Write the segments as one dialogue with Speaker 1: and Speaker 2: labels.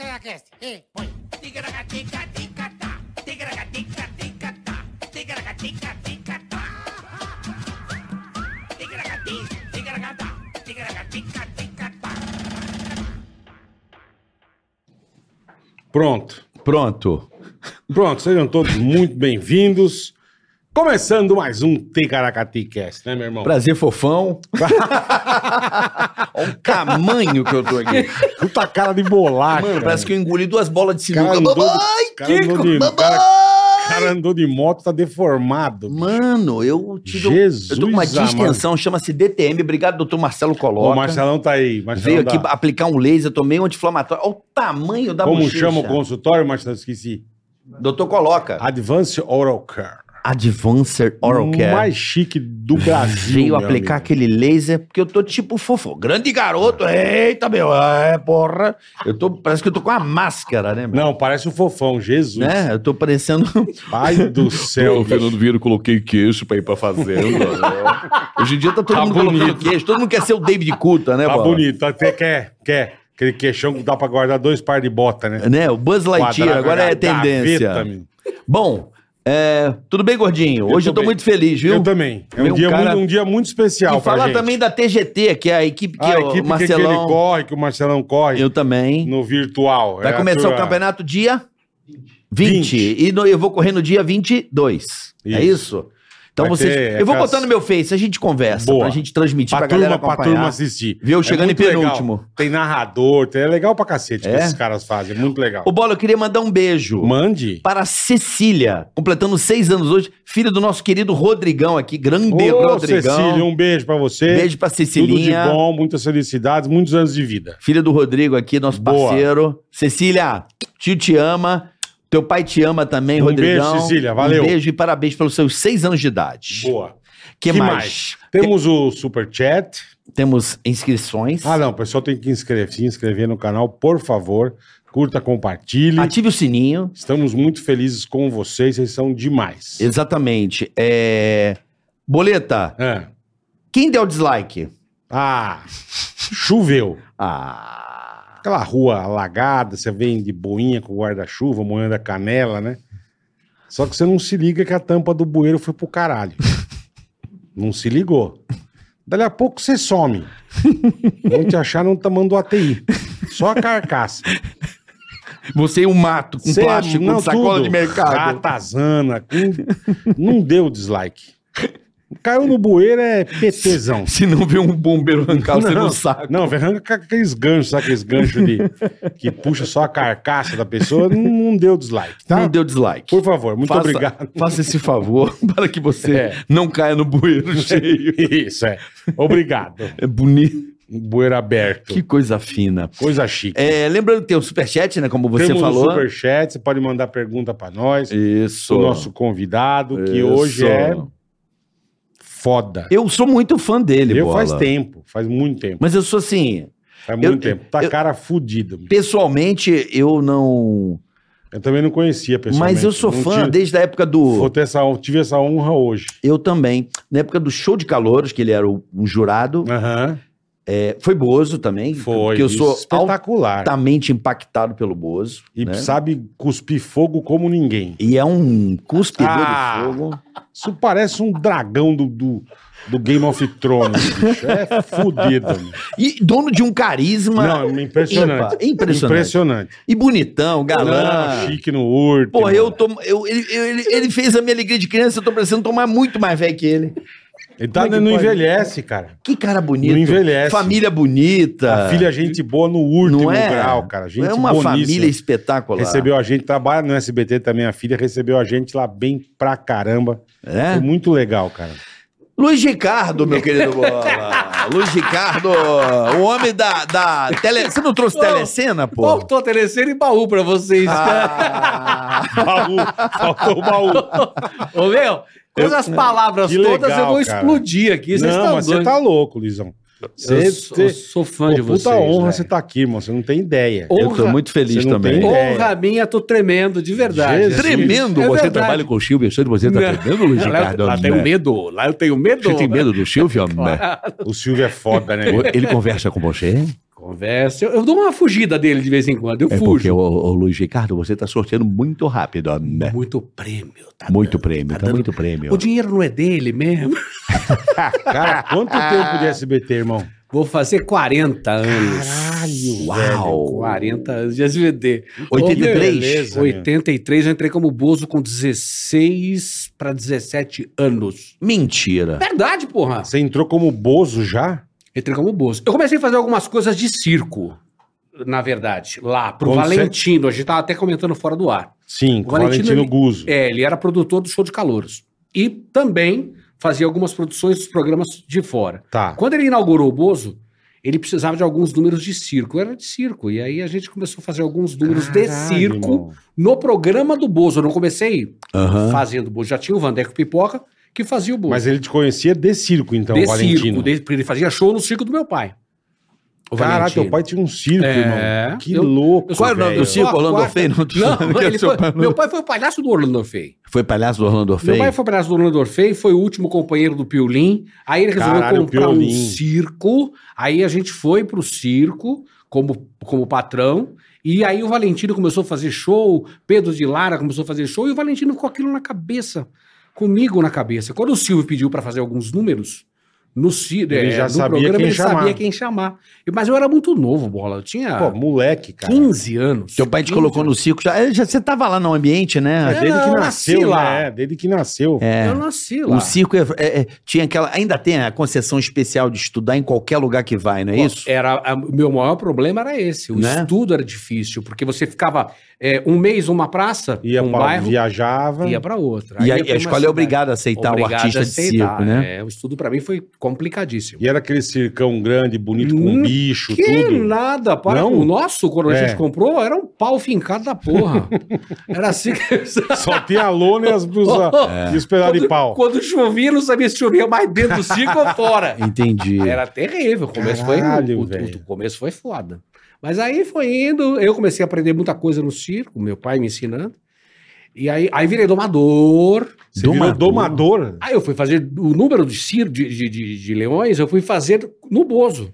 Speaker 1: Ticaracast. E põe.
Speaker 2: Ticaracatica, ticatá. Ticaracatica, ticatá. Ticaracatica, ticatá. Ticaracati, ticaracatá. Ticaracatica, ticatá.
Speaker 3: Pronto.
Speaker 4: Pronto.
Speaker 3: Pronto, sejam todos muito bem-vindos. Começando mais um Ticaracaticast, né, meu irmão?
Speaker 4: Prazer, fofão. Olha o tamanho que eu tô aqui.
Speaker 3: Puta cara de bolacha.
Speaker 4: Mano, parece que eu engoli duas bolas de
Speaker 3: cara
Speaker 4: sinuca.
Speaker 3: andou, de-
Speaker 4: Babai,
Speaker 3: cara andou
Speaker 4: Kiko,
Speaker 3: de,
Speaker 4: babai.
Speaker 3: cara, cara andou de moto, tá deformado.
Speaker 4: Mano, eu tive um-
Speaker 3: Jesus
Speaker 4: Eu tô com uma
Speaker 3: amado.
Speaker 4: distensão, chama-se DTM. Obrigado, doutor Marcelo Coloca.
Speaker 3: Ô, Marcelão tá aí. Marcelão
Speaker 4: Veio
Speaker 3: dá-
Speaker 4: aqui aplicar um laser, tomei um anti-inflamatório. Olha o tamanho da
Speaker 3: Como
Speaker 4: bochecha.
Speaker 3: chama o consultório, Marcelão? Esqueci.
Speaker 4: Doutor Coloca.
Speaker 3: Advanced Oral Care.
Speaker 4: Advanced Oral Care.
Speaker 3: mais chique do Brasil.
Speaker 4: Veio
Speaker 3: meu
Speaker 4: aplicar
Speaker 3: amigo.
Speaker 4: aquele laser, porque eu tô tipo fofo. Grande garoto, eita, meu, é, porra. Eu tô, parece que eu tô com uma máscara, né, meu?
Speaker 3: Não, parece um fofão, Jesus.
Speaker 4: Né? Eu tô parecendo.
Speaker 3: Pai do céu.
Speaker 5: Ô, Fernando Vieira, eu coloquei queixo pra ir pra fazenda. né?
Speaker 4: Hoje em dia tá todo
Speaker 3: Tá
Speaker 4: mundo
Speaker 3: bonito.
Speaker 4: colocando queixo, todo mundo quer ser o David Kuta, né,
Speaker 3: tá
Speaker 4: Bola?
Speaker 3: bonito. Tá, quer, quer, quer. Aquele queixão que dá pra guardar dois par de bota, né?
Speaker 4: Né? O Buzz Lightyear,
Speaker 3: Quadrado,
Speaker 4: agora é
Speaker 3: gaveta,
Speaker 4: tendência.
Speaker 3: meu.
Speaker 4: Bom, é, tudo bem, gordinho? Hoje
Speaker 3: tô
Speaker 4: eu tô
Speaker 3: bem.
Speaker 4: muito feliz, viu?
Speaker 3: Eu também. É
Speaker 4: Meu,
Speaker 3: um
Speaker 4: um
Speaker 3: dia,
Speaker 4: cara-
Speaker 3: muito, um dia muito especial
Speaker 4: E
Speaker 3: pra
Speaker 4: falar
Speaker 3: gente.
Speaker 4: também da TGT, que é a equipe que
Speaker 3: a equipe
Speaker 4: o
Speaker 3: que- que ele
Speaker 4: Marcelão.
Speaker 3: corre, que o Marcelão corre
Speaker 4: eu também.
Speaker 3: no virtual.
Speaker 4: Vai
Speaker 3: É a
Speaker 4: começar
Speaker 3: tua-
Speaker 4: o campeonato dia 20. E no- eu vou correr no dia 22. É isso? Então
Speaker 3: Vai
Speaker 4: vocês.
Speaker 3: ter
Speaker 4: eu vou
Speaker 3: aquelas-
Speaker 4: botar no meu Face, a gente conversa,
Speaker 3: Boa.
Speaker 4: pra gente transmitir pra,
Speaker 3: Pra
Speaker 4: galera
Speaker 3: turma, pra
Speaker 4: acompanhar.
Speaker 3: turma assistir.
Speaker 4: Viu?
Speaker 3: É
Speaker 4: Chegando em
Speaker 3: muito legal.
Speaker 4: penúltimo.
Speaker 3: Tem narrador, tem... é legal pra cacete
Speaker 4: É?
Speaker 3: que esses caras fazem, é muito legal.
Speaker 4: Ô, Bola, eu queria mandar um beijo
Speaker 3: Mande.
Speaker 4: para Cecília, completando seis anos hoje, filha do nosso querido Rodrigão aqui. Grande
Speaker 3: Ô,
Speaker 4: Rodrigão.
Speaker 3: Cecília, um beijo pra você.
Speaker 4: Beijo pra
Speaker 3: Tudo de
Speaker 4: Cecilinha,
Speaker 3: bom, muitas felicidades, muitos anos de vida.
Speaker 4: filha do Rodrigo aqui, nosso
Speaker 3: Boa.
Speaker 4: parceiro. Cecília, tio te ama. Teu pai te ama também,
Speaker 3: Um
Speaker 4: Rodrigão.
Speaker 3: beijo, Cecília, valeu.
Speaker 4: Um beijo e parabéns pelos seus seis anos de idade.
Speaker 3: Boa.
Speaker 4: Que,
Speaker 3: Que
Speaker 4: mais?
Speaker 3: Temos o Super Chat.
Speaker 4: Temos inscrições.
Speaker 3: Ah, não, o pessoal tem que inscrever, se inscrever no canal, por favor. Curta, compartilhe.
Speaker 4: Ative o sininho.
Speaker 3: Estamos muito felizes com vocês, vocês são demais.
Speaker 4: Exatamente. É... Boleta,
Speaker 3: É.
Speaker 4: quem der o dislike?
Speaker 3: Ah, choveu.
Speaker 4: Ah.
Speaker 3: Aquela rua alagada, você vem de boinha com guarda-chuva, moendo a canela, né? Só que você não se liga que a tampa do bueiro foi pro caralho. não se ligou. Dali a pouco você some. Vão te achar não tamanho do ATI. Só a carcaça.
Speaker 4: Você e o mato com
Speaker 3: Cê-
Speaker 4: Um plástico,
Speaker 3: não,
Speaker 4: com sacola
Speaker 3: tudo.
Speaker 4: de mercado.
Speaker 3: Ratazana. com- Não deu dislike. Caiu no bueiro é PTzão.
Speaker 4: Se não vê um bombeiro arrancar, você não sabe.
Speaker 3: Não, verranca com aqueles ganchos, sabe aqueles ganchos de, que puxa só a carcaça da pessoa, não, não deu dislike, tá?
Speaker 4: Não deu dislike.
Speaker 3: Por favor, muito
Speaker 4: Faça-
Speaker 3: obrigado.
Speaker 4: Faça esse favor para que você
Speaker 3: É.
Speaker 4: não caia no bueiro cheio.
Speaker 3: Isso, é. Obrigado.
Speaker 4: É bonito.
Speaker 3: Bueiro aberto.
Speaker 4: Que coisa fina.
Speaker 3: Coisa chique.
Speaker 4: É, lembrando que tem o superchat, né? Como você
Speaker 3: Temos
Speaker 4: falou.
Speaker 3: o superchat, você pode mandar pergunta pra nós,
Speaker 4: Isso.
Speaker 3: o nosso convidado, que
Speaker 4: Isso.
Speaker 3: hoje é foda.
Speaker 4: Eu sou muito fã dele,
Speaker 3: Eu
Speaker 4: Bola.
Speaker 3: faz tempo, faz muito tempo.
Speaker 4: Mas eu sou assim,
Speaker 3: Faz muito
Speaker 4: eu-
Speaker 3: tempo. Tá
Speaker 4: eu-
Speaker 3: cara fudido.
Speaker 4: pessoalmente eu não.
Speaker 3: Eu também não conhecia pessoalmente.
Speaker 4: Mas eu sou
Speaker 3: Não
Speaker 4: fã
Speaker 3: tive-
Speaker 4: desde a época do.
Speaker 3: vou ter essa, tive essa honra hoje.
Speaker 4: Eu também. Na época do show de calouros, que ele era o- um jurado.
Speaker 3: Aham.
Speaker 4: é, foi Bozo também.
Speaker 3: Foi.
Speaker 4: Porque eu
Speaker 3: isso,
Speaker 4: sou
Speaker 3: espetacular.
Speaker 4: altamente impactado pelo Bozo.
Speaker 3: E
Speaker 4: né?
Speaker 3: sabe cuspir fogo como ninguém.
Speaker 4: E é um cuspidor
Speaker 3: Ah.
Speaker 4: de fogo.
Speaker 3: Isso parece um dragão do, do, do Game of Thrones, bicho. É fudido. meu.
Speaker 4: E dono de um carisma.
Speaker 3: Não, é impressionante.
Speaker 4: Ímpar, impressionante.
Speaker 3: Impressionante.
Speaker 4: E bonitão,
Speaker 3: Não, é um
Speaker 4: galã.
Speaker 3: chique no último.
Speaker 4: Porra, eu tô. Eu, ele, eu- ele, ele fez a minha alegria de criança, eu tô precisando tomar muito mais velho que ele.
Speaker 3: Ele tá,
Speaker 4: Como é que
Speaker 3: não
Speaker 4: pode?
Speaker 3: envelhece, cara.
Speaker 4: Que cara bonito.
Speaker 3: Não envelhece.
Speaker 4: Família bonita.
Speaker 3: A filha é gente boa no último
Speaker 4: não é?
Speaker 3: grau, cara. Gente
Speaker 4: é uma
Speaker 3: boníssima.
Speaker 4: família espetacular.
Speaker 3: Recebeu a gente, trabalha no SBT também, a filha recebeu a gente lá bem pra caramba.
Speaker 4: É?
Speaker 3: Foi muito legal, cara.
Speaker 4: Luiz Ricardo, meu querido Bola. Luiz Ricardo, o homem da, da tele... Você não trouxe
Speaker 6: Ô,
Speaker 4: telecena, pô?
Speaker 6: Faltou telecena e baú pra vocês.
Speaker 3: Ah.
Speaker 4: Ah,
Speaker 3: Baú, faltou o baú.
Speaker 6: Ô, meu, com essas palavras
Speaker 3: Que
Speaker 6: todas
Speaker 3: legal,
Speaker 6: eu vou
Speaker 3: cara.
Speaker 6: explodir aqui. Vocês
Speaker 3: não,
Speaker 6: estão
Speaker 3: mas você
Speaker 6: doidos.
Speaker 3: tá louco, Luizão. Você,
Speaker 6: eu, sou, eu
Speaker 3: você-
Speaker 6: sou fã de
Speaker 3: Pô,
Speaker 6: vocês.
Speaker 3: Puta honra
Speaker 6: velho.
Speaker 3: você tá aqui, irmão. Você não tem ideia.
Speaker 6: Ô,
Speaker 4: eu tô
Speaker 6: Honra-
Speaker 4: muito
Speaker 3: Você
Speaker 4: feliz
Speaker 3: não tem
Speaker 4: também.
Speaker 3: ideia.
Speaker 6: Honra minha, tô tremendo, de verdade.
Speaker 3: Jesus.
Speaker 4: Tremendo,
Speaker 6: É
Speaker 5: você
Speaker 6: verdade.
Speaker 5: trabalha com o Silvio Santos, você tá
Speaker 6: Não. tá
Speaker 5: tremendo, Luiz
Speaker 6: Lá,
Speaker 5: Ricardo? né?
Speaker 6: eu- lá eu tenho medo, lá eu tenho medo.
Speaker 5: Você tem medo do Silvio? homem?
Speaker 3: O Silvio é foda, né?
Speaker 5: Ele conversa com você?
Speaker 6: Conversa. Eu, eu dou uma fugida dele de vez em quando. Eu
Speaker 4: É porque,
Speaker 6: fujo.
Speaker 4: ô, ô, Luiz Ricardo, você tá sorteando muito rápido, ó, né?
Speaker 6: É Muito prêmio.
Speaker 3: É
Speaker 6: Tá
Speaker 4: Muito
Speaker 6: dando,
Speaker 4: prêmio, tá
Speaker 6: dando.
Speaker 4: muito prêmio.
Speaker 6: O dinheiro não é dele mesmo.
Speaker 3: Cara, quanto tempo de SBT, irmão?
Speaker 6: Vou fazer 40 anos. Caralho,
Speaker 4: Uau.
Speaker 6: 40 anos de SBT.
Speaker 4: 83?
Speaker 6: Ô, beleza, 83, eu entrei como Bozo com 16 para 17 anos.
Speaker 4: Mentira.
Speaker 6: Verdade, porra.
Speaker 3: Você entrou como Bozo já?
Speaker 6: Entrei como Bozo. Eu comecei a fazer algumas coisas de circo, na verdade, lá pro
Speaker 3: Com
Speaker 6: Valentino. A gente tava até comentando fora do ar.
Speaker 3: Sim,
Speaker 6: O
Speaker 3: com Valentino,
Speaker 6: Valentino-
Speaker 3: Guzzo.
Speaker 6: É, ele era produtor do show de calouros. E também fazia algumas produções dos programas de fora.
Speaker 3: Tá.
Speaker 6: Quando ele inaugurou o Bozo, ele precisava de alguns números de circo. Era de circo. E aí a gente começou a fazer alguns números de
Speaker 3: Caralho,
Speaker 6: circo
Speaker 3: irmão.
Speaker 6: no programa do Bozo. Eu não comecei
Speaker 4: Aham.
Speaker 6: fazendo o Bozo. Já tinha o Vandeco Pipoca que fazia o Bozo.
Speaker 3: Mas ele te conhecia de circo, então,
Speaker 6: de
Speaker 3: o Valentino.
Speaker 6: circo, de- porque ele fazia show no circo do meu pai. O
Speaker 3: Caralho,
Speaker 6: Valentino.
Speaker 3: teu pai tinha um circo,
Speaker 6: É.
Speaker 3: irmão. Que
Speaker 6: Eu-
Speaker 3: louco,
Speaker 4: Qual era o nome
Speaker 3: velho.
Speaker 4: do circo?
Speaker 6: Só a
Speaker 4: Orlando
Speaker 6: quarta-
Speaker 4: Fei? Não, tô falando
Speaker 6: Não,
Speaker 4: que
Speaker 6: ele
Speaker 4: é seu
Speaker 6: foi-
Speaker 4: pai, não.
Speaker 6: meu pai foi o palhaço do Orlando Orfei.
Speaker 4: Foi palhaço do Orlando
Speaker 6: Meu
Speaker 4: Fei?
Speaker 6: pai foi palhaço do Orlando Orfei, foi o último companheiro do Piolim. Aí ele resolveu
Speaker 3: Caralho,
Speaker 6: comprar um
Speaker 3: Piolim.
Speaker 6: circo. Aí a gente foi pro circo como, como patrão. E aí o Valentino começou a fazer show, Pedro de Lara começou a fazer show, e o Valentino com aquilo na cabeça, comigo na cabeça. Quando o Silvio pediu para fazer alguns números no, ci- é,
Speaker 3: Ele já
Speaker 6: no
Speaker 3: sabia quem
Speaker 6: ele
Speaker 3: chamar.
Speaker 6: sabia quem chamar. Mas eu era muito novo, bola. Eu tinha
Speaker 3: Pô, moleque, cara.
Speaker 6: 15 anos.
Speaker 4: Teu pai te
Speaker 6: 15
Speaker 4: colocou no circo. Já, é, já- você tava lá no ambiente,
Speaker 3: É,
Speaker 4: né?
Speaker 3: desde
Speaker 6: Não,
Speaker 3: que
Speaker 6: eu nasci
Speaker 3: nasceu,
Speaker 6: lá.
Speaker 3: né? É, Desde que nasceu.
Speaker 4: É.
Speaker 6: Eu nasci lá.
Speaker 4: O circo é- é- é- tinha aquela. Ainda tem a concessão especial de estudar em qualquer lugar que vai, não é
Speaker 6: Pô,
Speaker 4: isso?
Speaker 6: Era, a- o meu maior problema era esse. O
Speaker 4: Né?
Speaker 6: estudo era difícil, porque você ficava é, um mês numa praça,
Speaker 3: Ia
Speaker 6: um
Speaker 3: pra,
Speaker 6: bairro,
Speaker 3: viajava.
Speaker 6: ia para outra.
Speaker 4: E
Speaker 6: Aí
Speaker 4: a,
Speaker 6: ia pra
Speaker 4: a
Speaker 6: uma
Speaker 4: escola é
Speaker 6: cidade.
Speaker 4: obrigada a aceitar
Speaker 6: Obrigado
Speaker 4: o artista
Speaker 6: a
Speaker 4: de
Speaker 6: aceitar,
Speaker 4: circo, né?
Speaker 6: é. o estudo para mim foi complicadíssimo.
Speaker 3: E era aquele circão grande, bonito, com
Speaker 6: Hum,
Speaker 4: é
Speaker 3: bicho,
Speaker 6: que
Speaker 3: tudo.
Speaker 6: nada, para
Speaker 3: Não?
Speaker 6: o nosso, quando
Speaker 3: É.
Speaker 6: a gente comprou, era um pau fincado da porra. era assim que...
Speaker 3: Só tinha lona e as blusas e os pedaços de pau.
Speaker 6: Quando chovia, não sabia se chovia mais dentro do circo ou fora.
Speaker 4: Entendi.
Speaker 6: é. Era terrível. O começo
Speaker 3: Caralho,
Speaker 6: foi o- o,
Speaker 3: velho.
Speaker 6: o, começo foi foda. Mas aí foi indo, eu comecei a aprender muita coisa no circo, meu pai me ensinando. E aí, aí virei domador.
Speaker 3: Você virou domador.
Speaker 6: Aí eu fui fazer o número de circo de, de, de- de leões, eu fui fazer no Bozo.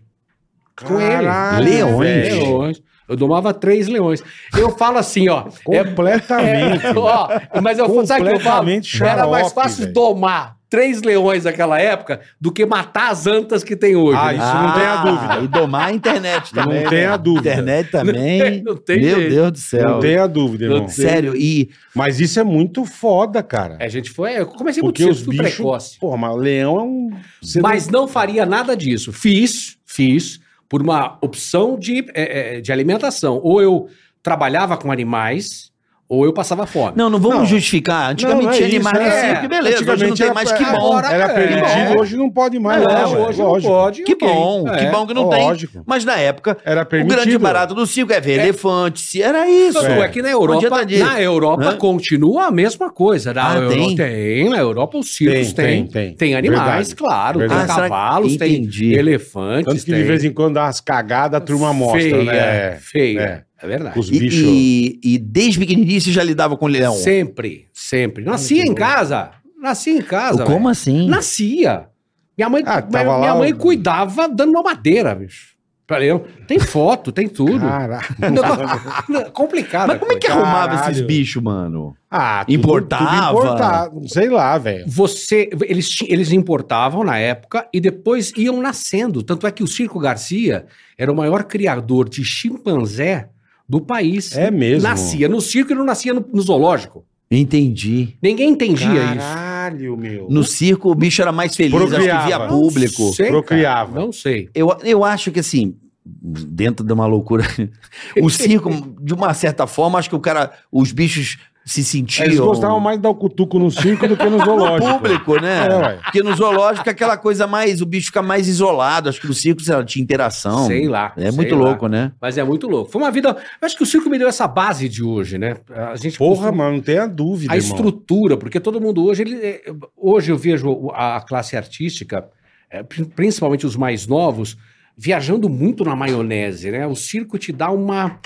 Speaker 6: Com ele.
Speaker 4: Leões?
Speaker 3: velho.
Speaker 6: Leões. Eu domava três leões. Eu falo assim, ó. é-
Speaker 3: Completamente.
Speaker 6: é, ó, mas eu sabe o que eu falo?
Speaker 3: Completamente xarope,
Speaker 6: Era mais fácil
Speaker 3: velho.
Speaker 6: domar três leões naquela época do que matar as antas que tem hoje.
Speaker 3: Ah, isso não tem a dúvida.
Speaker 4: E domar a internet
Speaker 3: Não
Speaker 4: também.
Speaker 3: tem
Speaker 4: né?
Speaker 3: a dúvida.
Speaker 4: Internet também.
Speaker 6: É, Não tem
Speaker 4: Meu
Speaker 6: jeito.
Speaker 4: Deus do céu.
Speaker 3: Não tem a dúvida,
Speaker 6: Não
Speaker 3: irmão.
Speaker 6: tem.
Speaker 4: Sério, e
Speaker 3: Mas isso é muito foda, cara.
Speaker 6: É, a gente foi. Eu comecei
Speaker 3: Porque
Speaker 6: muito
Speaker 3: os
Speaker 6: cedo, fui
Speaker 3: bichos-
Speaker 6: precoce.
Speaker 3: Porra, mas leão é um... Você
Speaker 6: Mas não faria nada disso. Fiz, fiz, por uma opção de, é, é, de alimentação. Ou eu trabalhava com animais, ou eu passava fome.
Speaker 4: Não, não vamos
Speaker 3: Não.
Speaker 4: justificar. Antigamente
Speaker 3: Não, não é
Speaker 4: tinha
Speaker 3: isso,
Speaker 4: animais no
Speaker 3: é.
Speaker 4: circo, que beleza. Hoje não
Speaker 3: Antigamente
Speaker 4: tem
Speaker 3: era-
Speaker 4: mais, que bom.
Speaker 6: agora-
Speaker 3: Era
Speaker 6: É.
Speaker 3: permitido, hoje não pode mais.
Speaker 6: Não,
Speaker 3: lógico,
Speaker 6: É, hoje
Speaker 3: lógico.
Speaker 6: não pode.
Speaker 4: Que
Speaker 6: ok.
Speaker 4: bom,
Speaker 6: É.
Speaker 4: que bom que não
Speaker 3: Lógico.
Speaker 4: tem. Mas na época,
Speaker 3: Era
Speaker 4: o
Speaker 3: permitido.
Speaker 4: Um grande barato do circo é ver elefante. se- Era isso.
Speaker 6: Tanto é. que na Europa,
Speaker 4: Não adianta disso.
Speaker 6: na Europa
Speaker 4: Hã?
Speaker 6: continua a mesma coisa. Na
Speaker 4: Ah,
Speaker 6: Europa,
Speaker 4: tem?
Speaker 6: tem? na Europa os circos
Speaker 3: Tem,
Speaker 6: têm.
Speaker 3: tem, tem.
Speaker 6: animais,
Speaker 3: Verdade.
Speaker 6: claro,
Speaker 3: Verdade.
Speaker 6: tem
Speaker 4: Ah, será que-
Speaker 6: cavalos,
Speaker 4: Entendi.
Speaker 6: tem elefantes,
Speaker 3: Tanto que
Speaker 6: tem
Speaker 3: de vez em quando dá umas cagadas, a turma mostra,
Speaker 6: feia,
Speaker 3: né? É,
Speaker 6: Feia, é, verdade.
Speaker 3: Com os
Speaker 4: Ah, E,
Speaker 3: bichos...
Speaker 4: e- e desde pequenininho você já lidava com leão.
Speaker 6: Sempre, sempre. Nascia em casa. Nascia em casa.
Speaker 4: Como
Speaker 6: velho.
Speaker 4: assim?
Speaker 6: Nascia. Minha mãe,
Speaker 3: Ah,
Speaker 6: minha,
Speaker 3: tava lá
Speaker 6: minha
Speaker 3: o-
Speaker 6: mãe cuidava dando uma madeira, bicho. Pra leão. Tem foto, tem tudo.
Speaker 3: Caralho.
Speaker 6: Não, Complicado.
Speaker 4: Mas como é que
Speaker 3: Caralho.
Speaker 4: arrumava esses bichos, mano?
Speaker 3: Ah, tudo-
Speaker 4: Importava?
Speaker 3: Tudo importava. Sei lá, velho.
Speaker 6: Você, eles, ti- eles importavam na época e depois iam nascendo. Tanto é que o Circo Garcia era o maior criador de chimpanzé do país.
Speaker 3: É mesmo.
Speaker 6: Nascia no circo e não nascia no, no zoológico.
Speaker 4: Entendi.
Speaker 6: Ninguém entendia isso.
Speaker 3: Caralho, meu.
Speaker 4: um No circo o bicho era mais feliz, acho
Speaker 3: Procriava.
Speaker 4: que via público.
Speaker 6: Não sei, cara.
Speaker 3: Procriava.
Speaker 6: Não sei.
Speaker 4: Eu, eu acho que assim, dentro de uma loucura, o circo, de uma certa forma, acho que o cara, os bichos se sentiam.
Speaker 3: Eles gostavam mais de dar o cutuco no circo do que no
Speaker 4: no
Speaker 3: zoológico.
Speaker 4: público, né?
Speaker 3: É, ué.
Speaker 4: Porque no zoológico é aquela coisa mais, o bicho fica mais isolado. Acho que no circo sei lá, tinha interação.
Speaker 6: sei lá.
Speaker 4: É
Speaker 6: sei
Speaker 4: muito
Speaker 6: lá.
Speaker 4: louco, né?
Speaker 6: Mas é muito louco. Foi uma vida. Eu acho que o circo me deu essa base de hoje, né? A gente
Speaker 3: Porra,
Speaker 6: costuma-
Speaker 3: mano, não tenha dúvida,
Speaker 6: a
Speaker 3: irmão.
Speaker 6: estrutura, porque todo mundo hoje, ele, é, hoje eu vejo o- a classe artística, é, pri- principalmente os mais novos, viajando muito na maionese, né? O circo te dá uma,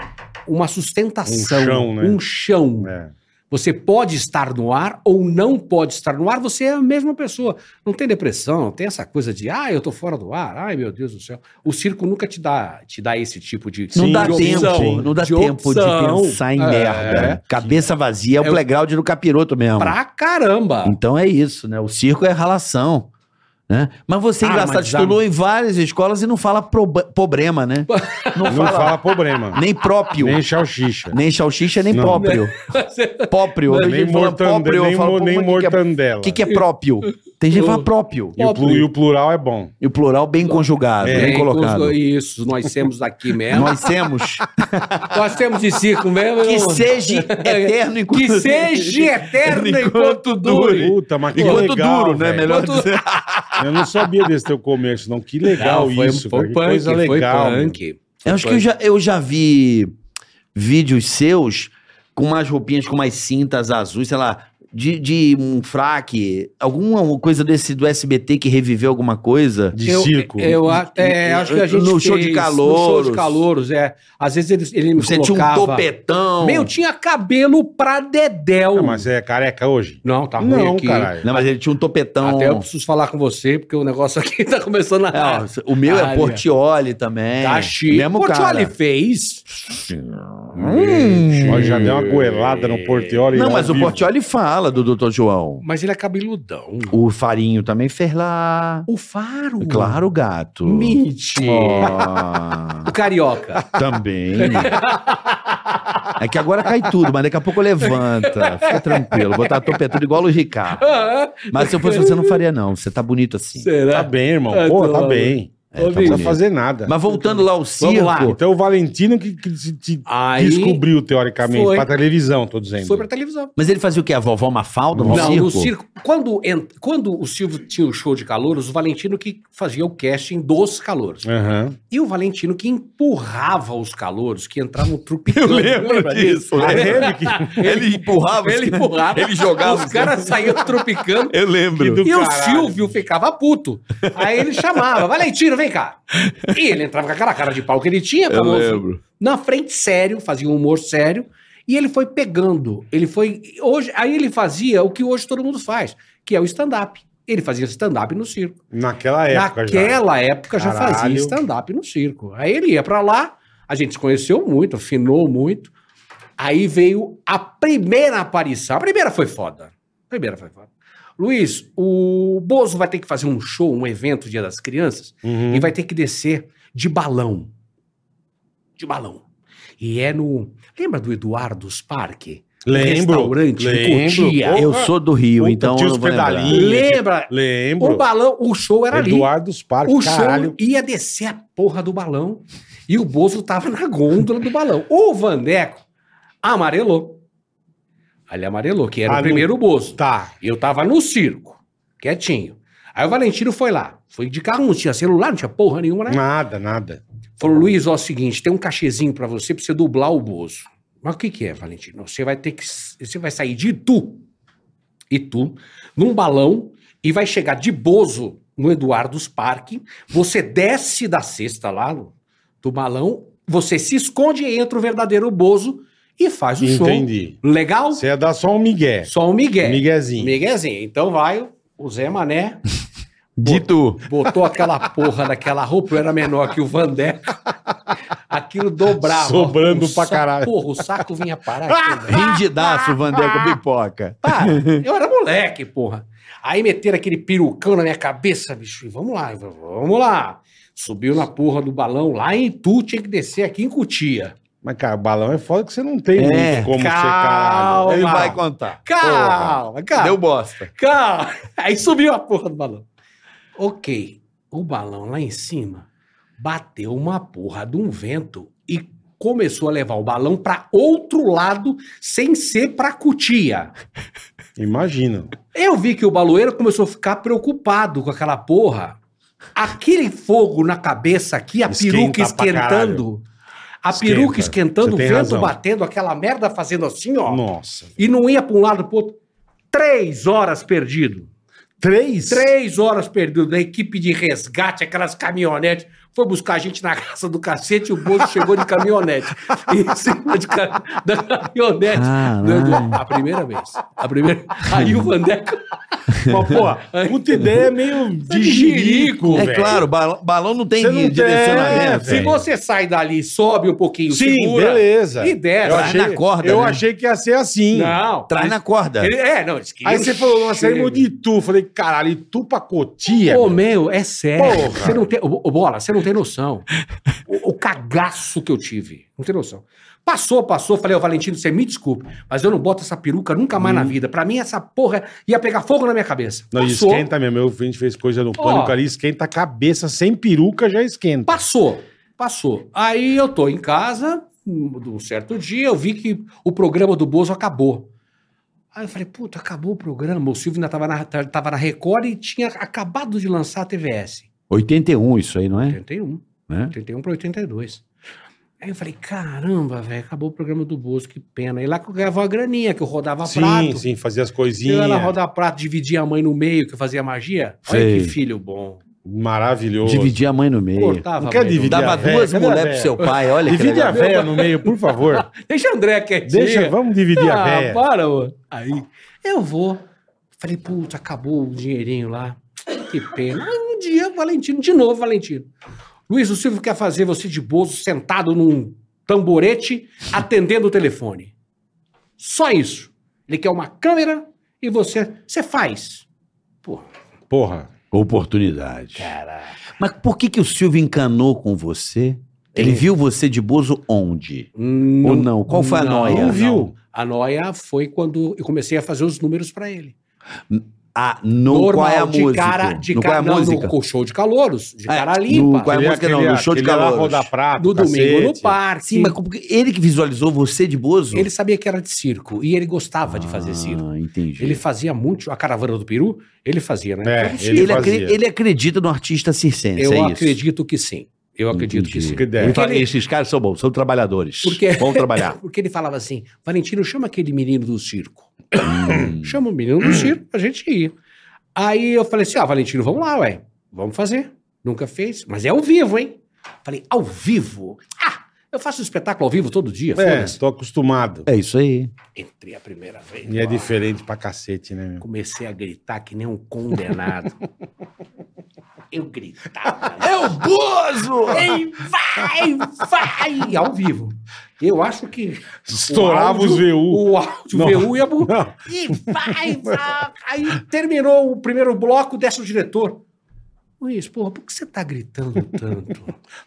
Speaker 6: uma sustentação,
Speaker 3: Um chão, né?
Speaker 6: um chão.
Speaker 3: É.
Speaker 6: Você pode estar no ar ou não pode estar no ar, você é a mesma pessoa. Não tem depressão, não tem essa coisa de, ah, eu tô fora do ar, ai meu Deus do céu. O circo nunca te dá, te dá esse tipo de.
Speaker 4: Não
Speaker 3: Sim,
Speaker 4: dá
Speaker 3: de
Speaker 4: tempo,
Speaker 3: opção,
Speaker 4: sim. não dá
Speaker 6: de
Speaker 4: tempo
Speaker 6: opção.
Speaker 4: de pensar em
Speaker 6: É.
Speaker 4: merda. Cabeça vazia é o
Speaker 6: É o-
Speaker 4: playground do capiroto mesmo.
Speaker 6: Pra caramba!
Speaker 4: Então é isso, né? O circo é ralação. Né? Mas você,
Speaker 6: Ah,
Speaker 4: engraçado,
Speaker 6: mas a-
Speaker 4: estudou em várias escolas e não fala proba- problema, né? Não
Speaker 3: Não
Speaker 4: fala,
Speaker 3: fala problema.
Speaker 4: nem próprio.
Speaker 3: Nem
Speaker 4: Nem,
Speaker 3: salsicha.
Speaker 4: salsicha, nem
Speaker 3: Não. é
Speaker 4: próprio. próprio.
Speaker 6: Não,
Speaker 4: Tem
Speaker 3: Nem
Speaker 4: gente falando
Speaker 3: mortande-
Speaker 4: próprio, eu
Speaker 3: nem
Speaker 4: falo,
Speaker 3: mo-
Speaker 4: pô,
Speaker 3: nem
Speaker 4: mas o que que é-
Speaker 3: mortandela.
Speaker 4: O que, que é próprio? Tem gente que fala próprio.
Speaker 3: E o plu- e o plural é bom.
Speaker 4: E o plural bem conjugado,
Speaker 3: É,
Speaker 4: bem
Speaker 6: Tem
Speaker 4: colocado.
Speaker 6: cons- Isso, nós temos aqui mesmo.
Speaker 4: Nós temos
Speaker 6: nós temos de circo mesmo.
Speaker 4: que
Speaker 6: irmão.
Speaker 4: seja eterno enquanto...
Speaker 6: que seja eterno enquanto,
Speaker 4: Enquanto
Speaker 6: dure.
Speaker 4: dure.
Speaker 3: Puta, mas que
Speaker 4: Enquanto
Speaker 3: legal,
Speaker 4: duro, né?
Speaker 3: velho.
Speaker 4: Melhor
Speaker 6: Enquanto-
Speaker 4: dizer.
Speaker 3: Eu não sabia desse teu comércio, não. Que legal
Speaker 6: Não, foi,
Speaker 3: isso,
Speaker 6: foi
Speaker 3: cara. Que
Speaker 6: punk,
Speaker 3: coisa legal.
Speaker 6: foi
Speaker 3: mano.
Speaker 6: punk.
Speaker 4: Eu acho que eu já, eu já vi vídeos seus com umas roupinhas com umas cintas azuis, sei lá, de, de um fraque, alguma coisa desse do SBT que reviveu alguma coisa.
Speaker 3: De
Speaker 6: eu,
Speaker 3: circo.
Speaker 6: Eu, a- é, acho que a gente
Speaker 4: No show de
Speaker 6: fez-
Speaker 4: calouros.
Speaker 6: No show de calouros, é. Às vezes ele, ele me
Speaker 4: Você
Speaker 6: colocava...
Speaker 4: tinha um topetão.
Speaker 6: Meu, tinha cabelo pra dedéu.
Speaker 3: Ah, mas é careca hoje?
Speaker 6: Não, tá ruim
Speaker 3: não,
Speaker 6: aqui.
Speaker 3: caralho.
Speaker 4: Não, mas ele tinha um topetão.
Speaker 6: Até eu preciso falar com você, porque o negócio aqui tá começando
Speaker 4: É,
Speaker 6: a...
Speaker 4: ó, o meu é
Speaker 6: Ah,
Speaker 4: Portioli também.
Speaker 6: tá chique.
Speaker 4: é, Mesmo
Speaker 6: Portioli
Speaker 4: cara. Hum.
Speaker 6: fez.
Speaker 3: Olha, já deu uma goelada no Portioli.
Speaker 4: Não,
Speaker 3: ao
Speaker 4: mas o
Speaker 3: vivo.
Speaker 4: Portioli fala do Dr. João.
Speaker 6: Mas ele é cabeludão.
Speaker 4: O Farinho também fez lá.
Speaker 6: O Faro.
Speaker 4: É Claro, gato.
Speaker 6: Mentira.
Speaker 4: Ó.
Speaker 6: O Carioca.
Speaker 4: Também. É que agora cai tudo, mas daqui a pouco levanta. Fica tranquilo. Vou estar topetudo igual o Ricardo. Mas se eu fosse você, não faria, não. Você tá bonito assim.
Speaker 3: Tá
Speaker 6: Será?
Speaker 3: bem, irmão.
Speaker 6: É,
Speaker 3: Pô,
Speaker 6: tô
Speaker 3: tá
Speaker 6: lá,
Speaker 3: bem.
Speaker 4: É, tá
Speaker 3: Não precisa
Speaker 4: bonito.
Speaker 3: fazer nada.
Speaker 4: Mas voltando lá ao circo.
Speaker 6: lá.
Speaker 3: Então o Valentino que, que se- te
Speaker 6: Aí
Speaker 3: descobriu, teoricamente,
Speaker 6: foi.
Speaker 3: pra televisão, tô dizendo.
Speaker 6: foi pra televisão.
Speaker 4: Mas ele fazia o quê? A vovó Mafalda no
Speaker 6: Não,
Speaker 4: circo?
Speaker 6: no circo. Quando, en- quando o Silvio tinha o show de calouros, o Valentino que fazia o casting dos calouros.
Speaker 4: É.
Speaker 3: Aham.
Speaker 6: E o Valentino que empurrava os calouros que entravam trupicando. Lembra
Speaker 3: É
Speaker 4: Ele,
Speaker 3: ele que-
Speaker 4: ele empurrava.
Speaker 6: Ele empurrava.
Speaker 4: Ele jogava.
Speaker 6: Os caras saíam trupicando.
Speaker 4: Eu lembro.
Speaker 3: do
Speaker 6: E o
Speaker 3: caralho.
Speaker 6: Silvio ficava puto. Aí ele chamava, Valentino, vem cá. E ele entrava com aquela cara de pau que ele tinha,
Speaker 5: Eu
Speaker 6: famoso,
Speaker 5: lembro.
Speaker 6: na frente sério, fazia um humor sério, e ele foi pegando. Ele foi hoje, aí ele fazia o que hoje todo mundo faz, que é o stand up. Ele fazia stand up no circo.
Speaker 3: Naquela época já.
Speaker 6: Naquela época já fazia
Speaker 3: Caralho.
Speaker 6: stand up no circo. Aí ele ia pra lá, a gente se conheceu muito, afinou muito. Aí veio a primeira aparição. A primeira foi foda. A primeira foi foda. Luiz, o Bozo vai ter que fazer um show, um evento Dia das Crianças
Speaker 3: Uhum.
Speaker 6: e vai ter que descer de balão. De balão. E é no. Lembra do Eduardo's Parque?
Speaker 3: Lembro.
Speaker 6: restaurante,
Speaker 3: lembro.
Speaker 6: Cotia.
Speaker 3: Porra.
Speaker 4: Eu sou do Rio,
Speaker 3: Puta,
Speaker 4: então
Speaker 3: tinha
Speaker 4: eu não
Speaker 3: os
Speaker 4: vou lembrar.
Speaker 3: pedalinhos.
Speaker 6: Lembra?
Speaker 3: Lembro.
Speaker 6: O balão, o show era ali.
Speaker 3: Eduardo dos Parques,
Speaker 6: O
Speaker 3: caralho.
Speaker 6: show ia descer a porra do balão. E o Bozo tava na gôndola do balão. O Vandeco amarelou. Ali amarelou, que era
Speaker 3: Ah,
Speaker 6: o
Speaker 3: não-
Speaker 6: primeiro Bozo.
Speaker 3: Tá.
Speaker 6: Eu tava no circo, quietinho. Aí o Valentino foi lá. Foi de carro, não tinha celular, não tinha porra nenhuma, né?
Speaker 3: Nada, nada.
Speaker 6: Falou, Luiz, ó, é o seguinte, tem um cachezinho pra você pra você dublar o Bozo. Mas o que que é, Valentino? Você vai ter que... Você vai sair de Itu, Itu, num balão e vai chegar de Bozo no Eduardo's Parque. Você desce da cesta lá no- do balão, você se esconde e entra o verdadeiro Bozo e faz o
Speaker 3: Entendi.
Speaker 6: show. Legal?
Speaker 3: Você ia dar só um migué. um
Speaker 6: Só o Miguel.
Speaker 3: Miguezinho.
Speaker 6: Miguezinho. Então vai o Zé Mané
Speaker 4: Dito.
Speaker 6: Botou aquela porra daquela roupa, eu era menor que o Vandeco. Aquilo dobrava.
Speaker 3: Sobrando pra
Speaker 6: saco-
Speaker 3: caralho.
Speaker 6: Porra, o saco vinha parar aqui, velho.
Speaker 4: Rindidaço, Vandeco Pipoca.
Speaker 6: Ah, Pá, eu era moleque, porra. Aí meteram aquele perucão na minha cabeça, bicho. E vamos lá, v- vamos lá. Subiu na porra do balão lá em Tu, tinha que descer aqui em Cutia.
Speaker 3: Mas, cara, balão é foda que você não tem
Speaker 4: É,
Speaker 3: muito como ser
Speaker 6: calma.
Speaker 3: caralho.
Speaker 4: Ele vai contar.
Speaker 6: Calma, calma.
Speaker 4: Deu bosta.
Speaker 6: Calma. Aí subiu a porra do balão. Ok. O balão lá em cima bateu uma porra de um vento e começou a levar o balão pra outro lado sem ser pra cutia.
Speaker 3: Imagina.
Speaker 6: Eu vi que o baloeiro começou a ficar preocupado com aquela porra. Aquele fogo na cabeça aqui, a
Speaker 3: Esquenta
Speaker 6: peruca
Speaker 3: pra
Speaker 6: esquentando. A
Speaker 3: Esquenta.
Speaker 6: peruca esquentando,
Speaker 3: Você
Speaker 6: o
Speaker 3: tem
Speaker 6: vento
Speaker 3: razão.
Speaker 6: batendo, aquela merda fazendo assim, ó.
Speaker 3: Nossa.
Speaker 6: E não ia pra um lado pro outro. Três horas perdido.
Speaker 3: Três?
Speaker 6: Três horas perdido da equipe de resgate, aquelas caminhonetes. Foi buscar a gente na casa do cacete e o Bozo chegou de caminhonete. Em cima de ca- da caminhonete.
Speaker 4: Caralho.
Speaker 6: A primeira vez. A primeira... Aí o Vandeco...
Speaker 3: Mas, pô, puta ideia é meio de jirico,
Speaker 4: É
Speaker 3: velho.
Speaker 4: claro, balão, balão não tem
Speaker 3: Você não tem,
Speaker 4: direcionamento.
Speaker 6: É, Se
Speaker 3: velho.
Speaker 6: você sai dali, sobe um pouquinho,
Speaker 3: Sim,
Speaker 6: segura,
Speaker 3: beleza.
Speaker 6: E desce.
Speaker 3: Eu
Speaker 4: Traz
Speaker 3: achei,
Speaker 4: na corda,
Speaker 3: eu
Speaker 4: né?
Speaker 3: achei que ia ser assim.
Speaker 6: Não.
Speaker 4: Traz na corda.
Speaker 6: é. Ele- é, não. diz que
Speaker 3: Aí
Speaker 6: ele
Speaker 3: você falou, nossa,
Speaker 6: chega.
Speaker 3: aí de tu. Falei, caralho, Itu pra Cotia?
Speaker 6: Pô,
Speaker 3: meu?
Speaker 6: meu, é sério.
Speaker 3: Porra.
Speaker 6: Você não tem, ô, ô, bola, você não tem noção. O, o cagaço que eu tive. Não tem noção. Passou, passou. Falei, ô Valentino, você me desculpe, mas eu não boto essa peruca nunca mais na vida. Pra mim, essa porra ia pegar fogo na minha cabeça.
Speaker 3: Hum. Não, e
Speaker 6: passou,
Speaker 3: esquenta mesmo. Eu, a gente fez coisa no pânico
Speaker 6: Ó.
Speaker 3: ali, esquenta a cabeça, sem peruca já esquenta.
Speaker 6: passou, passou. Aí eu tô em casa, um um certo dia, eu vi que o programa do Bozo acabou. Aí eu falei, puta, acabou o programa. O Silvio ainda tava na, tava na Record e tinha acabado de lançar a TVS.
Speaker 4: 81 isso aí, não é?
Speaker 6: 81.
Speaker 4: Né?
Speaker 6: 81 para 82. Aí eu falei, caramba, velho, acabou o programa do Bozo, que pena. E lá que eu ganhava uma graninha, que eu rodava
Speaker 3: Sim,
Speaker 6: prato.
Speaker 3: sim, é. fazia as
Speaker 6: Eu
Speaker 3: coisinhas.
Speaker 6: ia lá rodar prato, dividia a mãe no meio, que eu fazia magia. Olha
Speaker 4: Sei.
Speaker 6: que filho bom.
Speaker 3: Maravilhoso.
Speaker 4: Dividir a mãe no meio.
Speaker 6: Cortava
Speaker 3: Não
Speaker 6: tá. a
Speaker 3: quer
Speaker 6: mãe no-
Speaker 3: dividir
Speaker 4: Dava
Speaker 3: a véia,
Speaker 4: duas
Speaker 3: cadê a
Speaker 4: mulheres
Speaker 3: véia?
Speaker 4: pro seu pai, olha que
Speaker 3: Divide a
Speaker 4: legal.
Speaker 3: véia no meio, por favor.
Speaker 6: Deixa o André quietinho.
Speaker 3: ah. Deixa, vamos dividir a
Speaker 6: Ah,
Speaker 3: véia.
Speaker 6: para, ô. Aí, eu vou. Falei, putz, acabou o dinheirinho lá. Que pena. Aí um dia, Valentino, de novo, Valentino. Luiz, o Silvio quer fazer você de bozo sentado num tamborete, atendendo o telefone. Só isso. Ele quer uma câmera e você. Você faz. Pô,
Speaker 3: Porra.
Speaker 5: Oportunidade.
Speaker 6: cara.
Speaker 4: Mas por que, que o Silvio encanou com você? Ele viu você de Bozo onde? Ou não? Qual foi a noia?
Speaker 6: Não viu.
Speaker 4: Não.
Speaker 6: A noia foi quando eu comecei a fazer os números pra ele.
Speaker 4: Ah, no
Speaker 6: Normal,
Speaker 4: qual é a
Speaker 6: de
Speaker 4: música?
Speaker 6: cara, de
Speaker 4: no qual é a
Speaker 6: cara, não,
Speaker 4: música?
Speaker 6: no show de calouros, de
Speaker 4: É,
Speaker 6: cara
Speaker 4: no
Speaker 6: limpa.
Speaker 4: qual é a música não, no show de
Speaker 3: calor.
Speaker 4: calor.
Speaker 3: rodar prato,
Speaker 6: No domingo no
Speaker 3: cacete.
Speaker 6: parque.
Speaker 4: Sim, mas como que- ele que visualizou você de Bozo?
Speaker 6: Ele sabia que era de circo e ele gostava de fazer
Speaker 4: Ah,
Speaker 6: circo.
Speaker 4: entendi.
Speaker 6: Ele fazia muito. A caravana do Peru, ele fazia, né?
Speaker 3: É,
Speaker 6: Era um circo.
Speaker 3: ele
Speaker 4: Ele, acre-
Speaker 3: fazia.
Speaker 4: ele acredita no artista circense,
Speaker 6: Eu
Speaker 4: é isso?
Speaker 6: acredito que sim. Eu acredito que
Speaker 4: Entendi.
Speaker 6: sim.
Speaker 3: Que ideia.
Speaker 5: Ele
Speaker 6: Porque
Speaker 5: fala,
Speaker 6: ele,
Speaker 5: Esses caras são bons, são trabalhadores.
Speaker 6: Porque-
Speaker 5: Vão trabalhar.
Speaker 6: porque ele falava assim: Valentino, chama aquele menino do circo. Chama o menino do circo pra gente ir. Aí eu falei assim: ah, Valentino, vamos lá, ué. Vamos fazer. Nunca fez, mas é ao vivo, hein? Falei: ao vivo? Ah, eu faço espetáculo ao vivo todo dia,
Speaker 3: É,
Speaker 6: foda-se.
Speaker 3: tô acostumado.
Speaker 4: É isso aí.
Speaker 6: Entrei a primeira vez.
Speaker 3: E é
Speaker 6: ó.
Speaker 3: diferente pra cacete, né, meu?
Speaker 6: Comecei a gritar que nem um condenado. Eu gritava.
Speaker 4: É o Bozo!
Speaker 6: Ei, vai, vai! Ao vivo. Eu acho que.
Speaker 3: Estourava
Speaker 6: o áudio-
Speaker 3: os VU.
Speaker 6: O áudio
Speaker 3: Não.
Speaker 6: VU ia. bu-
Speaker 3: Não,
Speaker 6: E vai, vai! Aí terminou o primeiro bloco, desce o diretor. Luiz, porra, por que você tá gritando tanto?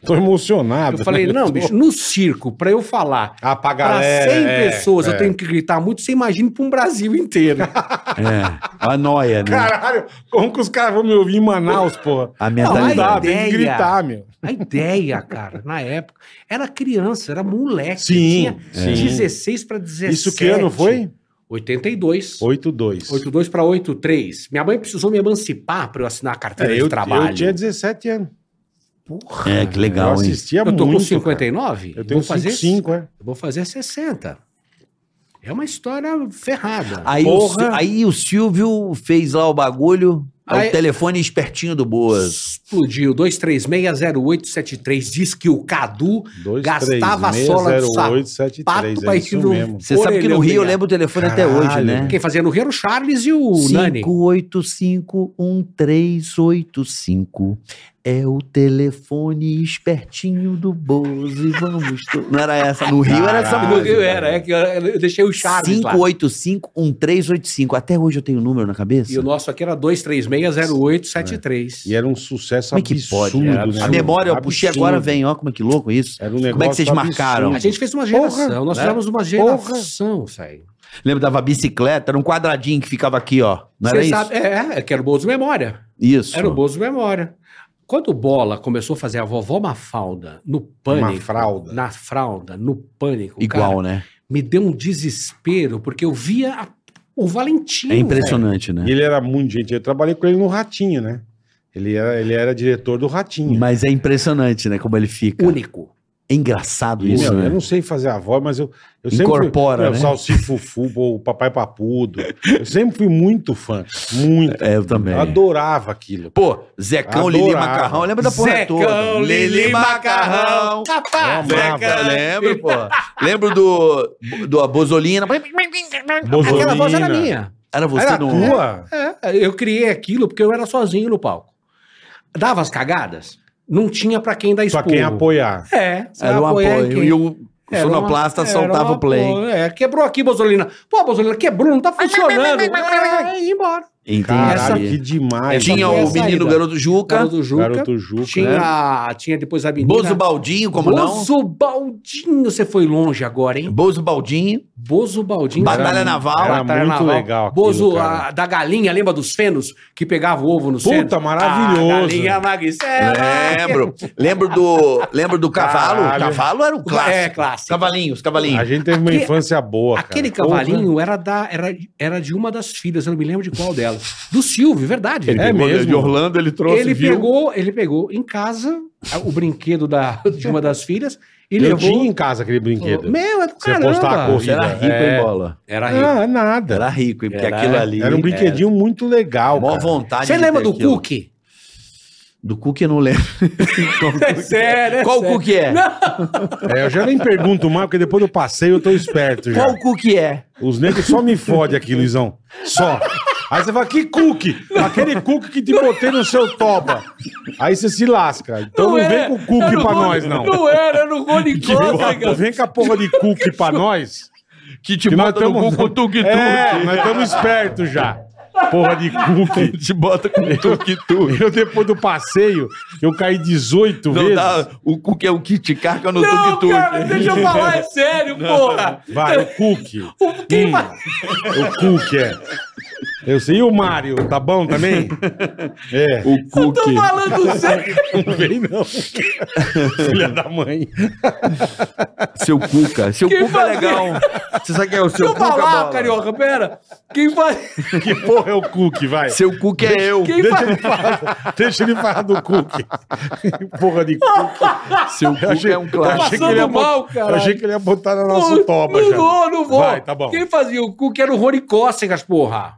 Speaker 3: tô emocionado.
Speaker 6: Eu falei,
Speaker 3: né?
Speaker 6: não, bicho, no circo, pra eu falar
Speaker 3: Ah, pra
Speaker 6: pra
Speaker 3: galera.
Speaker 6: 100
Speaker 3: é,
Speaker 6: pessoas,
Speaker 3: é.
Speaker 6: eu tenho que gritar muito, você imagina pra um Brasil inteiro.
Speaker 4: É, a noia, né?
Speaker 3: Caralho, como que os caras vão me ouvir em Manaus, porra?
Speaker 4: a
Speaker 3: Não
Speaker 6: Ai,
Speaker 3: dá,
Speaker 4: mentalidade.
Speaker 3: tem
Speaker 6: ideia.
Speaker 3: que gritar, meu.
Speaker 6: A ideia, cara, na época, era criança, era moleque.
Speaker 3: Sim,
Speaker 6: Tinha
Speaker 3: sim.
Speaker 6: 16 para 17.
Speaker 3: Isso que ano foi?
Speaker 6: 82.
Speaker 3: 8-2.
Speaker 6: 82 para 83. Minha mãe precisou me emancipar para eu assinar a
Speaker 3: É,
Speaker 6: carteira
Speaker 3: eu,
Speaker 6: de trabalho.
Speaker 3: eu tinha 17 anos.
Speaker 6: Porra.
Speaker 4: é, que
Speaker 3: eu
Speaker 4: legal, hein?
Speaker 3: assistia
Speaker 6: Eu tô
Speaker 3: muito.
Speaker 6: com 59?
Speaker 3: cara. Eu tenho
Speaker 6: vou fazer
Speaker 3: 5, é.
Speaker 6: Eu vou fazer 60. É uma história ferrada.
Speaker 4: Aí o,
Speaker 3: Porra.
Speaker 4: Sil- aí o Silvio fez lá o bagulho, é
Speaker 6: Aí-
Speaker 4: o telefone espertinho do Bozo.
Speaker 6: Explodiu. 2360873. Diz que o Cadu
Speaker 3: 2,
Speaker 6: Gastava a sola do pato pra
Speaker 3: é
Speaker 6: ir
Speaker 3: isso
Speaker 6: no-
Speaker 3: mesmo.
Speaker 4: Você sabe que no
Speaker 6: Orelhão
Speaker 4: Rio eu
Speaker 6: ligado.
Speaker 4: lembro o telefone até
Speaker 3: Caralho,
Speaker 4: hoje, né?
Speaker 6: Quem fazia no Rio era o Charles e o Nani.
Speaker 4: 58511385 é o telefone espertinho do Bozo e vamos... to- Não era essa, no Rio era essa
Speaker 3: Caralho.
Speaker 6: No
Speaker 4: música.
Speaker 6: Rio era, é que eu- eu deixei o Charles lá.
Speaker 4: 5851385. Até hoje eu tenho o número na cabeça.
Speaker 6: E o nosso aqui era 2360873.
Speaker 3: E era um sucesso
Speaker 4: Como é que
Speaker 3: absurdo,
Speaker 4: pode?
Speaker 3: né?
Speaker 6: Era absurdo.
Speaker 4: A memória, eu puxei
Speaker 3: Absurdo.
Speaker 4: agora, vem, ó, como é que louco isso.
Speaker 3: Era um negócio
Speaker 4: Como é que vocês marcaram?
Speaker 6: A gente fez uma geração, nós
Speaker 4: né?
Speaker 6: fizemos uma geração, sai.
Speaker 4: Lembra, dava bicicleta, era um quadradinho que ficava aqui, ó. Não era
Speaker 6: Cê
Speaker 4: isso?
Speaker 6: sabe- é, é, que era o Bozo Memória.
Speaker 4: Isso.
Speaker 6: Era o Bozo Memória. Quando o Bola começou a fazer a vovó Mafalda no pânico.
Speaker 3: Mafralda.
Speaker 6: Na fralda, no pânico.
Speaker 4: Igual,
Speaker 6: cara,
Speaker 4: né?
Speaker 6: me deu um desespero, porque eu via a- o Valentino.
Speaker 4: É impressionante,
Speaker 3: E
Speaker 4: né?
Speaker 3: ele era muito gente. Eu trabalhei com ele no Ratinho, né? Ele era, ele era diretor do Ratinho.
Speaker 4: Mas é impressionante, né? Como ele fica.
Speaker 6: velho. Único.
Speaker 4: É engraçado
Speaker 3: Meu,
Speaker 4: isso,
Speaker 3: Eu
Speaker 4: né?
Speaker 3: não sei fazer a voz, mas eu, eu sempre.
Speaker 4: Incorpora,
Speaker 3: fui, meu,
Speaker 4: né?
Speaker 3: Salsifufu, o Papai Papudo. Eu sempre fui muito fã. Muito.
Speaker 4: É, eu também.
Speaker 3: Eu adorava aquilo.
Speaker 4: Pô, Zecão, Lili
Speaker 3: Adorava.
Speaker 4: Macarrão, lembra da porra
Speaker 6: Zecão,
Speaker 4: toda?
Speaker 6: Lili Macarrão.
Speaker 4: Rapaz,
Speaker 3: Eu amava.
Speaker 4: Zeca, lembro, pô. Lembro do, do Bozolina.
Speaker 6: Aquela voz era
Speaker 3: Bozolina.
Speaker 6: minha.
Speaker 4: Era você
Speaker 3: era
Speaker 4: não...
Speaker 3: tua?
Speaker 6: É, eu criei aquilo porque eu era sozinho no palco. Dava as cagadas, não tinha pra quem dar
Speaker 3: Pra
Speaker 6: esporro.
Speaker 3: quem apoiar.
Speaker 6: É, você
Speaker 4: Era um
Speaker 6: apoiar
Speaker 4: apoio.
Speaker 6: quem?
Speaker 4: E o
Speaker 6: Era uma-
Speaker 4: sonoplasta
Speaker 6: era
Speaker 4: soltava
Speaker 6: um
Speaker 4: o play.
Speaker 6: apoio. É, quebrou aqui, Bozolina. Pô, Bozolina, quebrou, não tá funcionando. É, e ia embora.
Speaker 3: Caralho,
Speaker 4: Entendi.
Speaker 3: que demais.
Speaker 4: Tinha
Speaker 6: foi a
Speaker 4: o
Speaker 6: saída.
Speaker 4: menino Garoto Juca,
Speaker 6: Garoto Juca.
Speaker 3: Garoto Juca.
Speaker 6: tinha, tinha depois a menina.
Speaker 4: Bozo Baldinho, como não?
Speaker 6: Bozo Baldinho, você foi longe agora, hein?
Speaker 4: Bozo Baldinho,
Speaker 6: Bozo Baldinho.
Speaker 4: Batalha
Speaker 6: Era-
Speaker 4: Naval.
Speaker 3: era
Speaker 6: Batalha
Speaker 3: muito
Speaker 6: Naval.
Speaker 3: legal aquilo,
Speaker 6: Bozo
Speaker 3: cara.
Speaker 6: a- da galinha, lembra dos fenos? Que pegava o ovo no Ah,
Speaker 3: Puta, maravilhoso.
Speaker 6: A galinha magricela.
Speaker 4: lembro. Lembro do, lembro do cavalo.
Speaker 3: Caralho.
Speaker 4: Cavalo era o clássico.
Speaker 6: É, clássico.
Speaker 4: Cavalinhos, cavalinhos.
Speaker 3: A gente teve uma
Speaker 6: Aque-
Speaker 3: infância boa, cara.
Speaker 6: Aquele
Speaker 3: Porra.
Speaker 6: cavalinho era, da, era, era de uma das filhas, eu não me lembro de qual dela. Do Silvio, verdade.
Speaker 3: Ele É
Speaker 5: Pegou
Speaker 3: mesmo?
Speaker 5: De Orlando ele trouxe,
Speaker 6: ele
Speaker 5: viu?
Speaker 6: pegou, ele pegou em casa a- o brinquedo da, de uma das filhas e
Speaker 3: Eu
Speaker 6: levou.
Speaker 3: tinha em casa aquele brinquedo.
Speaker 6: Meu, é do
Speaker 3: Você apostar a
Speaker 6: caramba.
Speaker 3: corrida.
Speaker 4: hein, bola?
Speaker 6: Era rico.
Speaker 3: Ah, nada.
Speaker 4: é. Era rico, hein? Porque
Speaker 6: Era-
Speaker 4: aquilo ali. é
Speaker 3: Era um brinquedinho muito legal.
Speaker 4: Mó
Speaker 3: cara.
Speaker 4: vontade.
Speaker 6: Você
Speaker 4: de
Speaker 6: lembra
Speaker 4: ter
Speaker 6: do
Speaker 4: aquilo.
Speaker 6: cookie?
Speaker 4: Do cookie eu não lembro. Qual
Speaker 6: É
Speaker 4: cookie?
Speaker 6: sério,
Speaker 4: Qual cookie é?
Speaker 3: É, eu já nem pergunto mais, porque depois do passeio eu tô esperto já.
Speaker 4: Qual cookie é?
Speaker 3: Os negros só me fodem aqui, Luizão. Só. Aí você fala, que cookie? Aquele cookie que te botei no seu toba. Aí você se lasca. Então não, vem com cookie pra nós, não.
Speaker 6: é. Não era, era o Rony
Speaker 3: Que porra, não vem com a porra de cookie pra nós.
Speaker 5: Que te
Speaker 3: Que nós
Speaker 5: bota no
Speaker 3: tamo-
Speaker 5: cu com tuque-tuque.
Speaker 3: É, nós estamos espertos já. Porra de cookie.
Speaker 5: Te bota com tuque-tuque.
Speaker 3: Eu depois do passeio, eu caí 18
Speaker 4: Não
Speaker 3: vezes.
Speaker 4: dá, o cookie é o Kit Karka no
Speaker 6: Não,
Speaker 4: tuk-tuk.
Speaker 6: cara, deixa eu falar, é sério, porra.
Speaker 3: Vai, o cookie.
Speaker 6: O,
Speaker 3: Hum,
Speaker 6: quem vai-
Speaker 3: O cookie, é. Eu sei. E o Mário, tá bom também? É.
Speaker 5: O
Speaker 6: Eu tô
Speaker 5: cookie.
Speaker 6: falando sério.
Speaker 3: Não vem, não. Filha da mãe.
Speaker 4: Seu Cuca. Seu
Speaker 6: Quem
Speaker 4: Cuca
Speaker 6: fazia?
Speaker 4: é legal. Você sabe quem é o seu
Speaker 6: Deixa eu
Speaker 4: Cuca,
Speaker 6: falar,
Speaker 4: bola?
Speaker 6: carioca, pera. Quem vai.
Speaker 3: Que porra é o cookie, vai?
Speaker 4: Seu Cuca é eu.
Speaker 6: Quem
Speaker 3: Deixa
Speaker 6: vai.
Speaker 3: ele falar, deixa ele falar do cookie. Porra de cookie.
Speaker 4: Seu Cuca é um
Speaker 3: eu achei
Speaker 4: clássico.
Speaker 3: que ele ia
Speaker 6: Passando mal,
Speaker 3: botar-
Speaker 6: caralho.
Speaker 3: eu achei que ele ia botar na
Speaker 6: Não,
Speaker 3: nossa toba
Speaker 6: não
Speaker 3: já.
Speaker 6: vou, não vou.
Speaker 3: Vai, tá bom.
Speaker 6: Quem fazia o cu que era o Rony Cócegas, porra.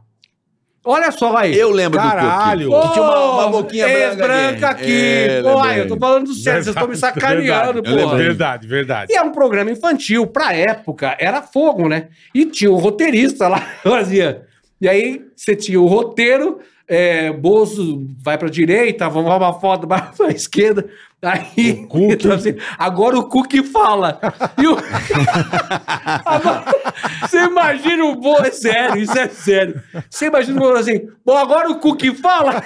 Speaker 6: Olha só aí.
Speaker 4: Eu lembro
Speaker 3: Caralho.
Speaker 4: do Cuca. Que tinha uma, uma
Speaker 6: Pô,
Speaker 4: boquinha
Speaker 6: ex-
Speaker 4: branca.
Speaker 6: branca aqui.
Speaker 4: É,
Speaker 6: Pô,
Speaker 4: lembrei.
Speaker 6: ai, eu tô falando sério, vocês estão me sacaneando,
Speaker 3: verdade,
Speaker 6: porra.
Speaker 3: Verdade, verdade.
Speaker 6: E era um programa infantil, pra época, era fogo, né? E tinha um roteirista lá, fazia. E aí você tinha o roteiro, é, Bozo vai pra direita, vamos arrumar uma foto vai pra esquerda. Aí.
Speaker 3: O Cook.
Speaker 6: então, assim, agora o Cook fala. E o- Agora, você imagina o Bozo. É sério, isso é sério. Você imagina o Bozo assim, bom, agora o Cook fala.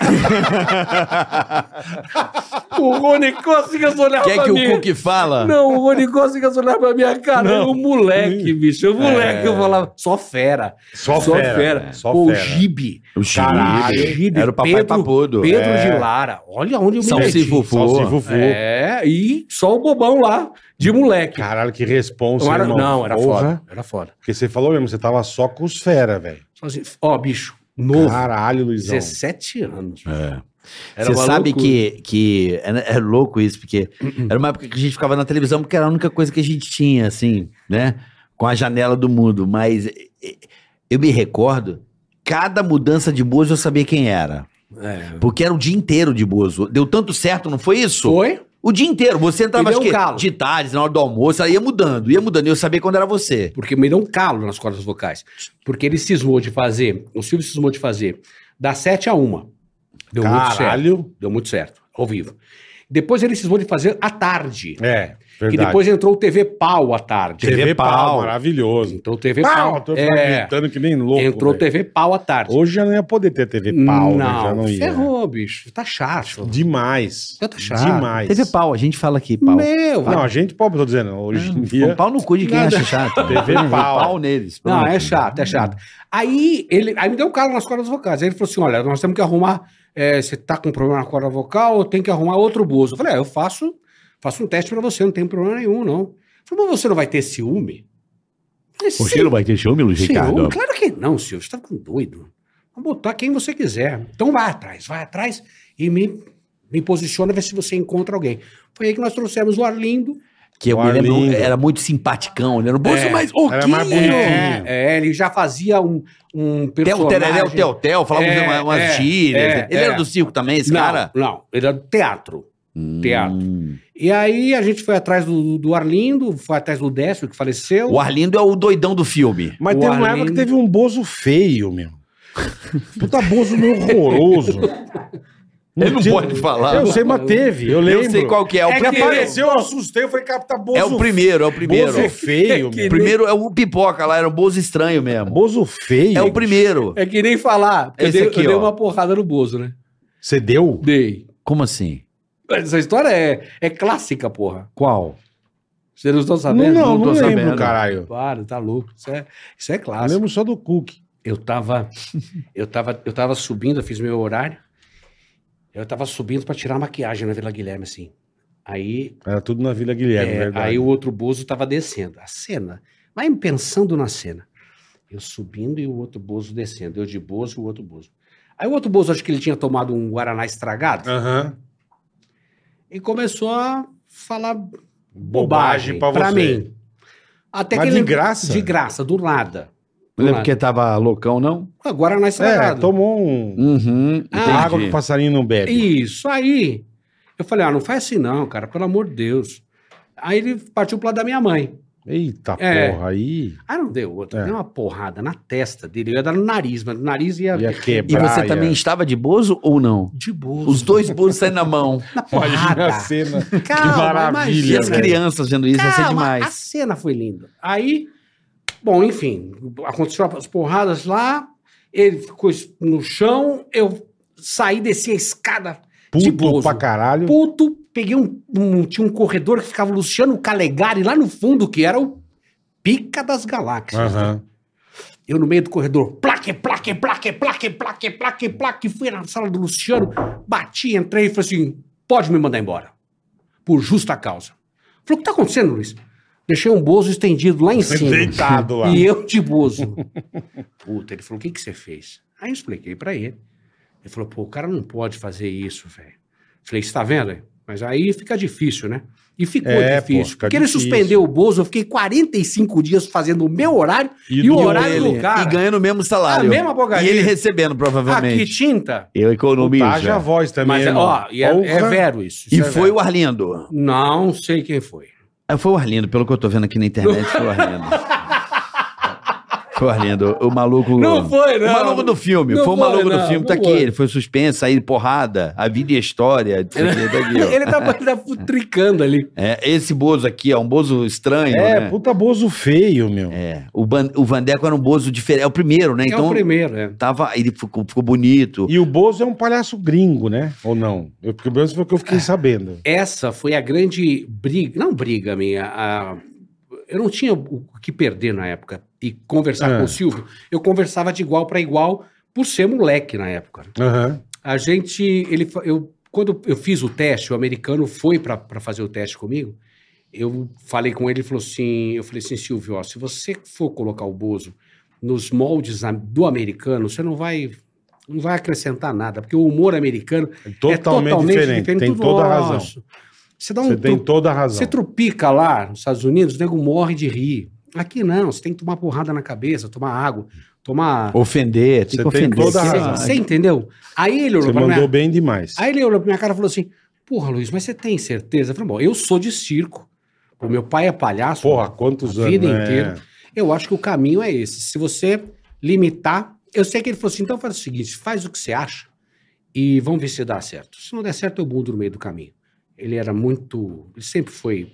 Speaker 6: o Rony Cossigas olhava
Speaker 4: Quer que
Speaker 6: pra
Speaker 4: o
Speaker 6: mim.
Speaker 4: Cuca fala?
Speaker 6: Não, o Rony Cócegas olhava pra minha cara.
Speaker 3: Não. É.
Speaker 6: Era um moleque, bicho. O moleque, eu falava, só fera. né?
Speaker 3: Só fera, é, só
Speaker 6: Pô, O
Speaker 3: fera. Ah, é.
Speaker 6: Gibe.
Speaker 4: O
Speaker 3: Caralho.
Speaker 4: Gibe. Era o papai papudo.
Speaker 6: Pedro
Speaker 4: É.
Speaker 6: de Lara. Olha onde eu me
Speaker 4: Salsifufu.
Speaker 3: Salsifufu.
Speaker 6: É, e só o bobão lá, de moleque.
Speaker 3: Caralho, que responsa,
Speaker 6: não, era,
Speaker 3: irmão.
Speaker 6: não, era
Speaker 3: Porra.
Speaker 6: foda. Era foda.
Speaker 3: Porque você falou mesmo, você tava só com os fera, velho.
Speaker 6: Só assim, ó, bicho, novo.
Speaker 3: Caralho, É. Luizão.
Speaker 6: 17 anos. Era
Speaker 4: Você
Speaker 6: uma
Speaker 4: sabe
Speaker 6: loucura.
Speaker 4: que, que é, é louco isso, porque era uma época que a gente ficava na televisão porque era a única coisa que a gente tinha, assim, né? Com a janela do mundo. Mas eh, eh, eu me recordo, cada mudança de Bozo eu sabia quem era.
Speaker 6: É.
Speaker 4: Porque era o dia inteiro de Bozo. Deu tanto certo, não foi isso?
Speaker 6: Foi?
Speaker 4: O dia inteiro. Você entrava
Speaker 6: Me deu
Speaker 4: acho
Speaker 6: um
Speaker 4: que,
Speaker 6: calo.
Speaker 4: de tarde, na hora do almoço, aí ia mudando, ia mudando. E eu sabia quando era você.
Speaker 6: porque me deu um calo nas cordas vocais. Porque ele cismou de fazer, o Silvio cismou de fazer das 7 a 1. Deu é muito certo.
Speaker 3: Caralho.
Speaker 6: Deu muito certo, ao vivo. Depois ele cismou de fazer à tarde.
Speaker 3: É,
Speaker 6: que
Speaker 3: verdade.
Speaker 6: depois entrou o TV Pau à tarde.
Speaker 3: TV, pau, maravilhoso.
Speaker 6: Entrou o TV Pau.
Speaker 3: Pau, tô
Speaker 6: é,
Speaker 3: gritando que nem louco.
Speaker 6: entrou o
Speaker 3: velho.
Speaker 6: TV Pau à tarde.
Speaker 3: Hoje já não ia poder ter TV pau, né? Já
Speaker 6: não,
Speaker 3: não ia.
Speaker 6: ferrou, bicho. Tá chato.
Speaker 3: Demais.
Speaker 6: Já tá chato.
Speaker 3: Demais. Tá
Speaker 4: Teve pau, a gente fala aqui, pau.
Speaker 6: Meu,
Speaker 3: Não, a gente pobre, tô dizendo. Hoje
Speaker 6: Ah,
Speaker 3: em
Speaker 4: Um
Speaker 3: dia.
Speaker 4: pau no cu de quem acha chato.
Speaker 3: TV pau.
Speaker 4: pau neles.
Speaker 6: Não,
Speaker 4: pronto.
Speaker 6: é chato, é chato. Aí ele aí me deu um cara nas cordas vocais. Aí ele falou assim: olha, nós temos que arrumar. é, você tá com problema na corda vocal ou tem que arrumar outro bozo? Eu falei, ah, eu faço, faço um teste pra você, não tem problema nenhum, não. Ele falou, mas você não vai ter ciúme? Eu falei,
Speaker 5: Você
Speaker 6: "Sim,
Speaker 5: não vai ter ciúme, Luiz
Speaker 6: ciúme?
Speaker 5: Ricardo?
Speaker 6: Claro que não, Silvio, você tá ficando doido. Vou botar quem você quiser. Então vai atrás, vai atrás e me, me posiciona, vê se você encontra alguém. Foi aí que nós trouxemos o Arlindo.
Speaker 4: Que eu
Speaker 3: O
Speaker 4: me lembro,
Speaker 3: Arlindo.
Speaker 4: era muito simpaticão. Ele era um bolso
Speaker 6: É,
Speaker 4: mais
Speaker 3: era mais
Speaker 4: orquinho.
Speaker 3: bonitinho.
Speaker 6: É, é, ele já fazia um, um
Speaker 4: Tel, Tereré, o Tel, Tel, falava
Speaker 6: É,
Speaker 4: uma- umas
Speaker 6: é,
Speaker 4: gírias.
Speaker 6: é,
Speaker 4: ele
Speaker 6: é.
Speaker 4: era do circo também, esse
Speaker 6: não,
Speaker 4: cara?
Speaker 6: Não, ele era do teatro. Teatro.
Speaker 4: Hum.
Speaker 6: E aí a gente foi atrás do, do Arlindo, foi atrás do Décio, que faleceu.
Speaker 4: O Arlindo é o doidão do filme.
Speaker 3: Mas
Speaker 6: O
Speaker 3: teve uma
Speaker 6: Arlindo-
Speaker 3: época que teve um bozo feio, meu. Puta bozo meio horroroso.
Speaker 4: Ele não
Speaker 3: tinha-
Speaker 4: pode falar.
Speaker 3: Eu sei, mas teve. Eu lembro.
Speaker 4: Eu sei qual que é. É o
Speaker 3: É que
Speaker 4: primeiro.
Speaker 3: apareceu, eu assustei. Eu falei, cara, tá bozo
Speaker 4: É o primeiro, é o primeiro.
Speaker 3: Bozo feio,
Speaker 4: O
Speaker 3: meu.
Speaker 4: primeiro é o pipoca lá, era um Bozo estranho mesmo.
Speaker 3: Bozo feio.
Speaker 4: É o primeiro.
Speaker 6: É que nem falar. porque
Speaker 4: Esse
Speaker 6: eu dei,
Speaker 4: aqui,
Speaker 6: eu dei
Speaker 4: ó.
Speaker 6: uma porrada no Bozo, né?
Speaker 3: Você deu?
Speaker 6: Dei.
Speaker 4: Como assim?
Speaker 6: Essa história é, é clássica, porra.
Speaker 4: Qual?
Speaker 6: Vocês não estão
Speaker 3: Não,
Speaker 6: sabendo?
Speaker 3: não, não
Speaker 4: tô
Speaker 3: lembro,
Speaker 4: sabendo.
Speaker 3: caralho.
Speaker 6: Para, tá louco. Isso é, isso é
Speaker 3: Eu
Speaker 6: clássico.
Speaker 3: lembro só do Cook.
Speaker 6: Eu tava, eu tava, eu tava subindo, eu fiz meu horário. Eu tava subindo pra tirar a maquiagem na Vila Guilherme, assim. Aí,
Speaker 3: Era tudo na Vila Guilherme,
Speaker 6: é,
Speaker 3: verdade.
Speaker 6: aí o outro Bozo tava descendo. A cena. Vai pensando na cena. Eu subindo e o outro Bozo descendo. Eu de Bozo e o outro Bozo. Aí o outro Bozo, acho que ele tinha tomado um Guaraná estragado.
Speaker 3: Aham.
Speaker 6: E começou a falar
Speaker 3: Bobagem pra você.
Speaker 6: mim. Até
Speaker 3: Mas
Speaker 6: que
Speaker 3: de
Speaker 6: ele-
Speaker 3: graça?
Speaker 6: De graça, do nada. Ah, Do
Speaker 4: Lembra
Speaker 6: nada.
Speaker 4: porque tava loucão, não?
Speaker 6: Agora nós
Speaker 3: É,
Speaker 6: sagrado.
Speaker 3: tomou um...
Speaker 4: Uhum.
Speaker 6: Ah,
Speaker 3: água que o passarinho não bebe.
Speaker 6: Isso aí. Eu falei, ah, não faz assim não, cara, pelo amor de Deus. Aí ele partiu pro lado da minha mãe.
Speaker 3: Eita
Speaker 6: É.
Speaker 3: porra, aí
Speaker 6: Ah, não deu outra.
Speaker 3: É.
Speaker 6: Deu uma porrada na testa dele. Eu ia dar no nariz, mas no nariz ia...
Speaker 3: ia
Speaker 4: E
Speaker 3: quebrar.
Speaker 4: você
Speaker 3: ia-
Speaker 4: também estava de Bozo ou não?
Speaker 6: De boa.
Speaker 4: Os dois Bozos saindo na mão.
Speaker 6: Na
Speaker 3: é. Imagina a
Speaker 6: porrada.
Speaker 3: cena.
Speaker 6: Calma,
Speaker 3: maravilha,
Speaker 4: E
Speaker 6: imagina.
Speaker 4: as
Speaker 3: velho.
Speaker 4: crianças vendo isso, ia ser
Speaker 6: Calma,
Speaker 4: demais.
Speaker 6: A cena foi linda. Aí, bom, enfim, aconteceu as porradas lá, ele ficou es- no chão, eu saí, desci a escada, De
Speaker 3: Puto
Speaker 6: bozo.
Speaker 3: pra caralho.
Speaker 6: Tipo, puto, peguei um, um- Tinha um corredor que ficava o Luciano Calegari lá no fundo, que era o pica das galáxias.
Speaker 3: Aham.
Speaker 6: Eu no meio do corredor, plaque, plaque, plaque, plaque, plaque, plaque, plaque, fui na sala do Luciano, bati, entrei e falei assim, pode me mandar embora, por justa causa. Falou, o que tá acontecendo, Luiz? Deixei um bozo estendido lá em cima.
Speaker 3: Deitado lá.
Speaker 6: E eu de bozo. Puta, ele falou, o que que você fez? Aí eu expliquei pra ele. Ele falou, pô, o cara não pode fazer isso, velho. Falei, você tá vendo? aí? Mas aí fica difícil, né? E ficou
Speaker 3: É, pô,
Speaker 6: difícil.
Speaker 3: fica
Speaker 6: porque
Speaker 3: difícil.
Speaker 6: ele suspendeu o Bozo, eu fiquei 45 dias fazendo o meu horário e, o
Speaker 3: do
Speaker 6: horário
Speaker 3: dele.
Speaker 6: do cara.
Speaker 4: E ganhando o mesmo salário.
Speaker 6: A mesma porcaria.
Speaker 4: E ele recebendo,
Speaker 6: Aqui
Speaker 4: provavelmente.
Speaker 6: tinta.
Speaker 4: Eu economizo.
Speaker 3: Haja voz também.
Speaker 6: Mas, é-
Speaker 3: irmão.
Speaker 6: ó, e é,
Speaker 3: Porra.
Speaker 6: é vero isso.
Speaker 4: E
Speaker 6: isso é
Speaker 4: foi
Speaker 6: vero.
Speaker 4: o Arlindo.
Speaker 6: Não sei quem foi.
Speaker 4: Ah, Foi o Arlindo, pelo que eu tô vendo aqui na internet, foi o Arlindo. Foi o Arlindo, o maluco.
Speaker 6: Não foi, não.
Speaker 4: O maluco do filme,
Speaker 6: Não
Speaker 4: foi o
Speaker 6: foi,
Speaker 4: maluco do
Speaker 6: não,
Speaker 4: filme,
Speaker 6: não
Speaker 4: tá aqui,
Speaker 6: foi.
Speaker 4: ele foi suspenso, aí porrada, a vida e a história. isso aqui, tá aqui, ó.
Speaker 6: ele, tá, ele tá putricando ali.
Speaker 4: É, esse bozo aqui, ó, um bozo estranho,
Speaker 3: É,
Speaker 4: né?
Speaker 3: puta bozo feio, meu.
Speaker 4: É, o, Ban, o Vandeco era um bozo diferente, é o primeiro, né?
Speaker 6: é o
Speaker 4: Então,
Speaker 6: primeiro, né?
Speaker 4: tava, ele ficou, ficou bonito.
Speaker 3: E o Bozo é um palhaço gringo, né? Ou não? Eu, porque pelo menos foi o que eu fiquei
Speaker 6: Ah.
Speaker 3: sabendo.
Speaker 6: Essa foi a grande briga, não briga minha, a- eu não tinha o que perder na época. E conversar
Speaker 3: Ah.
Speaker 6: com o Silvio, eu conversava de igual para igual por ser moleque na época.
Speaker 3: Aham.
Speaker 6: A gente, ele, fa- eu, quando eu fiz o teste, o americano foi para fazer o teste comigo. Eu falei com ele, ele falou assim, eu falei assim, Silvio, ó, se você for colocar o Bozo nos moldes a- do americano, você não vai, não vai acrescentar nada, porque o humor americano
Speaker 3: É Totalmente, diferente. Tem
Speaker 6: do
Speaker 3: toda a
Speaker 6: nosso. Então,
Speaker 3: razão. Você, Você tem toda a razão.
Speaker 6: um você tá trupica lá nos Estados Unidos, o nego morre de rir. Aqui não, você tem que tomar porrada na cabeça, tomar água, tomar.
Speaker 3: Você
Speaker 4: Ofender, tem que
Speaker 3: tem
Speaker 4: ofender.
Speaker 3: toda a
Speaker 6: Você-
Speaker 3: razão.
Speaker 6: Você entendeu? Aí ele
Speaker 3: Você
Speaker 6: olhou pra
Speaker 3: mandou
Speaker 6: minha...
Speaker 3: bem demais.
Speaker 6: Aí ele olhou pra minha cara e falou assim: Porra, Luiz, mas você tem certeza? Eu falei, bom, eu sou de circo. O meu pai é palhaço.
Speaker 3: Porra, quantos
Speaker 6: A
Speaker 3: anos?
Speaker 6: vida
Speaker 3: né?
Speaker 6: inteira. tá Eu acho que o caminho é esse. Se você limitar. Eu sei que ele falou assim: então faz o seguinte, faz o que você acha e vamos ver se dá certo. Se não der certo, eu mudo no meio do caminho. Ele era muito. Ele sempre foi,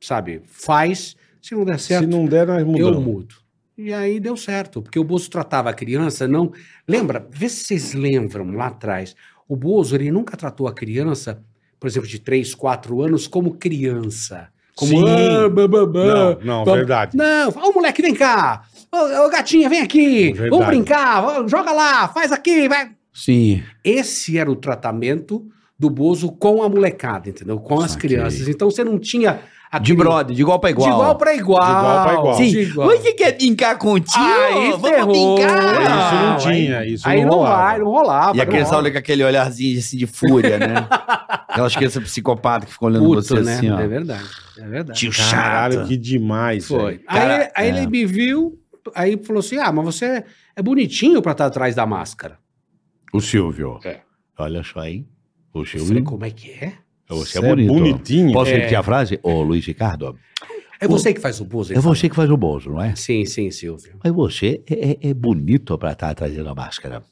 Speaker 6: sabe, faz. Se não der certo,
Speaker 3: Se não der, nós
Speaker 6: eu
Speaker 3: mudamos.
Speaker 6: mudo. E aí deu certo, porque o Bozo tratava a criança, não. Lembra? Vê se vocês lembram lá atrás. O Bozo, ele nunca tratou a criança, por exemplo, de 3, 4 anos, como criança. Como.
Speaker 3: Sim.
Speaker 6: "Ah, blá, blá, blá".
Speaker 3: Não, não,
Speaker 6: Vamos-
Speaker 3: verdade.
Speaker 6: Não, ô moleque, vem cá. Ô, ô, gatinha, vem aqui.
Speaker 3: Verdade.
Speaker 6: Vamos brincar. Ó, Joga lá, faz aqui, vai.
Speaker 4: Sim.
Speaker 6: Esse era o tratamento do Bozo com a molecada, entendeu? Com as
Speaker 4: Saquei.
Speaker 6: crianças. Então você não tinha.
Speaker 4: De
Speaker 6: aquele-
Speaker 4: brother, de igual pra igual.
Speaker 6: De igual pra igual.
Speaker 3: De igual pra igual.
Speaker 6: Sim.
Speaker 4: Sim. Você quer é brincar com o tio?
Speaker 6: Ah, Aí
Speaker 4: Vamos
Speaker 6: ferrou. É
Speaker 4: brincar.
Speaker 3: É, isso não
Speaker 6: Não,
Speaker 3: tinha, isso
Speaker 6: Aí
Speaker 3: não
Speaker 6: não
Speaker 3: rolava.
Speaker 6: vai, não rolava.
Speaker 4: E a
Speaker 6: não
Speaker 4: criança
Speaker 6: rola.
Speaker 4: olha com aquele olharzinho assim de fúria, né? Aquelas crianças psicopatas que ficam olhando
Speaker 6: Puto,
Speaker 4: você
Speaker 6: né?
Speaker 4: assim, ó.
Speaker 6: É verdade. É verdade.
Speaker 4: Tio
Speaker 3: Caralho,
Speaker 4: chato.
Speaker 3: que demais.
Speaker 6: Foi.
Speaker 3: velho.
Speaker 6: Aí,
Speaker 4: Cara,
Speaker 6: aí
Speaker 4: é.
Speaker 6: ele me viu, aí falou assim: ah, mas você é bonitinho pra estar atrás da máscara.
Speaker 5: O Silvio.
Speaker 6: É.
Speaker 5: Olha só, hein? O
Speaker 6: Eu falei,
Speaker 5: Silvio.
Speaker 6: como é que é?
Speaker 3: Você
Speaker 5: Você é bonito.
Speaker 3: bonitinho.
Speaker 5: Posso
Speaker 6: É.
Speaker 5: repetir a frase? Ô, Luiz Ricardo,
Speaker 6: É você que faz o pose.
Speaker 5: é você que faz o bolso, não é?
Speaker 6: Sim, sim, Silvio.
Speaker 5: Mas você é, é- é bonito pra estar atrás da máscara.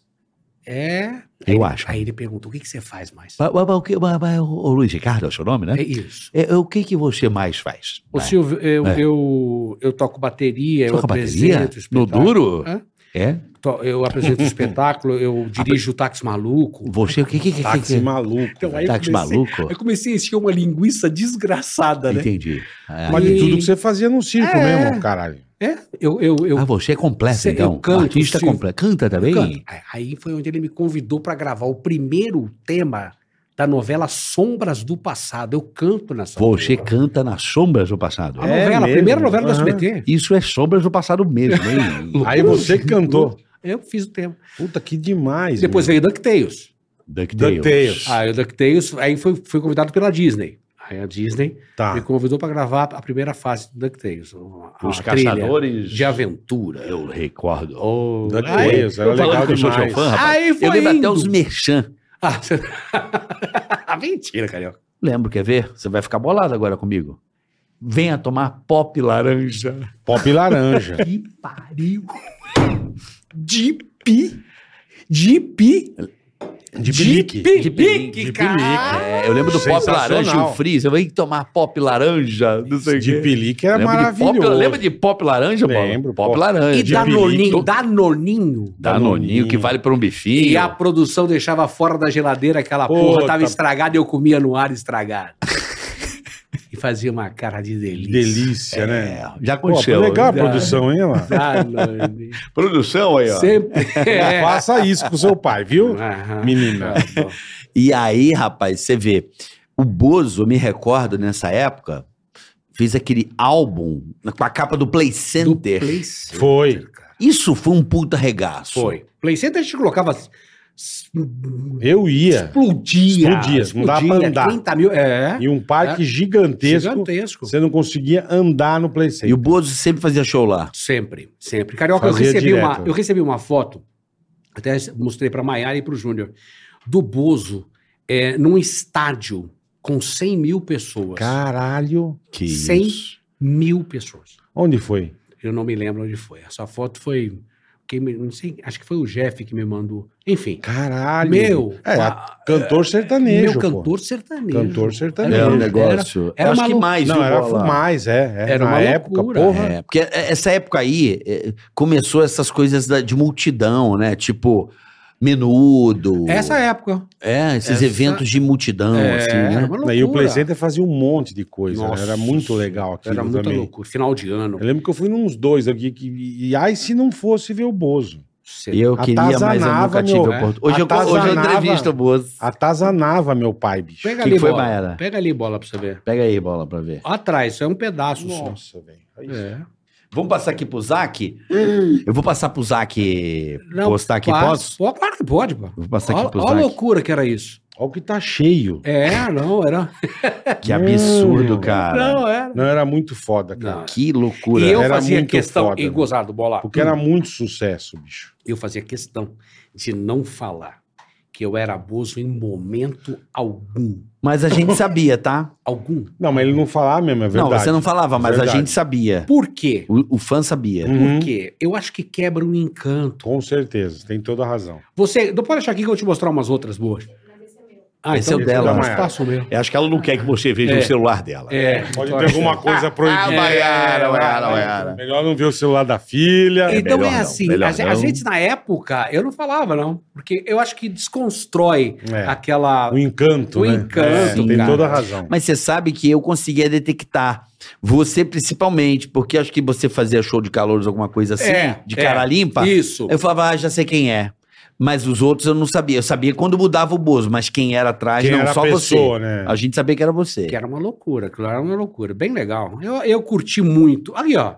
Speaker 6: É.
Speaker 5: Eu
Speaker 6: Aí-
Speaker 5: acho.
Speaker 6: Aí ele perguntou: o que, que você faz mais?
Speaker 5: Mas, mas- mas o que- mas- mas o- o Luiz Ricardo é o seu nome,
Speaker 6: É
Speaker 5: né?
Speaker 6: isso.
Speaker 5: É, é o que, que você mais faz?
Speaker 6: Ô,
Speaker 5: né?
Speaker 6: Silvio, eu,
Speaker 5: É.
Speaker 6: eu, eu toco bateria, eu
Speaker 5: Toca bateria?
Speaker 6: apresento
Speaker 5: No
Speaker 6: espetáculo.
Speaker 5: duro?
Speaker 6: Hã?
Speaker 5: É?
Speaker 6: To- Eu apresento o espetáculo, eu dirijo o táxi maluco.
Speaker 5: Você, o que que, que, que,
Speaker 3: Táxi
Speaker 5: que
Speaker 3: maluco.
Speaker 6: Então,
Speaker 3: velho.
Speaker 6: aí
Speaker 5: Táxi
Speaker 6: comecei-
Speaker 5: maluco?
Speaker 6: Eu comecei a encher uma linguiça desgraçada, né?
Speaker 5: Entendi. Ah,
Speaker 3: Mas de
Speaker 6: E-
Speaker 3: tudo que você fazia no circo
Speaker 6: É.
Speaker 3: mesmo, caralho.
Speaker 6: É, eu, eu, eu,
Speaker 5: ah, tá você é completo,
Speaker 6: Cê- eu
Speaker 5: então.
Speaker 6: canto,
Speaker 5: Artista
Speaker 6: Silvio.
Speaker 5: completo. Canta também?
Speaker 6: canto. Aí- Aí foi onde ele me convidou pra gravar o primeiro tema da novela Sombras do Passado. Eu canto nessa
Speaker 5: Você
Speaker 6: novela.
Speaker 5: canta nas sombras do passado.
Speaker 6: A
Speaker 3: É
Speaker 6: novela, a
Speaker 3: mesmo?
Speaker 6: primeira novela
Speaker 3: Aham.
Speaker 6: do SBT.
Speaker 5: Isso é sombras do passado mesmo, hein?
Speaker 3: Aí você que cantou.
Speaker 6: Eu fiz o tema.
Speaker 3: Puta, que demais.
Speaker 6: Depois
Speaker 3: meu.
Speaker 6: veio DuckTales.
Speaker 5: DuckTales.
Speaker 3: DuckTales.
Speaker 6: Aí o DuckTales, aí foi, foi convidado pela Disney. Aí a Disney me
Speaker 3: Tá.
Speaker 6: convidou pra gravar a primeira fase do DuckTales. Ah, a- a
Speaker 5: Os
Speaker 6: trilha
Speaker 5: Caçadores
Speaker 6: De aventura.
Speaker 5: Eu recordo.
Speaker 6: Oh,
Speaker 3: é
Speaker 6: aí,
Speaker 3: DuckTales, era
Speaker 5: eu falando
Speaker 3: legal
Speaker 5: que eu sou seu
Speaker 3: demais.
Speaker 5: fã, rapaz.
Speaker 6: aí foi
Speaker 4: Eu lembro até
Speaker 6: indo.
Speaker 4: os merchan.
Speaker 6: Ah, você- Ah, mentira, carioca.
Speaker 4: Lembro, quer ver? Você vai ficar bolado agora comigo. Venha tomar pop laranja.
Speaker 3: Pop laranja.
Speaker 4: Que pariu.
Speaker 6: De pi. De pi.
Speaker 3: De bilique.
Speaker 6: De
Speaker 3: De
Speaker 6: pique, cara.
Speaker 4: É, eu lembro do pop
Speaker 3: Sensacional.
Speaker 4: laranja e o Freeze. Eu venho tomar pop laranja. Não sei o
Speaker 3: De
Speaker 4: quê.
Speaker 3: bilique era
Speaker 4: Lembra de pop-
Speaker 3: maravilhoso.
Speaker 4: lembra de pop laranja, Bola?
Speaker 3: Lembro,
Speaker 4: Pop,
Speaker 3: pop.
Speaker 4: laranja.
Speaker 6: E
Speaker 3: de
Speaker 6: Danoninho,
Speaker 3: pirito.
Speaker 6: Danoninho.
Speaker 4: Danoninho, que vale pra um bifinho.
Speaker 6: E a produção deixava fora da geladeira aquela porra,
Speaker 3: Puta.
Speaker 6: tava estragada e eu comia no ar estragado. e fazia uma cara de
Speaker 3: Que
Speaker 6: delícia.
Speaker 3: delícia, né?
Speaker 4: É, já
Speaker 3: Pô,
Speaker 4: aconteceu.
Speaker 3: legal a
Speaker 6: né?
Speaker 3: produção, hein, mano?
Speaker 6: Ah, Danoninho.
Speaker 5: Produção aí, ó.
Speaker 6: é Sempre. é.
Speaker 3: Não faça isso com seu pai, viu?
Speaker 6: Aham.
Speaker 3: Menina.
Speaker 6: Tá bom.
Speaker 4: E aí, rapaz, você vê, o Bozo, eu me recordo nessa época, fez aquele álbum com a capa do Play
Speaker 6: Do
Speaker 4: Center.
Speaker 6: Play Center,
Speaker 3: Foi.
Speaker 6: cara.
Speaker 4: Isso foi um puta regaço.
Speaker 6: Foi. Play Center a gente colocava. s- s-
Speaker 3: Eu ia
Speaker 6: Explodia.
Speaker 3: Explodia, não dava pra
Speaker 6: explodia,
Speaker 3: andar.
Speaker 6: 30 mil. É.
Speaker 3: em um parque
Speaker 6: É.
Speaker 3: gigantesco,
Speaker 6: Gigantesco.
Speaker 3: você não conseguia andar no
Speaker 4: E
Speaker 3: PlayStation.
Speaker 4: o Bozo sempre fazia show lá.
Speaker 6: Sempre, sempre. Carioca, eu
Speaker 3: Fazia
Speaker 6: recebi,
Speaker 3: direto.
Speaker 6: uma, eu recebi uma foto, até mostrei para Maiara e para o Júnior, do Bozo é, num estádio com 100 mil pessoas.
Speaker 3: Caralho.
Speaker 5: Que
Speaker 6: 100 mil pessoas.
Speaker 3: Onde foi?
Speaker 6: Eu não me lembro onde foi. Essa foto foi. Quem me- não sei, acho que foi o Jeff que me mandou. Enfim.
Speaker 3: Caralho.
Speaker 6: Meu,
Speaker 3: É,
Speaker 6: a-
Speaker 3: Cantor sertanejo.
Speaker 6: meu
Speaker 3: pô.
Speaker 6: cantor sertanejo.
Speaker 3: Cantor sertanejo.
Speaker 6: Era
Speaker 3: É um
Speaker 6: negócio-
Speaker 4: Era,
Speaker 6: era
Speaker 4: acho
Speaker 6: uma
Speaker 4: que
Speaker 6: lou-
Speaker 4: mais,
Speaker 3: Não,
Speaker 4: viu,
Speaker 3: era
Speaker 4: Bola?
Speaker 3: mais, é. é.
Speaker 6: Era
Speaker 3: na
Speaker 6: uma
Speaker 3: época,
Speaker 6: loucura.
Speaker 3: porra.
Speaker 4: É, porque essa época aí é, começou essas coisas da- de multidão, né? Tipo, menudo.
Speaker 6: Essa época.
Speaker 4: É, esses
Speaker 6: Essa-
Speaker 4: eventos de multidão, assim, né?
Speaker 6: uma
Speaker 3: E o Play Center fazia um monte de coisa. né?
Speaker 6: Nossa,
Speaker 3: Era muito legal aquilo
Speaker 6: Era muita
Speaker 3: também.
Speaker 6: loucura. Final de ano.
Speaker 3: Eu lembro que eu fui nos dois aqui. que- e ai, se não fosse ver o Bozo.
Speaker 6: Cê-
Speaker 4: Eu queria, mas eu
Speaker 3: Atazanava,
Speaker 4: nunca tive
Speaker 3: meu,
Speaker 4: oportunidade. Hoje, eu- hoje eu
Speaker 3: atazanava.
Speaker 4: entrevisto o Bozo.
Speaker 3: Atazanava meu pai, bicho.
Speaker 6: Pega
Speaker 4: Que
Speaker 6: ali,
Speaker 4: que foi,
Speaker 6: bola.
Speaker 4: Maera?
Speaker 6: Pega ali, bola, pra você ver.
Speaker 4: Pega aí, bola, pra ver.
Speaker 6: Atrás, isso é um pedaço só.
Speaker 3: Nossa, velho. Aí-
Speaker 6: É.
Speaker 4: Vamos passar aqui pro Zac? Eu vou passar pro Zac
Speaker 6: Hum. Não,
Speaker 4: postar aqui,
Speaker 6: passa-
Speaker 4: posso?
Speaker 6: Pô, claro que pode, pô.
Speaker 4: Vou passar aqui
Speaker 6: Olha
Speaker 4: pro
Speaker 6: olha a
Speaker 4: Zac.
Speaker 6: loucura que era isso.
Speaker 3: Olha o que tá cheio.
Speaker 6: É, não, era.
Speaker 4: Que absurdo,
Speaker 3: Hum.
Speaker 4: cara.
Speaker 6: Não, era.
Speaker 3: Não, era muito foda, cara.
Speaker 6: Não.
Speaker 4: Que loucura.
Speaker 6: E eu
Speaker 3: Era
Speaker 6: fazia
Speaker 3: muito
Speaker 6: questão,
Speaker 3: foda,
Speaker 6: e
Speaker 3: né?
Speaker 6: gozado, bola.
Speaker 3: Porque era muito sucesso, bicho.
Speaker 6: Eu fazia questão de não falar que eu era abuso em momento algum.
Speaker 4: Mas a gente sabia, tá?
Speaker 6: Algum.
Speaker 3: Não, mas ele não falava mesmo, é verdade.
Speaker 4: Não, você não falava, mas a
Speaker 3: Verdade.
Speaker 4: gente sabia.
Speaker 6: Por quê?
Speaker 4: O, o fã sabia.
Speaker 3: Uhum.
Speaker 6: Por quê? Eu acho que quebra um encanto.
Speaker 3: Com certeza, tem toda a razão.
Speaker 6: Você, não pode achar aqui que eu vou te mostrar umas outras boas. Ah,
Speaker 4: Esse é o
Speaker 6: então-
Speaker 4: dela.
Speaker 6: Mas Passa o meu.
Speaker 5: Eu acho que ela não quer que você veja
Speaker 6: É.
Speaker 5: o celular dela.
Speaker 6: É.
Speaker 3: Pode ter alguma
Speaker 6: Ah,
Speaker 3: coisa proibida.
Speaker 4: Maiara, Maiara, Maiara.
Speaker 3: Melhor não ver o celular da filha.
Speaker 5: É
Speaker 6: Então
Speaker 5: melhor
Speaker 6: é
Speaker 5: não,
Speaker 6: assim,
Speaker 5: melhor
Speaker 6: a, ge- a
Speaker 5: não.
Speaker 6: gente na época, eu não falava não, porque eu acho que desconstrói
Speaker 3: É.
Speaker 6: aquela...
Speaker 3: O encanto,
Speaker 6: O
Speaker 3: né?
Speaker 6: encanto,
Speaker 3: tem
Speaker 6: cara.
Speaker 3: toda a razão.
Speaker 4: Mas você sabe que eu conseguia detectar. Você principalmente, porque acho que você fazia show de calouros, alguma coisa assim,
Speaker 6: É,
Speaker 4: de
Speaker 6: é.
Speaker 4: cara limpa.
Speaker 6: Isso.
Speaker 4: Eu falava, ah, já sei quem é. Mas os outros eu não sabia. Eu sabia quando mudava o Bozo, mas quem era atrás,
Speaker 3: Quem
Speaker 4: não,
Speaker 3: era a
Speaker 4: só
Speaker 3: pessoa,
Speaker 4: você.
Speaker 3: né? é-
Speaker 4: A gente sabia que era você.
Speaker 6: Que era uma loucura, aquilo era uma loucura, bem legal. Eu, eu curti muito. Aqui, ó.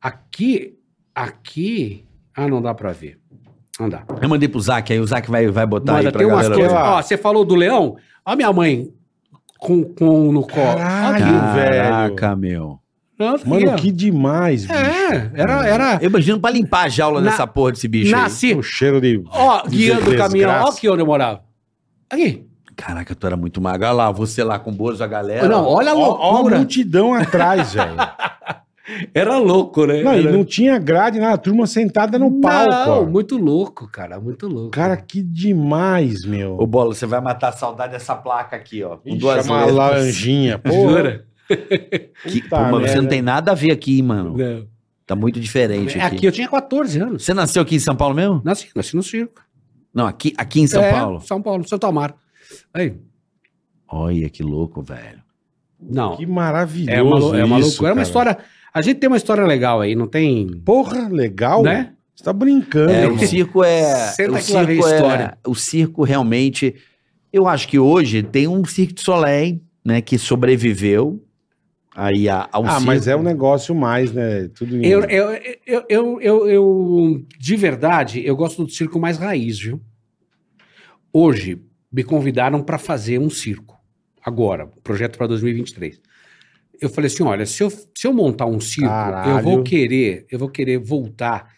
Speaker 6: Aqui, aqui... Ah, não dá pra ver. Não dá.
Speaker 4: Eu mandei pro Zac, Tá aí o Zac vai, vai botar
Speaker 6: Manda,
Speaker 4: aí pra
Speaker 6: tem umas
Speaker 4: galera.
Speaker 6: coisas...
Speaker 4: ver.
Speaker 3: lá.
Speaker 6: Ó, você falou do leão? Ó minha mãe, com, com no colo.
Speaker 3: Caralho,
Speaker 6: Aqui.
Speaker 3: velho.
Speaker 4: Caraca, meu.
Speaker 6: Não, tá
Speaker 3: Mano,
Speaker 6: aqui, ó.
Speaker 3: que demais, bicho.
Speaker 6: É, era. era
Speaker 4: Eu imagino pra limpar a jaula
Speaker 6: Na-
Speaker 4: dessa porra desse bicho aí.
Speaker 6: nasci.
Speaker 3: O cheiro de.
Speaker 6: Ó,
Speaker 3: de
Speaker 6: guiando o caminhão. Ó,
Speaker 3: desgraça.
Speaker 6: aqui onde eu morava. Aqui.
Speaker 4: Caraca, tu era muito magro. Olha lá, você lá com o Bozo, a galera.
Speaker 6: Não, olha a
Speaker 3: Ó, ó a
Speaker 6: loucura.
Speaker 3: multidão atrás, velho.
Speaker 6: né? Era louco, né?
Speaker 3: Não, e
Speaker 6: Era-
Speaker 3: não tinha grade, nada. A turma sentada no
Speaker 6: Não,
Speaker 3: palco. ó.
Speaker 6: muito louco, um cara. Muito louco.
Speaker 3: Cara, que demais, meu.
Speaker 4: Ô, Bola, você vai matar a saudade dessa placa aqui, ó. Com
Speaker 3: Ixi, é
Speaker 4: duas
Speaker 3: uma
Speaker 4: letras.
Speaker 3: laranjinha, pô.
Speaker 6: Jura?
Speaker 4: Que,
Speaker 3: Puta
Speaker 4: pô, mano, você
Speaker 3: merda.
Speaker 4: não tem nada a ver aqui, mano.
Speaker 6: Não.
Speaker 4: Tá muito diferente
Speaker 6: É,
Speaker 4: aqui.
Speaker 6: Aqui eu tinha 14 anos.
Speaker 4: Você nasceu aqui em São Paulo mesmo?
Speaker 6: Nasci, nasci no circo.
Speaker 4: Não, aqui, aqui em São
Speaker 6: É,
Speaker 4: Paulo.
Speaker 6: São Paulo, Santo Amaro. Aí,
Speaker 4: Olha que louco, velho.
Speaker 6: não.
Speaker 3: Que maravilhoso.
Speaker 6: É uma, lou- é uma
Speaker 3: isso,
Speaker 6: loucura. É uma
Speaker 3: cara.
Speaker 6: história. A gente tem uma história legal aí, não tem.
Speaker 3: Porra, legal.
Speaker 6: Né? um
Speaker 3: Você tá brincando,
Speaker 4: É, o
Speaker 3: irmão.
Speaker 4: circo é.
Speaker 6: Senta
Speaker 4: o
Speaker 6: que lá vem
Speaker 4: circo é-
Speaker 6: história.
Speaker 4: O circo realmente. Eu acho que hoje tem um Cirque de Soleil, né, que sobreviveu aí a, ao
Speaker 3: Ah,
Speaker 4: circo.
Speaker 3: mas é um negócio mais, né? Tudo em-
Speaker 6: Eu, eu, eu, eu, eu, eu- de verdade, eu gosto do circo mais raiz, viu? Hoje, me convidaram para fazer um circo. Agora, um projeto para 2023. Eu falei assim, olha, se eu, se eu montar um circo, eu
Speaker 3: Caralho.
Speaker 6: vou querer, eu vou querer voltar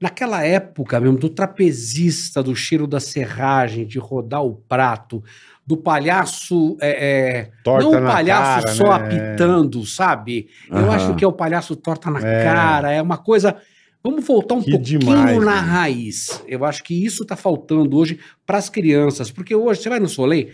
Speaker 6: naquela época mesmo do trapezista, do cheiro da serragem, de rodar o prato, do palhaço é, é,
Speaker 3: Torta
Speaker 6: não o
Speaker 3: na
Speaker 6: palhaço
Speaker 3: cara,
Speaker 6: só
Speaker 3: né?
Speaker 6: apitando, sabe? Eu
Speaker 4: Aham.
Speaker 6: acho que é o palhaço torta na cara, é uma coisa. Vamos voltar um
Speaker 3: Que
Speaker 6: pouquinho
Speaker 3: demais,
Speaker 6: na
Speaker 3: né?
Speaker 6: raiz. Eu acho que isso tá faltando hoje para as crianças, porque hoje você vai no Soleil,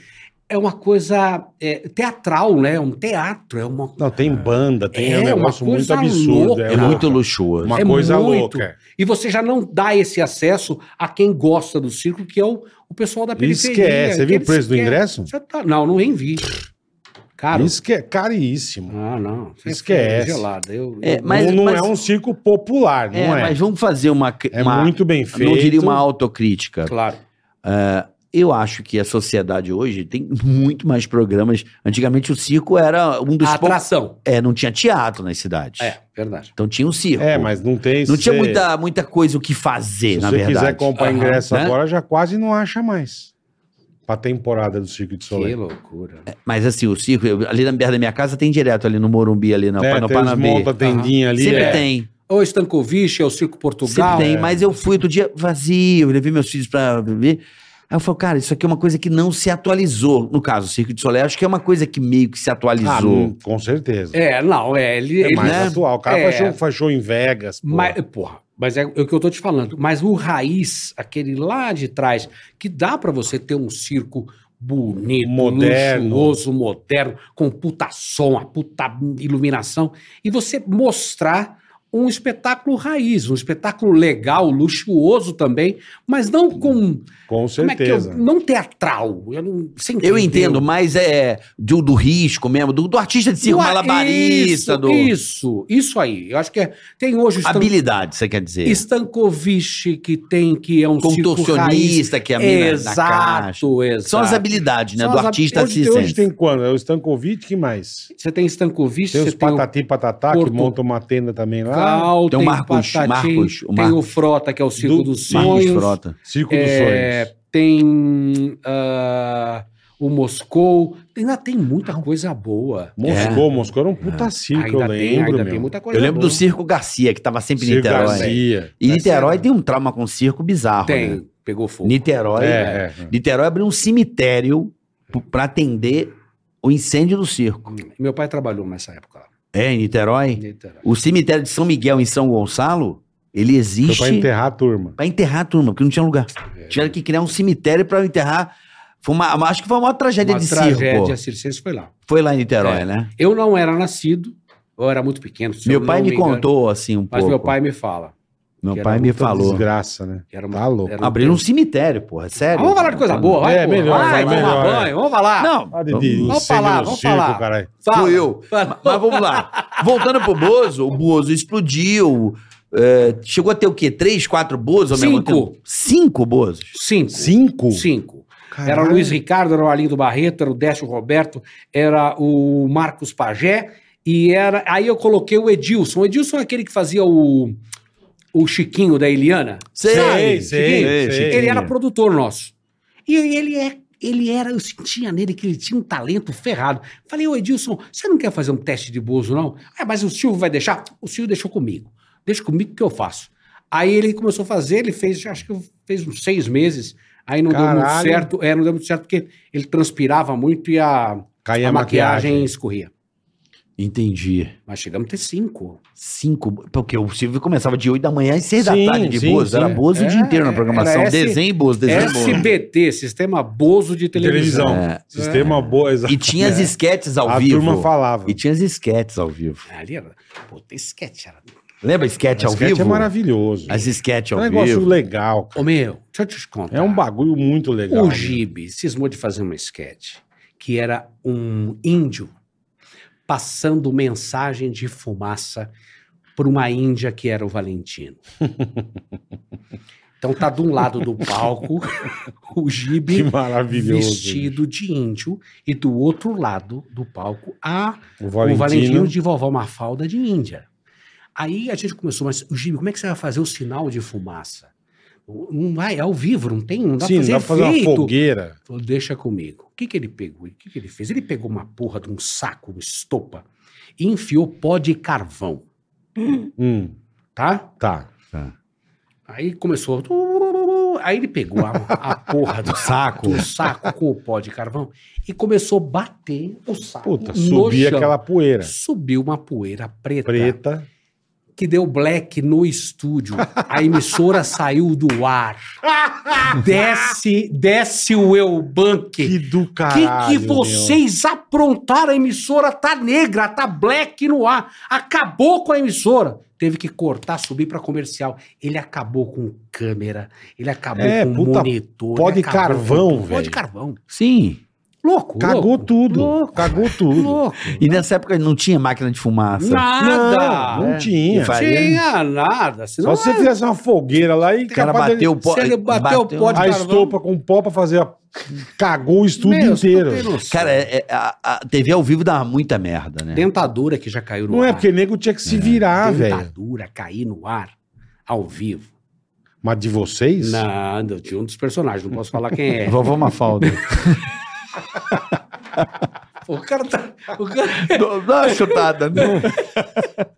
Speaker 6: é uma coisa é, teatral, né? É um teatro, é uma.
Speaker 3: Não, tem banda, tem
Speaker 6: É,
Speaker 3: um
Speaker 6: uma
Speaker 3: negócio muito
Speaker 6: coisa
Speaker 3: absurdo.
Speaker 6: louca.
Speaker 4: É
Speaker 3: uma-
Speaker 4: muito luxuoso.
Speaker 3: Uma
Speaker 6: É
Speaker 3: coisa
Speaker 6: muito.
Speaker 3: louca.
Speaker 6: E você já não dá esse acesso a quem gosta do circo, que é o, o pessoal da periferia.
Speaker 3: Esquece. Você
Speaker 6: que
Speaker 3: viu o
Speaker 6: eles
Speaker 3: preço do
Speaker 6: querem-
Speaker 3: ingresso?
Speaker 6: Você tá- Não, não nem vi. Cara,
Speaker 3: Isso que é caríssimo.
Speaker 6: ah, não. Você
Speaker 3: Esquece.
Speaker 6: é gelado. Eu,
Speaker 4: É,
Speaker 6: eu-
Speaker 4: Mas-
Speaker 3: não não
Speaker 4: mas-
Speaker 3: é um circo popular, não
Speaker 4: É,
Speaker 3: é.
Speaker 4: mas vamos fazer uma.
Speaker 3: É
Speaker 4: uma-
Speaker 3: muito bem feito.
Speaker 4: Não diria uma autocrítica. É,
Speaker 6: Claro.
Speaker 4: Eu acho que a sociedade hoje tem muito mais programas. Antigamente o circo era um dos
Speaker 6: A
Speaker 4: poucos.
Speaker 6: atração.
Speaker 4: É, não tinha teatro nas cidades.
Speaker 6: É, verdade.
Speaker 4: Então tinha o circo.
Speaker 3: É, mas não tem...
Speaker 4: não tinha
Speaker 3: se-
Speaker 4: muita, muita coisa o que fazer,
Speaker 3: Se
Speaker 4: na
Speaker 3: você
Speaker 4: verdade.
Speaker 3: quiser comprar
Speaker 6: Aham,
Speaker 3: ingresso
Speaker 4: né?
Speaker 3: agora, já quase não acha mais. Pra temporada do Circo de
Speaker 6: Que
Speaker 3: Soleil.
Speaker 6: loucura. né?
Speaker 4: Mas assim, o circo, eu- ali na perto da minha casa tem direto ali no Morumbi, ali no,
Speaker 3: É,
Speaker 4: no
Speaker 3: tem uns
Speaker 4: Panambi.
Speaker 3: monta tendinha ali.
Speaker 4: Sempre
Speaker 3: é.
Speaker 4: tem,
Speaker 6: Ou Stankovic, é o Circo Portugal.
Speaker 4: sempre tem.
Speaker 3: é.
Speaker 4: Mas eu fui outro dia vazio, eu levei meus filhos pra ver. Aí eu falei, cara, isso aqui é uma coisa que não se atualizou. No caso, o Circo de Soleil, acho que é uma coisa que meio que se
Speaker 3: Ah,
Speaker 4: atualizou.
Speaker 3: não, com certeza. É,
Speaker 6: É, não, é. Ele, ele-
Speaker 3: mais um
Speaker 4: né?
Speaker 3: atual. O cara
Speaker 6: É.
Speaker 3: faz show- faz show em Vegas. pô.
Speaker 6: Mas, porra, mas é o que eu tô te falando. Mas o raiz, aquele lá de trás, que dá pra você ter um circo bonito,
Speaker 3: Moderno.
Speaker 6: luxuoso, moderno, com puta som, a puta iluminação, e você mostrar um espetáculo raiz, um espetáculo legal, luxuoso também, mas não com
Speaker 3: com
Speaker 6: Como é que
Speaker 3: certeza.
Speaker 6: eu- não teatral. Eu, não, você
Speaker 4: Eu
Speaker 6: entendeu?
Speaker 4: entendo, mas é do, do risco mesmo, do, do artista de circo,
Speaker 6: Ué,
Speaker 4: malabarista,
Speaker 6: é isso,
Speaker 4: do...
Speaker 6: Isso, isso aí. Eu acho que é- tem hoje o Stan-
Speaker 4: Habilidade, você quer dizer.
Speaker 6: Stankovic que tem, que é um circo raiz.
Speaker 4: Contorcionista, que é a mina da caixa.
Speaker 6: Exato, exato.
Speaker 4: São as habilidades, né?
Speaker 6: São
Speaker 4: do
Speaker 6: as
Speaker 4: artista
Speaker 3: Hoje,
Speaker 4: assistente.
Speaker 3: hoje tem quando? É o Stankovic, que mais?
Speaker 6: Você tem Stankovic,
Speaker 3: Tem
Speaker 6: você
Speaker 3: os
Speaker 6: tem o
Speaker 3: Patati Patatá, que
Speaker 6: Porto-
Speaker 3: monta uma tenda também lá.
Speaker 6: Cal,
Speaker 4: Tem o Marcos-
Speaker 6: Patati,
Speaker 4: Marcos- o
Speaker 6: tem o
Speaker 4: Marcos-
Speaker 6: Frota, que é o Circo
Speaker 3: Do-
Speaker 6: dos
Speaker 4: Marcos
Speaker 6: Sonhos.
Speaker 4: Frota.
Speaker 3: Circo
Speaker 6: É,
Speaker 3: dos Sonhos.
Speaker 6: tem ah, o Moscou. Tem, ah, tem muita coisa boa.
Speaker 3: Moscou, Moscou era um puta circo, eu lembro,
Speaker 6: ainda
Speaker 3: meu.
Speaker 6: tem muita coisa
Speaker 4: Eu lembro
Speaker 6: boa.
Speaker 4: do Circo Garcia, que tava sempre em
Speaker 3: Circo
Speaker 4: Niterói.
Speaker 3: Garcia. tá
Speaker 4: E Niterói
Speaker 6: certo.
Speaker 4: tem um trauma com circo bizarro,
Speaker 6: Tem,
Speaker 4: né?
Speaker 6: pegou fogo.
Speaker 4: Niterói,
Speaker 3: É, é.
Speaker 4: Niterói abriu um cemitério p- pra atender o incêndio do circo.
Speaker 6: Meu pai trabalhou nessa época lá.
Speaker 4: É, em Niterói.
Speaker 6: Niterói.
Speaker 4: O cemitério de São Miguel em São Gonçalo, ele
Speaker 3: Foi pra
Speaker 4: existe
Speaker 3: enterrar a turma.
Speaker 4: pra enterrar a turma, porque não tinha lugar.
Speaker 6: É,
Speaker 4: Tiveram que criar um cemitério pra enterrar. Foi uma, uma- acho que foi uma tragédia
Speaker 6: Uma
Speaker 4: de
Speaker 6: tragédia
Speaker 4: circo.
Speaker 6: circense foi lá.
Speaker 4: Foi lá em Niterói,
Speaker 6: É.
Speaker 4: né?
Speaker 6: Eu não era nascido, eu era muito pequeno. se eu
Speaker 4: meu
Speaker 6: não
Speaker 4: pai me
Speaker 6: engano,
Speaker 4: contou assim um
Speaker 6: Mas
Speaker 4: pouco.
Speaker 6: meu pai me fala.
Speaker 4: Meu
Speaker 6: que
Speaker 4: pai
Speaker 6: era um
Speaker 4: me
Speaker 6: muito
Speaker 4: falou.
Speaker 3: Desgraça, né?
Speaker 6: Era
Speaker 3: Tá louco.
Speaker 6: era Ah,
Speaker 4: Abriram um cemitério, porra, sério. Tá
Speaker 6: Vamos falar de coisa boa, vai.
Speaker 3: É,
Speaker 6: pô.
Speaker 3: melhor,
Speaker 6: vai,
Speaker 3: vai,
Speaker 6: tomar
Speaker 3: melhor,
Speaker 6: banho, vamos falar.
Speaker 4: Não,
Speaker 3: Ah, de, de
Speaker 6: Vamos
Speaker 3: incêndio
Speaker 6: falar,
Speaker 3: no
Speaker 6: vamos
Speaker 3: circo,
Speaker 6: falar.
Speaker 3: caralho.
Speaker 6: Fala.
Speaker 4: Fui eu.
Speaker 6: Fala.
Speaker 4: Mas vamos lá. Voltando pro Bozo, o Bozo explodiu. é, chegou a ter o quê? Três, quatro Bozos? ao mesmo
Speaker 6: Cinco.
Speaker 4: tempo? Cinco Bozos?
Speaker 6: Cinco.
Speaker 3: Cinco?
Speaker 6: Cinco. Era
Speaker 3: Caralho.
Speaker 6: o Luiz Ricardo, era o Arlindo Barreto, era o Décio Roberto, era o Marcos Pagé e era. Aí eu coloquei o Edilson. O Edilson é aquele que fazia o, o Chiquinho da Eliana.
Speaker 4: Sei,
Speaker 6: Sabe?
Speaker 3: sei,
Speaker 6: Chiquinho?
Speaker 3: sei.
Speaker 6: Ele era produtor nosso. E ele é Ele era, eu sentia nele que ele tinha um talento ferrado. Falei, ô Edilson, você não quer fazer um teste de Bozo, não? Ah, mas o Silvio vai deixar? O Silvio deixou comigo. Deixa comigo que eu faço. Aí ele começou a fazer, ele fez, acho que fez uns seis meses. Aí não deu muito
Speaker 3: Caralho.
Speaker 6: certo. É, não deu muito certo porque ele transpirava muito e a,
Speaker 3: Caía
Speaker 6: a
Speaker 3: a
Speaker 6: maquiagem,
Speaker 3: maquiagem.
Speaker 6: escorria.
Speaker 4: Entendi.
Speaker 6: Mas chegamos a ter cinco.
Speaker 4: Cinco. Porque o Silvio começava de 8 da manhã às 6 da
Speaker 3: Sim,
Speaker 4: tarde de
Speaker 3: sim,
Speaker 4: Bozo. Era
Speaker 3: sim.
Speaker 4: Bozo
Speaker 6: É,
Speaker 4: o dia inteiro na programação.
Speaker 6: era S-
Speaker 4: Desenho Bozo, desenho Bozo.
Speaker 6: SBT, Sistema Bozo né? de Televisão.
Speaker 3: Televisão.
Speaker 4: É.
Speaker 3: Sistema boa, exato.
Speaker 4: E tinha as esquetes ao
Speaker 3: É. A
Speaker 4: vivo.
Speaker 3: turma falava.
Speaker 4: E tinha as esquetes ao vivo.
Speaker 6: Ali era. Pô, tem sketch. Era...
Speaker 4: Lembra esquete ao
Speaker 3: Sketch
Speaker 4: vivo?
Speaker 3: é maravilhoso.
Speaker 4: As esquetes
Speaker 3: É um
Speaker 4: ao
Speaker 3: negócio
Speaker 4: vivo.
Speaker 3: legal, cara.
Speaker 6: Ô meu, deixa eu te contar.
Speaker 3: É um bagulho muito legal.
Speaker 6: O
Speaker 3: né?
Speaker 6: Gibe cismou de fazer uma sketch que era um índio passando mensagem de fumaça para uma índia que era o Valentino. Então tá de um lado do palco o
Speaker 3: Que
Speaker 6: Gibe
Speaker 3: maravilhoso.
Speaker 6: vestido de índio e do outro lado do palco a
Speaker 3: O
Speaker 6: o Valentino
Speaker 3: Valentino.
Speaker 6: de vovó Mafalda de Índia. Aí a gente começou, mas o Gibi, como é que você vai fazer o sinal de fumaça? Não vai, é ao vivo, não tem, não dá
Speaker 3: Sim,
Speaker 6: pra fazer
Speaker 3: dá pra fazer uma
Speaker 6: efeito.
Speaker 3: fogueira.
Speaker 6: Falou, deixa comigo. O que que ele pegou? O que que ele fez? Ele pegou uma porra de um saco, uma estopa, e enfiou pó de carvão,
Speaker 3: Hum,
Speaker 6: tá?
Speaker 3: tá.
Speaker 6: Aí começou... Aí ele pegou a, a porra do saco, do saco com o pó de carvão e começou a bater o saco
Speaker 3: Puta, subia
Speaker 6: chão.
Speaker 3: aquela poeira.
Speaker 6: Subiu uma poeira preta.
Speaker 3: Preta.
Speaker 6: que deu black no estúdio. A emissora saiu do ar. Desce, desce o Eubank.
Speaker 3: Que
Speaker 6: Que,
Speaker 3: do
Speaker 6: que,
Speaker 3: caralho. meu.
Speaker 6: vocês aprontaram? A emissora tá negra, tá black no ar. Acabou com a emissora. Teve que cortar, subir pra comercial. Ele acabou com câmera, ele acabou
Speaker 3: É,
Speaker 6: com
Speaker 3: puta,
Speaker 6: monitor.
Speaker 3: pó
Speaker 6: ele
Speaker 3: de
Speaker 6: acabou
Speaker 3: carvão,
Speaker 6: com tudo. Pó de
Speaker 3: velho.
Speaker 6: carvão.
Speaker 4: Sim.
Speaker 6: Louco.
Speaker 3: Cagou
Speaker 6: louco,
Speaker 3: tudo.
Speaker 6: Louco.
Speaker 3: Cagou tudo.
Speaker 6: Louco.
Speaker 4: E nessa época não tinha máquina de fumaça.
Speaker 6: Nada.
Speaker 3: Não, não tinha.
Speaker 4: E faz-
Speaker 6: tinha nada.
Speaker 3: Só
Speaker 6: Senão
Speaker 3: se você fizesse uma fogueira lá e
Speaker 4: O cara
Speaker 3: capaz dele-
Speaker 4: bateu o pó.
Speaker 6: se ele bateu o pó de-
Speaker 3: a
Speaker 6: carvão.
Speaker 3: estopa com pó pra fazer a... Cagou o estúdio
Speaker 6: Meu, você
Speaker 3: inteiro.
Speaker 6: não tem noção.
Speaker 4: Cara, é- é- a, a TV ao vivo dava muita merda, né?
Speaker 6: Dentadura que já caiu no
Speaker 3: Não
Speaker 6: ar.
Speaker 3: é porque nego tinha que se virar, velho.
Speaker 6: Dentadura cair no ar, ao vivo.
Speaker 3: Mas de vocês?
Speaker 6: Nada, de um dos personagens, não posso falar quem é.
Speaker 4: Vovó Mafalda.
Speaker 6: o cara tá. O cara...
Speaker 4: Dá dá uma chutada. né? Não.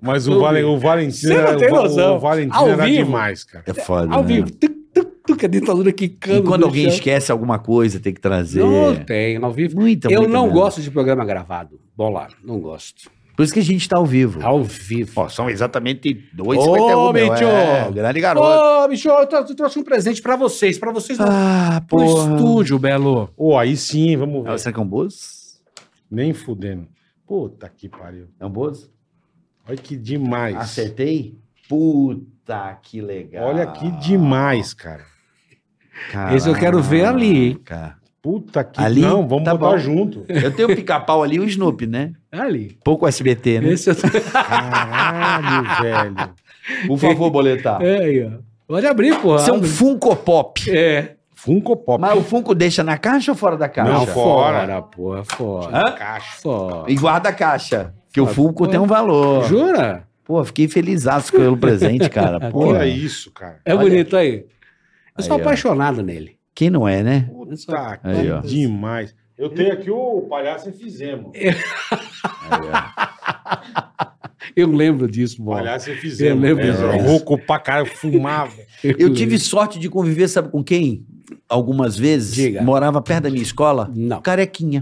Speaker 3: Mas o, Valen- o Valentino
Speaker 6: Você não
Speaker 3: era,
Speaker 6: tem
Speaker 3: o Va-
Speaker 6: noção.
Speaker 3: o Valentino
Speaker 6: Ao
Speaker 3: era
Speaker 6: vivo.
Speaker 3: demais, cara.
Speaker 4: É foda,
Speaker 6: Ao
Speaker 4: né?
Speaker 6: vivo. Tuc, tuc, tuc, a dentadura quicando.
Speaker 4: E quando
Speaker 6: no
Speaker 4: alguém
Speaker 6: chão.
Speaker 4: esquece alguma coisa, tem que trazer.
Speaker 6: Não tem, ao vivo.
Speaker 4: Muita,
Speaker 6: Eu
Speaker 4: muita
Speaker 6: não
Speaker 4: merda.
Speaker 6: gosto de programa gravado. Bola, não gosto.
Speaker 4: Por isso que a gente tá ao vivo.
Speaker 6: Ao vivo.
Speaker 4: Ó, são exatamente 2
Speaker 6: Ô, Mitchell!
Speaker 4: um É, grande
Speaker 6: Ô, bicho, eu, tra- eu trouxe um presente pra vocês. Pra vocês no
Speaker 4: Ah,
Speaker 6: pro
Speaker 4: porra.
Speaker 6: estúdio, Belo.
Speaker 3: Ô, aí sim, hein, vamos
Speaker 4: Ah,
Speaker 3: ver.
Speaker 4: será que é um Bozo?
Speaker 3: Nem fudendo. Puta que pariu.
Speaker 4: É um Bozo?
Speaker 3: Olha que
Speaker 4: É
Speaker 3: demais.
Speaker 4: Acertei? Puta, que legal.
Speaker 3: Olha que demais, cara.
Speaker 4: Caraca.
Speaker 6: Esse eu quero ver ali, hein?
Speaker 3: Puta que
Speaker 4: Ali?
Speaker 3: Não, vamos
Speaker 4: Tá
Speaker 3: botar
Speaker 4: bom.
Speaker 3: junto.
Speaker 4: Eu tenho o pica-pau ali e o Snoopy, né?
Speaker 6: É Ali.
Speaker 4: Pouco SBT, né?
Speaker 6: Esse eu tô...
Speaker 3: Caralho, velho.
Speaker 4: Por favor, boletar.
Speaker 6: É aí, ó. Pode abrir, porra.
Speaker 4: Isso é um Funko Pop.
Speaker 6: É.
Speaker 3: Funko Pop.
Speaker 4: Mas o Funko deixa na caixa ou fora da caixa?
Speaker 3: Não, fora.
Speaker 6: porra, fora.
Speaker 4: Hã?
Speaker 3: Caixa.
Speaker 6: Fora.
Speaker 4: E guarda a caixa. Porque o
Speaker 6: Fora.
Speaker 4: Funko tem um valor.
Speaker 6: Jura?
Speaker 4: Pô, fiquei feliz pelo presente, cara. Pô,
Speaker 3: Olha isso, cara.
Speaker 6: É
Speaker 4: Olha.
Speaker 6: bonito aí. Eu sou
Speaker 4: Aí, ó.
Speaker 6: apaixonado nele.
Speaker 4: quem não é, né?
Speaker 3: Puta que
Speaker 4: Aí, ó.
Speaker 3: demais. Eu tenho aqui o palhaço e fizemos.
Speaker 6: Eu lembro disso, bom.
Speaker 3: Palhaço e fizemos.
Speaker 6: Eu lembro
Speaker 3: É,
Speaker 6: disso.
Speaker 3: era rouco pra caralho, fumava.
Speaker 4: Eu tive sorte de conviver, sabe com quem? Algumas vezes.
Speaker 6: Diga.
Speaker 4: Morava perto da minha escola.
Speaker 6: Não.
Speaker 4: Carequinha.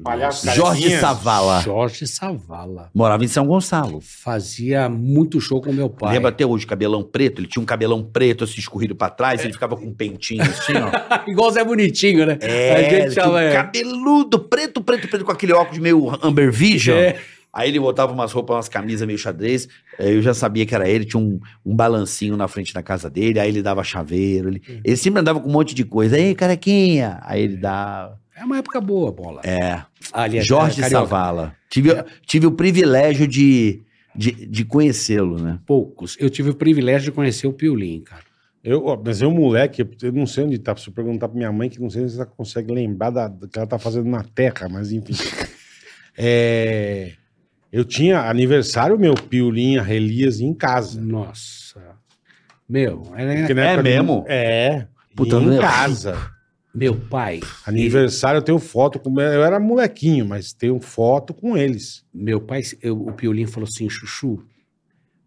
Speaker 3: Palhaço
Speaker 4: Jorge
Speaker 3: carequinha.
Speaker 4: Savala.
Speaker 6: Jorge Savala.
Speaker 4: Morava em São Gonçalo.
Speaker 6: Fazia muito show com meu pai.
Speaker 4: Lembra até hoje, cabelão preto? Ele tinha um cabelão preto, assim, escorrido pra trás. Ele ficava com um pentinho assim, ó.
Speaker 6: Igual Zé Bonitinho, né?
Speaker 4: É,
Speaker 6: a gente
Speaker 4: ele tinha
Speaker 6: chama...
Speaker 4: um
Speaker 6: É.
Speaker 4: cabeludo, preto, preto, preto, com aquele óculos meio Amber Vision.
Speaker 6: É.
Speaker 4: Aí ele botava umas roupas, umas camisas meio xadrez. Aí Eu já sabia que era ele, tinha um, um balancinho na frente da casa dele. Aí ele dava chaveiro. Ele, ele sempre andava com um monte de coisa. Ei, carequinha! Aí ele dava.
Speaker 6: Hum. é uma época boa, bola.
Speaker 4: É.
Speaker 6: Ali,
Speaker 4: Jorge
Speaker 6: Carioca. É.
Speaker 4: Savala. Tive, tive o privilégio de, de, de conhecê-lo, né?
Speaker 6: Poucos. Eu tive o privilégio de conhecer o Piolin, cara.
Speaker 3: Eu, ó, mas eu, moleque, eu não sei onde tá. Preciso perguntar pra minha mãe, que não sei se ela consegue lembrar da- do que ela tá fazendo na Terra, mas enfim. É, eu tinha aniversário meu, Piolinha, Relias, em casa.
Speaker 6: Nossa. Meu, era...
Speaker 3: Porque na
Speaker 4: É
Speaker 3: época-
Speaker 4: mesmo?
Speaker 3: É.
Speaker 4: Puta,
Speaker 3: em
Speaker 4: né?
Speaker 3: casa.
Speaker 6: Meu pai.
Speaker 3: Aniversário eu tenho foto com. Eu era molequinho, mas tenho foto com eles.
Speaker 6: Meu pai, eu- o Piolim falou assim, Chuchu,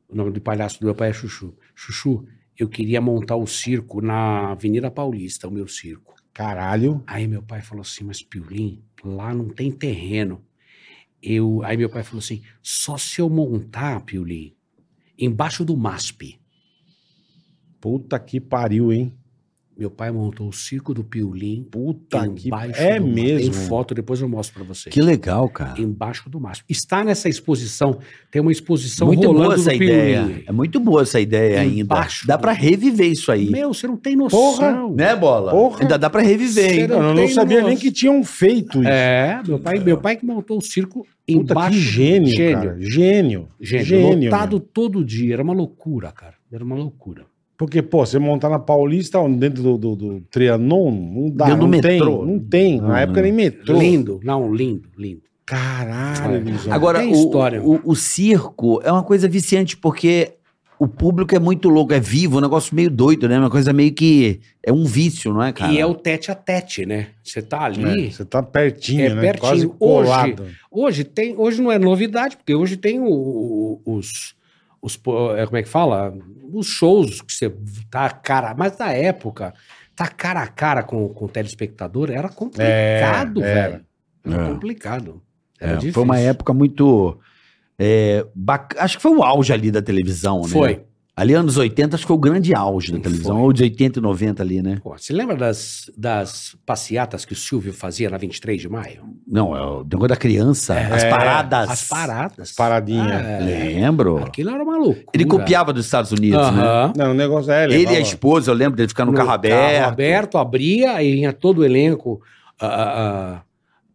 Speaker 6: o nome do palhaço do meu pai é Chuchu. Chuchu, eu queria montar o circo na Avenida Paulista, o meu circo.
Speaker 3: Caralho.
Speaker 6: Aí meu pai falou assim, mas Piolim, lá não tem terreno. Eu, aí meu pai falou assim, só se eu montar, Piolim, embaixo do MASP.
Speaker 3: Puta que pariu, hein?
Speaker 6: Meu pai montou o circo do Piolim
Speaker 3: Puta que.
Speaker 6: embaixo
Speaker 3: É
Speaker 6: do MASP.
Speaker 3: mesmo.
Speaker 6: Tem foto, depois eu mostro pra vocês.
Speaker 4: Que legal, cara.
Speaker 6: Embaixo do MASP. Está nessa exposição, tem uma exposição
Speaker 4: muito
Speaker 6: rolando
Speaker 4: boa essa
Speaker 6: do
Speaker 4: ideia.
Speaker 6: Piolim.
Speaker 4: É muito boa essa ideia
Speaker 6: Embaixo
Speaker 4: ainda. Dá
Speaker 6: do-
Speaker 4: pra reviver isso aí.
Speaker 6: Meu, você não tem noção.
Speaker 3: Porra!
Speaker 4: Né, Bola?
Speaker 3: Porra.
Speaker 4: Ainda dá pra reviver, hein?
Speaker 6: Será?
Speaker 3: Mano, eu não
Speaker 6: tem
Speaker 3: sabia
Speaker 6: no-
Speaker 3: nem que tinham feito isso.
Speaker 6: É, meu pai, meu pai que montou o circo
Speaker 3: Puta
Speaker 6: embaixo.
Speaker 3: que gênio,
Speaker 6: gênio,
Speaker 3: cara. Gênio.
Speaker 6: Gênio. lotado todo dia. Era uma loucura, cara. Era uma loucura.
Speaker 3: Porque, pô, você montar na Paulista um dentro do, do, do Trianon, não dá.
Speaker 4: Dentro do
Speaker 3: não tem,
Speaker 4: metrô. Ah,
Speaker 3: não tem.
Speaker 4: Não,
Speaker 3: Na época
Speaker 4: não.
Speaker 3: nem metrô.
Speaker 6: Lindo. Não, lindo, lindo.
Speaker 3: Caralho,
Speaker 6: É.
Speaker 3: Lisão.
Speaker 4: Agora,
Speaker 6: Tem
Speaker 4: o,
Speaker 6: história.
Speaker 4: o, o circo é uma coisa viciante, porque o público é muito louco, é vivo, é um negócio meio doido, né? Uma coisa meio que. É um vício, não é, cara?
Speaker 6: E é o tete a tete, né? Você tá ali.
Speaker 3: É, você tá pertinho,
Speaker 6: É
Speaker 3: né?
Speaker 6: pertinho.
Speaker 3: Quase
Speaker 6: Hoje-
Speaker 3: colado.
Speaker 6: Hoje tem, hoje não é novidade, porque hoje tem o- o- os, os po- é, como é que fala? Os shows que você tá cara, mas na época tá cara a cara com, com o telespectador era complicado,
Speaker 3: É,
Speaker 6: velho. Era
Speaker 4: É.
Speaker 6: complicado. Era
Speaker 4: É,
Speaker 6: difícil.
Speaker 4: foi uma época muito. é, bac- Acho que foi o auge ali da televisão, né?
Speaker 6: Foi.
Speaker 4: Ali anos 80, acho que foi o grande auge da televisão,
Speaker 6: Foi.
Speaker 4: ou de 80 e 90 ali, né?
Speaker 6: Pô, você lembra das, das passeatas que o Silvio fazia na 23 de maio?
Speaker 4: Não, é o negócio da criança, as
Speaker 3: É,
Speaker 4: paradas.
Speaker 6: As paradas. As
Speaker 3: Paradinha.
Speaker 6: Ah.
Speaker 4: Lembro.
Speaker 6: Aquilo era uma loucura.
Speaker 4: Ele copiava dos Estados Unidos, né?
Speaker 6: Aham.
Speaker 3: Não, o negócio é
Speaker 4: Ele e
Speaker 3: levava-
Speaker 4: a esposa, eu lembro dele ficar no, carro aberto.
Speaker 6: aberto, abria, aí vinha todo o elenco ah, ah, ah,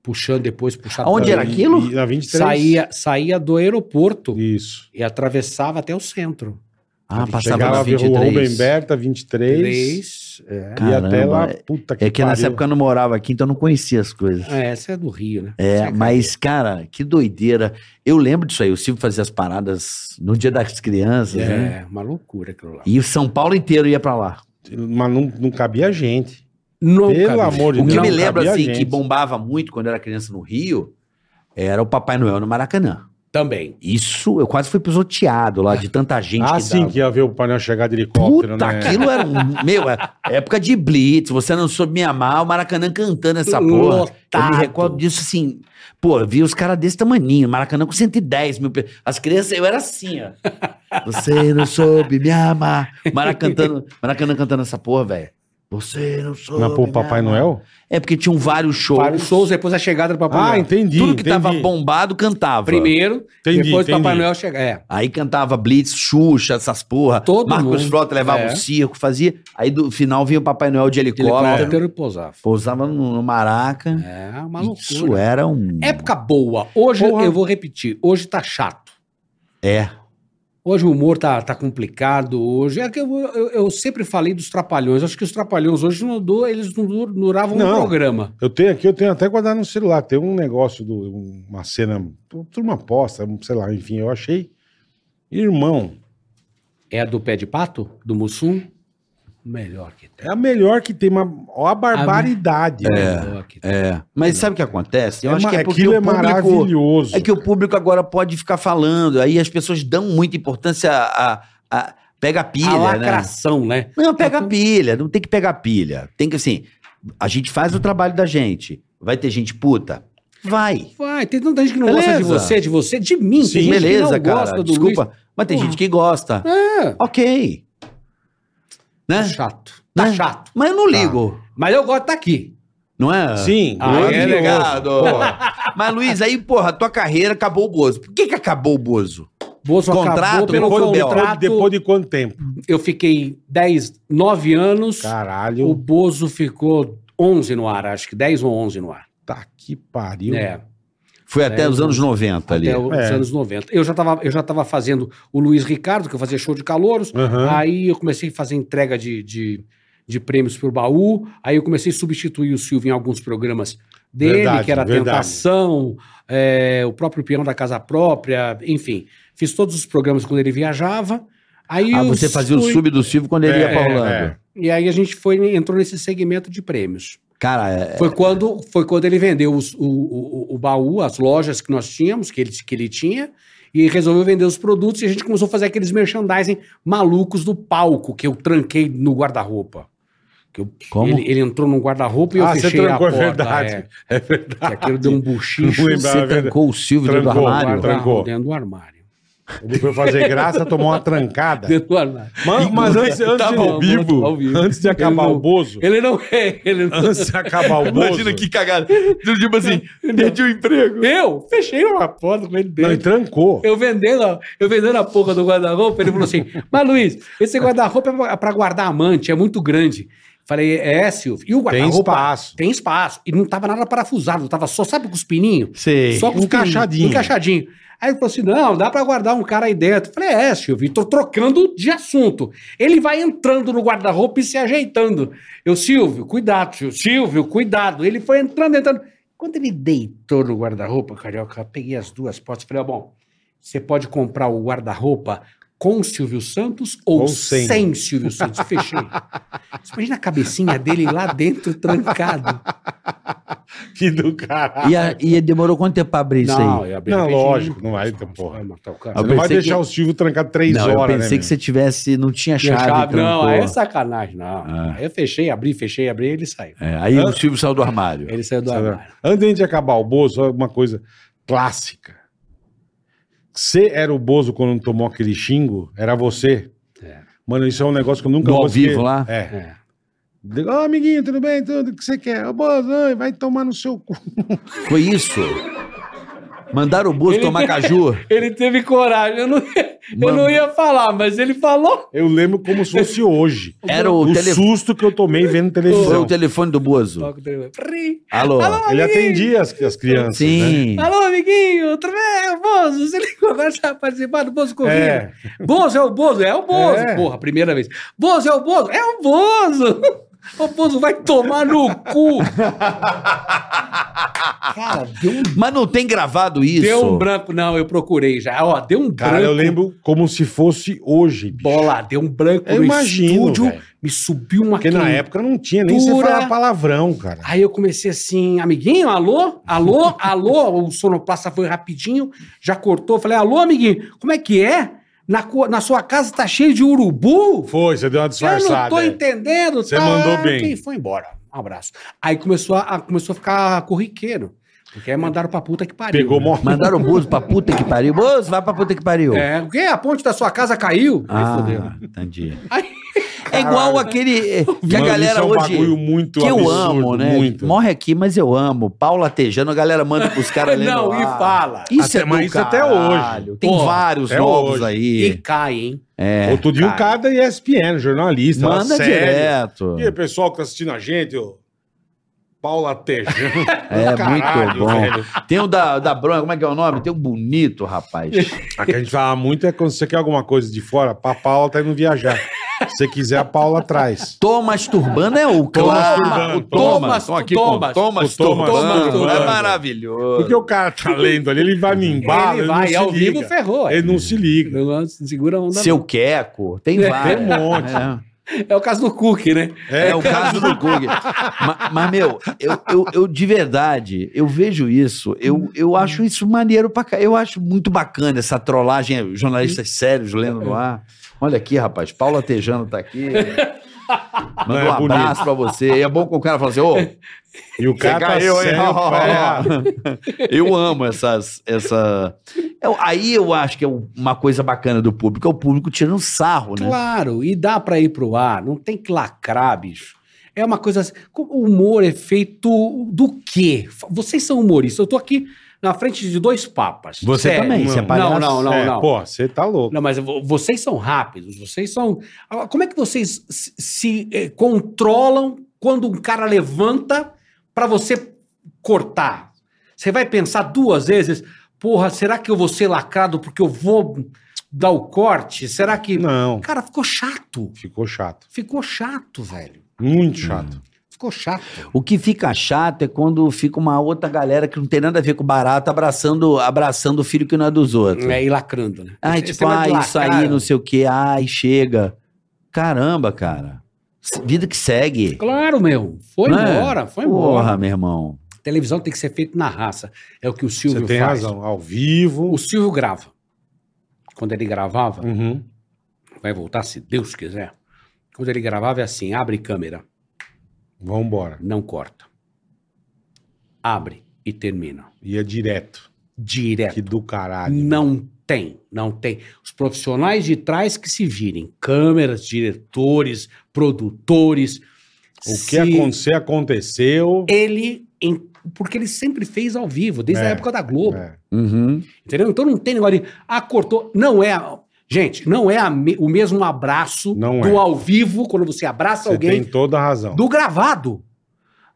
Speaker 6: puxando depois, puxava.
Speaker 4: Aonde era
Speaker 3: E-
Speaker 4: aquilo?
Speaker 3: E, na 23.
Speaker 6: Saía, saía do aeroporto
Speaker 3: Isso.
Speaker 6: e atravessava até o centro.
Speaker 4: Ah, passava
Speaker 3: Chegava
Speaker 4: na
Speaker 3: a ver o
Speaker 4: 23.
Speaker 3: Rubem Berta, 23.
Speaker 6: Três. É.
Speaker 3: E até lá,
Speaker 4: Caramba.
Speaker 3: puta que
Speaker 4: É que nessa época eu não morava aqui, então eu não conhecia as coisas.
Speaker 6: Ah, essa é do Rio, né?
Speaker 4: É, mas, cara, que doideira. Eu lembro disso aí, o Silvio fazia as paradas no dia das crianças, né?
Speaker 6: É, uma loucura aquilo lá.
Speaker 4: E o São Paulo inteiro ia pra lá.
Speaker 3: Mas não, não cabia gente.
Speaker 6: Nunca
Speaker 3: Pelo
Speaker 6: vi.
Speaker 3: amor de
Speaker 4: O que
Speaker 3: Deus.
Speaker 6: Não
Speaker 4: me
Speaker 3: cabia
Speaker 4: lembra, assim,
Speaker 3: gente.
Speaker 4: que bombava muito quando eu era criança no Rio, era o Papai Noel no Maracanã.
Speaker 6: Também.
Speaker 4: Isso, eu quase fui pisoteado lá, de tanta gente
Speaker 3: Ah,
Speaker 4: que
Speaker 3: sim,
Speaker 4: dava.
Speaker 3: que ia ver o painel chegar de helicóptero,
Speaker 4: Puta,
Speaker 3: né?
Speaker 4: aquilo era um... Meu, é época de blitz, você não soube me amar, o Maracanã cantando essa porra. Eu
Speaker 6: Lotado.
Speaker 4: me recordo disso assim. Pô, eu vi os caras desse tamaninho, Maracanã com 110 mil pessoas. As crianças, eu era assim, ó. Você não soube me amar. Maracanã, cantando- Maracanã cantando essa porra, velho. Você não soube.
Speaker 3: Na pô,
Speaker 4: me
Speaker 3: Papai
Speaker 4: amar.
Speaker 3: Noel?
Speaker 4: É porque tinham vários shows.
Speaker 6: Para os shows depois da chegada do Papai
Speaker 3: Ah,
Speaker 4: então.
Speaker 6: Noel.
Speaker 3: entendi.
Speaker 4: Tudo que
Speaker 3: entendi.
Speaker 4: tava bombado cantava.
Speaker 6: Primeiro,
Speaker 3: Entendi,
Speaker 6: depois do
Speaker 3: entendi.
Speaker 6: Papai Noel chegar. É.
Speaker 4: Aí cantava Blitz, Xuxa, essas porra.
Speaker 6: Todo
Speaker 4: Marcos
Speaker 6: mundo.
Speaker 4: Frota levava
Speaker 6: É.
Speaker 4: o circo, fazia. Aí do final vinha o Papai Noel de helicóptero.
Speaker 6: Helicóptero e pousava.
Speaker 4: Pousava no, no Maraca.
Speaker 6: É, uma
Speaker 4: Isso
Speaker 6: loucura.
Speaker 4: era um.
Speaker 6: Época boa. Hoje,
Speaker 3: Porra.
Speaker 6: eu vou repetir, hoje tá chato.
Speaker 4: É.
Speaker 6: Hoje o humor tá, tá complicado, hoje... É que eu, eu, eu sempre falei dos Trapalhões. Acho que os Trapalhões hoje não du- eles não du- duravam
Speaker 3: Não.
Speaker 6: um programa.
Speaker 3: Eu tenho aqui, eu tenho até guardado no celular. Tem um negócio, do, uma cena, turma posta, um, sei lá, enfim, eu achei. Irmão,
Speaker 6: É a do Pé de Pato? Do Mussum? Melhor que tem.
Speaker 3: é a melhor que tem, uma, ó a barbaridade. né?
Speaker 6: Melhor que tem.
Speaker 4: É, mas sabe o que acontece? Eu
Speaker 3: É
Speaker 4: acho
Speaker 3: ma-
Speaker 4: que é porque
Speaker 3: aquilo
Speaker 4: o
Speaker 3: é
Speaker 4: público,
Speaker 3: maravilhoso.
Speaker 4: é que o público agora pode ficar falando, aí as pessoas dão muita importância a, a- a- pega a pilha,
Speaker 6: a
Speaker 4: né?
Speaker 6: lacração, né?
Speaker 4: Não, pega
Speaker 6: Tá
Speaker 4: a
Speaker 6: tudo-
Speaker 4: pilha, não tem que pegar a pilha. Tem que assim, a gente faz o trabalho da gente. Vai ter gente puta? Vai.
Speaker 6: Vai, tem tanta gente que não gosta de
Speaker 4: Beleza.
Speaker 6: você, de você, de mim. tem
Speaker 4: Sim,
Speaker 6: gente que
Speaker 4: beleza,
Speaker 6: não
Speaker 4: cara.
Speaker 6: gosta do
Speaker 4: Desculpa,
Speaker 6: Luiz.
Speaker 4: mas tem
Speaker 6: Porra.
Speaker 4: gente que gosta.
Speaker 6: É,
Speaker 4: OK. Né?
Speaker 6: tá chato. Tá
Speaker 4: Né?
Speaker 6: chato.
Speaker 4: Mas eu não ligo,
Speaker 6: Mas eu gosto de tá aqui.
Speaker 4: não é?
Speaker 3: Sim,
Speaker 6: Ah,
Speaker 3: maravilhoso.
Speaker 6: é
Speaker 4: legal. Mas Luiz, aí, porra, tua carreira acabou o Bozo. Por que que acabou o Bozo?
Speaker 6: Bozo
Speaker 4: Contrato,
Speaker 6: acabou pelo
Speaker 4: um
Speaker 3: Depois, depois-
Speaker 6: contrato.
Speaker 3: depois de quanto tempo?
Speaker 6: Eu fiquei 10, 9 anos.
Speaker 3: Caralho,
Speaker 6: O Bozo ficou 11 no ar, acho que 10 ou 11 no ar.
Speaker 3: tá que pariu.
Speaker 6: É,
Speaker 4: Foi até
Speaker 6: É,
Speaker 4: os anos 90 ali.
Speaker 6: até os
Speaker 3: É.
Speaker 6: anos 90. Eu já, tava, eu já tava fazendo o Luiz Ricardo, que eu fazia show de calouros.
Speaker 4: Ah,
Speaker 3: Aham.
Speaker 6: Aí eu comecei a fazer entrega de, de, de prêmios por baú. Aí eu comecei a substituir o Silvio em alguns programas dele,
Speaker 3: Verdade,
Speaker 6: que era
Speaker 3: verdade.
Speaker 6: Tentação, é, o próprio Peão da Casa Própria, enfim. Fiz todos os programas quando ele viajava. Aí
Speaker 4: Ah,
Speaker 6: eu
Speaker 4: você fazia o
Speaker 6: fui-
Speaker 4: sub do Silvio quando ele
Speaker 3: É,
Speaker 4: ia pra
Speaker 3: é,
Speaker 4: Holanda.
Speaker 3: é.
Speaker 6: E aí a gente foi entrou nesse segmento de prêmios.
Speaker 4: Cara, é-
Speaker 6: Foi quando, foi quando ele vendeu os- o, o, o- o baú, as lojas que nós tínhamos, que ele, que ele tinha, e resolveu vender os produtos e a gente começou a fazer aqueles merchandising malucos do palco que eu tranquei no guarda-roupa. Que eu-
Speaker 4: Como?
Speaker 6: Ele, ele entrou no guarda-roupa e eu fechei a porta.
Speaker 3: é verdade.
Speaker 6: É,
Speaker 3: É verdade.
Speaker 6: que aquilo deu um buchicho
Speaker 3: Não lembrava, é
Speaker 4: você
Speaker 3: verdade.
Speaker 4: trancou o Silvio dentro do
Speaker 3: Trancou,
Speaker 4: armário?
Speaker 3: guarda- trancou.
Speaker 6: dentro do armário.
Speaker 3: Ele foi fazer graça, tomou uma trancada.
Speaker 6: Dentro do armário.
Speaker 3: Mas, mas antes, antes
Speaker 6: Tá
Speaker 3: de
Speaker 6: bom,
Speaker 3: ao vivo,
Speaker 6: ao vivo.
Speaker 3: antes de acabar
Speaker 6: Ele não-
Speaker 3: o Bozo,
Speaker 6: Ele não é, ele não...
Speaker 3: antes de acabar o É Bozo.
Speaker 5: Imagina que cagada. Tipo assim, perdi o emprego.
Speaker 6: Eu fechei uma porta com ele
Speaker 3: Não,
Speaker 6: dentro.
Speaker 3: ele trancou.
Speaker 6: Eu vendendo, a- eu vendendo a porra do guarda-roupa, ele falou assim: Mas Luiz, esse guarda-roupa é pra- pra guardar amante, é muito grande. Falei, é, Silvio. E o
Speaker 3: Tem
Speaker 6: guarda-roupa
Speaker 3: espaço.
Speaker 6: tem espaço. E não tava nada parafusado, tava só, sabe, com os pininhos?
Speaker 4: Sei.
Speaker 6: Só com os
Speaker 3: encaixadinho.
Speaker 6: pininhos, Encaixadinho. Aí ele falou assim: não, dá pra guardar um cara aí dentro. Falei, é, Silvio, e tô trocando de assunto. Ele vai entrando no guarda-roupa e se ajeitando. Eu, Silvio, cuidado, Silvio, Silvio, cuidado. Ele foi entrando, entrando. Quando ele deitou no guarda-roupa, carioca, eu peguei as duas portas e falei, ó, bom, você pode comprar o guarda-roupa com Silvio Santos ou,
Speaker 3: Ou sem.
Speaker 6: sem. Silvio Santos. Fechei. Você imagina a cabecinha dele lá dentro, trancado.
Speaker 3: Que do caralho.
Speaker 4: E, a- e demorou quanto tempo pra abrir isso aí?
Speaker 6: eu abri
Speaker 3: Não,
Speaker 6: rapidinho.
Speaker 3: lógico, não vai, então, porra.
Speaker 6: Vai matar o cara.
Speaker 4: Eu
Speaker 3: Você não vai
Speaker 4: pensei
Speaker 3: deixar
Speaker 4: que-
Speaker 3: o Silvio trancado três
Speaker 4: não,
Speaker 3: horas,
Speaker 4: eu
Speaker 3: né,
Speaker 4: pensei que você tivesse. Não tinha
Speaker 6: Tinha
Speaker 4: chave.
Speaker 6: chave, não,
Speaker 4: trancou.
Speaker 6: aí é sacanagem, não. Aí eu fechei, abri, fechei, abri, ele saiu.
Speaker 4: É, aí o Silvio saiu do armário.
Speaker 6: Ele saiu do
Speaker 3: Sabe?
Speaker 6: armário.
Speaker 3: Antes de a gente acabar o Bozo, só uma coisa clássica. Você era o Bozo quando tomou aquele xingo? Era você?
Speaker 6: É.
Speaker 3: Mano, isso é um negócio que eu nunca
Speaker 4: No
Speaker 3: vou
Speaker 4: ao vivo
Speaker 3: esquecer.
Speaker 4: lá?
Speaker 3: É.
Speaker 6: É.
Speaker 3: Ô, amiguinho, tudo bem? Tudo o que você quer? Ô, Bozo, ai, vai tomar no seu cu.
Speaker 4: Foi isso? Mandaram o Bozo
Speaker 6: Ele-
Speaker 4: tomar caju.
Speaker 6: Ele teve coragem, eu não, ia- eu
Speaker 4: Mano.
Speaker 6: não ia falar, mas ele falou.
Speaker 3: Eu lembro como se fosse hoje.
Speaker 4: Era o
Speaker 3: o
Speaker 4: tele-
Speaker 3: susto que eu tomei vendo
Speaker 4: Foi o
Speaker 3: televisão.
Speaker 4: telefone do Bozo.
Speaker 6: Ri.
Speaker 4: Alô?
Speaker 3: Ele atendia as, as crianças, né?
Speaker 4: Sim.
Speaker 6: Alô, amiguinho, tudo bem? É Bozo, você ligou agora já participar do Bozo Convida?
Speaker 3: É.
Speaker 6: Bozo é o Bozo, é o Bozo,
Speaker 3: É.
Speaker 6: porra, primeira vez. Bozo é o Bozo, é o Bozo. O Bozo vai tomar no cu. Cara, deu um,
Speaker 4: Ah, Mas não tem gravado isso.
Speaker 6: deu um branco. Não, eu procurei já. Ó, deu um
Speaker 3: Cara,
Speaker 6: branco.
Speaker 3: eu lembro como se fosse hoje, bicho.
Speaker 6: Bola, deu um branco
Speaker 3: Eu imagino, velho.
Speaker 6: me subiu uma
Speaker 3: Porque na
Speaker 6: quente.
Speaker 3: época não tinha nem você
Speaker 6: Dura.
Speaker 3: falar palavrão, cara.
Speaker 6: Aí eu comecei assim, amiguinho, alô, alô, alô. O sonoplasta foi rapidinho, já cortou. Falei, alô, amiguinho, como é que é? Na, co- na sua casa tá cheio de urubu?
Speaker 3: Foi, você deu uma
Speaker 6: Eu não
Speaker 3: disfarçada.
Speaker 6: tô
Speaker 3: é.
Speaker 6: entendendo.
Speaker 3: Você mandou
Speaker 6: Ah,
Speaker 3: bem.
Speaker 6: ok, foi embora. Um abraço. Aí começou a, a- começou a ficar corriqueiro. Porque aí mandaram pra puta que pariu.
Speaker 3: Pegou
Speaker 6: né?
Speaker 3: mó
Speaker 4: Mandaram o Bozo pra puta que pariu. Bozo, vai pra puta que pariu.
Speaker 6: É, o quê? A ponte da sua casa caiu? Aí
Speaker 4: Ah,
Speaker 6: fodeu.
Speaker 4: entendi.
Speaker 6: Aí-
Speaker 4: É igual aquele eh, que a
Speaker 3: Mano, isso
Speaker 4: galera
Speaker 3: é um
Speaker 4: hoje.
Speaker 3: bagulho muito
Speaker 4: que eu
Speaker 3: absurdo,
Speaker 4: amo, né?
Speaker 3: muito.
Speaker 4: Morre aqui, mas eu amo. Paula Tejano, a galera manda pros caras lendo.
Speaker 6: Não, e
Speaker 4: ah,
Speaker 6: fala.
Speaker 4: Isso
Speaker 3: Até-
Speaker 4: é do
Speaker 3: mas isso até
Speaker 4: caralho.
Speaker 3: hoje.
Speaker 4: Tem
Speaker 6: Porra,
Speaker 4: vários
Speaker 3: até
Speaker 4: novos
Speaker 3: hoje.
Speaker 6: E
Speaker 4: aí. É,
Speaker 6: cai, hein?
Speaker 3: É, Outro dia o
Speaker 6: cara.
Speaker 3: cara da ESPN, um jornalista, lá,
Speaker 4: Manda
Speaker 3: sério.
Speaker 4: direto.
Speaker 3: E aí, pessoal que tá assistindo a gente, ô, Paula Tejano.
Speaker 4: É muito
Speaker 3: Caralho,
Speaker 4: bom.
Speaker 3: velho.
Speaker 4: Tem o da, da Bronha, como é que é o nome? Tem um bonito, rapaz.
Speaker 3: A que a gente fala muito é quando você quer alguma coisa de fora, pra Paula tá indo viajar. Se você quiser, a Paula traz.
Speaker 4: Thomas Turbano é o
Speaker 3: Thomas
Speaker 4: clássico.
Speaker 3: Turbano,
Speaker 4: O
Speaker 6: Thomas,
Speaker 4: Thomas, aqui com
Speaker 6: Thomas,
Speaker 4: Thomas
Speaker 3: o Thomas
Speaker 4: Turbano.
Speaker 3: Turbano.
Speaker 4: É maravilhoso.
Speaker 3: Porque o cara tá lendo ali, ele vai no embalo,
Speaker 6: Ele
Speaker 3: ele,
Speaker 6: vai,
Speaker 3: não
Speaker 6: ao
Speaker 3: se liga.
Speaker 6: vivo ferrou. é.
Speaker 3: Ele não se liga.
Speaker 6: Não Segura a onda.
Speaker 4: Seu Queco, tem vários.
Speaker 3: é Tem um monte.
Speaker 4: É,
Speaker 6: É o caso do Cook, né?
Speaker 4: É o caso do Google. Ma- mas, meu, eu, eu, eu de verdade, eu vejo isso, eu, eu acho isso maneiro pra cá. Eu acho muito bacana essa trollagem, jornalistas sérios lendo no ar. Olha aqui, rapaz, Paula Tejano tá aqui.
Speaker 3: Não,
Speaker 4: Mandou
Speaker 3: é
Speaker 4: um
Speaker 3: bonito.
Speaker 4: abraço pra você. E é bom que o cara fala assim, ô,
Speaker 3: E o cara
Speaker 4: Você
Speaker 3: tá é.
Speaker 4: caiu, hein?
Speaker 3: sério, pá.
Speaker 4: eu amo essas. Essa... Eu- aí eu acho que é uma coisa bacana do público, é o público tirando sarro, né?
Speaker 6: Claro, e dá pra ir pro ar, não tem que lacrar, bicho. É uma coisa assim, co- o humor é feito do quê? Fa- Vocês são humoristas, eu tô aqui na frente de dois papas.
Speaker 4: Você também,
Speaker 3: você é
Speaker 4: palhaço.
Speaker 6: Não, não, não,
Speaker 3: É,
Speaker 6: não.
Speaker 3: Pô, você tá louco.
Speaker 6: Não, mas vo- vocês são rápidos, vocês são... Agora, Como é que vocês se, se, eh, controlam quando um cara levanta pra você cortar? Você vai pensar duas vezes, porra, será que eu vou ser lacrado porque eu vou dar o corte? Será que...
Speaker 3: Não,
Speaker 6: Cara, ficou chato.
Speaker 3: ficou chato.
Speaker 6: Ficou chato, velho.
Speaker 3: Muito
Speaker 6: Hum,
Speaker 3: chato.
Speaker 6: Ficou chato.
Speaker 4: O que fica chato é quando fica uma outra galera que não tem nada a ver com barato abraçando, abraçando o filho que não é dos outros.
Speaker 6: É, e lacrando, né?
Speaker 4: Ai,
Speaker 6: Esse
Speaker 4: tipo,
Speaker 6: negócio
Speaker 4: ai,
Speaker 6: de
Speaker 4: isso
Speaker 6: lacrar,
Speaker 4: aí, não sei o quê, ai, chega. Caramba, cara. Vida que segue.
Speaker 6: Claro, meu. Foi
Speaker 4: Não é?
Speaker 6: embora, foi embora.
Speaker 4: Porra, meu irmão.
Speaker 6: Televisão tem que ser feita na raça. É o que o Silvio
Speaker 3: Você tem
Speaker 6: faz.
Speaker 3: razão. Ao vivo.
Speaker 6: O Silvio grava. Quando ele gravava,
Speaker 3: Uhum.
Speaker 6: vai voltar se Deus quiser. Quando ele gravava é assim, abre câmera,
Speaker 3: Vambora.
Speaker 6: não corta. Abre e termina.
Speaker 3: Ia é direto.
Speaker 6: Direto.
Speaker 3: Que do caralho.
Speaker 6: Não tem, não tem. Os profissionais de trás que se virem, câmeras, diretores, produtores.
Speaker 3: O que acontecer, aconteceu.
Speaker 6: Ele, em- porque ele sempre fez ao vivo, desde
Speaker 3: É,
Speaker 6: a época da Globo.
Speaker 3: É.
Speaker 4: Uhum.
Speaker 6: Entendeu? Então não tem negócio de. Ah, cortou. Não é. Gente, não é a me- o mesmo abraço
Speaker 3: Não
Speaker 6: do
Speaker 3: é.
Speaker 6: ao vivo, quando você abraça
Speaker 3: Você
Speaker 6: alguém,
Speaker 3: tem toda a razão.
Speaker 6: do gravado.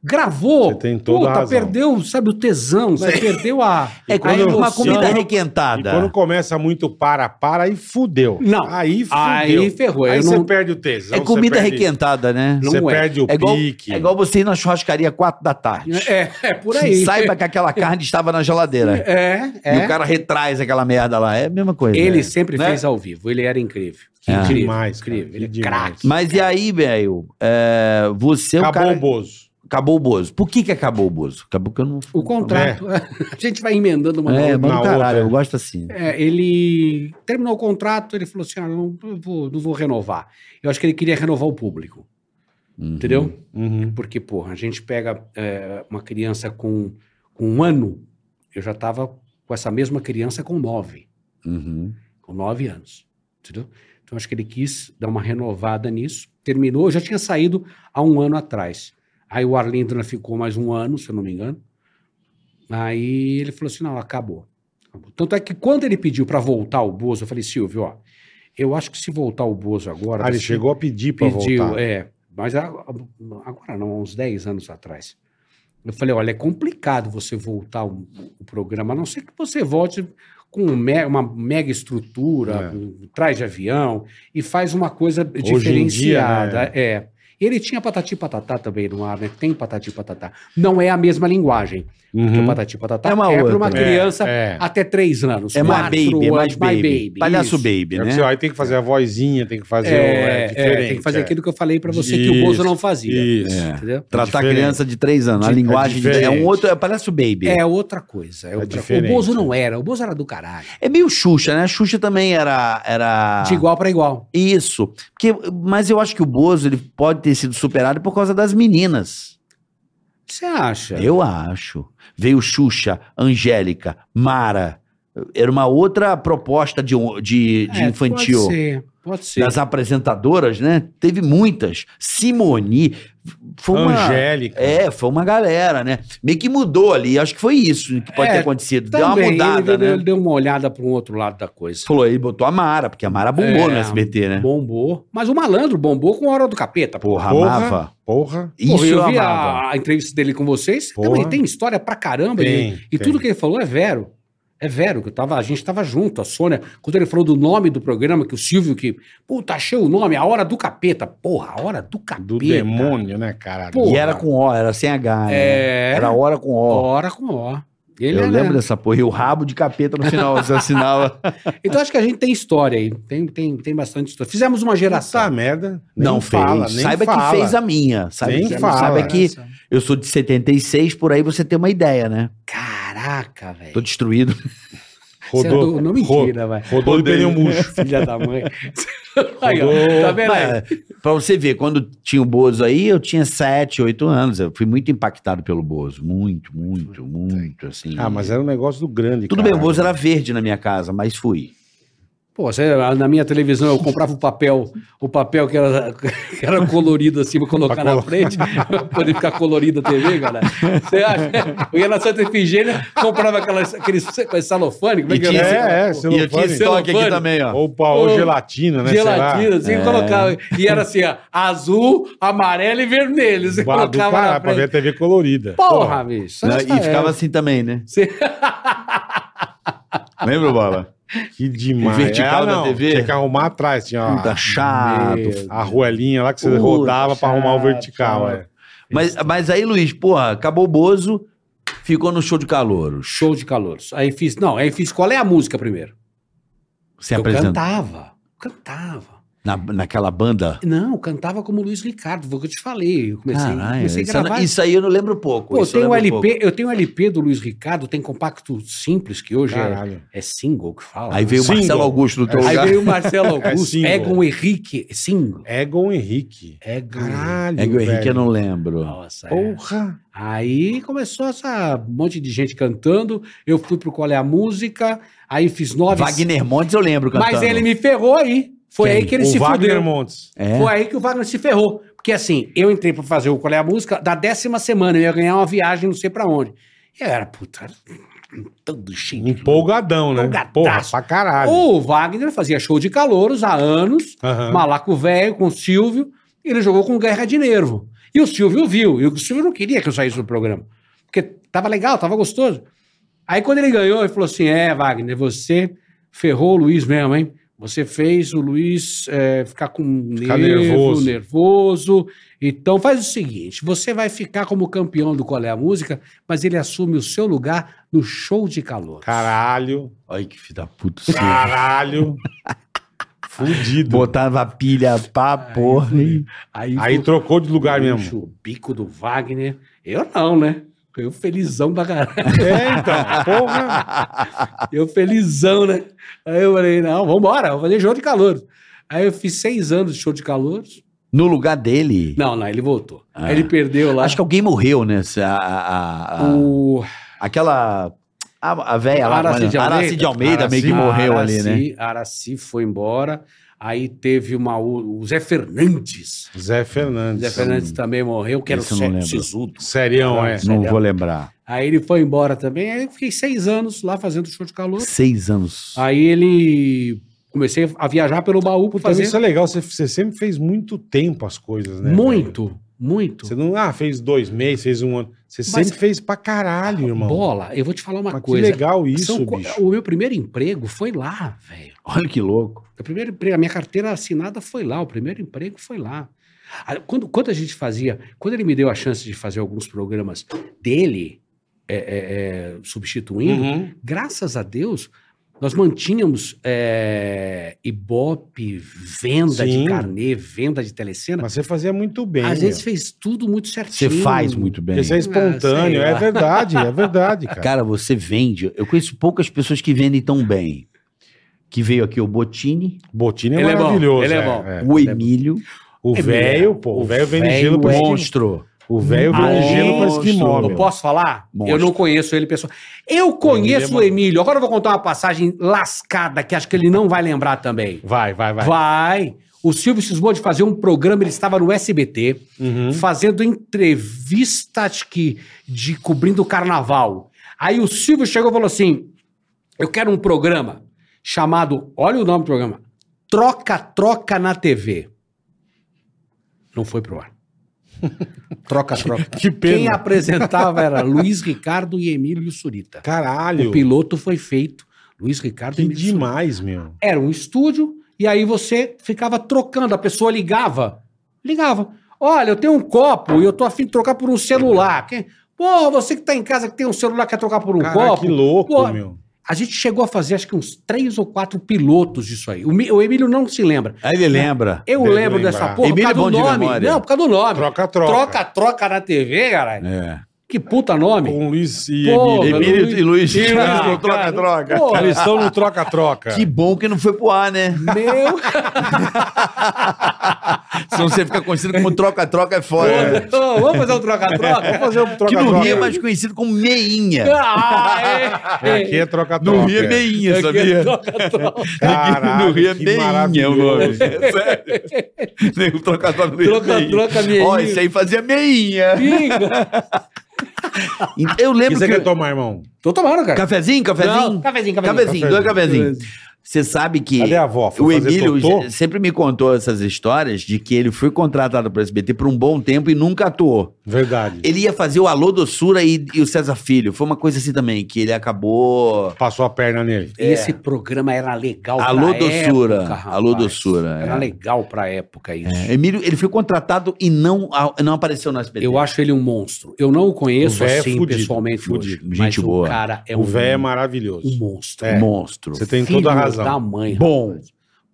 Speaker 6: Gravou.
Speaker 3: Você tem toda a razão.
Speaker 6: perdeu, sabe, o tesão, você perdeu a.
Speaker 4: É
Speaker 6: a
Speaker 4: como uma
Speaker 6: emoção.
Speaker 4: comida
Speaker 3: E
Speaker 4: requentada. É
Speaker 3: quando começa muito para, para, aí fudeu.
Speaker 6: Não.
Speaker 3: Aí fudeu.
Speaker 6: Aí ferrou.
Speaker 3: Aí
Speaker 6: eu
Speaker 3: você
Speaker 6: não-
Speaker 3: perde o tesão.
Speaker 4: É comida
Speaker 3: você perde-
Speaker 4: requentada, né?
Speaker 3: Você
Speaker 6: Não é.
Speaker 3: perde o
Speaker 4: É igual,
Speaker 3: pique.
Speaker 4: é igual você ir na churrascaria quatro da tarde.
Speaker 6: É, é por aí.
Speaker 4: Saiba que aquela carne estava na geladeira.
Speaker 6: É,
Speaker 4: E o
Speaker 6: é.
Speaker 4: cara retraz aquela merda lá. É a mesma coisa.
Speaker 6: Ele
Speaker 4: né?
Speaker 6: sempre
Speaker 4: Né?
Speaker 6: fez ao vivo, ele era incrível.
Speaker 4: Que
Speaker 6: incrível,
Speaker 3: demais, cara,
Speaker 6: incrível.
Speaker 3: que
Speaker 6: Ele é
Speaker 3: demais.
Speaker 6: craque.
Speaker 4: Mas e aí, velho? é, você,
Speaker 3: Acabou
Speaker 4: o cara...
Speaker 3: o Bozo.
Speaker 4: Acabou o Bozo. Por que que acabou o Bozo? Acabou que eu não...
Speaker 6: O contrato.
Speaker 3: Né?
Speaker 6: A gente vai emendando uma
Speaker 4: É,
Speaker 6: outra.
Speaker 4: mas
Speaker 3: na
Speaker 4: do caralho,
Speaker 3: outra.
Speaker 4: eu gosto assim.
Speaker 6: É, ele terminou o contrato, ele falou assim: ah, não, eu vou, não vou renovar. Eu acho que ele queria renovar o público,
Speaker 4: Uhum.
Speaker 6: entendeu?
Speaker 3: Uhum.
Speaker 6: Porque, porra, a gente pega é, uma criança com, com um ano, eu já tava com essa mesma criança com nove,
Speaker 4: Uhum.
Speaker 6: com nove anos, entendeu? Então, acho que ele quis dar uma renovada nisso. Terminou, eu já tinha saído há um ano atrás. Aí o Arlindo ainda ficou mais um ano, se eu não me engano. Aí ele falou assim: não, acabou. Acabou. Tanto é que quando ele pediu pra voltar o Bozo, eu falei, Silvio, ó, eu acho que se voltar o Bozo agora.
Speaker 3: Ah, ele
Speaker 6: você
Speaker 3: chegou a pedir pra
Speaker 6: pediu,
Speaker 3: voltar.
Speaker 6: é. Mas a- a- agora não, há uns 10 anos atrás. Eu falei, olha, é complicado você voltar o, o programa, a não ser que você volte com um me- uma mega estrutura,
Speaker 3: É.
Speaker 6: um traje de avião, e faz uma coisa
Speaker 3: em dia,
Speaker 6: diferenciada.
Speaker 4: né?
Speaker 6: É. E ele tinha patati e patatá também no ar, né? Tem patati e patatá. Não é a mesma linguagem. Porque
Speaker 3: Uhum.
Speaker 6: o patati e patatá
Speaker 4: É
Speaker 6: é,
Speaker 4: uma
Speaker 6: para
Speaker 4: outra.
Speaker 6: uma
Speaker 4: É,
Speaker 6: criança
Speaker 3: é.
Speaker 6: até três anos.
Speaker 4: É mais
Speaker 6: quatro
Speaker 4: baby, é mais
Speaker 6: anos, my
Speaker 4: baby. Palhaço
Speaker 6: isso.
Speaker 4: baby,
Speaker 3: É
Speaker 4: né?
Speaker 3: que você- aí tem que fazer a vozinha, tem que fazer o.
Speaker 6: É,
Speaker 3: É,
Speaker 6: é,
Speaker 3: diferente.
Speaker 6: tem que fazer
Speaker 3: é.
Speaker 6: aquilo que eu falei pra você que o Bozo
Speaker 3: Isso,
Speaker 6: não fazia. né,
Speaker 3: Isso.
Speaker 4: É.
Speaker 6: Entendeu?
Speaker 4: Tratar
Speaker 3: diferente.
Speaker 4: criança de três anos. A
Speaker 3: Di- é
Speaker 4: linguagem é, um
Speaker 3: diferente.
Speaker 4: outro. É, parece o baby. É.
Speaker 6: É outra coisa. É outra coisa.
Speaker 3: diferente,
Speaker 6: O Bozo não
Speaker 3: né?
Speaker 6: era. O Bozo era do caralho.
Speaker 4: meio Xuxa, né? Xuxa também era. era...
Speaker 6: De igual pra igual.
Speaker 4: Isso. Porque, mas eu acho que o Bozo ele pode ter sido superado por causa das meninas.
Speaker 6: Você acha?
Speaker 4: Eu acho. Veio Xuxa, Angélica, Mara. Era uma outra proposta de, um, de, de
Speaker 6: É,
Speaker 4: infantil.
Speaker 6: Pode ser. Pode ser.
Speaker 4: Das apresentadoras, né? Teve muitas. Simone. Foi uma...
Speaker 3: Angélica.
Speaker 4: É, foi uma galera, né? Meio que mudou ali. Acho que foi isso que pode
Speaker 6: É,
Speaker 4: ter acontecido. Deu uma
Speaker 6: Também,
Speaker 4: mudada,
Speaker 6: ele, deu-
Speaker 4: né?
Speaker 6: ele deu uma olhada pra um outro lado da coisa.
Speaker 4: Falou, ele botou a Mara, porque a Mara bombou
Speaker 6: É,
Speaker 4: no SBT, né?
Speaker 6: Bombou. Mas o malandro bombou com a hora do capeta. pô.
Speaker 4: Porra,
Speaker 3: Porra.
Speaker 4: amava.
Speaker 3: Porra.
Speaker 4: Isso
Speaker 6: Porra,
Speaker 4: eu
Speaker 6: eu vi
Speaker 4: amava.
Speaker 6: a, a entrevista dele com vocês.
Speaker 3: Porra.
Speaker 6: Também tem história pra caramba.
Speaker 3: Tem,
Speaker 6: ele- e
Speaker 3: tem.
Speaker 6: tudo que ele falou é vero. É vero, que eu tava, a gente tava junto, a Sônia. Quando ele falou do nome do programa, que o Silvio que. Puta, achei o nome, a hora do capeta. Porra, a hora do capeta.
Speaker 3: Do demônio, né, caralho?
Speaker 6: Porra.
Speaker 4: E era com O, era sem H. né?
Speaker 6: É.
Speaker 4: Era hora com O.
Speaker 6: Hora com O. Ele
Speaker 3: é
Speaker 6: é, né?
Speaker 4: eu
Speaker 6: era-
Speaker 4: lembro dessa porra. E o rabo de capeta no final, você assinava.
Speaker 6: Então acho que a gente tem história aí. Tem, tem, tem bastante história. Fizemos uma geração.
Speaker 3: Essa merda. nem
Speaker 4: Não
Speaker 3: fala,
Speaker 4: fez.
Speaker 3: nem
Speaker 4: Saiba
Speaker 3: fala.
Speaker 4: que fez a minha. Saiba,
Speaker 3: Nem
Speaker 4: que-
Speaker 3: fala. né?
Speaker 4: saiba que eu sou de 76, por aí você tem uma ideia, né?
Speaker 6: Caraca,
Speaker 4: Tô
Speaker 6: velho.
Speaker 4: destruído.
Speaker 3: Rodou.
Speaker 6: Você é do- Não mentira, vai.
Speaker 3: Rodou de pneu murcho.
Speaker 6: Filha da mãe. Aí, ó,
Speaker 3: Rodou.
Speaker 6: tá vendo? aí?
Speaker 4: Mas, pra você ver, quando tinha o Bozo aí, eu tinha 7, 8 anos. Eu fui muito impactado pelo Bozo. Muito, muito, muito, assim.
Speaker 3: Ah, mas era um negócio do grande.
Speaker 4: Tudo bem,
Speaker 3: caralho.
Speaker 4: o Bozo era verde na minha casa, mas fui.
Speaker 6: Pô, você- na minha televisão eu comprava o papel, o papel que era, que era colorido assim, pra colocar
Speaker 3: Pra
Speaker 6: na
Speaker 3: colo-
Speaker 6: frente, pra poder ficar colorido a TV, cara. Você acha? Eu ia na Santa Efigênia, comprava aquelas, aqueles aqueles celofane, como é que
Speaker 3: tinha- É, é,
Speaker 4: e
Speaker 6: era?
Speaker 4: eu tinha
Speaker 3: celofane.
Speaker 4: esse toque aqui
Speaker 6: Celofane.
Speaker 4: também, ó.
Speaker 3: Ou, pau, ou
Speaker 6: Ô,
Speaker 3: gelatina, né? sei lá.
Speaker 6: Gelatina, assim, colocava. E era assim, ó, azul, amarelo e vermelho. Você
Speaker 3: Bah, do
Speaker 6: colocava
Speaker 3: caralho,
Speaker 6: na
Speaker 3: pra ver a
Speaker 6: frente.
Speaker 3: TV colorida.
Speaker 6: Porra, bicho.
Speaker 4: Né?
Speaker 6: essa
Speaker 4: E ficava
Speaker 6: é-
Speaker 4: assim também, né?
Speaker 6: Você-
Speaker 4: Lembra, Bola?
Speaker 3: Que demais. É,
Speaker 4: Vertical da
Speaker 3: não,
Speaker 4: TV.
Speaker 3: Tinha que arrumar atrás,
Speaker 6: Ah,
Speaker 3: tinha uma-
Speaker 4: Puta, chato.
Speaker 3: a ruelinha lá que você
Speaker 4: Puta,
Speaker 3: rodava pra arrumar o
Speaker 4: chato,
Speaker 3: vertical.
Speaker 4: chato.
Speaker 3: é.
Speaker 4: Mas, mas aí, Luiz, porra, acabou o Bozo, ficou no show de calouros.
Speaker 6: Show de calouros. Aí fiz, não, aí fiz qual é a música primeiro?
Speaker 4: Você
Speaker 6: eu
Speaker 4: apresenta.
Speaker 6: cantava, cantava.
Speaker 4: Na, naquela banda.
Speaker 6: Não, cantava como Luiz Ricardo, foi o que eu te falei. Eu comecei,
Speaker 4: Caralho,
Speaker 6: comecei a
Speaker 4: isso, eu não-
Speaker 6: gravar.
Speaker 4: isso aí eu não lembro pouco.
Speaker 6: Pô,
Speaker 4: isso
Speaker 6: tem um
Speaker 4: eu
Speaker 6: o
Speaker 4: lembro um
Speaker 6: LP, eu tenho o LP do Luiz Ricardo, tem compacto simples, que hoje é,
Speaker 3: Caralho.
Speaker 6: é single que fala. né?
Speaker 4: pouco. Aí veio o
Speaker 3: Single.
Speaker 4: Marcelo Augusto no teu
Speaker 6: Aí
Speaker 4: lugar.
Speaker 6: veio o Marcelo
Speaker 3: É
Speaker 6: Augusto,
Speaker 3: single.
Speaker 6: Egon Henrique, é single.
Speaker 3: Egon Henrique.
Speaker 6: Egon
Speaker 3: Caralho.
Speaker 4: É que o Henrique eu
Speaker 3: velho.
Speaker 4: não lembro.
Speaker 6: Nossa, é.
Speaker 3: Porra.
Speaker 6: Aí começou essa um monte de gente cantando. Eu fui pro Qual é a Música, aí fiz nove.
Speaker 4: Wagner Montes eu lembro cantando.
Speaker 6: mas ele me ferrou aí. Foi
Speaker 4: Quem?
Speaker 6: aí que ele se
Speaker 3: o Wagner
Speaker 6: fudeu.
Speaker 3: Montes.
Speaker 4: É?
Speaker 6: Foi aí que o Wagner se ferrou. Porque assim, eu entrei pra fazer o Qual é a Música, da décima semana eu ia ganhar uma viagem não sei pra onde. E eu era, puta, era todo cheio de
Speaker 3: Empolgadão, né?
Speaker 6: Empolgadaço.
Speaker 3: Porra, pra caralho.
Speaker 6: O Wagner fazia show de calouros há anos,
Speaker 3: Aham.
Speaker 6: malaco velho com o Silvio, e ele jogou com guerra de nervo. E o Silvio viu, e o Silvio não queria que eu saísse do programa, porque tava legal, tava gostoso. Aí quando ele ganhou, ele falou assim: É, Wagner, você ferrou o Luiz mesmo, hein? Você fez o Luiz eh, ficar com
Speaker 3: Ficar
Speaker 6: nervo,
Speaker 3: nervoso.
Speaker 6: nervoso. Então faz o seguinte: você vai ficar como campeão do Qual é a Música, mas ele assume o seu lugar no show de calor.
Speaker 3: Caralho.
Speaker 4: Ai, que filho da puta.
Speaker 3: Caralho. Fudido.
Speaker 4: Botava pilha pra porra. hein?
Speaker 3: Aí trocou de lugar mesmo.
Speaker 6: Bicho, O bico do Wagner. Eu não, né? Eu felizão pra caralho.
Speaker 3: É, então. Porra.
Speaker 6: Eu felizão, né? Aí eu falei, não, vambora, vou fazer show de calor. Aí eu fiz seis anos de show de calor.
Speaker 4: No lugar dele.
Speaker 6: Não, não, ele voltou.
Speaker 4: Ah.
Speaker 6: Aí ele perdeu lá.
Speaker 4: Acho Ah. que alguém morreu, né? Se A, a- a- a-
Speaker 6: o
Speaker 4: Aquela. A, a velha lá.
Speaker 6: Araci de Almeida.
Speaker 4: É,
Speaker 6: Ah,
Speaker 4: Araci de Almeida meio que
Speaker 3: Araci.
Speaker 4: morreu
Speaker 6: Araci,
Speaker 4: ali, né?
Speaker 6: Araci foi embora. Aí teve uma, o o Zé Fernandes.
Speaker 3: Zé Fernandes.
Speaker 6: Zé Fernandes também morreu, que era o
Speaker 4: Esse eu não
Speaker 6: Sé-
Speaker 4: lembro.
Speaker 6: Sisudo.
Speaker 3: Serião, é.
Speaker 4: Não vou lembrar.
Speaker 6: Aí ele foi embora também. Aí eu fiquei seis anos lá fazendo show de calor.
Speaker 4: Seis anos.
Speaker 6: Aí ele comecei a viajar pelo baú para
Speaker 3: Puta, mas
Speaker 6: fazer
Speaker 3: Isso é legal. Você, você sempre fez muito tempo as coisas, né? velho?
Speaker 6: muito, muito.
Speaker 3: Você não, ah, fez dois meses, fez um ano. Você
Speaker 6: Mas-
Speaker 3: sempre fez pra caralho, irmão.
Speaker 6: Bola, eu vou te falar uma
Speaker 3: Mas
Speaker 6: coisa.
Speaker 3: que legal isso,
Speaker 6: São co-
Speaker 3: bicho.
Speaker 6: O meu primeiro emprego foi lá, velho.
Speaker 4: Olha que louco.
Speaker 6: O primeiro emprego, a minha carteira assinada foi lá, o primeiro emprego foi lá. Ah, Quando, quando a gente fazia, quando ele me deu a chance de fazer alguns programas dele, é, é, é, substituindo,
Speaker 3: Uhum.
Speaker 6: graças a Deus, nós mantínhamos é, Ibope, venda
Speaker 3: Sim.
Speaker 6: de carnê, venda de telecena.
Speaker 3: Mas você fazia muito bem.
Speaker 6: Às vezes
Speaker 3: meu.
Speaker 6: fez tudo muito
Speaker 4: Você
Speaker 6: certinho.
Speaker 4: faz muito bem.
Speaker 3: Porque você é espontâneo.
Speaker 6: Ah, sei
Speaker 3: é
Speaker 6: lá.
Speaker 3: verdade, é verdade, cara.
Speaker 4: Cara, você vende. Eu conheço poucas pessoas que vendem tão bem. Que veio aqui o Botini,
Speaker 3: Botini é
Speaker 6: Ele é bom,
Speaker 3: maravilhoso.
Speaker 6: ele é
Speaker 3: é.
Speaker 6: bom.
Speaker 3: é.
Speaker 4: o Emílio,
Speaker 3: O
Speaker 6: É
Speaker 3: velho,
Speaker 6: mesmo.
Speaker 3: pô. O
Speaker 6: O
Speaker 3: velho vende
Speaker 6: velho é
Speaker 3: gelo
Speaker 4: o
Speaker 3: pra esquimó.
Speaker 4: Monstro.
Speaker 3: O velho vende
Speaker 6: Aí-
Speaker 3: gelo pra esquimó,
Speaker 4: Monstro.
Speaker 6: Um Eu
Speaker 3: meu.
Speaker 6: posso falar?
Speaker 4: Monstro.
Speaker 6: Eu não conheço ele pessoal. Eu conheço o
Speaker 3: é bom.
Speaker 6: Emílio. Agora eu vou contar uma passagem lascada que acho que ele não vai lembrar também.
Speaker 3: Vai, vai, vai.
Speaker 6: Vai. O Silvio cismou de fazer um programa, ele estava no SBT,
Speaker 3: Uhum.
Speaker 6: fazendo entrevista acho que, de cobrindo o carnaval. Aí o Silvio chegou e falou assim: Eu quero um programa chamado, olha o nome do programa, Troca Troca na TV. Não foi pro ar. Troca Troca.
Speaker 3: Que pena.
Speaker 6: Quem apresentava era Luiz Ricardo e Emílio Surita.
Speaker 3: Caralho.
Speaker 6: O piloto foi feito Luiz Ricardo
Speaker 3: Que
Speaker 6: Surita
Speaker 3: demais, meu.
Speaker 6: era um estúdio e aí você ficava trocando, a pessoa ligava, ligava. Olha, eu tenho um copo e eu tô afim de trocar por um celular. Quem... Pô, você que tá em casa que tem um celular quer trocar por um
Speaker 3: Caraca,
Speaker 6: copo.
Speaker 3: que louco,
Speaker 6: Pô,
Speaker 3: meu.
Speaker 6: A gente chegou a fazer acho que uns três ou quatro pilotos disso aí. O, Mi- o Emílio não se lembra.
Speaker 4: Aí ele lembra.
Speaker 6: Eu
Speaker 3: Deve
Speaker 6: lembro
Speaker 3: lembrar.
Speaker 6: dessa porra
Speaker 4: Emílio é
Speaker 6: por
Speaker 4: bom
Speaker 6: causa
Speaker 4: de
Speaker 6: do nome.
Speaker 4: memória.
Speaker 6: Não, por causa do nome.
Speaker 3: Troca, troca.
Speaker 6: Troca, troca na TV, caralho.
Speaker 4: É.
Speaker 6: Que puta nome.
Speaker 3: Com Luiz e
Speaker 6: Pô,
Speaker 3: Emílio.
Speaker 6: Emílio
Speaker 4: e Luiz.
Speaker 6: E Luiz,
Speaker 4: Ah,
Speaker 6: cara.
Speaker 4: troca,
Speaker 6: Pô.
Speaker 4: troca.
Speaker 3: Eles estão no troca-troca.
Speaker 4: Que bom que não foi pro ar, né?
Speaker 6: Meu.
Speaker 4: Senão você fica conhecido como troca-troca é foda.
Speaker 6: Vamos fazer um troca-troca? Vamos fazer um
Speaker 4: Que no
Speaker 3: Troca-troca.
Speaker 4: Rio é mais conhecido como meinha.
Speaker 6: Ah, é.
Speaker 3: É, aqui é troca-troca.
Speaker 4: No Rio é meinha, sabia?
Speaker 3: Caralho,
Speaker 4: no Rio é
Speaker 3: que
Speaker 4: meinha o nome. É
Speaker 3: maravilhoso.
Speaker 4: Sério. Nem o Troca-troca. no Rio é meinha.
Speaker 6: Troca-troca, meinha.
Speaker 4: Ó, isso aí fazia meinha.
Speaker 6: Pinga.
Speaker 4: Eu
Speaker 3: O que
Speaker 4: lembro
Speaker 3: você
Speaker 4: é que...
Speaker 3: quer tomar, irmão?
Speaker 6: Tô tomando, cara.
Speaker 4: Cafezinho, cafezinho?
Speaker 6: Não, cafezinho,
Speaker 4: cafezinho,
Speaker 6: cafezinho.
Speaker 4: dois cafezinhos. Você sabe que
Speaker 3: Cadê a avó? Foi
Speaker 4: o
Speaker 3: fazer
Speaker 4: Emílio
Speaker 3: totô?
Speaker 4: já- sempre me contou essas histórias de que ele foi contratado para SBT por um bom tempo e nunca atuou.
Speaker 3: Verdade.
Speaker 4: Ele ia fazer o Alô Doçura e, e o César Filho. Foi uma coisa assim também, que ele acabou...
Speaker 3: Passou a perna nele.
Speaker 6: Esse programa era legal
Speaker 4: É. Alô,
Speaker 6: pra
Speaker 4: doçura.
Speaker 6: época, rapaz.
Speaker 4: Alô, doçura, é.
Speaker 6: Era legal pra época isso.
Speaker 4: É, Emílio, ele foi contratado e não, a- não apareceu no SBT.
Speaker 6: Eu acho ele um monstro. Eu não o
Speaker 3: O
Speaker 6: conheço
Speaker 3: véio é
Speaker 6: assim
Speaker 3: fudido,
Speaker 6: pessoalmente
Speaker 4: fudido.
Speaker 6: hoje.
Speaker 4: Gente
Speaker 6: mas
Speaker 4: boa.
Speaker 6: o cara é
Speaker 3: o
Speaker 6: um,
Speaker 3: véio é
Speaker 6: um
Speaker 3: maravilhoso.
Speaker 6: monstro.
Speaker 3: É.
Speaker 4: Monstro.
Speaker 3: Você tem
Speaker 6: Filho
Speaker 3: toda a razão.
Speaker 6: da mãe.
Speaker 4: Bom.
Speaker 6: rapaz.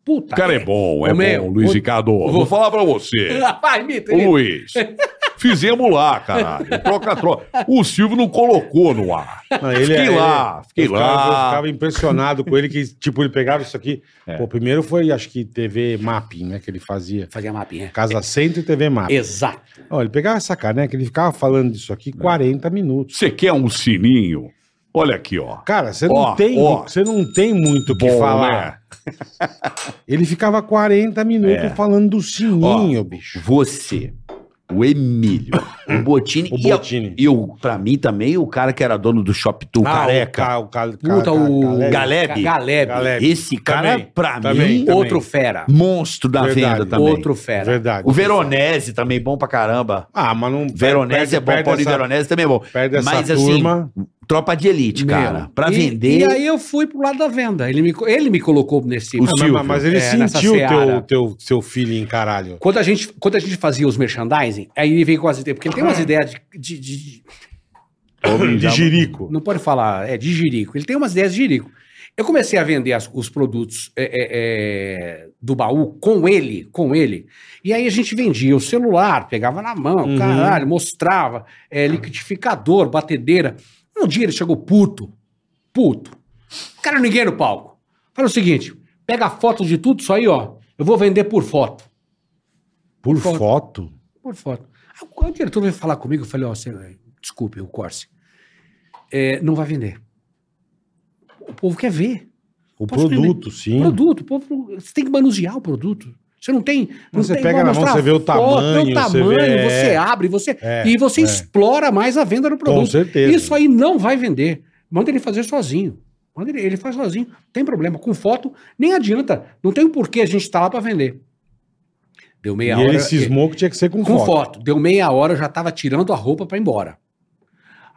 Speaker 6: Puta.
Speaker 5: O cara é bom, é
Speaker 6: Ô, meu,
Speaker 5: bom, Luiz
Speaker 6: vou-
Speaker 5: Ricardo. Vou,
Speaker 6: vou-
Speaker 5: falar pra você.
Speaker 6: Vai, imita,
Speaker 5: Ô,
Speaker 6: imita.
Speaker 5: Luiz, fizemos lá, caralho. Troca-troca. O Silvio não colocou no ar.
Speaker 3: Não, ele,
Speaker 5: Fiquei
Speaker 3: ele-
Speaker 5: lá, fiquei
Speaker 3: os caras-
Speaker 5: lá.
Speaker 3: Eu ficava impressionado com ele, que, tipo, ele pegava isso aqui. Pô, primeiro foi, acho que, TV Mapping, né? Que ele fazia.
Speaker 6: Fazer a mapinha.
Speaker 3: Casa Centro e TV Mapping.
Speaker 6: Exato.
Speaker 3: Ó, ele pegava essa caneca, ele ficava falando disso aqui 40 minutos.
Speaker 5: Você quer um sininho? Olha aqui, ó.
Speaker 3: Cara, você não,
Speaker 5: Ó,
Speaker 3: tem,
Speaker 5: ó.
Speaker 3: você não tem muito o que falar.
Speaker 5: né?
Speaker 3: Ele ficava 40 minutos
Speaker 5: É.
Speaker 3: falando do sininho, bicho.
Speaker 4: Você, o Emílio, o Botini,
Speaker 3: O
Speaker 4: e, a-
Speaker 3: Bottini.
Speaker 4: e o, pra mim também, o cara que era dono do Shop Tool,
Speaker 3: Ah,
Speaker 4: careca.
Speaker 3: O, ca, o, ca,
Speaker 6: Puta,
Speaker 3: ca-
Speaker 6: o.
Speaker 3: Caleb.
Speaker 4: Galeb.
Speaker 6: Galeb.
Speaker 3: Galeb.
Speaker 4: Esse cara,
Speaker 3: Também,
Speaker 4: pra
Speaker 3: também,
Speaker 4: mim,
Speaker 3: também.
Speaker 6: Outro fera.
Speaker 4: monstro da
Speaker 3: Verdade.
Speaker 4: venda também.
Speaker 6: Outro fera.
Speaker 3: Verdade.
Speaker 4: O Veronese também, bom pra caramba.
Speaker 3: Ah, mas não.
Speaker 4: Veronese é bom, Paulo
Speaker 3: perde essa,
Speaker 4: Veronese também é bom.
Speaker 3: Perde essa
Speaker 4: Mas, assim,
Speaker 3: turma.
Speaker 4: Tropa de elite,
Speaker 6: Meu,
Speaker 4: cara. Pra
Speaker 6: e-
Speaker 4: vender.
Speaker 6: E aí eu fui pro lado da venda. Ele me, co- ele me colocou nesse.
Speaker 4: O
Speaker 3: Ah, mas-
Speaker 4: Silvio.
Speaker 3: mas, ele
Speaker 6: É, nessa
Speaker 3: sentiu o
Speaker 6: seara.
Speaker 3: teu, teu, seu filho em caralho.
Speaker 6: Quando a, gente, quando a gente fazia os merchandising, aí ele veio com as ideias. Porque ele tem umas ideias de- de- de,
Speaker 3: De jirico.
Speaker 6: Não pode falar, é de jirico. Ele tem umas ideias de jirico. Eu comecei a vender as- os produtos é, é, é, do baú com ele, com ele. E aí a gente vendia o celular, pegava na mão,
Speaker 3: Uhum.
Speaker 6: caralho, mostrava, é, liquidificador, batedeira. Um dia ele chegou puto, puto. Cara, ninguém no palco. Falei o seguinte, pega a foto de tudo isso aí, ó. Eu vou vender por foto.
Speaker 3: Por
Speaker 6: Foto.
Speaker 3: foto.
Speaker 6: Por foto. Aí o diretor veio falar comigo, eu falei, ó, você- eh, desculpe, o Corse, é, não vai vender. O povo quer ver.
Speaker 3: O
Speaker 6: Posso
Speaker 3: produto, sim.
Speaker 6: Produto, o povo, você tem que manusear o produto. Você não tem. Não
Speaker 3: Você
Speaker 6: tem-
Speaker 3: pega
Speaker 6: vai
Speaker 3: na mão,
Speaker 6: mostrar
Speaker 3: você vê o tamanho, você
Speaker 6: o tamanho,
Speaker 3: vê-
Speaker 6: você
Speaker 3: é.
Speaker 6: abre, você.
Speaker 3: É,
Speaker 6: e você
Speaker 3: é.
Speaker 6: explora mais a venda do
Speaker 3: Com
Speaker 6: produto.
Speaker 3: certeza.
Speaker 6: Isso aí não vai vender. Manda ele fazer sozinho. Manda ele, ele faz sozinho. Não Tem problema. Com foto, nem adianta. Não tem o porquê a gente estar lá para vender. Deu
Speaker 3: E
Speaker 6: meia hora.
Speaker 3: ele cismou que tinha que ser com,
Speaker 6: Com
Speaker 3: foto.
Speaker 6: foto. Deu meia hora, eu já tava tirando a roupa pra ir embora.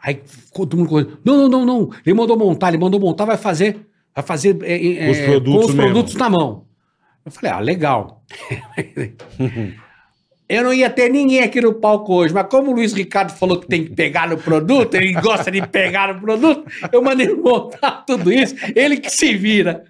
Speaker 6: Aí ficou todo mundo correndo. Não, não, não, não. Ele mandou montar, ele mandou montar, vai fazer. Vai fazer é, é,
Speaker 3: Os
Speaker 6: é,
Speaker 3: produtos
Speaker 6: com os
Speaker 3: mesmo.
Speaker 6: produtos na mão. Eu falei, ah, legal. Eu não ia ter ninguém aqui no palco hoje, mas como o Luiz Ricardo falou que tem que pegar no produto, ele gosta de pegar no produto, eu mandei ele montar tudo isso, ele que se vira.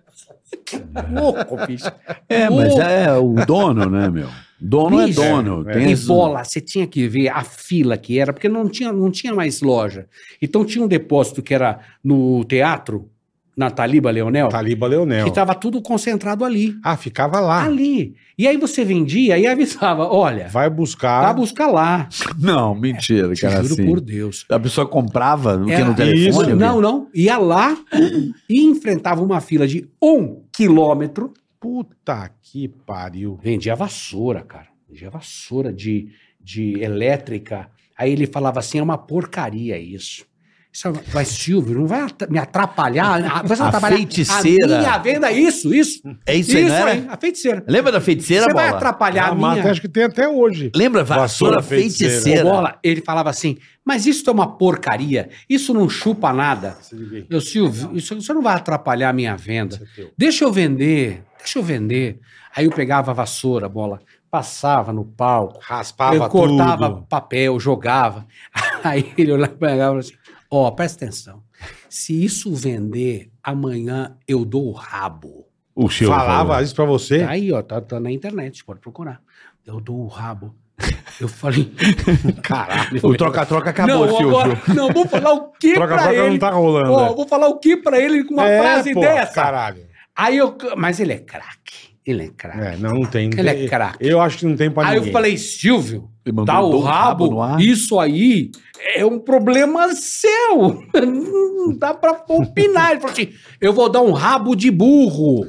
Speaker 6: Que louco, bicho.
Speaker 4: É, mas
Speaker 6: Louco.
Speaker 4: é o dono, né, meu? Dono
Speaker 6: Bicho.
Speaker 4: é dono.
Speaker 3: É,
Speaker 4: Tem
Speaker 6: E
Speaker 4: as-
Speaker 6: bola, você tinha que ver a fila que era, porque não tinha, não tinha mais loja. Então tinha um depósito que era no teatro, na Taliba Leonel,
Speaker 3: Taliba Tá, Leonel.
Speaker 6: que tava tudo concentrado ali.
Speaker 3: Ah, ficava lá.
Speaker 6: Ali. E aí você vendia e avisava: olha,
Speaker 3: Vai buscar.
Speaker 6: vai buscar lá.
Speaker 4: Não, mentira,
Speaker 6: Te
Speaker 4: cara.
Speaker 6: juro
Speaker 4: Assim.
Speaker 6: por Deus.
Speaker 4: A pessoa comprava no, que
Speaker 6: Era-
Speaker 4: no telefone?
Speaker 3: Isso.
Speaker 4: meu?
Speaker 6: É, Não, não. Ia lá e enfrentava uma fila de um quilômetro.
Speaker 3: Puta que pariu.
Speaker 6: Vendia vassoura, cara. Vendia vassoura de, de elétrica. Aí ele falava assim: é uma porcaria isso. Isso é uma- Mas, Silvio, não vai atra- me atrapalhar. a- Você
Speaker 4: A
Speaker 6: atrapalhar
Speaker 4: feiticeira.
Speaker 6: A minha venda, isso, isso.
Speaker 4: É isso,
Speaker 6: Isso,
Speaker 4: aí, não era?
Speaker 6: aí, a feiticeira.
Speaker 4: Lembra da feiticeira,
Speaker 6: Você vai
Speaker 4: Bola?
Speaker 6: atrapalhar a,
Speaker 3: a
Speaker 6: minha.
Speaker 3: marca Ah, acho que tem até hoje.
Speaker 4: Lembra? Vassoura,
Speaker 3: Vassoura feiticeira.
Speaker 6: Ô,
Speaker 4: feiticeira.
Speaker 6: bola, ele falava assim: mas isso é uma porcaria, isso não chupa nada. Eu, Silvio, isso, isso não vai atrapalhar a minha venda.
Speaker 4: é
Speaker 6: Deixa eu vender, deixa eu vender. Aí eu pegava a vassoura, bola, passava no palco,
Speaker 3: Raspava
Speaker 6: eu cortava
Speaker 3: tudo.
Speaker 6: papel, jogava. Aí ele olhava pra mim e falava assim: Ó, presta atenção. Se isso vender, amanhã eu dou o rabo.
Speaker 5: O Silvio.
Speaker 3: Falava
Speaker 5: falou.
Speaker 3: isso pra você?
Speaker 6: Tá aí, ó, tá, tá na internet, pode procurar. Eu dou o rabo. Eu falei, caralho.
Speaker 4: O troca-troca acabou,
Speaker 6: não,
Speaker 4: Silvio.
Speaker 6: agora, não, vou falar o que
Speaker 3: Troca
Speaker 6: pra
Speaker 3: troca
Speaker 6: ele.
Speaker 3: não tá rolando.
Speaker 6: Ó, vou falar o que pra ele com uma
Speaker 3: É,
Speaker 6: frase
Speaker 3: pô,
Speaker 6: dessa.
Speaker 3: Caralho.
Speaker 6: Aí eu, mas ele é craque. Ele é craque.
Speaker 3: É, não, não tem.
Speaker 6: Ele é craque.
Speaker 3: Eu acho que não tem pra
Speaker 6: Aí
Speaker 3: ninguém.
Speaker 6: eu falei, Silvio,
Speaker 4: Ele mandou
Speaker 6: dá
Speaker 4: um
Speaker 6: tá o
Speaker 4: dom
Speaker 6: rabo,
Speaker 4: no ar.
Speaker 6: isso aí é um problema seu. Não dá pra opinar. Ele falou assim: eu vou dar um rabo de burro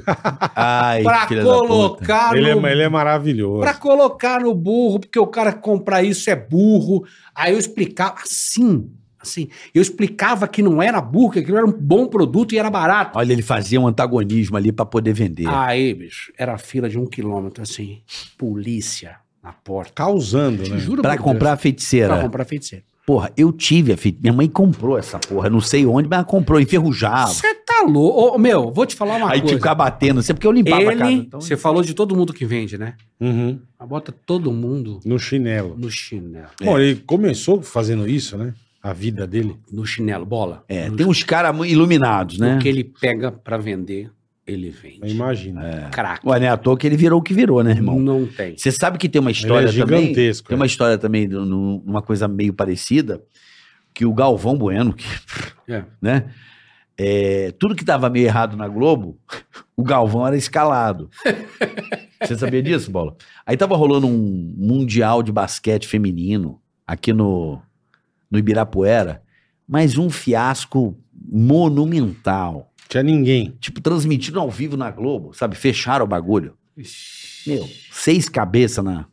Speaker 4: Ai,
Speaker 6: pra
Speaker 4: filha da puta.
Speaker 6: colocar
Speaker 3: ele,
Speaker 6: no.
Speaker 3: é, ele é maravilhoso.
Speaker 6: "Ah, Pra colocar no burro, porque o cara que comprar isso é burro. Aí eu explicava assim, assim. Eu explicava que não era burro, que aquilo era um bom produto e era barato.
Speaker 4: Olha, ele fazia um antagonismo ali pra poder vender.
Speaker 6: Aí, bicho, era a fila de um quilômetro, assim. Polícia na porta.
Speaker 3: Causando, né?
Speaker 6: Juro
Speaker 4: pra
Speaker 6: por Deus. Tá
Speaker 4: comprar a feiticeira.
Speaker 6: Pra comprar feiticeiro.
Speaker 4: Porra, eu tive a feiticeira. Minha mãe comprou essa porra. Não sei onde, mas ela comprou, enferrujava.
Speaker 6: Você tá louco. Ô, meu, vou te falar uma
Speaker 4: Ah, Aí tinha
Speaker 6: coisa.
Speaker 4: que ficar batendo, não sei porque eu limpava a casa.
Speaker 6: Ele,
Speaker 4: Então...
Speaker 6: você falou de todo mundo que vende, né?
Speaker 3: Uhum.
Speaker 6: Mas bota todo mundo
Speaker 3: No chinelo.
Speaker 6: no chinelo.
Speaker 3: Bom, ele começou fazendo isso, né? A vida dele.
Speaker 6: No chinelo, bola.
Speaker 4: É,
Speaker 6: no,
Speaker 4: tem uns caras mu- iluminados,
Speaker 6: no
Speaker 4: né?
Speaker 6: que ele pega pra vender, Ele
Speaker 3: Eu
Speaker 6: vende.
Speaker 3: imagino.
Speaker 6: Crack.
Speaker 4: Ué, não é à toa que ele virou o que virou, né, irmão?
Speaker 6: Não tem.
Speaker 4: Você sabe que tem uma história
Speaker 3: Ele é
Speaker 4: também.
Speaker 3: gigantesco,
Speaker 4: Tem uma história também, de um- uma coisa meio parecida, que o Galvão Bueno, que,
Speaker 6: É.
Speaker 4: né? é, tudo que dava meio errado na Globo, o Galvão era escalado. Você sabia disso, Bola? Aí tava rolando um mundial de basquete feminino aqui no, no Ibirapuera, mas um fiasco monumental.
Speaker 3: né? Tinha ninguém.
Speaker 4: Tipo, transmitido ao vivo na Globo, sabe? Fecharam o bagulho.
Speaker 6: Ixi.
Speaker 4: Meu, seis cabeças na,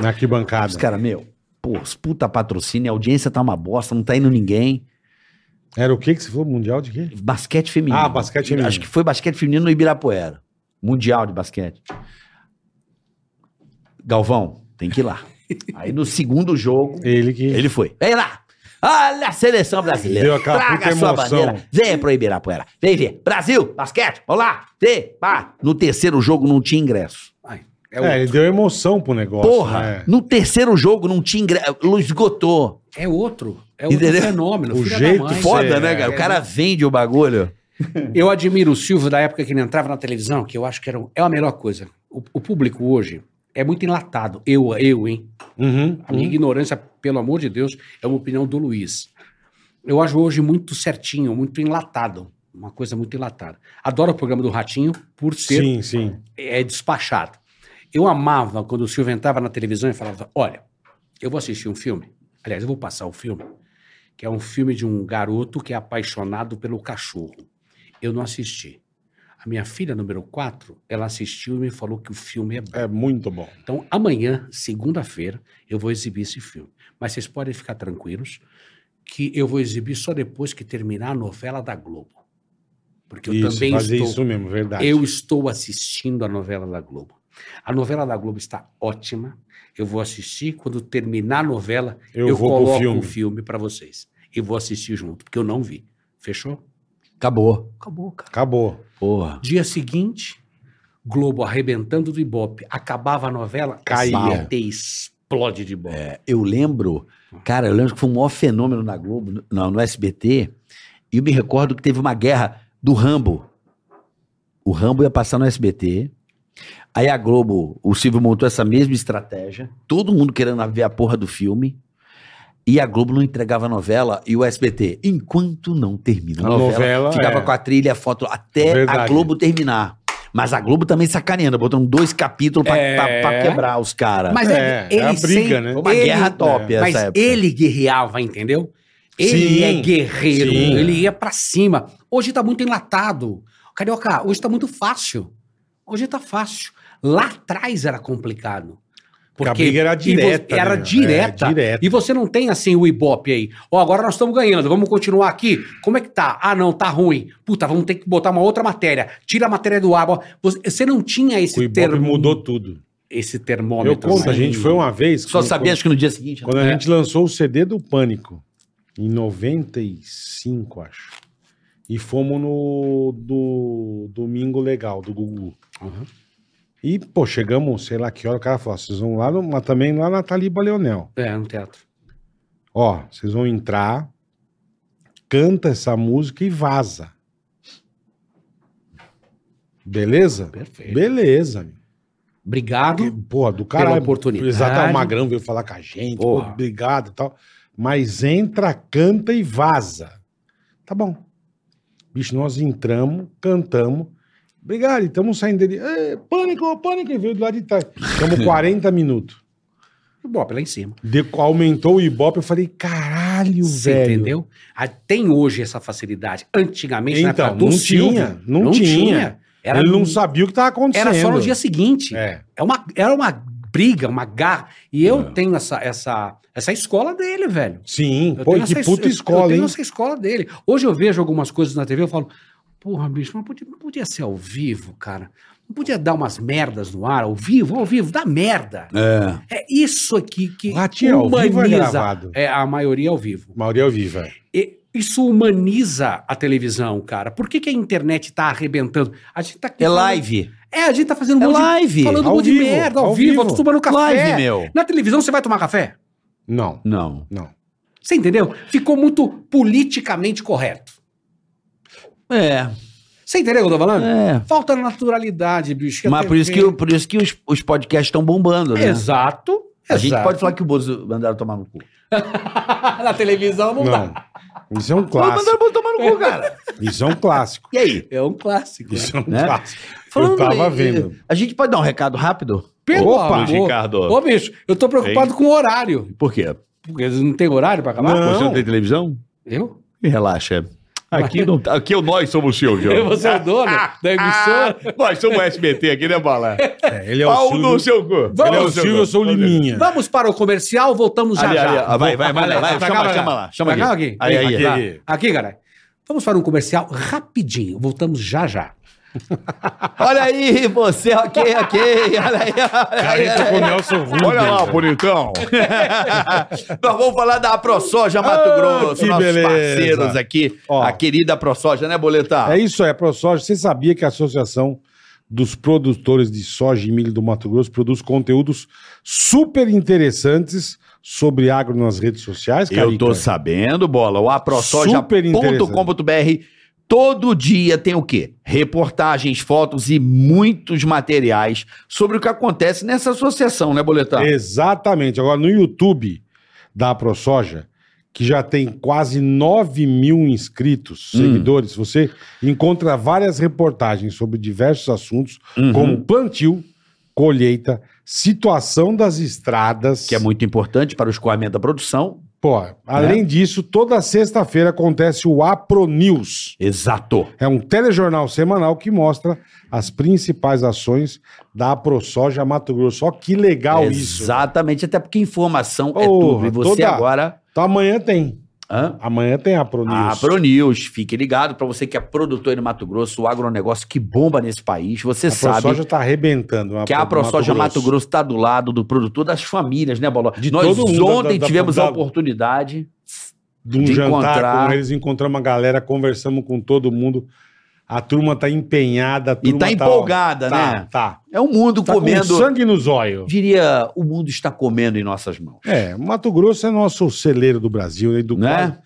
Speaker 3: Na arquibancada.
Speaker 4: os caras, meu, pô, os puta patrocínio, a audiência tá uma bosta, não tá indo ninguém.
Speaker 3: Era o que que você falou? Mundial de quê?
Speaker 4: Basquete feminino.
Speaker 3: Ah, basquete feminino.
Speaker 4: Acho que foi basquete feminino no Ibirapuera. Mundial de basquete. Galvão, tem que ir lá. Aí no segundo jogo,
Speaker 3: Ele que.
Speaker 4: ele foi. Vem lá! Olha a seleção
Speaker 3: Deu
Speaker 4: brasileira.
Speaker 3: aquela
Speaker 4: Traga
Speaker 3: puta
Speaker 4: a sua
Speaker 3: emoção.
Speaker 4: bandeira. Vem pro Ibirapuera. Vem ver. Brasil, basquete, vamos lá. Vê, pá. No terceiro jogo não tinha ingresso.
Speaker 6: Ai, é,
Speaker 3: É,
Speaker 6: o-
Speaker 3: ele deu emoção pro negócio.
Speaker 4: Porra!
Speaker 3: né?
Speaker 4: No terceiro jogo não tinha ingresso. Esgotou.
Speaker 6: é outro. É outro
Speaker 4: Entendeu?
Speaker 6: fenômeno.
Speaker 3: O
Speaker 6: filha da
Speaker 3: jeito
Speaker 6: mãe.
Speaker 4: Foda,
Speaker 3: Isso é-
Speaker 4: né, cara? O cara vende o bagulho.
Speaker 6: Eu admiro o Silvio da época que ele entrava na televisão, que eu acho que era, o- é a melhor coisa. O, o público hoje é muito enlatado. Eu, eu, hein?
Speaker 3: Uhum.
Speaker 6: A minha ignorância, pelo amor de Deus, é uma opinião do Luiz. Eu acho hoje muito certinho, muito enlatado. Uma coisa muito enlatada. Adoro o programa do Ratinho por ser
Speaker 3: Sim, sim.
Speaker 6: é despachado. Eu amava quando o Silvio entrava na televisão e falava: Olha, eu vou assistir um filme. Aliás, eu vou passar o filme, que é um filme de um garoto que é apaixonado pelo cachorro. Eu não assisti. A minha filha, número 4, ela assistiu e me falou que o filme é bom.
Speaker 3: É muito bom.
Speaker 6: Então, amanhã, segunda-feira, eu vou exibir esse filme. Mas vocês podem ficar tranquilos que eu vou exibir só depois que terminar a novela da Globo. Porque eu
Speaker 3: isso,
Speaker 6: também
Speaker 3: fazer
Speaker 6: estou
Speaker 3: isso mesmo, verdade.
Speaker 6: eu estou assistindo a novela da Globo. A novela da Globo está ótima. Eu vou assistir. Quando terminar a novela,
Speaker 3: Eu
Speaker 6: eu,
Speaker 3: vou pro
Speaker 6: coloco
Speaker 3: filme.
Speaker 6: o filme para vocês. E vou assistir junto, porque eu não vi. Fechou?
Speaker 4: Acabou. Acabou, cara.
Speaker 3: Acabou.
Speaker 4: Porra.
Speaker 6: Dia seguinte, Globo arrebentando do Ibope. Acabava a novela,
Speaker 3: Caía.
Speaker 6: SBT explode de Ibope.
Speaker 4: É, eu lembro, cara, eu lembro que foi um maior fenômeno na Globo, no- no, no SBT, e eu me recordo que teve uma guerra do Rambo. O Rambo ia passar no SBT. Aí a Globo, o Silvio montou essa mesma estratégia, todo mundo querendo ver a porra do filme. E a Globo não entregava a novela e o SBT, enquanto não termina a,
Speaker 3: A
Speaker 4: novela,
Speaker 3: novela,
Speaker 4: ficava
Speaker 3: é.
Speaker 4: com a trilha, a foto, até a
Speaker 3: Verdade.
Speaker 4: Globo terminar. Mas a Globo também sacaneando, botando dois capítulos pra,
Speaker 6: É.
Speaker 4: pra- pra quebrar os caras.
Speaker 6: Mas
Speaker 3: É,
Speaker 6: ele, ele
Speaker 3: é a briga,
Speaker 6: sempre-
Speaker 3: né?
Speaker 4: Foi uma
Speaker 6: ele- É.
Speaker 4: guerra top essa
Speaker 6: Mas
Speaker 4: época.
Speaker 6: ele guerreava, entendeu? Ele
Speaker 3: Sim,
Speaker 6: é guerreiro,
Speaker 3: sim.
Speaker 6: ele ia pra cima. Hoje tá muito enlatado. Carioca, hoje tá muito fácil. Hoje tá fácil. Lá atrás era complicado.
Speaker 3: Porque a briga era
Speaker 6: e vo-
Speaker 3: direta,
Speaker 6: Era
Speaker 3: né?
Speaker 6: direta.
Speaker 3: É, direta.
Speaker 6: E você não tem assim o Ibope aí. Ó, agora nós estamos ganhando, vamos continuar aqui. Como é que tá? Ah, não, tá ruim. Puta, vamos ter que botar uma outra matéria. Tira a matéria do ar. Bo- Você você não tinha
Speaker 3: o
Speaker 6: esse
Speaker 3: Ibope
Speaker 6: termo.
Speaker 3: mudou tudo.
Speaker 6: Esse
Speaker 3: Eu
Speaker 6: termômetro. né?
Speaker 3: conto, a gente foi uma vez.
Speaker 4: Só sabia, acho que no dia seguinte.
Speaker 3: Quando a gente lançou o CD do Pânico, em 95, acho. E fomos no do Domingo Legal, do Gugu.
Speaker 6: Uhum.
Speaker 3: E, pô, chegamos, sei lá que hora, o cara falou, "Ó, vocês vão lá, no- mas também lá na Taliba Leonel.
Speaker 6: É, no teatro.
Speaker 3: Ó, vocês vão entrar, canta essa música e vaza. Beleza?
Speaker 6: Perfeito.
Speaker 3: Beleza, meu.
Speaker 6: Obrigado.
Speaker 3: Porra, do caralho.
Speaker 6: Pela oportunidade.
Speaker 3: Exato, o Magrão veio falar com a gente. pô,
Speaker 6: Porra.
Speaker 3: obrigado e tal. Mas entra, canta e vaza. Tá bom. Bicho, nós entramos, cantamos. Obrigado, e estamos saindo dele. "É, pânico, pânico, e veio do lado de trás. Estamos 40 minutos. é
Speaker 6: Ibope lá em cima.
Speaker 3: De- aumentou o Ibope, eu falei, caralho,
Speaker 6: Você
Speaker 3: velho.
Speaker 6: entendeu? Ah, Tem hoje essa facilidade. Antigamente,
Speaker 3: Então,
Speaker 6: época do
Speaker 3: não
Speaker 6: Silvio,
Speaker 3: tinha, não tinha.
Speaker 6: Era, um-
Speaker 3: Ele não sabia o que estava acontecendo.
Speaker 6: era só no dia seguinte.
Speaker 3: É.
Speaker 6: É uma, era uma briga, uma garra. E eu tenho essa, essa, essa escola dele, velho.
Speaker 3: Sim,
Speaker 6: Eu
Speaker 3: pô,
Speaker 6: tenho
Speaker 3: e que
Speaker 6: essa-
Speaker 3: puta
Speaker 6: eu- Eu
Speaker 3: escola,
Speaker 6: tenho
Speaker 3: hein?
Speaker 6: essa escola dele. Hoje eu vejo algumas coisas na TV, eu falo, porra, bicho, mas podia, não podia ser ao vivo, cara. Não podia dar umas merdas no ar, ao vivo, ao vivo, dá merda.
Speaker 4: É.
Speaker 6: É isso aqui que
Speaker 3: Ratinho, ao vivo é
Speaker 6: humaniza.
Speaker 3: gravado.
Speaker 6: É, a maioria ao vivo.
Speaker 3: Mauriel é Viva.
Speaker 6: E isso humaniza a televisão, cara. Por que, que a internet tá arrebentando? A gente tá aqui
Speaker 4: É
Speaker 6: falando-
Speaker 4: live.
Speaker 6: É, a gente tá fazendo
Speaker 4: É
Speaker 6: um monte de-
Speaker 4: live.
Speaker 6: falando um
Speaker 3: Ao
Speaker 6: monte de
Speaker 3: vivo,
Speaker 6: merda, ao,
Speaker 3: ao
Speaker 6: vivo,
Speaker 3: vivo.
Speaker 6: tô tomando café.
Speaker 4: Live, meu.
Speaker 6: Na televisão você vai tomar café?
Speaker 3: Não,
Speaker 4: Não.
Speaker 3: não.
Speaker 6: Você entendeu? Ficou muito politicamente correto.
Speaker 4: É.
Speaker 6: Você entendeu o que eu tô falando?
Speaker 5: É.
Speaker 6: Falta naturalidade, bicho. a
Speaker 5: Mas por
Speaker 6: TV-
Speaker 5: isso que, o- por isso que os, os podcasts estão bombando, né?
Speaker 6: Exato.
Speaker 5: A gente
Speaker 6: exato.
Speaker 5: pode falar que o Bozo mandaram tomar no cu.
Speaker 6: Na televisão não,
Speaker 3: Não.
Speaker 6: dá.
Speaker 3: Isso é um clássico.
Speaker 5: Mandaram o Bozo tomar no cu, cara.
Speaker 3: Isso é um clássico.
Speaker 5: E aí?
Speaker 6: É um clássico.
Speaker 3: Isso é um
Speaker 5: Né?
Speaker 3: clássico. Eu tava
Speaker 5: em-
Speaker 3: vendo.
Speaker 5: A gente pode dar um recado rápido?
Speaker 6: Pelo
Speaker 3: Opa,
Speaker 6: amor.
Speaker 4: Ricardo.
Speaker 6: Ô, bicho, eu tô preocupado com o horário.
Speaker 5: Por quê?
Speaker 6: Porque eles não tem horário pra acabar?
Speaker 3: Não.
Speaker 4: Você não tem televisão?
Speaker 6: Eu?
Speaker 5: Relaxa.
Speaker 4: Aqui, não, tá- aqui nós somos o seu,
Speaker 6: Eu
Speaker 4: João.
Speaker 6: vou ser o dono da emissora.
Speaker 4: Nós somos o SBT aqui, né, Bala?
Speaker 3: É, ele é
Speaker 4: Pau
Speaker 3: o
Speaker 4: no
Speaker 3: Silvio.
Speaker 4: seu cu.
Speaker 6: Vamos,
Speaker 3: Ele é o
Speaker 6: Silvio,
Speaker 3: Silvio, eu sou o Liminha.
Speaker 6: Vamos para o comercial, voltamos já
Speaker 5: Ali,
Speaker 6: já.
Speaker 5: ali, ah, vai, vai, vai,
Speaker 6: Olha,
Speaker 5: vai,
Speaker 6: pra
Speaker 5: chama,
Speaker 6: pra
Speaker 5: chama lá, chama
Speaker 6: Pra cá,
Speaker 5: aqui.
Speaker 6: aqui.
Speaker 5: Aí, aí,
Speaker 6: aqui, aqui, cara. Vamos para um comercial rapidinho, voltamos já já.
Speaker 5: Olha aí, você, ok, ok. Olha aí, olha aí.
Speaker 3: Careta com tipo, o Nelson Rubens.
Speaker 4: Olha lá, bonitão.
Speaker 5: Nós vamos falar da ProSoja Mato
Speaker 3: Ah,
Speaker 5: Grosso,
Speaker 3: que
Speaker 5: nossos
Speaker 3: beleza.
Speaker 5: parceiros aqui.
Speaker 3: Ó.
Speaker 5: A querida ProSoja, né, Boletar?
Speaker 3: É isso aí, ProSoja. Você sabia que a Associação dos Produtores de Soja e Milho do Mato Grosso produz conteúdos super interessantes sobre agro nas redes sociais,
Speaker 5: Eu
Speaker 3: Carica?
Speaker 5: tô sabendo, bola. O
Speaker 3: Super
Speaker 5: aprosoja.com.br todo dia tem o quê? Reportagens, fotos e muitos materiais sobre o que acontece nessa associação, né, Boletar?
Speaker 3: Exatamente. Agora, no YouTube da ProSoja, que já tem quase 9 mil inscritos,
Speaker 5: Hum.
Speaker 3: seguidores, você encontra várias reportagens sobre diversos assuntos,
Speaker 5: Uhum.
Speaker 3: como plantio, colheita, situação das estradas.
Speaker 5: Que é muito É. importante para o escoamento da produção.
Speaker 3: Pô, além disso, toda sexta-feira acontece o Apro News.
Speaker 5: Exato.
Speaker 3: É um telejornal semanal que mostra as principais ações da AproSoja Mato Grosso. Ó, que legal isso.
Speaker 5: Exatamente, até porque informação é
Speaker 3: Porra,
Speaker 5: tudo. E você
Speaker 3: toda-
Speaker 5: agora.
Speaker 3: Então amanhã tem.
Speaker 5: Hã? Ah,
Speaker 3: Amanhã tem a Apro News.
Speaker 5: A ProNews, fique ligado para você que é produtor aí no Mato Grosso, o agronegócio que bomba nesse país. Você
Speaker 3: A
Speaker 5: sabe
Speaker 3: ProSoja tá arrebentando.
Speaker 5: que a ProSoja Mato Grosso está do lado do produtor das famílias, né, Bola?
Speaker 3: De
Speaker 5: Nós
Speaker 3: todo mundo,
Speaker 5: ontem
Speaker 3: da- da-
Speaker 5: tivemos a
Speaker 3: da-
Speaker 5: oportunidade.
Speaker 3: De um
Speaker 5: de
Speaker 3: jantar
Speaker 5: encontrar-
Speaker 3: com eles, encontramos uma galera, conversamos com todo mundo. A turma tá empenhada. A
Speaker 5: E
Speaker 3: turma
Speaker 5: tá empolgada,
Speaker 3: tá,
Speaker 5: né?
Speaker 3: Tá.
Speaker 5: É o mundo
Speaker 3: Tá
Speaker 5: comendo.
Speaker 3: com sangue nos olhos.
Speaker 5: Diria, o mundo está comendo em nossas mãos.
Speaker 3: É, Mato Grosso é nosso celeiro do Brasil, né? Do
Speaker 5: Né?
Speaker 3: qual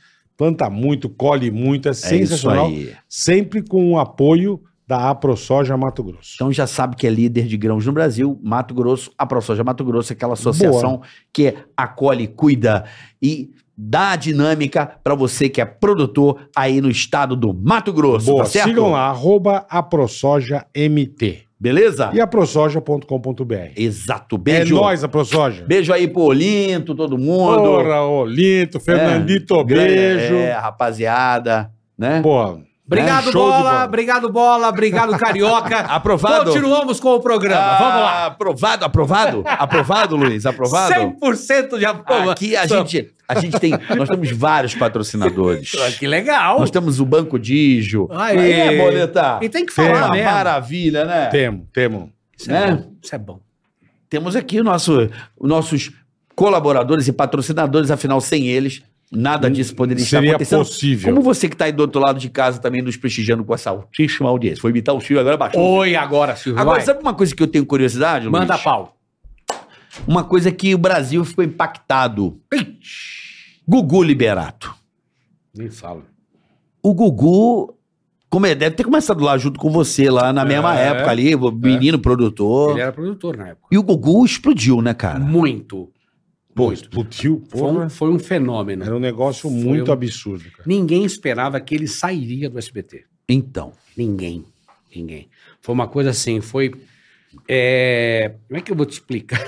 Speaker 3: planta muito, colhe muito, é
Speaker 5: É isso
Speaker 3: sensacional.
Speaker 5: aí.
Speaker 3: sempre com o apoio da AproSoja Mato Grosso.
Speaker 5: Então já sabe que é líder de grãos no Brasil, Mato Grosso, a ProSoja Mato Grosso, é aquela associação que acolhe, cuida e dá a dinâmica para você que é produtor aí no estado do Mato Grosso,
Speaker 3: Boa,
Speaker 5: tá certo?
Speaker 3: sigam lá, arroba AproSojaMT
Speaker 5: Beleza?
Speaker 3: e aprosoja.com.br.
Speaker 5: Exato.
Speaker 3: É
Speaker 5: Beijo.
Speaker 3: nóis, AproSoja.
Speaker 5: Beijo aí pro Olinto, todo mundo.
Speaker 3: Porra, Olinto, Fernandito,
Speaker 5: Grande-
Speaker 3: beijo.
Speaker 5: É, rapaziada, né?
Speaker 3: Pô,
Speaker 6: Obrigado,
Speaker 5: É,
Speaker 3: show de
Speaker 6: bola,
Speaker 3: bola.
Speaker 6: obrigado, bola, obrigado, carioca.
Speaker 5: Aprovado.
Speaker 6: Continuamos com o programa. Vamos lá.
Speaker 5: Ah, Aprovado, aprovado? aprovado, Luiz, aprovado?
Speaker 6: 100% de aprovação.
Speaker 5: Aqui a gente, a gente tem, nós temos vários patrocinadores.
Speaker 6: Ah, Que legal.
Speaker 5: Nós temos o Banco Dijo.
Speaker 6: Aê.
Speaker 5: é, Boleta.
Speaker 6: E tem que
Speaker 3: Tem
Speaker 6: falar
Speaker 5: Uma
Speaker 6: tá mesmo.
Speaker 5: maravilha, né?
Speaker 3: temo, temo.
Speaker 6: Isso é
Speaker 5: né?
Speaker 6: bom, Isso é bom.
Speaker 5: Temos aqui o nosso, os nossos colaboradores e patrocinadores, afinal, sem eles, nada
Speaker 6: Hum,
Speaker 5: disso poderia estar
Speaker 3: Seria
Speaker 5: tá acontecendo.
Speaker 3: possível.
Speaker 5: Como você que está aí do outro lado de casa também nos prestigiando com essa altíssima audiência. Vou imitar o Silvio agora baixou.
Speaker 6: Oi, agora, Silvio.
Speaker 5: Agora,
Speaker 6: vai.
Speaker 5: sabe uma coisa que eu tenho curiosidade, Luiz?
Speaker 6: Manda pau.
Speaker 5: Uma coisa que o Brasil ficou impactado. Gugu Liberato.
Speaker 6: Nem falo.
Speaker 5: O Gugu como é, deve ter começado lá junto com você, lá na mesma
Speaker 6: É,
Speaker 5: época ali, o menino produtor.
Speaker 6: Ele é- era produtor na época.
Speaker 5: E o Gugu explodiu, né, cara?
Speaker 6: Muito.
Speaker 3: Pô,
Speaker 6: muito.
Speaker 3: explodiu,
Speaker 6: Foi um,
Speaker 3: porra.
Speaker 6: foi um fenômeno.
Speaker 3: Era um negócio
Speaker 6: Foi
Speaker 3: muito
Speaker 6: um-
Speaker 3: absurdo, cara.
Speaker 6: Ninguém esperava que ele sairia do SBT.
Speaker 5: Então,
Speaker 6: Ninguém. Ninguém. Foi uma coisa assim, foi. é, Como é que eu vou te explicar?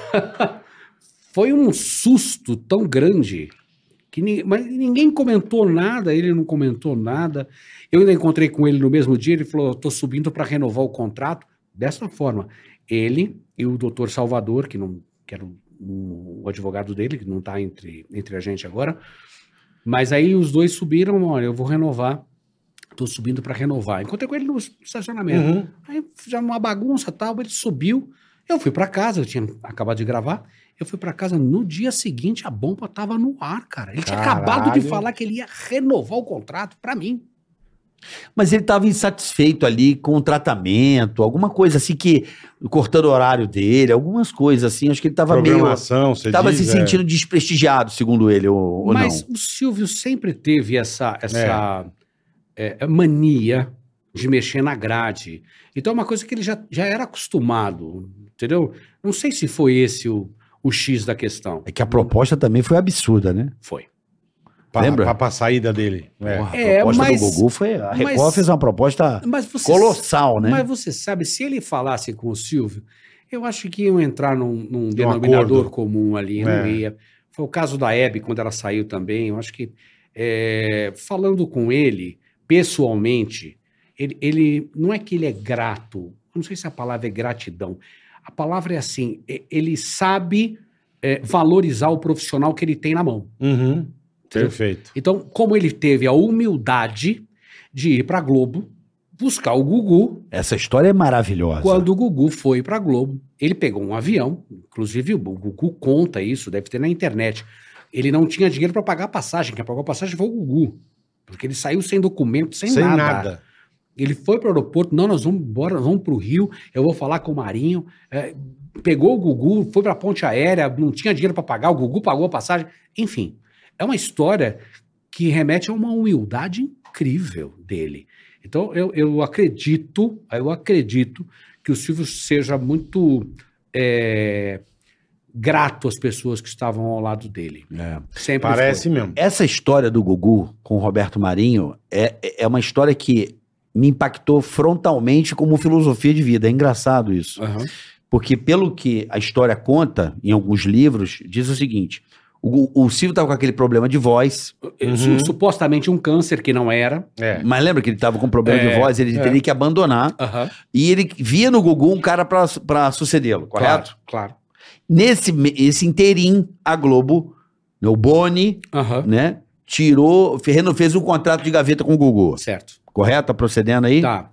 Speaker 6: foi um susto tão grande que ni- mas ninguém comentou nada, ele não comentou nada. Eu ainda encontrei com ele no mesmo dia, ele falou: estou subindo para renovar o contrato. Dessa forma, ele e o doutor Salvador, que não que era o, o advogado dele, que não está entre, entre a gente agora, mas aí os dois subiram, olha, eu vou renovar, estou subindo para renovar. Encontrei com ele no estacionamento.
Speaker 3: Uhum.
Speaker 6: Aí já uma bagunça tal, ele subiu. Eu fui pra casa, eu tinha acabado de gravar. Eu fui pra casa no dia seguinte, a bomba tava no ar, cara. Ele tinha
Speaker 3: Caralho.
Speaker 6: acabado de falar que ele ia renovar o contrato pra mim.
Speaker 5: mas ele estava insatisfeito ali com o tratamento, alguma coisa assim que cortando o horário dele, algumas coisas assim, acho que ele tava meio
Speaker 3: Programação, você
Speaker 5: tava
Speaker 3: diz,
Speaker 5: se
Speaker 3: é.
Speaker 5: sentindo desprestigiado, segundo ele ou, ou
Speaker 6: Mas
Speaker 5: não.
Speaker 6: o Silvio sempre teve essa essa é, mania de mexer na grade. Então é uma coisa que ele já, já era acostumado, entendeu? Não sei se foi esse o, o X da questão.
Speaker 5: É que a proposta também foi absurda, né?
Speaker 6: Foi.
Speaker 3: Pra,
Speaker 5: Lembra?
Speaker 3: Pra, pra saída dele. É.
Speaker 5: Porra, a
Speaker 6: É,
Speaker 5: proposta
Speaker 6: mas-
Speaker 5: do Gugu foi. A Record
Speaker 6: mas-
Speaker 5: fez uma proposta
Speaker 6: Mas você
Speaker 5: colossal, né?
Speaker 6: Mas você sabe, se ele falasse com o Silvio, eu acho que iam entrar num, num
Speaker 3: Num
Speaker 6: denominador
Speaker 3: acordo.
Speaker 6: comum ali, não
Speaker 3: É.
Speaker 6: ia. Foi o caso da Hebe, quando ela saiu também, eu acho que é, falando com ele, pessoalmente, ele, ele- não é que ele é grato, eu não sei se a palavra é gratidão, a palavra é assim, e- ele sabe é, valorizar o profissional que ele tem na mão.
Speaker 3: Uhum. Perfeito.
Speaker 6: Então, como ele teve a humildade de ir para Globo, buscar o Gugu,
Speaker 5: Essa história é maravilhosa.
Speaker 6: quando o Gugu foi pra Globo, ele pegou um avião, inclusive o Gugu conta isso, deve ter na internet. Ele não tinha dinheiro pra pagar a passagem, quem pagou a passagem foi o Gugu. Porque ele saiu sem documento, sem,
Speaker 3: Sem
Speaker 6: nada.
Speaker 3: nada.
Speaker 6: Ele foi pro aeroporto, não, nós vamos embora, nós vamos pro Rio, eu vou falar com o Marinho. É, pegou o Gugu, foi pra ponte aérea, não tinha dinheiro pra pagar, o Gugu pagou a passagem. Enfim, é uma história que remete a uma humildade incrível dele. Então, eu, eu acredito, eu acredito que o Silvio seja muito é, grato às pessoas que estavam ao lado dele.
Speaker 5: É.
Speaker 6: Sempre
Speaker 3: Parece mesmo.
Speaker 5: Essa história do Gugu com o Roberto Marinho é, é uma história que me impactou frontalmente como filosofia de vida. É engraçado isso.
Speaker 6: foi. Aham.
Speaker 5: Porque, pelo que a história conta, em alguns livros, diz o seguinte: o, Gu- o Silvio estava com aquele problema de voz,
Speaker 3: Uhum.
Speaker 6: Su- Supostamente um câncer que não era.
Speaker 3: É.
Speaker 5: mas lembra que ele estava com um problema
Speaker 6: É,
Speaker 5: de voz, ele
Speaker 6: é.
Speaker 5: teria que abandonar.
Speaker 6: Aham.
Speaker 5: E ele via no Gugu um cara para sucedê-lo, correto?
Speaker 6: Claro.
Speaker 5: Nesse me- esse interim, a Globo, né, o Boni,
Speaker 6: claro. Aham.
Speaker 5: né? Tirou, Ferreno fez um contrato de gaveta com o Gugu,
Speaker 6: Certo.
Speaker 5: correto? Tá procedendo aí?
Speaker 6: Tá.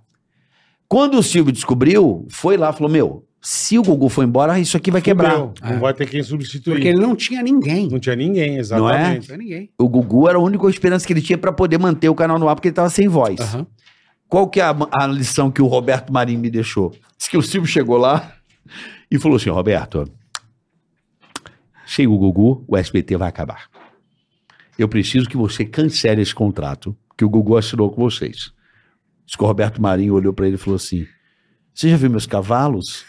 Speaker 5: Quando o Silvio descobriu, foi lá, falou: Meu, se o Gugu for embora, isso aqui vai quebrar.
Speaker 3: Fudeu. Não
Speaker 6: É.
Speaker 3: vai ter quem substituir.
Speaker 6: Porque ele não tinha ninguém.
Speaker 3: Não tinha
Speaker 5: é?
Speaker 3: ninguém,
Speaker 6: Não
Speaker 3: exatamente.
Speaker 6: tinha ninguém.
Speaker 5: O Gugu era a única esperança que ele tinha pra poder manter o canal no ar, porque ele tava sem voz.
Speaker 6: Aham.
Speaker 5: Qual que é a, a lição que o Roberto Marinho me deixou? Diz que o Silvio chegou lá e falou assim: Roberto, chega o Gugu, o SBT vai acabar. Eu preciso que você cancele esse contrato que o Gugu assinou com vocês. Diz que o Roberto Marinho olhou pra ele e falou assim: Você já viu meus cavalos?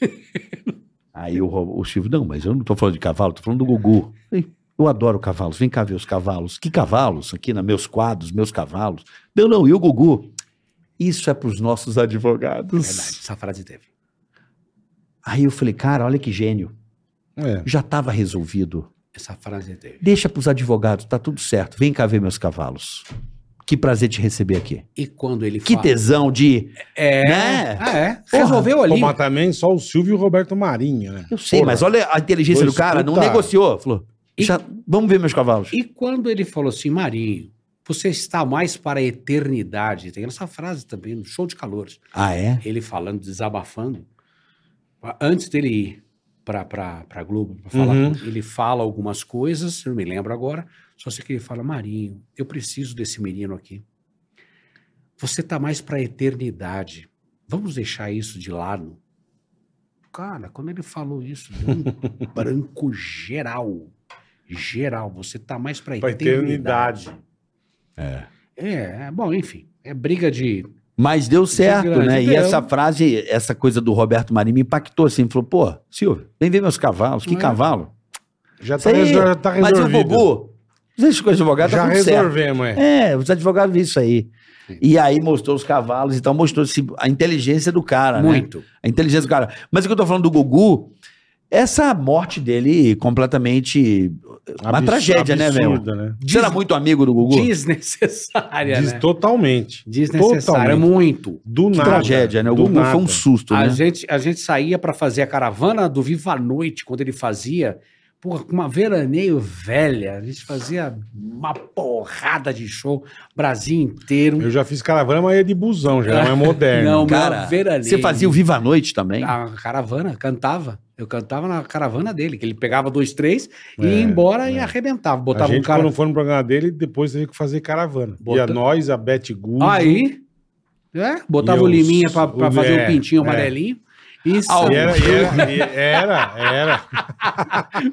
Speaker 5: Aí o, Ro- o Silvio, não, mas eu não tô falando de cavalo, tô falando do Gugu. Falei, Eu adoro cavalos, vem cá ver os cavalos. Que cavalos aqui na meus quadros, meus cavalos. Não, não, e o Gugu? Isso é pros nossos advogados.
Speaker 6: É Verdade, essa frase teve.
Speaker 5: Aí eu falei, cara, olha que gênio.
Speaker 3: É.
Speaker 5: Já estava resolvido.
Speaker 6: Essa frase teve.
Speaker 5: Deixa pros advogados, tá tudo certo. Vem cá ver meus cavalos. Que prazer te receber aqui.
Speaker 6: E quando ele
Speaker 5: Que
Speaker 6: fala-
Speaker 5: tesão de.
Speaker 6: É.
Speaker 5: né?
Speaker 6: Ah, é. Resolveu ali.
Speaker 3: Pô, mas também só o Silvio e o Roberto Marinho, né?
Speaker 5: Eu sei,
Speaker 3: Porra.
Speaker 5: mas olha a inteligência
Speaker 3: Dois
Speaker 5: do cara, não
Speaker 3: puta.
Speaker 5: negociou. Falou,
Speaker 6: E-
Speaker 5: já- vamos ver meus cavalos.
Speaker 6: E quando ele falou assim, Marinho, você está mais para a eternidade. Tem essa frase também no show de calores.
Speaker 5: Ah, é?
Speaker 6: Ele falando, desabafando. Antes dele ir pra, pra, pra Globo, pra falar,
Speaker 3: Uhum.
Speaker 6: com- ele fala algumas coisas, eu não me lembro agora, só sei que ele fala, Marinho, eu preciso desse menino aqui. Você tá mais pra eternidade. Vamos deixar isso de lado. Cara, quando ele falou isso, deu um branco geral. Geral, você tá mais pra
Speaker 3: Pra
Speaker 6: eternidade.
Speaker 3: eternidade.
Speaker 6: É, bom, enfim, é briga de...
Speaker 5: Mas deu certo,
Speaker 6: grande
Speaker 5: né? E
Speaker 6: deu.
Speaker 5: essa frase, essa coisa do Roberto Marinho me impactou assim. Falou, pô, Silvio, vem ver meus cavalos. Que
Speaker 6: É.
Speaker 5: cavalo?
Speaker 3: Já tá,
Speaker 5: Isso aí,
Speaker 3: resol- já tá
Speaker 5: Mas o
Speaker 3: resolvido.
Speaker 5: Gugu, deixa com o advogado,
Speaker 3: já
Speaker 5: tá tudo certo.
Speaker 3: resolvemos, é.
Speaker 5: É, os advogados viram isso aí.
Speaker 6: Sim.
Speaker 5: E aí mostrou os cavalos, então mostrou esse- a inteligência do cara, né?
Speaker 6: muito.
Speaker 5: A inteligência do cara. Mas o que eu tô falando do Gugu, essa morte dele completamente. uma
Speaker 3: Abs-
Speaker 5: tragédia, né, velho?
Speaker 3: absurda, né?
Speaker 5: Você era muito amigo do Gugu? é
Speaker 6: Desnecessária,
Speaker 3: Diz
Speaker 6: né?
Speaker 3: totalmente.
Speaker 6: Desnecessária,
Speaker 3: Totalmente.
Speaker 6: muito.
Speaker 3: Do
Speaker 5: É Que
Speaker 3: nada.
Speaker 5: tragédia, né? O
Speaker 3: do
Speaker 5: Gugu
Speaker 3: nada.
Speaker 5: foi um susto,
Speaker 6: A,
Speaker 5: né?
Speaker 6: gente, a gente saía pra fazer a caravana do Viva a Noite, quando ele fazia, porra, com uma veraneio velha. A gente fazia uma porrada de show, Brasil inteiro.
Speaker 3: Eu já fiz caravana, mas é de busão, já não é moderno.
Speaker 6: Não,
Speaker 5: Cara,
Speaker 6: uma veraneio.
Speaker 5: Você fazia o Viva a Noite também?
Speaker 6: A caravana, cantava. Eu cantava na caravana dele, que ele pegava dois, três, e
Speaker 3: É,
Speaker 6: ia embora e arrebentava.
Speaker 3: a
Speaker 6: Botava
Speaker 3: gente,
Speaker 6: um cara...
Speaker 3: quando foi no programa dele, depois teve que fazer caravana. E a
Speaker 6: Bota-
Speaker 3: nós, a Beth Good.
Speaker 5: Ah,
Speaker 6: Aí, é, botava
Speaker 3: E
Speaker 6: o
Speaker 3: os-
Speaker 6: liminha pra, pra
Speaker 3: o-
Speaker 6: fazer
Speaker 3: é,
Speaker 6: o pintinho
Speaker 3: é.
Speaker 6: amarelinho. Isso.
Speaker 5: Ah,
Speaker 3: E era, e era, e era, era.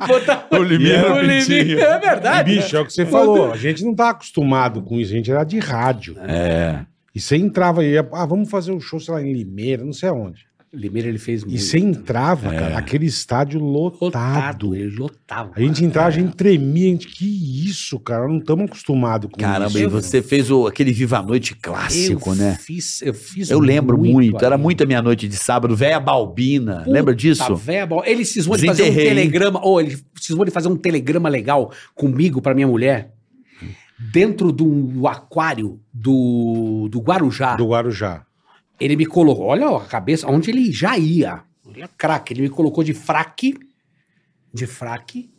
Speaker 6: Botava
Speaker 7: O
Speaker 3: E era
Speaker 7: Limeiro
Speaker 6: o liminha. É verdade.
Speaker 5: né?
Speaker 3: Bicho, é o que você falou. A gente não tá acostumado com isso, a gente era de rádio.
Speaker 5: É.
Speaker 3: E você entrava e ia, ah, vamos fazer um show, sei lá, em Limeira, não sei aonde.
Speaker 6: Limeira ele fez um
Speaker 3: E você entrava, cara, aquele estádio lotado.
Speaker 6: É. Lotado, ele lotava.
Speaker 3: A gente entrava, a gente tremia, a gente, que isso, cara, não estamos acostumados com
Speaker 5: Caramba,
Speaker 3: isso.
Speaker 5: e você fez o- aquele Viva a Noite clássico,
Speaker 6: eu
Speaker 5: né?
Speaker 6: Fiz, eu fiz
Speaker 5: Eu lembro muito, era
Speaker 6: ali.
Speaker 5: muito a minha noite de sábado, velha balbina.
Speaker 6: Puta
Speaker 5: Lembra disso?
Speaker 6: véia, bom, Tá ele cismou de fazer um
Speaker 5: Desenterrei, hein?
Speaker 6: telegrama, ou ele cismou de fazer um telegrama legal comigo pra minha mulher dentro do aquário do, do Guarujá.
Speaker 3: Do Guarujá.
Speaker 6: Ele me colocou, olha a cabeça, onde ele já ia. Ele é craque, ele me colocou de fraque, de fraque,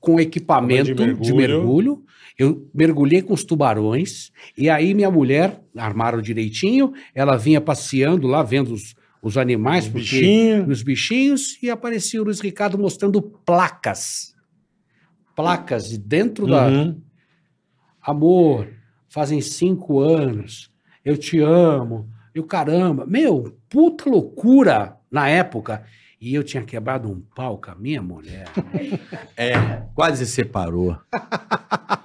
Speaker 6: com equipamento de
Speaker 3: Cama de
Speaker 6: mergulho.
Speaker 3: mergulho.
Speaker 6: Eu mergulhei com os tubarões, e aí minha mulher, armaram direitinho, ela vinha passeando lá, vendo os, os animais, porque
Speaker 3: Bichinho.
Speaker 6: nos bichinhos e aparecia o Luiz Ricardo mostrando placas. Placas de dentro da.
Speaker 3: Uhum.
Speaker 8: É.
Speaker 6: Amor, fazem cinco anos, eu te amo, eu caramba. Meu, puta loucura na época. E eu tinha quebrado um pau com a minha mulher.
Speaker 5: Quase separou.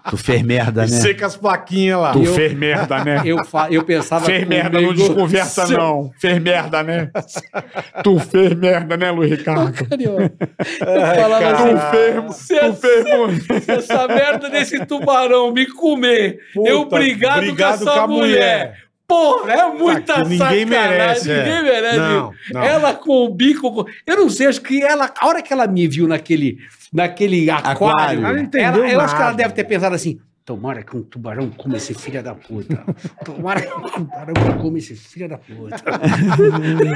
Speaker 5: tu fez merda,
Speaker 3: E
Speaker 5: né?
Speaker 6: é
Speaker 3: você com as plaquinhas lá.
Speaker 8: Ah, Tu
Speaker 6: Eu-
Speaker 8: fez merda, né?
Speaker 6: Eu, fa- eu pensava.
Speaker 8: Fez merda, não
Speaker 6: comigo,
Speaker 8: desconversa,
Speaker 6: "Seu
Speaker 8: não. Fez merda, né? tu fez merda, né, Luiz Ricardo?
Speaker 6: carioca." Eu falava assim.
Speaker 8: Tu fez,
Speaker 6: "Se
Speaker 8: tu fez muito.
Speaker 6: se essa merda desse tubarão me comer,
Speaker 3: Puta,
Speaker 6: eu brigado,
Speaker 3: brigado
Speaker 6: com essa mulher. Porra, é muita
Speaker 3: Tá, que
Speaker 6: sacanagem.
Speaker 3: ninguém merece, é.
Speaker 6: Ninguém merece.
Speaker 3: Não, não.
Speaker 6: né, Ela com o bico. com- Eu não sei, acho que ela. A hora que ela me viu naquele, naquele
Speaker 5: Aquário.
Speaker 6: aquário,
Speaker 5: Ela
Speaker 3: não entendeu
Speaker 6: ela- eu acho que ela
Speaker 3: nada.
Speaker 6: deve ter pensado assim. Tomara que um tubarão coma esse filho da puta. Tomara que um tubarão coma esse filho da puta.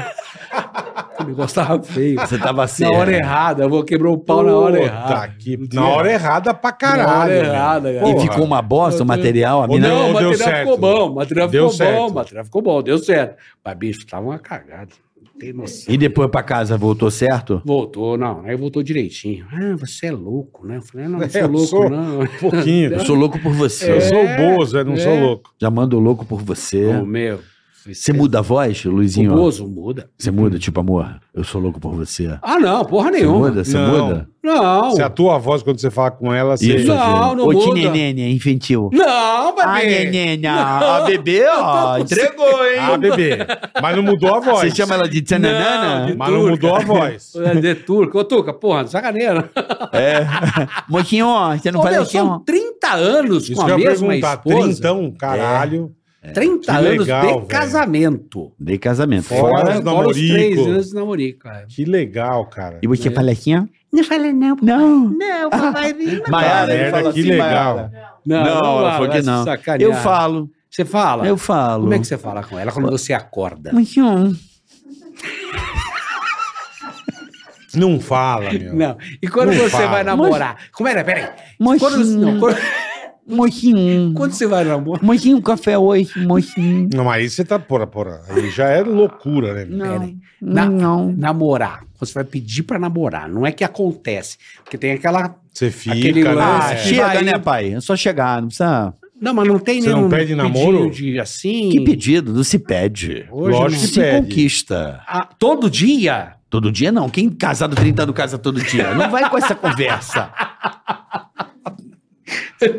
Speaker 6: Eu me gostava feio.
Speaker 5: Você tava assim.
Speaker 6: Na hora é errada, eu vou quebrar o pau na hora
Speaker 3: Puta
Speaker 6: errada.
Speaker 3: que- Na hora errada pra caralho.
Speaker 6: Na hora
Speaker 3: velho.
Speaker 6: errada, cara.
Speaker 5: E
Speaker 3: Porra.
Speaker 5: ficou uma bosta o
Speaker 6: Meu Deus.
Speaker 5: material, a
Speaker 3: Ô,
Speaker 5: mina.
Speaker 6: não,
Speaker 3: Não,
Speaker 6: o
Speaker 3: deu
Speaker 6: material
Speaker 3: certo.
Speaker 6: ficou bom, o material
Speaker 3: Deu
Speaker 6: ficou bom,
Speaker 3: certo.
Speaker 6: o material ficou bom, deu certo. Mas, bicho, tava uma cagada. Não tem noção.
Speaker 5: E depois pra casa voltou certo?
Speaker 6: Voltou, não, aí voltou direitinho. Ah, você é louco, né? Eu falei, não, não sou
Speaker 3: É, eu
Speaker 6: louco,
Speaker 3: sou
Speaker 6: não.
Speaker 3: Um pouquinho.
Speaker 5: Eu sou louco por você.
Speaker 3: Eu sou
Speaker 6: É,
Speaker 3: bozo, eu não sou
Speaker 6: é.
Speaker 3: louco.
Speaker 5: Já mando louco por você.
Speaker 6: Ô, meu.
Speaker 5: Você
Speaker 3: é
Speaker 5: muda a voz, Luizinho?
Speaker 6: O Bozo muda.
Speaker 5: Você muda, tipo, amor, eu sou louco por você.
Speaker 6: Ah, não, porra
Speaker 5: Você
Speaker 6: nenhuma.
Speaker 5: muda? Você
Speaker 3: Não.
Speaker 5: muda?
Speaker 6: Não.
Speaker 3: Se a tua voz, quando você é fala com ela, você...
Speaker 6: Isso. Não,
Speaker 5: gente.
Speaker 6: não
Speaker 5: Ô,
Speaker 6: muda.
Speaker 5: tinenene, infantil.
Speaker 6: Não, é- bebê.
Speaker 5: nenene, a bebê, ó, entregou,
Speaker 3: Ah, bebê. Mas não mudou a voz.
Speaker 5: Você chama ela de tchananana?
Speaker 6: de
Speaker 3: Mas não mudou a voz.
Speaker 6: É de turco. Ô, Tuca, porra, sacaneira.
Speaker 5: É. Moquinho, ó, você não
Speaker 6: Ô,
Speaker 5: faz
Speaker 6: meu,
Speaker 5: aqui,
Speaker 6: são
Speaker 5: ó.
Speaker 6: 30 anos
Speaker 3: Isso
Speaker 6: com
Speaker 3: que
Speaker 6: a
Speaker 3: eu ia
Speaker 6: mesma
Speaker 3: perguntar.
Speaker 6: esposa.
Speaker 3: Trintão, caralho.
Speaker 6: 30
Speaker 3: Que
Speaker 6: anos
Speaker 3: legal,
Speaker 6: de
Speaker 3: velho.
Speaker 6: casamento.
Speaker 5: De casamento.
Speaker 3: Fora os namorico.
Speaker 6: três anos de namorico, é. cara.
Speaker 3: Que legal, cara.
Speaker 5: E
Speaker 6: É.
Speaker 5: você fala aqui, ó?
Speaker 9: Não falei não.
Speaker 5: Não.
Speaker 9: Não, papai. não.
Speaker 3: Maiara, Tá
Speaker 5: ele
Speaker 3: merda,
Speaker 5: fala
Speaker 3: que
Speaker 5: assim,
Speaker 3: legal.
Speaker 5: Maiara.
Speaker 6: Não, é
Speaker 5: Não, ela falou que não. Eu falo,
Speaker 6: Você fala?
Speaker 5: eu falo.
Speaker 6: Como é que você fala com ela quando você acorda?
Speaker 5: Moquinho.
Speaker 3: Não fala, meu.
Speaker 6: Não. E quando
Speaker 3: Não
Speaker 6: você
Speaker 3: fala.
Speaker 6: vai namorar? Como era? Peraí.
Speaker 5: Mocinho.
Speaker 6: Quando, não, quando,
Speaker 5: Moquinho.
Speaker 6: quando você vai namorar?
Speaker 5: Moquinho, café hoje, moquinho.
Speaker 3: Não, mas aí você tá... Porra, porra. Aí já é loucura, né? meu?
Speaker 5: Não.
Speaker 6: Na-
Speaker 5: Não.
Speaker 6: Namorar. Você vai pedir pra namorar. Não é que acontece. Porque tem aquela.
Speaker 3: Você fica,
Speaker 6: Aquele
Speaker 3: né?
Speaker 6: lance
Speaker 5: Ah,
Speaker 3: É.
Speaker 6: que-
Speaker 5: chega,
Speaker 6: Vai-
Speaker 5: né, pai? É só chegar, não precisa...
Speaker 6: Não, mas não tem
Speaker 3: Você não pede
Speaker 6: pedinho
Speaker 3: namoro?
Speaker 6: de assim.
Speaker 5: Que pedido? Não se pede.
Speaker 6: Hoje
Speaker 3: Lógico
Speaker 6: não.
Speaker 3: que
Speaker 5: se
Speaker 3: pede.
Speaker 5: conquista.
Speaker 6: Ah, todo dia?
Speaker 5: Todo dia não. Quem casado 30 anos casa todo dia. Não vai com essa conversa.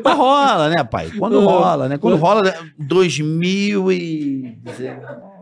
Speaker 5: Mas rola, né, pai? Quando rola, né? Quando rola, né? 2000 e...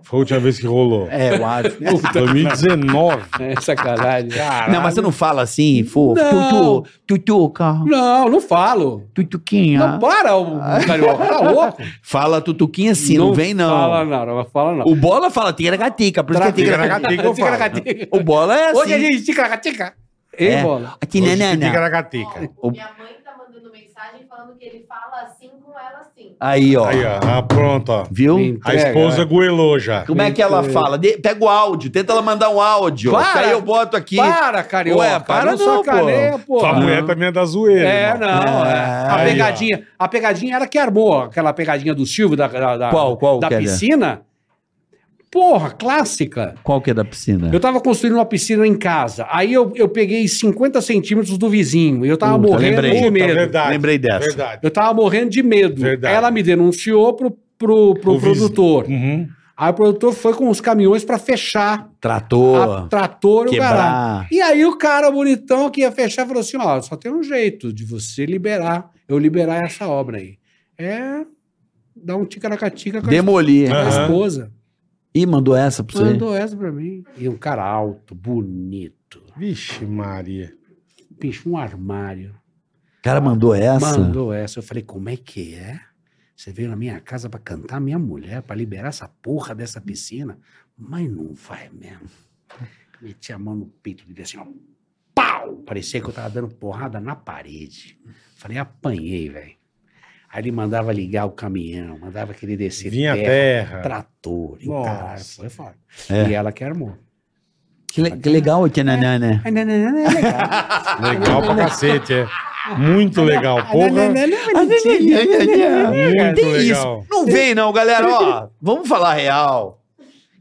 Speaker 3: Foi a última vez que rolou.
Speaker 5: É, eu acho.
Speaker 3: 2019.
Speaker 6: É sacanagem.
Speaker 5: Não, mas você não fala assim, fofo.
Speaker 6: Não.
Speaker 5: Tutu, tutuca,
Speaker 6: Não, não falo.
Speaker 5: tutuquinha.
Speaker 6: Não para, o carioca. Tá louco?
Speaker 5: Fala tutuquinha assim, não, vem não.
Speaker 6: Fala não, não fala não.
Speaker 5: O bola fala tica-tica, por isso que é tica-tica.
Speaker 3: Ticaracatica, eu falo.
Speaker 6: Ticaracatica.
Speaker 5: O bola é assim.
Speaker 6: Hoje a gente tica-tica. Ei,
Speaker 5: É.
Speaker 6: bola.
Speaker 5: Aqui,
Speaker 3: Hoje
Speaker 5: né, né, né.
Speaker 3: ticaracatica.
Speaker 5: O-
Speaker 9: Ó, Minha mãe tá mandando mensagem falando que ele fala assim com ela assim.
Speaker 5: Aí, ó.
Speaker 3: Aí, ó. Ah, pronto, ó.
Speaker 5: Viu?
Speaker 6: Me
Speaker 3: A
Speaker 6: entrega,
Speaker 3: esposa
Speaker 6: é.
Speaker 3: goelou já.
Speaker 5: Como é que ela fala? De- pega o áudio, tenta ela mandar um áudio.
Speaker 6: Para!
Speaker 5: Aí eu boto aqui.
Speaker 6: Para, carioca.
Speaker 5: Ué, para não,
Speaker 6: sacaneia, pô.
Speaker 3: A mulher também é da zoeira.
Speaker 6: É,
Speaker 3: irmão.
Speaker 6: não. é. A
Speaker 3: Aí,
Speaker 6: pegadinha, a pegadinha era que armou aquela pegadinha do Silvio da, da, da-
Speaker 5: Qual, qual,
Speaker 6: da
Speaker 5: Keller?
Speaker 6: piscina. Porra, clássica.
Speaker 5: Qual que é da piscina?
Speaker 6: Eu tava construindo uma piscina em casa. Aí eu, eu peguei 50 centímetros do vizinho. E eu tava
Speaker 5: Puta,
Speaker 6: morrendo
Speaker 5: lembrei.
Speaker 6: de
Speaker 3: Puta,
Speaker 6: medo.
Speaker 3: verdade.
Speaker 5: Lembrei dessa.
Speaker 3: Verdade.
Speaker 6: Eu tava morrendo de medo.
Speaker 3: Verdade.
Speaker 6: Ela me denunciou pro, pro, pro
Speaker 3: O vizinho.
Speaker 6: produtor.
Speaker 3: Uhum.
Speaker 6: Aí o produtor foi com os caminhões pra fechar a
Speaker 3: Ah,
Speaker 5: Trator.
Speaker 6: trator e o
Speaker 5: Quebrar.
Speaker 6: caralho. E aí o cara bonitão que ia fechar falou assim: ó, só tem um jeito de você liberar, eu liberar essa obra aí. É dar um ticaracatica com a
Speaker 5: Demoli.
Speaker 6: com a
Speaker 3: Aham.
Speaker 6: esposa.
Speaker 5: Ih, mandou essa pra você.
Speaker 6: Mandou essa pra mim. E um cara alto, bonito.
Speaker 3: Vixe, Maria.
Speaker 6: Bicho, um armário.
Speaker 5: O cara mandou essa.
Speaker 6: Mandou essa. Eu falei, como é que é? Você veio na minha casa pra cantar minha mulher, pra liberar essa porra dessa piscina? Mas não vai mesmo. Meti a mão no peito dele assim, ó. Pau! Parecia que eu tava dando porrada na parede. Falei, apanhei, velho. Aí ele mandava ligar o caminhão, mandava que ele descer
Speaker 3: Vinha
Speaker 6: terra,
Speaker 3: terra.
Speaker 6: trator, e
Speaker 3: Nossa.
Speaker 6: caralho, foi foda.
Speaker 5: É.
Speaker 6: E ela que armou.
Speaker 5: Que, le- que legal, Tiananá, né?
Speaker 6: Ah, não, não, não, não, é legal.
Speaker 3: Legal pra cacete, é. Muito legal,
Speaker 6: Ah, não, não, não,
Speaker 3: porra.
Speaker 6: não, é bonitinho.
Speaker 3: Muito
Speaker 5: Tem
Speaker 3: É, legal.
Speaker 5: isso. Não vem, não, galera. Ó, vamos falar real.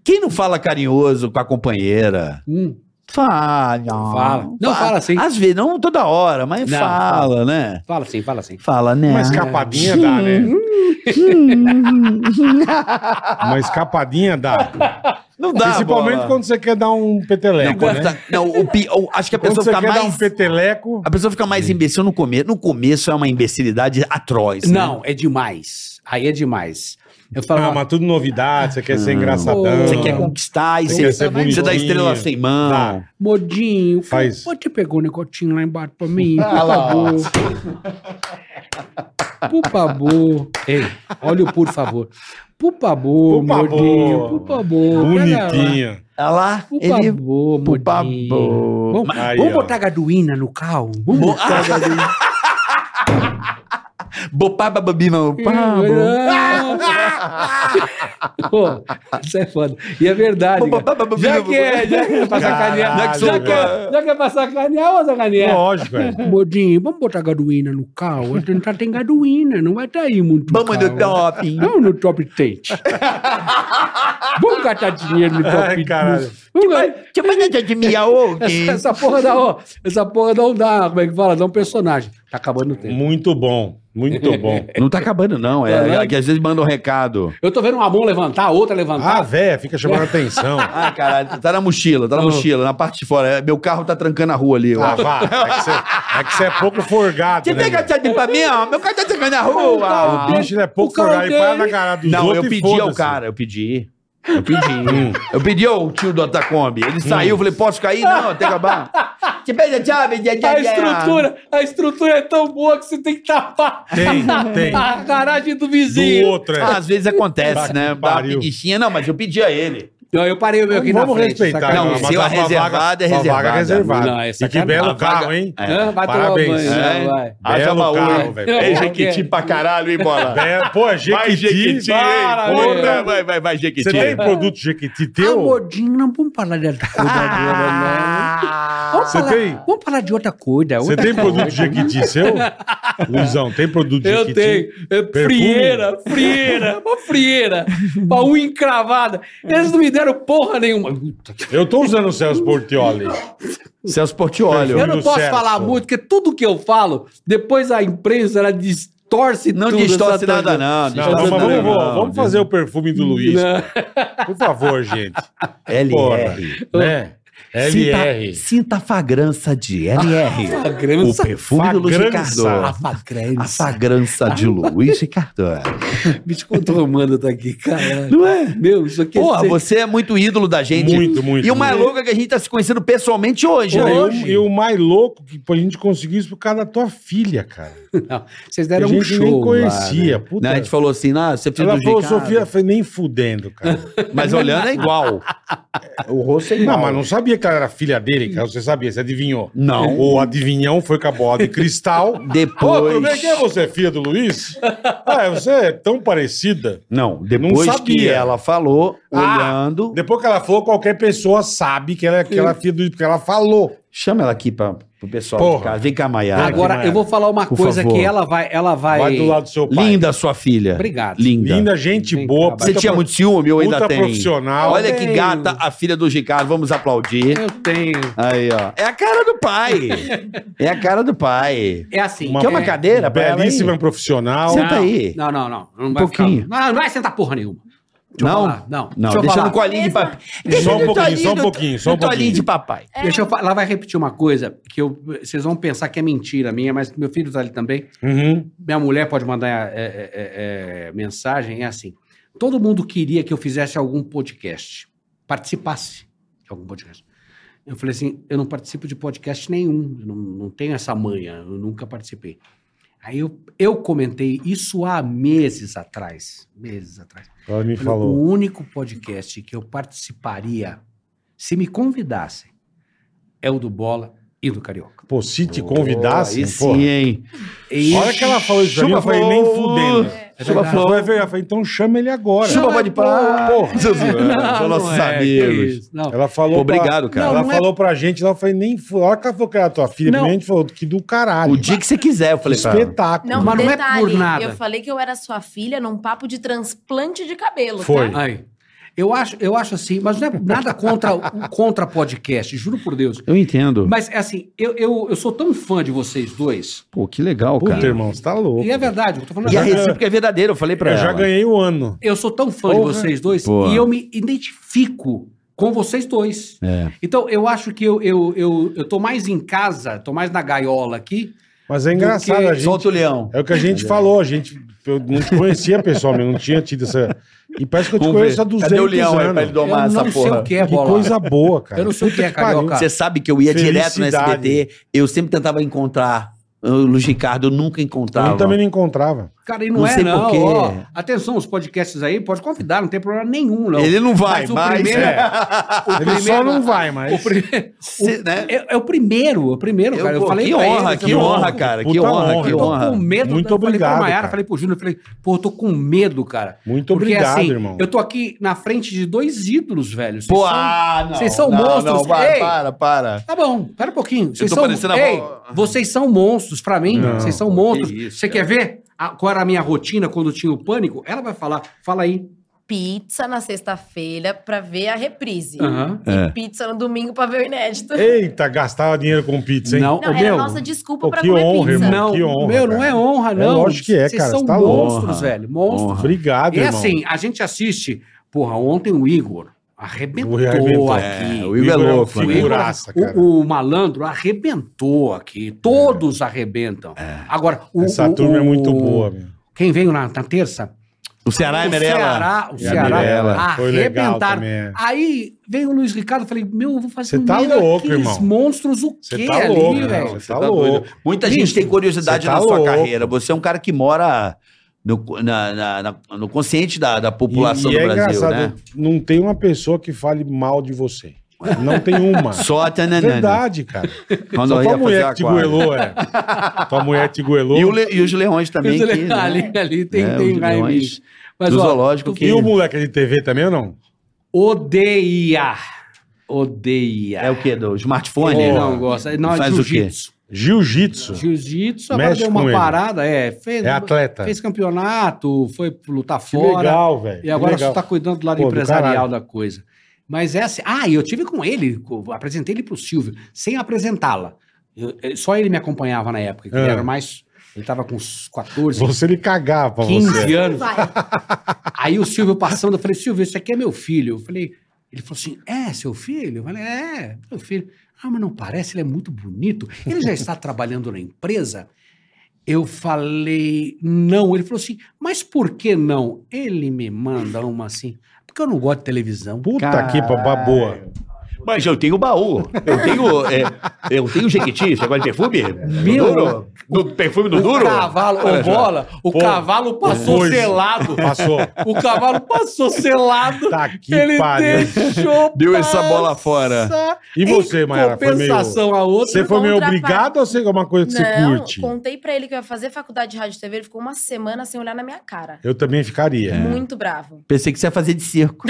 Speaker 5: Quem não fala carinhoso com a companheira?
Speaker 6: Hum.
Speaker 5: Fala.
Speaker 6: Fala. Não, fala assim.
Speaker 5: Às vezes, não toda hora, mas
Speaker 6: Não,
Speaker 5: fala, né?
Speaker 6: Fala assim, fala assim.
Speaker 5: Fala, né?
Speaker 3: Uma escapadinha dá, né? Uma escapadinha dá.
Speaker 5: Não dá,
Speaker 3: Principalmente
Speaker 5: bola.
Speaker 3: quando você quer dar um
Speaker 5: Não,
Speaker 3: peteleco,
Speaker 5: quando
Speaker 3: né?
Speaker 5: tá- não, o pi- o- acho que a
Speaker 3: Quando
Speaker 5: pessoa
Speaker 3: você
Speaker 5: fica
Speaker 3: quer dar um
Speaker 5: mais.
Speaker 3: peteleco,
Speaker 5: A pessoa fica mais imbecil no começo. No começo é uma imbecilidade atroz. né?
Speaker 6: Não, é demais. Aí é demais. Eu falo,
Speaker 3: ah, mas tudo novidade, você quer ser engraçadão.
Speaker 5: Hum. Você
Speaker 6: Não.
Speaker 5: quer é conquistar e
Speaker 3: Você
Speaker 5: você,
Speaker 3: quer ser
Speaker 5: tá você dá
Speaker 3: bonitinho.
Speaker 5: estrela assim, sem mão.
Speaker 3: Dá.
Speaker 6: modinho,
Speaker 3: Faz.
Speaker 6: pô, te pegou um negocinho lá embaixo pra mim, por
Speaker 5: Ah lá, ó.
Speaker 6: favor. Por favor. Ei, olha o por favor. Por favor,
Speaker 3: Por
Speaker 6: modinho,
Speaker 3: favor.
Speaker 6: por favor. pega lá.
Speaker 3: Bonitinha.
Speaker 5: Olha Tá lá,
Speaker 6: Por
Speaker 5: ele.
Speaker 6: favor,
Speaker 5: Por
Speaker 6: modinho.
Speaker 5: favor.
Speaker 6: Vamos,
Speaker 3: Aí,
Speaker 6: vamos
Speaker 3: ó.
Speaker 6: botar gaduína no carro? Vamos botar gaduína.
Speaker 5: Bopaba
Speaker 6: Hum,
Speaker 5: babima.
Speaker 6: Pô, isso é foda. E é verdade, cara. Já que é, já que é pra sacanear.
Speaker 3: Caralho,
Speaker 6: já, que é,
Speaker 5: velho.
Speaker 6: já que é pra sacanear, ou sacanear?
Speaker 3: Lógico, é.
Speaker 6: Bodinho, vamos botar gaduína no carro? A gente já tem gaduína, não vai ter aí muito
Speaker 5: Vamos
Speaker 6: carro.
Speaker 5: no top.
Speaker 6: Não, no top tent. vamos gastar dinheiro no top
Speaker 3: Ai,
Speaker 6: tent.
Speaker 3: caralho.
Speaker 6: Vamos gastar-
Speaker 5: Que banana de miaoki.
Speaker 6: essa, essa porra dá, ó, essa porra dá um, dá, como é que fala? Dá um personagem. Tá acabando o tempo.
Speaker 3: Muito bom, muito bom.
Speaker 5: Não tá acabando, não.
Speaker 6: Caralho.
Speaker 5: que às vezes manda um recado.
Speaker 6: Eu tô vendo uma mão levantar, a outra
Speaker 3: Ah,
Speaker 6: levantar.
Speaker 3: véia, fica chamando atenção.
Speaker 5: Ah, caralho, tá na mochila, tá na
Speaker 6: Não.
Speaker 5: mochila, na parte de fora. É, Meu carro tá trancando a rua ali. eu
Speaker 3: Ah,
Speaker 5: acho.
Speaker 3: vá. É que você é, que você é pouco forgado,
Speaker 5: Você
Speaker 3: né?
Speaker 5: tem
Speaker 3: meu?
Speaker 5: gatinho pra mim? ó? Meu tá carro tá trancando a rua.
Speaker 3: O bicho ele é pouco
Speaker 6: O carro
Speaker 3: forgado. Ele para
Speaker 6: dele.
Speaker 3: na cara dos
Speaker 5: Não, eu
Speaker 3: outros e
Speaker 5: pedi ao
Speaker 3: foda-se.
Speaker 5: cara, eu pedi. Eu pedi. eu pedi ao tio do Atacombi. Ele saiu, eu falei, posso cair? Não, até acabar. Te pede a chave, já, já,
Speaker 6: a
Speaker 5: já.
Speaker 6: estrutura, a estrutura é tão boa que você tem que tapar
Speaker 3: Tem, tem.
Speaker 6: a garagem do
Speaker 3: Do
Speaker 6: vizinho.
Speaker 3: outro, é.
Speaker 5: Ah, às vezes
Speaker 3: Tá
Speaker 5: acontece,
Speaker 3: que
Speaker 5: né? Dá uma
Speaker 3: pariu.
Speaker 5: pedichinha. Não, mas eu pedi a ele.
Speaker 6: Não, eu parei o meu aqui
Speaker 3: Vamos, vamos
Speaker 6: na frente.
Speaker 3: respeitar.
Speaker 6: sacanagem.
Speaker 5: Não,
Speaker 3: mas
Speaker 5: o seu
Speaker 3: a
Speaker 5: é
Speaker 3: sua
Speaker 5: reservado, é
Speaker 3: sua vaga
Speaker 5: reservada.
Speaker 3: reservada.
Speaker 6: Não, é
Speaker 3: e que
Speaker 6: sacanagem.
Speaker 3: belo
Speaker 5: A
Speaker 3: carro,
Speaker 5: vaga-
Speaker 3: hein?
Speaker 5: É.
Speaker 6: Hã? Vai
Speaker 3: Parabéns.
Speaker 6: tomar banho, né? vai,
Speaker 5: É.
Speaker 6: vai.
Speaker 5: Haja
Speaker 3: Belo
Speaker 5: baú,
Speaker 3: carro,
Speaker 5: hein?
Speaker 3: velho.
Speaker 5: É
Speaker 6: Não,
Speaker 5: Jequiti
Speaker 6: porque-
Speaker 5: pra caralho, hein, bola?
Speaker 3: É, pô, Jequiti.
Speaker 5: Vai, Jequiti, hein?
Speaker 6: Para,
Speaker 5: Puta,
Speaker 6: velho.
Speaker 5: vai, vai, vai, Jequiti.
Speaker 3: Você tem produto Jequiti
Speaker 6: Ah,
Speaker 3: teu?
Speaker 6: Godinho, não vamos falar de outra coisa agora,
Speaker 5: Ah!
Speaker 6: não. Vamos,
Speaker 3: Você
Speaker 6: falar,
Speaker 3: tem-
Speaker 6: vamos falar de outra coisa.
Speaker 3: Você
Speaker 6: outra
Speaker 3: tem
Speaker 6: coisa.
Speaker 3: produto Jequiti seu? Luizão, tem produto
Speaker 6: Eu
Speaker 3: Jequiti?
Speaker 6: tenho. É,
Speaker 3: Perfume?
Speaker 6: frieira, frieira, uma frieira. Pra unha encravada. Eles não me deram porra nenhuma. Puta que-
Speaker 3: Eu tô usando o Celso Portioli.
Speaker 5: Celso Portiolho.
Speaker 6: Eu
Speaker 3: e
Speaker 6: não
Speaker 3: o
Speaker 6: posso
Speaker 3: Celso?
Speaker 6: falar muito, porque tudo que eu falo, depois a imprensa ela distorce
Speaker 5: Não
Speaker 6: tudo.
Speaker 5: distorce
Speaker 6: essa
Speaker 5: nada,
Speaker 6: coisa.
Speaker 5: não.
Speaker 3: Não,
Speaker 5: distorce
Speaker 3: não, mas
Speaker 5: nada,
Speaker 3: vamos,
Speaker 5: não.
Speaker 3: vamos fazer o perfume do Luiz. Por favor, gente.
Speaker 5: LR.
Speaker 3: Né?
Speaker 5: tá
Speaker 3: LR.
Speaker 5: Sinta, sinta a flagrança de LR.
Speaker 6: A
Speaker 5: o
Speaker 6: grança.
Speaker 5: perfume do Luiz
Speaker 3: Flagrança.
Speaker 6: A
Speaker 5: Ricardo. A
Speaker 6: fagrança.
Speaker 5: flagrança de Luiz Ricardo.
Speaker 6: Bicho, quanto romano tá aqui, caralho.
Speaker 5: Não é?
Speaker 6: Meu, isso aqui
Speaker 5: Porra,
Speaker 6: é.
Speaker 5: você é muito ídolo da gente.
Speaker 3: Muito, muito,
Speaker 5: E o mais
Speaker 3: muito.
Speaker 5: louco é que a gente tá se conhecendo pessoalmente hoje,
Speaker 3: Pô,
Speaker 5: né?
Speaker 3: e o- E o mais louco que a gente conseguiu isso por causa da tua filha, cara.
Speaker 6: Não, vocês
Speaker 3: Que
Speaker 6: deram
Speaker 3: a
Speaker 6: um
Speaker 3: gente
Speaker 6: show.
Speaker 3: nem
Speaker 6: lá, né?
Speaker 3: conhecia. Puta.
Speaker 5: Não, a gente falou assim, ah, você fez
Speaker 3: Ela
Speaker 5: do
Speaker 3: falou,
Speaker 5: Ricardo.
Speaker 3: Sofia, foi nem fudendo, cara.
Speaker 5: Mas olhando é igual. O rosto é
Speaker 3: não, mas não sabia que ela era filha dele, cara. Você sabia, você adivinhou.
Speaker 5: Não.
Speaker 3: O adivinhão foi com a bola de cristal. Pô, tudo bem?
Speaker 5: Depois.
Speaker 3: Quem é você, filha do Luiz? Ah, você é tão parecida.
Speaker 5: Não, depois
Speaker 3: Não
Speaker 5: que
Speaker 3: sabia.
Speaker 5: ela falou,
Speaker 3: Ah,
Speaker 5: olhando.
Speaker 3: Depois que ela falou, qualquer pessoa sabe que ela é aquela filha do Luiz, porque ela falou.
Speaker 5: Chama ela aqui pra, pro pessoal
Speaker 3: Porra.
Speaker 5: de casa. Vem cá, Maiara.
Speaker 6: Agora,
Speaker 3: Mara.
Speaker 6: eu vou falar uma
Speaker 5: Ah, Por
Speaker 6: coisa
Speaker 5: favor.
Speaker 6: que ela vai. Ela vai.
Speaker 3: Vai do lado do seu pai.
Speaker 5: Linda sua filha.
Speaker 6: Obrigado.
Speaker 5: Linda.
Speaker 3: Linda, gente
Speaker 6: Vem
Speaker 3: boa.
Speaker 6: cá,
Speaker 5: Você
Speaker 3: puta
Speaker 5: tinha
Speaker 3: pro-
Speaker 5: muito ciúme, eu ainda
Speaker 3: puta
Speaker 5: tenho.
Speaker 3: profissional.
Speaker 5: Olha
Speaker 6: Eu
Speaker 5: que
Speaker 6: tenho.
Speaker 5: gata a filha do Ricardo. Vamos aplaudir.
Speaker 6: Eu tenho.
Speaker 5: Aí, ó. É a cara do pai. é a cara do pai.
Speaker 6: É assim.
Speaker 3: Uma-
Speaker 5: Quer uma
Speaker 6: é-
Speaker 5: cadeira pra ela aí?
Speaker 3: Belíssima profissional.
Speaker 5: Senta aí.
Speaker 6: Não, não, não. Não
Speaker 5: Um
Speaker 6: vai
Speaker 5: pouquinho.
Speaker 6: ficar- não, não vai sentar porra nenhuma. eu
Speaker 4: Não?
Speaker 6: falar,
Speaker 4: Não,
Speaker 6: não.
Speaker 9: Deixa eu
Speaker 4: deixa
Speaker 9: falar.
Speaker 4: no colinho de
Speaker 1: Mesma-
Speaker 4: papai. Deixa
Speaker 3: Só um
Speaker 4: no
Speaker 3: pouquinho,
Speaker 4: colinho
Speaker 3: só um
Speaker 4: do-
Speaker 3: pouquinho, só um
Speaker 4: no colinho
Speaker 3: pouquinho.
Speaker 4: de papai.
Speaker 1: É,
Speaker 6: Deixa eu falar. Lá vai repetir uma coisa que eu, vocês vão pensar que é mentira minha, mas meu filho tá ali também.
Speaker 3: Uhum.
Speaker 6: Minha mulher pode mandar é, é, é, é, mensagem, é assim. Todo mundo queria que eu fizesse algum podcast, participasse de algum podcast. Eu falei assim, eu não participo de podcast nenhum, eu não, não tenho essa manha, eu nunca participei. Aí eu, eu comentei isso há meses atrás, meses atrás.
Speaker 3: Ela me
Speaker 6: Olha,
Speaker 3: falou.
Speaker 6: O único podcast que eu participaria, se me convidassem, é o do Bola e do Carioca.
Speaker 3: Pô, se te convidasse,
Speaker 4: Aí
Speaker 3: pô.
Speaker 4: sim, hein?
Speaker 6: E
Speaker 3: Olha que ela falou isso pra mim, eu falei, nem fudendo. Ela
Speaker 6: verdade.
Speaker 3: falou, é verdade. Eu falei, então chama ele agora.
Speaker 4: Chupa
Speaker 6: Não,
Speaker 4: pode
Speaker 6: é
Speaker 4: parar.
Speaker 3: porra.
Speaker 4: São nossos amigos.
Speaker 6: Não.
Speaker 3: Ela falou. pra-
Speaker 4: Obrigado, cara.
Speaker 3: ela
Speaker 6: Não, não é-
Speaker 3: falou pra gente, ela falou, nem. fu- A hora que ela falou que era tua filha,
Speaker 6: Não.
Speaker 3: a gente falou que do caralho.
Speaker 4: O dia que você quiser, eu falei pra ela.
Speaker 3: espetáculo.
Speaker 6: Mas não é por nada.
Speaker 9: eu falei que eu era sua filha num papo de transplante de cabelo,
Speaker 3: Foi.
Speaker 9: tá?
Speaker 6: Aí. Eu acho, eu acho assim, mas não é nada contra o- contra podcast, juro por Deus.
Speaker 4: Eu entendo.
Speaker 6: Mas é assim, eu, eu, eu sou tão fã de vocês dois.
Speaker 4: Pô, que legal,
Speaker 3: Puta,
Speaker 4: cara.
Speaker 3: irmão, você tá louco.
Speaker 6: E é verdade, eu tô falando
Speaker 4: E a
Speaker 6: verdade.
Speaker 4: recíproca é verdadeira, eu falei pra
Speaker 3: eu
Speaker 4: ela.
Speaker 3: já ganhei o ano.
Speaker 6: Eu sou tão fã de
Speaker 3: Porra.
Speaker 6: vocês dois
Speaker 4: Pô.
Speaker 6: e eu me identifico com vocês dois.
Speaker 4: É.
Speaker 6: Então, eu acho que eu, eu, eu, eu tô mais em casa, tô mais na gaiola aqui.
Speaker 3: Mas é engraçado,
Speaker 6: Porque-
Speaker 3: a gente.
Speaker 4: Solta o leão.
Speaker 3: É o que a gente falou, a gente. Eu não te conhecia pessoalmente, não tinha tido essa. E parece que eu te
Speaker 4: Vamos
Speaker 3: conheço
Speaker 4: ver.
Speaker 3: há 200
Speaker 4: Cadê o leão aí pra ele
Speaker 3: anos.
Speaker 4: domar
Speaker 6: eu não
Speaker 4: essa
Speaker 6: sei
Speaker 4: porra?
Speaker 6: o que é
Speaker 3: que
Speaker 6: bola.
Speaker 3: coisa boa, cara.
Speaker 6: Eu não sei o que é,
Speaker 3: pariu.
Speaker 6: carioca.
Speaker 4: Você sabe que eu ia direto no
Speaker 3: Felicidade.
Speaker 4: SBT, eu sempre tentava encontrar ah, o Luiz Ricardo, eu nunca encontrava.
Speaker 3: Eu também não encontrava.
Speaker 6: Cara, e não,
Speaker 4: Não
Speaker 6: é
Speaker 4: sei
Speaker 6: não,
Speaker 4: por quê.
Speaker 6: ó. Atenção, os podcasts aí, pode convidar, não tem problema nenhum, não.
Speaker 4: Ele não vai,
Speaker 6: Mas
Speaker 4: mas...
Speaker 6: o primeiro-
Speaker 4: Ah, É.
Speaker 3: Ele só não vai, mas.
Speaker 6: O pri-
Speaker 4: Se- né?
Speaker 6: é, é o primeiro, é o primeiro,
Speaker 4: Eu,
Speaker 6: cara. Eu
Speaker 4: pô,
Speaker 6: falei
Speaker 4: que
Speaker 6: pra
Speaker 4: honra,
Speaker 6: ele,
Speaker 4: que
Speaker 6: eu tô
Speaker 4: honra,
Speaker 6: com-
Speaker 4: cara, que
Speaker 3: puta
Speaker 4: honra,
Speaker 3: honra.
Speaker 4: que
Speaker 6: Eu tô com
Speaker 4: honra.
Speaker 6: medo.
Speaker 3: Muito
Speaker 6: eu Falei
Speaker 3: obrigado,
Speaker 6: pra Mayara,
Speaker 3: cara.
Speaker 6: falei pro Júnior, falei, pô, eu tô com medo, cara. assim,
Speaker 3: Muito obrigado, irmão.
Speaker 6: Eu tô aqui na frente de dois ídolos, velho. Vocês
Speaker 4: Pô,
Speaker 6: são-
Speaker 4: ah, não.
Speaker 6: vocês são
Speaker 4: não,
Speaker 6: monstros.
Speaker 4: Não, para,
Speaker 6: Ei!
Speaker 4: para, para.
Speaker 6: Tá bom, pera um pouquinho. Vocês
Speaker 4: tô
Speaker 6: são,
Speaker 4: parecendo a
Speaker 6: Ei,
Speaker 4: vó-
Speaker 6: vocês são monstros pra mim.
Speaker 3: Não,
Speaker 6: vocês são
Speaker 4: que
Speaker 6: monstros.
Speaker 4: isso,
Speaker 6: Você quer ver a- qual era a minha rotina quando tinha o pânico? Ela vai falar. Fala aí.
Speaker 9: Pizza na sexta-feira pra ver a reprise.
Speaker 6: Aham.
Speaker 9: E
Speaker 4: É.
Speaker 9: pizza no domingo pra ver o inédito.
Speaker 3: Eita, gastava dinheiro com pizza, hein?
Speaker 6: Não,
Speaker 9: Não,
Speaker 6: ô,
Speaker 9: era
Speaker 6: meu,
Speaker 9: a nossa desculpa
Speaker 3: Pô,
Speaker 9: pra
Speaker 3: que
Speaker 9: comer
Speaker 3: honra,
Speaker 9: pizza.
Speaker 3: irmão.
Speaker 6: não,
Speaker 3: que honra,
Speaker 6: meu, não
Speaker 3: cara.
Speaker 6: é honra, não.
Speaker 3: lógico que é,
Speaker 6: Vocês
Speaker 3: cara,
Speaker 6: são
Speaker 3: você tá louco.
Speaker 6: monstros, velho. Monstros.
Speaker 4: Honra.
Speaker 3: Obrigado,
Speaker 6: É
Speaker 3: irmão.
Speaker 6: assim, a gente assiste. Porra, ontem o Igor arrebentou,
Speaker 3: O arrebentou.
Speaker 6: aqui.
Speaker 4: É,
Speaker 3: O
Speaker 4: o
Speaker 3: Igor
Speaker 4: Igor é
Speaker 3: um
Speaker 4: louco, né?
Speaker 3: Figuraça, cara.
Speaker 6: o, o malandro arrebentou aqui. Todos arrebentam.
Speaker 4: É.
Speaker 6: Agora, o,
Speaker 3: Essa
Speaker 6: o-
Speaker 3: turma é
Speaker 6: o-
Speaker 3: muito boa, meu.
Speaker 6: Quem veio na, na terça?
Speaker 4: O Ceará é
Speaker 6: o
Speaker 4: Merela.
Speaker 6: Ceará, o
Speaker 3: E a
Speaker 6: Ceará
Speaker 3: Mirella, foi legal
Speaker 6: arrebentaram.
Speaker 3: também, é.
Speaker 6: Aí veio o Luiz Ricardo, eu falei, meu, eu vou fazer um
Speaker 3: Cê tá
Speaker 6: meio
Speaker 3: louco,
Speaker 6: daqueles
Speaker 3: irmão.
Speaker 6: monstros o
Speaker 3: Cê
Speaker 6: quê
Speaker 3: tá
Speaker 6: ali,
Speaker 3: louco,
Speaker 6: velho?
Speaker 3: irmão.
Speaker 4: Você
Speaker 3: tá
Speaker 4: tá
Speaker 3: louco.
Speaker 4: doido. Muita
Speaker 6: Bicho,
Speaker 4: gente tem curiosidade
Speaker 3: você tá
Speaker 4: na sua
Speaker 3: louco.
Speaker 4: carreira. Você é um cara que mora no, na- na- na- no consciente da, da população
Speaker 3: e, e
Speaker 4: do
Speaker 3: é
Speaker 4: Brasil,
Speaker 3: engraçado,
Speaker 4: né?
Speaker 3: não tem uma pessoa que fale mal de você. Não tem uma. É
Speaker 4: Só a Tananana.
Speaker 3: Verdade, cara.
Speaker 4: Quando
Speaker 3: Só
Speaker 4: eu ia
Speaker 3: tua
Speaker 4: fazer
Speaker 3: mulher
Speaker 4: a
Speaker 3: que te
Speaker 4: quadra.
Speaker 3: goelou, é. Tua mulher te goelou.
Speaker 4: E,
Speaker 3: E
Speaker 4: o
Speaker 3: o,
Speaker 4: le- e os leões também. que, né?
Speaker 6: ali, ali tem,
Speaker 4: É,
Speaker 6: tem
Speaker 4: os
Speaker 6: raiva.
Speaker 4: leões
Speaker 6: Mas,
Speaker 4: do
Speaker 6: ó,
Speaker 4: zoológico que é
Speaker 3: moleque de TV também ou não?
Speaker 6: Odeia. Odeia.
Speaker 4: é o quê? Do smartphone?
Speaker 6: Ele
Speaker 3: Porra.
Speaker 6: não gosta. Não, é
Speaker 4: Faz o
Speaker 6: jiu-jitsu.
Speaker 3: Jiu-jitsu.
Speaker 6: Jiu-jitsu agora
Speaker 3: Mexe
Speaker 6: deu
Speaker 3: com
Speaker 6: uma
Speaker 3: ele.
Speaker 6: parada, é. Fez,
Speaker 3: É atleta.
Speaker 6: fez campeonato, foi lutar
Speaker 3: Que
Speaker 6: fora.
Speaker 3: legal, velho.
Speaker 6: E agora
Speaker 3: que
Speaker 6: você tá
Speaker 3: legal.
Speaker 6: está cuidando do lado
Speaker 3: Pô, do
Speaker 6: empresarial
Speaker 3: caralho.
Speaker 6: da coisa. Mas é assim. Ah, e eu tive com ele, co- apresentei ele pro Silvio, sem apresentá-la. Eu- eu- Só ele me acompanhava na época, que
Speaker 3: Ah.
Speaker 6: ele era mais. Ele tava com uns 14,
Speaker 3: Você lhe cagava pra
Speaker 6: 15
Speaker 3: você.
Speaker 6: anos.
Speaker 1: Vai.
Speaker 6: Aí o Silvio passando, eu falei, Silvio, esse aqui é meu filho. Eu falei, ele falou assim, é seu filho? Eu falei, é, meu filho. Ah, mas não parece, ele é muito bonito. Ele já está trabalhando na empresa? Eu falei, não. Ele falou assim, mas por que não? Ele me manda uma assim, porque eu não gosto de televisão.
Speaker 3: Puta que babá boa.
Speaker 4: Mas eu tenho baú. Eu tenho. é, eu tenho jequiti. Você gosta de perfume?
Speaker 6: Meu.
Speaker 4: Duro? Do perfume do
Speaker 6: O
Speaker 4: duro?
Speaker 6: cavalo, o bola, o
Speaker 3: Pô,
Speaker 6: cavalo passou
Speaker 3: coisa.
Speaker 6: selado.
Speaker 3: Passou.
Speaker 6: O cavalo passou selado.
Speaker 3: Tá que
Speaker 6: ele
Speaker 3: pariu.
Speaker 6: deixou
Speaker 4: Deu essa bola fora.
Speaker 6: passar.
Speaker 3: E você,
Speaker 6: Em
Speaker 3: Mayara? Foi meio...
Speaker 6: compensação a outra.
Speaker 3: Você foi meio
Speaker 9: Contra-
Speaker 3: obrigado ou você é uma coisa que você
Speaker 9: Não,
Speaker 3: curte?
Speaker 9: contei pra ele que eu ia fazer faculdade de rádio e TV, ele ficou uma semana sem olhar na minha cara.
Speaker 3: Eu também ficaria.
Speaker 6: É.
Speaker 4: É.
Speaker 9: Muito bravo.
Speaker 4: Pensei que você ia fazer de circo.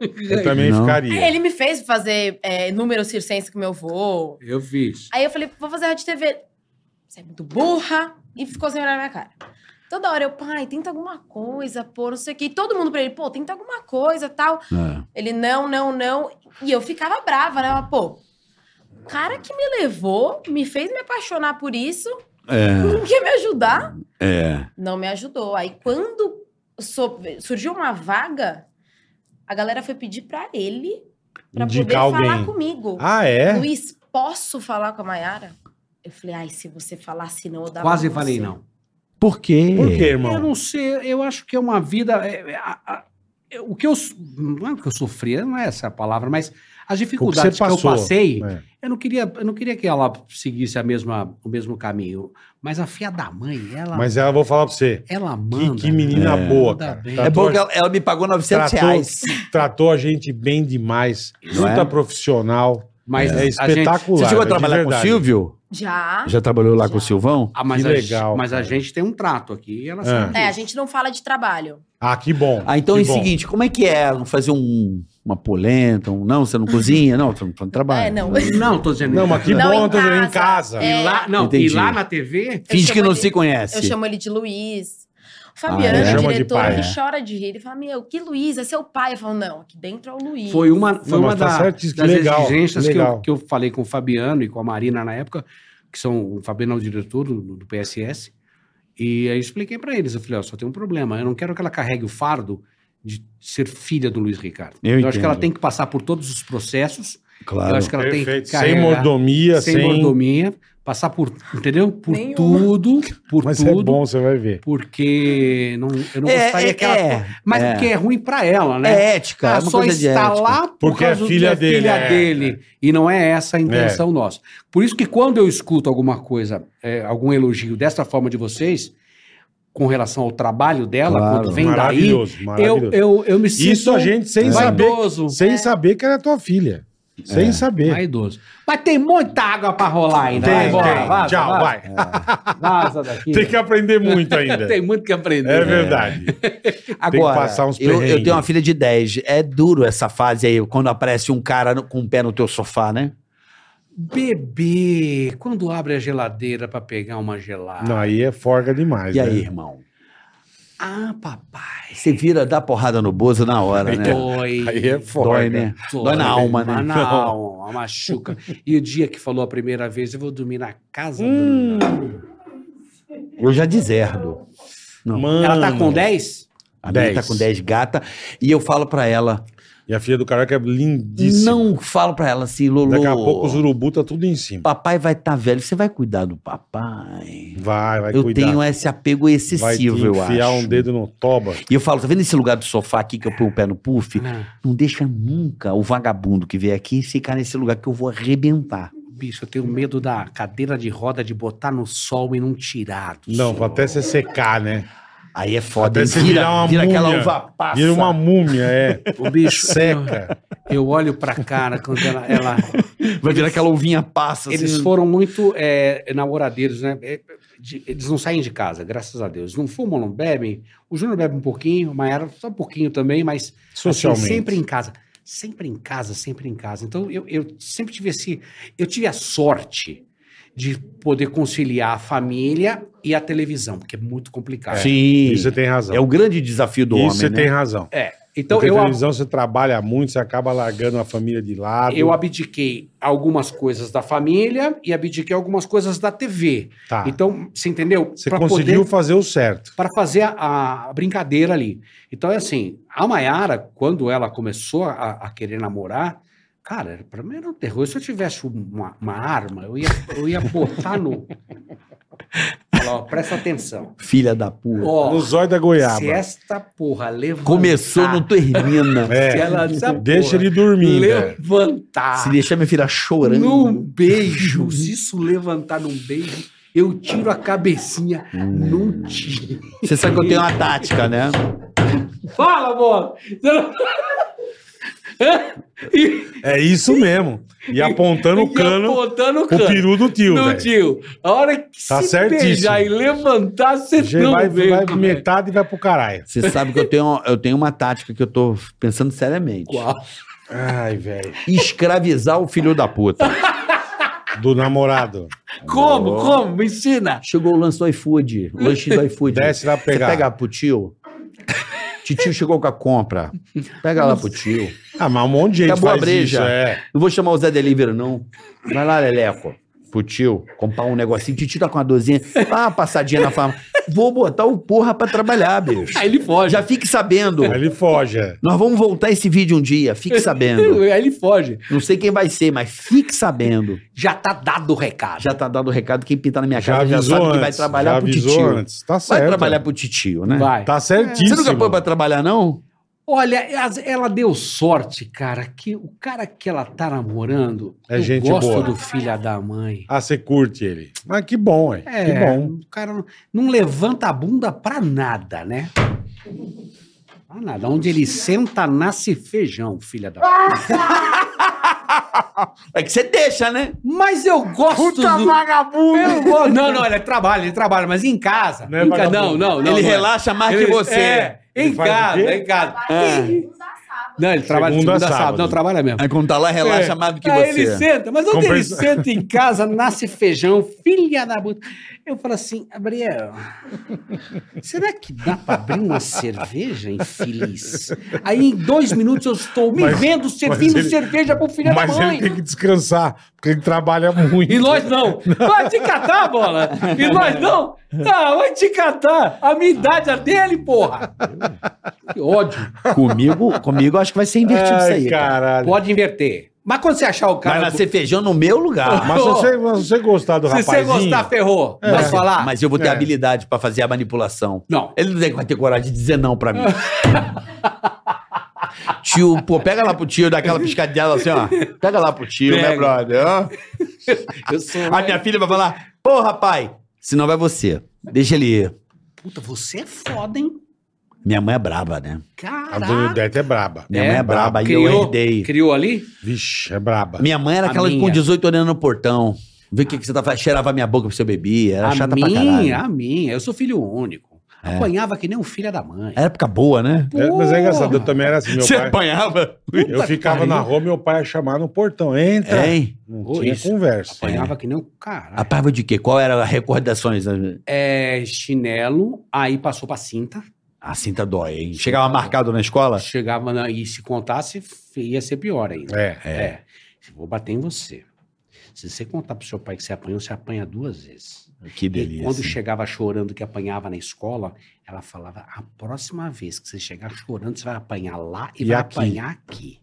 Speaker 3: Eu também
Speaker 4: Não.
Speaker 9: Aí
Speaker 3: ficaria.
Speaker 9: ele me fez fazer é, número circense com meu avô.
Speaker 6: Eu fiz.
Speaker 9: Aí eu falei, vou fazer rádio e TV. Você é muito burra. E ficou sem olhar na minha cara. Toda hora eu, pai, tenta alguma coisa, pô, não sei o quê. E todo mundo pra ele, pô, tenta alguma coisa, tal.
Speaker 4: É.
Speaker 9: Ele, não, não, não. E eu ficava brava, né? Mas, pô, o cara que me levou, me fez me apaixonar por isso,
Speaker 4: É.
Speaker 9: não quer me ajudar.
Speaker 4: É.
Speaker 9: Não me ajudou. Aí quando so- surgiu uma vaga, a galera foi pedir pra ele pra poder
Speaker 3: Indicar alguém.
Speaker 9: falar comigo.
Speaker 3: Ah, é?
Speaker 9: Luiz, posso falar com a Mayara? Eu falei, ai, se você falasse não, eu dava
Speaker 6: Quase
Speaker 9: pra
Speaker 6: falei
Speaker 9: você."
Speaker 6: não.
Speaker 5: Por quê?
Speaker 3: Por quê,
Speaker 6: Eu
Speaker 3: irmão?
Speaker 6: não sei, eu acho que é uma vida. é, é, a- a- é, o que eu. so- Não é o que eu sofri, não é essa a palavra, mas as dificuldades que, eu
Speaker 3: passou.
Speaker 6: passei,
Speaker 3: É.
Speaker 6: eu, não queria, eu não queria que ela seguisse a mesma, o mesmo caminho. Mas a filha da mãe, ela,
Speaker 3: Mas ela, vou falar pra você.
Speaker 6: ela
Speaker 3: Que,
Speaker 6: manda.
Speaker 3: que menina
Speaker 6: né?
Speaker 3: boa,
Speaker 6: Manda
Speaker 3: cara.
Speaker 6: bem.
Speaker 5: É
Speaker 3: Tratou
Speaker 5: bom
Speaker 3: a
Speaker 5: que ela, ela me pagou 900
Speaker 3: Tratou-
Speaker 5: reais.
Speaker 3: Tratou a gente bem demais.
Speaker 5: Não
Speaker 3: Puta
Speaker 5: é?
Speaker 3: profissional.
Speaker 6: Mas
Speaker 3: É
Speaker 6: a gente,
Speaker 3: espetacular.
Speaker 5: Você chegou a
Speaker 3: de
Speaker 5: trabalhar com o
Speaker 3: verdade.
Speaker 5: Silvio?
Speaker 9: Já.
Speaker 5: Já trabalhou lá com o
Speaker 9: Já.
Speaker 5: Silvão?
Speaker 6: Ah, mas
Speaker 3: Que
Speaker 6: a,
Speaker 3: legal,
Speaker 6: Mas a
Speaker 3: cara.
Speaker 6: gente tem um trato aqui e ela
Speaker 3: É.
Speaker 6: sabe.
Speaker 9: É, a gente não fala de trabalho.
Speaker 3: Ah, que bom.
Speaker 5: Ah, então
Speaker 3: que
Speaker 5: é o
Speaker 3: bom.
Speaker 5: seguinte, como é que é fazer um, uma polenta? Um, não, você não cozinha? Não, você não faz trabalho. Hum.
Speaker 9: É, não.
Speaker 6: Não, tô dizendo.
Speaker 3: Não, mas que
Speaker 9: Não,
Speaker 3: bom,
Speaker 9: em
Speaker 3: tá dizendo, em
Speaker 9: casa.
Speaker 3: casa.
Speaker 9: É.
Speaker 6: E lá, não,
Speaker 5: Entendi.
Speaker 6: e lá na TV,
Speaker 5: Finge que
Speaker 9: chamo
Speaker 5: não
Speaker 9: ele-
Speaker 5: se conhece.
Speaker 9: Eu chamo ele de Luiz. O
Speaker 5: Ah,
Speaker 9: Fabiano,
Speaker 5: é?
Speaker 9: o
Speaker 3: Chama de
Speaker 9: diretor,
Speaker 3: pai,
Speaker 9: ele
Speaker 5: é.
Speaker 9: chora de rir. Ele fala, meu, que Luiz? É seu pai? Eu falo, não, aqui dentro é o Luiz.
Speaker 6: Foi uma, foi
Speaker 3: Não,
Speaker 6: uma
Speaker 3: mas tá
Speaker 6: da-
Speaker 3: certo isso, que
Speaker 6: das
Speaker 3: legal,
Speaker 6: exigências que eu,
Speaker 3: legal.
Speaker 6: que eu falei com o Fabiano e com a Marina na época, que são o Fabiano é o diretor do, do PSS, e aí eu expliquei pra eles, eu falei, ó, só tem um problema, eu não quero que ela carregue o fardo de ser filha do Luiz Ricardo. Então,
Speaker 5: Eu
Speaker 6: acho que
Speaker 5: entendo.
Speaker 6: ela tem que passar por todos os processos, eu
Speaker 5: Claro.
Speaker 6: acho que ela tem
Speaker 3: Perfeito.
Speaker 6: que
Speaker 3: Sem mordomia, sem...
Speaker 6: sem mordomia, passar por, entendeu? Por
Speaker 9: Nenhuma.
Speaker 6: tudo, por
Speaker 3: Mas é
Speaker 6: tudo.
Speaker 3: bom, você vai ver.
Speaker 6: Porque não, eu não
Speaker 5: É,
Speaker 6: gostaria
Speaker 5: é,
Speaker 6: que ela.
Speaker 5: é.
Speaker 6: mas
Speaker 5: É.
Speaker 6: porque é ruim pra ela, né?
Speaker 5: É ética, é
Speaker 6: Ela
Speaker 5: uma
Speaker 6: só
Speaker 5: coisa de
Speaker 6: está
Speaker 5: ética.
Speaker 6: lá por
Speaker 3: Porque é
Speaker 6: causa
Speaker 3: filha
Speaker 6: da
Speaker 3: dele,
Speaker 6: filha
Speaker 3: é.
Speaker 6: dele. E não é essa a intenção nossa. Por isso que quando eu escuto alguma coisa, é, algum elogio dessa forma de vocês, com relação ao trabalho dela,
Speaker 5: Claro.
Speaker 6: quando vem daí, eu,
Speaker 3: maravilhoso, maravilhoso.
Speaker 6: eu, eu me sinto
Speaker 3: Isso a gente
Speaker 5: É.
Speaker 3: sem saber,
Speaker 6: vaidoso.
Speaker 3: sem saber que era tua filha. Sem saber.
Speaker 6: Vaidoso. Mas tem muita água pra rolar ainda. vai
Speaker 3: Tem,
Speaker 6: embora,
Speaker 3: tem.
Speaker 6: vaza,
Speaker 3: Tchau,
Speaker 6: vaza,
Speaker 3: vai.
Speaker 6: Vaza daqui. né?
Speaker 3: Tem que aprender muito ainda.
Speaker 6: Tem muito que aprender.
Speaker 3: É verdade.
Speaker 5: Agora,
Speaker 3: passar uns
Speaker 5: eu, eu
Speaker 3: perrengues.
Speaker 5: tenho uma filha de 10. É duro essa fase aí, quando aparece um cara no- com o pé no teu sofá, né?
Speaker 6: Bebê, quando abre a geladeira pra pegar uma gelada.
Speaker 3: Não, aí é forga demais.
Speaker 5: e
Speaker 3: né?
Speaker 5: aí, irmão?
Speaker 6: Ah, papai.
Speaker 5: Você vira dar porrada no Bozo na hora, né?
Speaker 6: Dói.
Speaker 3: Aí é
Speaker 5: Dói,
Speaker 3: forga.
Speaker 5: né? Dói na alma, né?
Speaker 6: é Na alma, machuca. E o dia que falou a primeira vez, eu vou dormir na casa
Speaker 5: Hum.
Speaker 6: do...
Speaker 5: Eu já deserdo. Não.
Speaker 3: Mano.
Speaker 6: Ela tá
Speaker 5: Hum.
Speaker 6: com 10?
Speaker 5: A minha tá
Speaker 3: Dez.
Speaker 5: com 10 gata e eu falo pra ela,
Speaker 3: E a filha do caraca é lindíssima.
Speaker 5: não falo pra ela assim, Lolo.
Speaker 3: Daqui a pouco os urubu tá tudo em cima.
Speaker 5: Papai vai estar velho, você vai cuidar do papai.
Speaker 3: Vai, vai
Speaker 5: eu
Speaker 3: cuidar.
Speaker 5: tenho esse apego
Speaker 3: vai te
Speaker 5: excessivo, eu
Speaker 3: enfiar
Speaker 5: acho.
Speaker 3: um dedo no toba.
Speaker 5: E eu falo, tá vendo esse lugar do sofá aqui que eu ponho o pé no puff?
Speaker 6: Ah,
Speaker 5: Não deixa nunca o vagabundo que vem aqui ficar nesse lugar que eu vou arrebentar.
Speaker 6: bicho, eu tenho medo da cadeira de roda de botar no sol e não tirar. do
Speaker 3: Não,
Speaker 6: sol.
Speaker 3: até você secar, né?
Speaker 5: Aí é foda.
Speaker 3: Até
Speaker 5: hein?
Speaker 3: você
Speaker 5: Vira,
Speaker 3: virar uma
Speaker 5: vira aquela
Speaker 3: múmia.
Speaker 5: uva passa.
Speaker 3: Vira uma múmia, é.
Speaker 6: O bicho,
Speaker 3: Seca.
Speaker 6: eu, eu olho pra cara quando ela... ela-
Speaker 5: Vai virar aquela uvinha passa. assim.
Speaker 6: eles foram muito é, namoradeiros, né? É, de- Eles não saem de casa, graças a Deus. Não fumam, não bebem. O Júnior bebe um pouquinho, o Maera só um pouquinho também, mas
Speaker 3: Socialmente.
Speaker 6: Assim, sempre em casa. Sempre em casa, sempre em casa. Então, eu, eu sempre tive esse. Eu tive a sorte de poder conciliar a família e a televisão, porque é muito complicado.
Speaker 5: Sim.
Speaker 3: Isso você tem razão.
Speaker 5: É o grande desafio do
Speaker 3: Isso é
Speaker 5: homem,
Speaker 3: você
Speaker 5: né?
Speaker 3: tem razão.
Speaker 6: Então,
Speaker 3: Porque
Speaker 6: eu,
Speaker 3: a
Speaker 6: a-
Speaker 3: televisão você trabalha muito, você acaba largando a família de lado.
Speaker 6: eu abdiquei algumas coisas da família e abdiquei algumas coisas da TV.
Speaker 3: Tá.
Speaker 6: Então, você entendeu?
Speaker 3: você
Speaker 6: Pra
Speaker 3: conseguiu
Speaker 6: poder-
Speaker 3: fazer o certo.
Speaker 6: para fazer a, a brincadeira ali. Então é assim, a Maiara, quando ela começou a, a querer namorar, cara, era- pra mim era um terror. Se eu tivesse uma, uma arma, eu ia, eu ia botar no. Falar, ó, presta atenção.
Speaker 5: Filha da puta.
Speaker 6: Ó,
Speaker 3: No zóio da
Speaker 6: se é
Speaker 3: goiaba.
Speaker 6: esta porra levantar.
Speaker 5: Começou, não termina.
Speaker 6: Se
Speaker 3: É.
Speaker 6: ela, se a
Speaker 3: Deixa
Speaker 6: porra
Speaker 3: ele dormir. né?
Speaker 6: levantar.
Speaker 5: Se deixar minha filha chorando.
Speaker 6: Num beijo. Se isso levantar num beijo, eu tiro a cabecinha. Não tiro.
Speaker 5: Você sabe que eu tenho uma tática, né?
Speaker 6: Fala, amor! e,
Speaker 3: É isso mesmo. E apontando o
Speaker 6: e
Speaker 3: cano,
Speaker 6: apontando o
Speaker 3: o peru do tio,
Speaker 6: Não,
Speaker 3: velho.
Speaker 6: tio. A hora que
Speaker 3: Tá
Speaker 6: se
Speaker 3: certíssimo.
Speaker 6: beijar e levantar, você
Speaker 3: Já
Speaker 6: não
Speaker 3: vai,
Speaker 6: vê. é
Speaker 3: vai
Speaker 6: velho.
Speaker 3: metade e vai pro caralho.
Speaker 5: Você sabe que eu tenho, eu tenho uma tática que eu tô pensando seriamente.
Speaker 6: Qual?
Speaker 3: Ai, velho.
Speaker 5: Escravizar o filho da puta.
Speaker 3: Do namorado.
Speaker 6: Como? Como? Me ensina.
Speaker 5: Chegou o lance do iFood, o lanche do iFood.
Speaker 3: Desce lá pra pegar.
Speaker 5: Você pega pro tio. Titio chegou com a compra. Pega lá pro tio.
Speaker 3: Ah, mas um monte de gente
Speaker 5: Acabou a
Speaker 3: faz
Speaker 5: breja.
Speaker 3: isso, é.
Speaker 5: Não vou chamar o Zé Delivery, não. Vai lá, Leleco. pro tio comprar um negocinho, te tira com uma dorzinha, dá uma passadinha na farmácia. Vou botar o porra pra trabalhar, bicho.
Speaker 6: Aí ele foge.
Speaker 5: Já fique sabendo.
Speaker 3: Aí ele foge. é.
Speaker 5: Nós vamos voltar esse vídeo um dia, fique sabendo.
Speaker 6: Aí ele foge.
Speaker 5: Não sei quem vai ser, mas fique sabendo.
Speaker 6: Já tá dado o recado.
Speaker 5: Já tá dado o recado, quem pintar na minha
Speaker 3: Já
Speaker 5: casa já,
Speaker 3: avisou
Speaker 5: sabe que vai
Speaker 3: antes,
Speaker 5: trabalhar
Speaker 3: já
Speaker 5: pro
Speaker 3: avisou
Speaker 5: titio.
Speaker 3: antes. Tá
Speaker 5: Vai
Speaker 3: certo.
Speaker 5: trabalhar pro titio, né?
Speaker 6: Vai.
Speaker 3: Tá certíssimo.
Speaker 5: Você nunca põe pra trabalhar, não?
Speaker 6: Olha, as- ela deu sorte, cara, que o cara que ela tá namorando,
Speaker 3: É gente
Speaker 6: gosto
Speaker 3: boa.
Speaker 6: do filho da mãe.
Speaker 3: Ah, você curte ele. Mas que bom, é.
Speaker 6: É,
Speaker 3: Que bom.
Speaker 6: o cara não, não levanta a bunda pra nada, né? Pra nada. Onde ele senta, nasce feijão, filha da
Speaker 5: É que você deixa, né?
Speaker 6: Mas eu gosto do...
Speaker 3: vagabundo!
Speaker 6: Eu gosto- Não, não, ele trabalha, ele trabalha, mas em casa.
Speaker 3: Não é
Speaker 6: Em ca- não,
Speaker 3: vagabundo.
Speaker 6: não, não.
Speaker 5: ele
Speaker 6: não é.
Speaker 5: relaxa mais
Speaker 6: Ele-
Speaker 5: que você.
Speaker 6: É, em
Speaker 3: Ele faz o
Speaker 6: casa,
Speaker 3: quê?
Speaker 6: em casa.
Speaker 10: Trabalha de segunda a sábado.
Speaker 6: Não, ele trabalha
Speaker 3: Segunda a
Speaker 6: de É. segunda a sábado.
Speaker 3: sábado.
Speaker 6: Não, trabalha mesmo.
Speaker 5: Aí quando tá lá, relaxa mais do que
Speaker 6: Aí
Speaker 5: você.
Speaker 6: É.
Speaker 3: é.
Speaker 6: ele senta, mas onde ele
Speaker 3: Compensa-
Speaker 6: senta em casa, nasce feijão, filha da puta. Eu falo assim, Gabriel, será que dá pra abrir uma cerveja, infeliz? Aí em dois minutos eu estou me
Speaker 3: Mas-
Speaker 6: vendo servindo
Speaker 3: mas ele-
Speaker 6: cerveja pro filho da
Speaker 3: Mas
Speaker 6: mãe.
Speaker 3: ele tem que descansar, porque ele trabalha muito.
Speaker 6: E nós não. Vai te catar, bola. E nós não. Ah, vai te catar. A minha idade é dele, porra. Que ódio.
Speaker 5: Comigo, comigo, eu acho que vai ser invertido isso
Speaker 3: Ai,
Speaker 5: aí. cara.
Speaker 3: caralho.
Speaker 6: Pode inverter. Mas quando você achar o
Speaker 5: Vai
Speaker 6: cara...
Speaker 5: nascer feijão no meu lugar.
Speaker 3: Mas se você, mas se você gostar do
Speaker 6: Se você
Speaker 3: rapazinho...
Speaker 6: gostar, ferrou.
Speaker 5: É.
Speaker 6: Vai falar?
Speaker 5: Mas eu vou ter
Speaker 3: É.
Speaker 5: habilidade pra fazer a manipulação.
Speaker 6: Não.
Speaker 5: Ele não tem- vai ter coragem de dizer não pra mim. tio, pô, pega lá pro tio, dá aquela piscadela assim, ó. Pega lá pro tio,
Speaker 6: Pega.
Speaker 5: né, brother? ó.
Speaker 6: Eu sou...
Speaker 5: A minha filha vai falar, porra, pai, senão vai você. Deixa ele ir.
Speaker 6: Puta, você é foda, hein?
Speaker 5: Minha mãe é braba, né?
Speaker 3: A dona
Speaker 6: Caraca.
Speaker 3: Odete é braba.
Speaker 5: Minha mãe é braba, aí eu
Speaker 6: criou,
Speaker 5: herdei.
Speaker 6: Criou ali?
Speaker 3: Vixe, é braba.
Speaker 5: Minha mãe era
Speaker 6: A
Speaker 5: aquela que
Speaker 6: minha.
Speaker 5: com 18 olhando no portão. Vê o que, que você tá fazendo. Cheirava minha boca pro seu bebê. Era
Speaker 6: a
Speaker 5: é chata pra
Speaker 6: minha,
Speaker 5: caralho. É.
Speaker 6: a minha. Eu sou filho único. Apanhava que nem um filho da mãe.
Speaker 5: Era época boa, né?
Speaker 3: É, mas é engraçado, eu
Speaker 6: Porra.
Speaker 3: também era assim. Meu
Speaker 5: você
Speaker 3: pai,
Speaker 5: apanhava?
Speaker 3: eu ficava na rua, meu pai ia chamar no portão. Entra.
Speaker 5: Hein?
Speaker 3: Não
Speaker 6: Ô,
Speaker 3: tinha
Speaker 6: isso.
Speaker 3: conversa.
Speaker 6: Apanhava que nem um caralho.
Speaker 5: Apanhava de quê? Qual era as recordações?
Speaker 6: É, chinelo, aí passou pra cinta.
Speaker 5: A cinta dói, hein? Chegava marcado na escola?
Speaker 6: Chegava na- e se contasse, ia ser pior ainda.
Speaker 3: É.
Speaker 6: É. Vou bater em você. Se você contar pro seu pai que você apanhou, você apanha duas vezes.
Speaker 5: Que
Speaker 6: E quando chegava chorando que apanhava na escola, ela falava: a próxima vez que você chegar chorando, você vai apanhar lá e,
Speaker 3: E
Speaker 6: vai
Speaker 3: aqui?"
Speaker 6: apanhar aqui.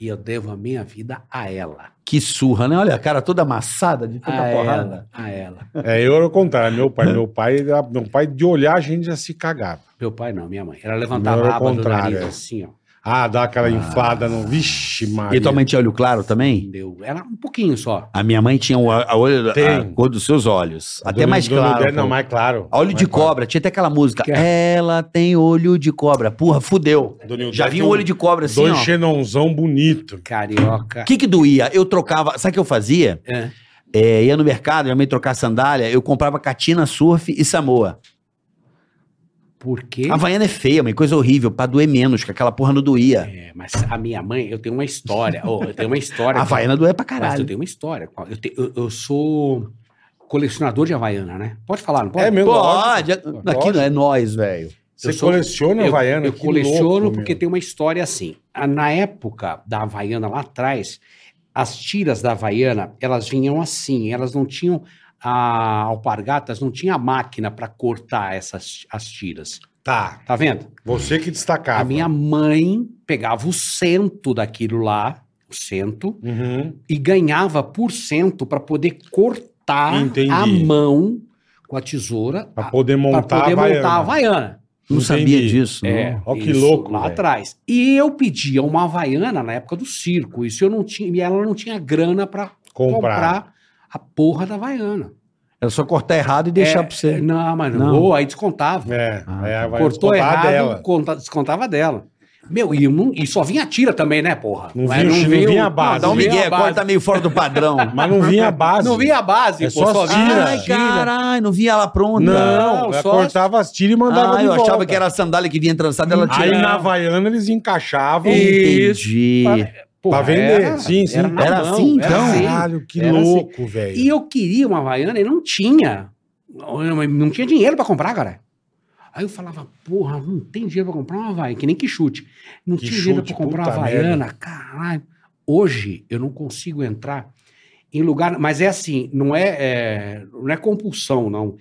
Speaker 6: E eu devo a minha vida a ela.
Speaker 5: Que surra, né? Olha a cara toda amassada de tanta
Speaker 6: A
Speaker 5: porrada.
Speaker 6: ela. A ela.
Speaker 3: É, eu era o contrário. Meu pai, meu pai, era- meu pai de olhar a gente já se cagava.
Speaker 6: Meu pai não, minha mãe. Ela levantava
Speaker 3: era o
Speaker 6: a aba do
Speaker 3: contrário,
Speaker 6: nariz
Speaker 3: é.
Speaker 6: assim, ó.
Speaker 3: Ah, dá aquela inflada no. Vixe, Maria.
Speaker 5: E tua mãe tinha olho claro também?
Speaker 6: Entendeu? Era um pouquinho só.
Speaker 5: A minha mãe tinha o- a, olho, a
Speaker 3: Tem.
Speaker 5: cor dos seus olhos.
Speaker 3: Dona-
Speaker 5: até mais
Speaker 3: Dona
Speaker 5: claro.
Speaker 3: Odete, não,
Speaker 5: pô.
Speaker 3: mais claro.
Speaker 5: Olho
Speaker 3: Mais
Speaker 5: de
Speaker 3: claro.
Speaker 5: cobra, tinha até aquela música.
Speaker 6: Que é.
Speaker 5: Ela tem olho de cobra. Porra, fudeu.
Speaker 3: Dona
Speaker 5: Já
Speaker 3: Odete
Speaker 5: vi um olho de cobra assim,
Speaker 3: Dois
Speaker 5: ó.
Speaker 3: xenonzão bonito.
Speaker 6: Carioca.
Speaker 5: O que que doía? Eu trocava, sabe o que eu fazia?
Speaker 6: É.
Speaker 5: É, ia no mercado, minha mãe trocar sandália, eu comprava Catina, Surf e Samoa.
Speaker 6: Por quê?
Speaker 5: A Havaiana é feia, mãe, coisa horrível, pra doer menos, que aquela porra não doía.
Speaker 6: É, mas a minha mãe, eu tenho uma história. Ô, eu tenho uma história.
Speaker 5: A
Speaker 6: que-
Speaker 5: Havaiana doía pra
Speaker 6: Mas eu
Speaker 5: caralho.
Speaker 6: tenho uma história. Eu, te- eu- eu sou colecionador de Havaiana, né? Pode falar, não pode?
Speaker 3: É mesmo?
Speaker 5: Pode, aqui não é nós, velho.
Speaker 3: Você
Speaker 6: sou-
Speaker 3: coleciona
Speaker 6: eu,
Speaker 3: Havaiana?
Speaker 6: eu
Speaker 3: Que
Speaker 6: coleciono
Speaker 3: louco,
Speaker 6: porque
Speaker 3: meu.
Speaker 6: tem uma história assim. Ah, Na época da Havaiana lá atrás, as tiras da Havaiana, elas vinham assim, elas não tinham a alpargatas, não tinha máquina para cortar essas as tiras.
Speaker 3: Tá,
Speaker 6: Tá vendo?
Speaker 3: você que destacava.
Speaker 6: A minha mãe pegava o cento daquilo lá, o cento,
Speaker 3: Uhum.
Speaker 6: e ganhava por cento para poder cortar
Speaker 3: Entendi.
Speaker 6: a mão com a tesoura
Speaker 3: Pra poder
Speaker 6: para
Speaker 3: montar a
Speaker 6: poder
Speaker 3: Havaiana.
Speaker 6: montar a Havaiana.
Speaker 5: Não
Speaker 3: Entendi.
Speaker 5: sabia disso,
Speaker 6: É,
Speaker 5: não.
Speaker 3: Ó que
Speaker 6: isso,
Speaker 3: louco,
Speaker 6: Lá
Speaker 3: velho.
Speaker 6: atrás. E eu pedia uma Havaiana na época do circo. Isso eu não tinha. E ela não tinha grana pra
Speaker 3: Comprar.
Speaker 6: comprar a porra da Havaiana.
Speaker 5: Era só cortar errado e deixar
Speaker 6: É,
Speaker 5: pra você.
Speaker 6: Não, mas não.
Speaker 5: Não.
Speaker 6: Ou aí descontava.
Speaker 3: É,
Speaker 5: Ah,
Speaker 3: aí a Havaiana
Speaker 6: Cortou
Speaker 3: descontava
Speaker 6: errado,
Speaker 3: dela.
Speaker 6: conta- descontava dela. Meu, e, não- e só vinha tira também, né, porra?
Speaker 3: Não
Speaker 6: Mas
Speaker 3: vinha o chi- não
Speaker 6: o-
Speaker 3: vinha a base.
Speaker 6: não,
Speaker 5: Dá um
Speaker 6: vinha a
Speaker 5: migué,
Speaker 6: base.
Speaker 5: agora tá meio fora do padrão.
Speaker 3: Mas não vinha a base.
Speaker 6: Não vinha a base,
Speaker 3: É
Speaker 6: pô,
Speaker 3: só
Speaker 6: só vinha.
Speaker 3: tira.
Speaker 5: Ai, caralho, não via ela pronta.
Speaker 3: Não, ela
Speaker 6: só-
Speaker 3: cortava as tiras e mandava
Speaker 5: Ah,
Speaker 3: de
Speaker 5: eu
Speaker 3: volta.
Speaker 5: achava que era a sandália que vinha trançada, ela
Speaker 3: Aí
Speaker 5: tirava.
Speaker 3: na Havaiana eles encaixavam. É
Speaker 6: E-
Speaker 5: Entendi.
Speaker 6: Porra,
Speaker 3: Pra vender,
Speaker 6: era-
Speaker 3: sim, sim.
Speaker 6: Era, na
Speaker 5: Era
Speaker 6: mão,
Speaker 5: assim,
Speaker 6: era
Speaker 5: então?
Speaker 6: assim.
Speaker 3: Caralho, que
Speaker 6: Era
Speaker 3: louco, velho.
Speaker 6: E eu queria uma Havaiana e não tinha. Eu Não tinha dinheiro pra comprar, cara. Aí eu falava, porra, não tem dinheiro pra comprar uma Havaiana, que nem que chute. Não
Speaker 3: Que
Speaker 6: tinha dinheiro pra
Speaker 3: chute,
Speaker 6: comprar uma
Speaker 3: puta
Speaker 6: Havaiana, caralho. Hoje eu não consigo entrar em lugar. Mas é assim, não é, é- não é compulsão, não.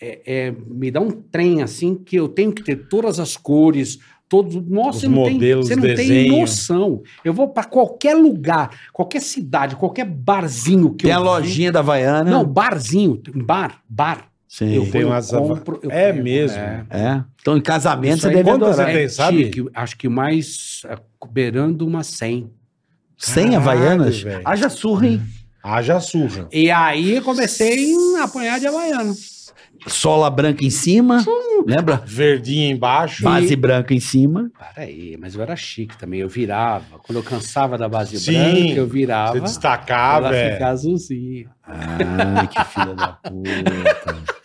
Speaker 6: É, é- me dá um trem assim que eu tenho que ter todas as cores, todos. Nossa,
Speaker 3: Os
Speaker 6: você não, tem,
Speaker 3: modelos,
Speaker 6: você não tem
Speaker 3: desenho.
Speaker 6: noção. Eu vou pra qualquer lugar, qualquer cidade, qualquer barzinho que
Speaker 5: Tem a
Speaker 6: eu.
Speaker 5: lojinha da Havaiana.
Speaker 6: Não, barzinho, bar, bar.
Speaker 5: Sim.
Speaker 6: Eu vou,
Speaker 3: Tem
Speaker 6: eu
Speaker 3: umas-
Speaker 6: compro. eu
Speaker 3: É
Speaker 6: pego,
Speaker 3: mesmo.
Speaker 6: é.
Speaker 5: É. Então, em casamento,
Speaker 6: Isso
Speaker 5: você
Speaker 6: aí,
Speaker 5: deve
Speaker 3: quantas
Speaker 5: adorar.
Speaker 3: é? tem, sabe?
Speaker 6: Tinha que- acho que mais é, beirando uma 100.
Speaker 5: Sem
Speaker 3: Caralho,
Speaker 5: Havaianas?
Speaker 3: velho.
Speaker 5: Haja surra, hein?
Speaker 3: Haja surra.
Speaker 6: E aí eu comecei a apanhar de Havaiana.
Speaker 5: Sola branca em cima, lembra?
Speaker 3: Verdinha embaixo.
Speaker 5: Base branca em cima.
Speaker 6: Peraí, mas eu era chique também. Eu virava. Quando eu cansava da base
Speaker 3: Sim,
Speaker 6: branca, eu
Speaker 3: Você
Speaker 6: virava.
Speaker 3: destacava,
Speaker 6: Ela
Speaker 3: é.
Speaker 6: ficar azulzinha.
Speaker 5: Ai, que filha da puta.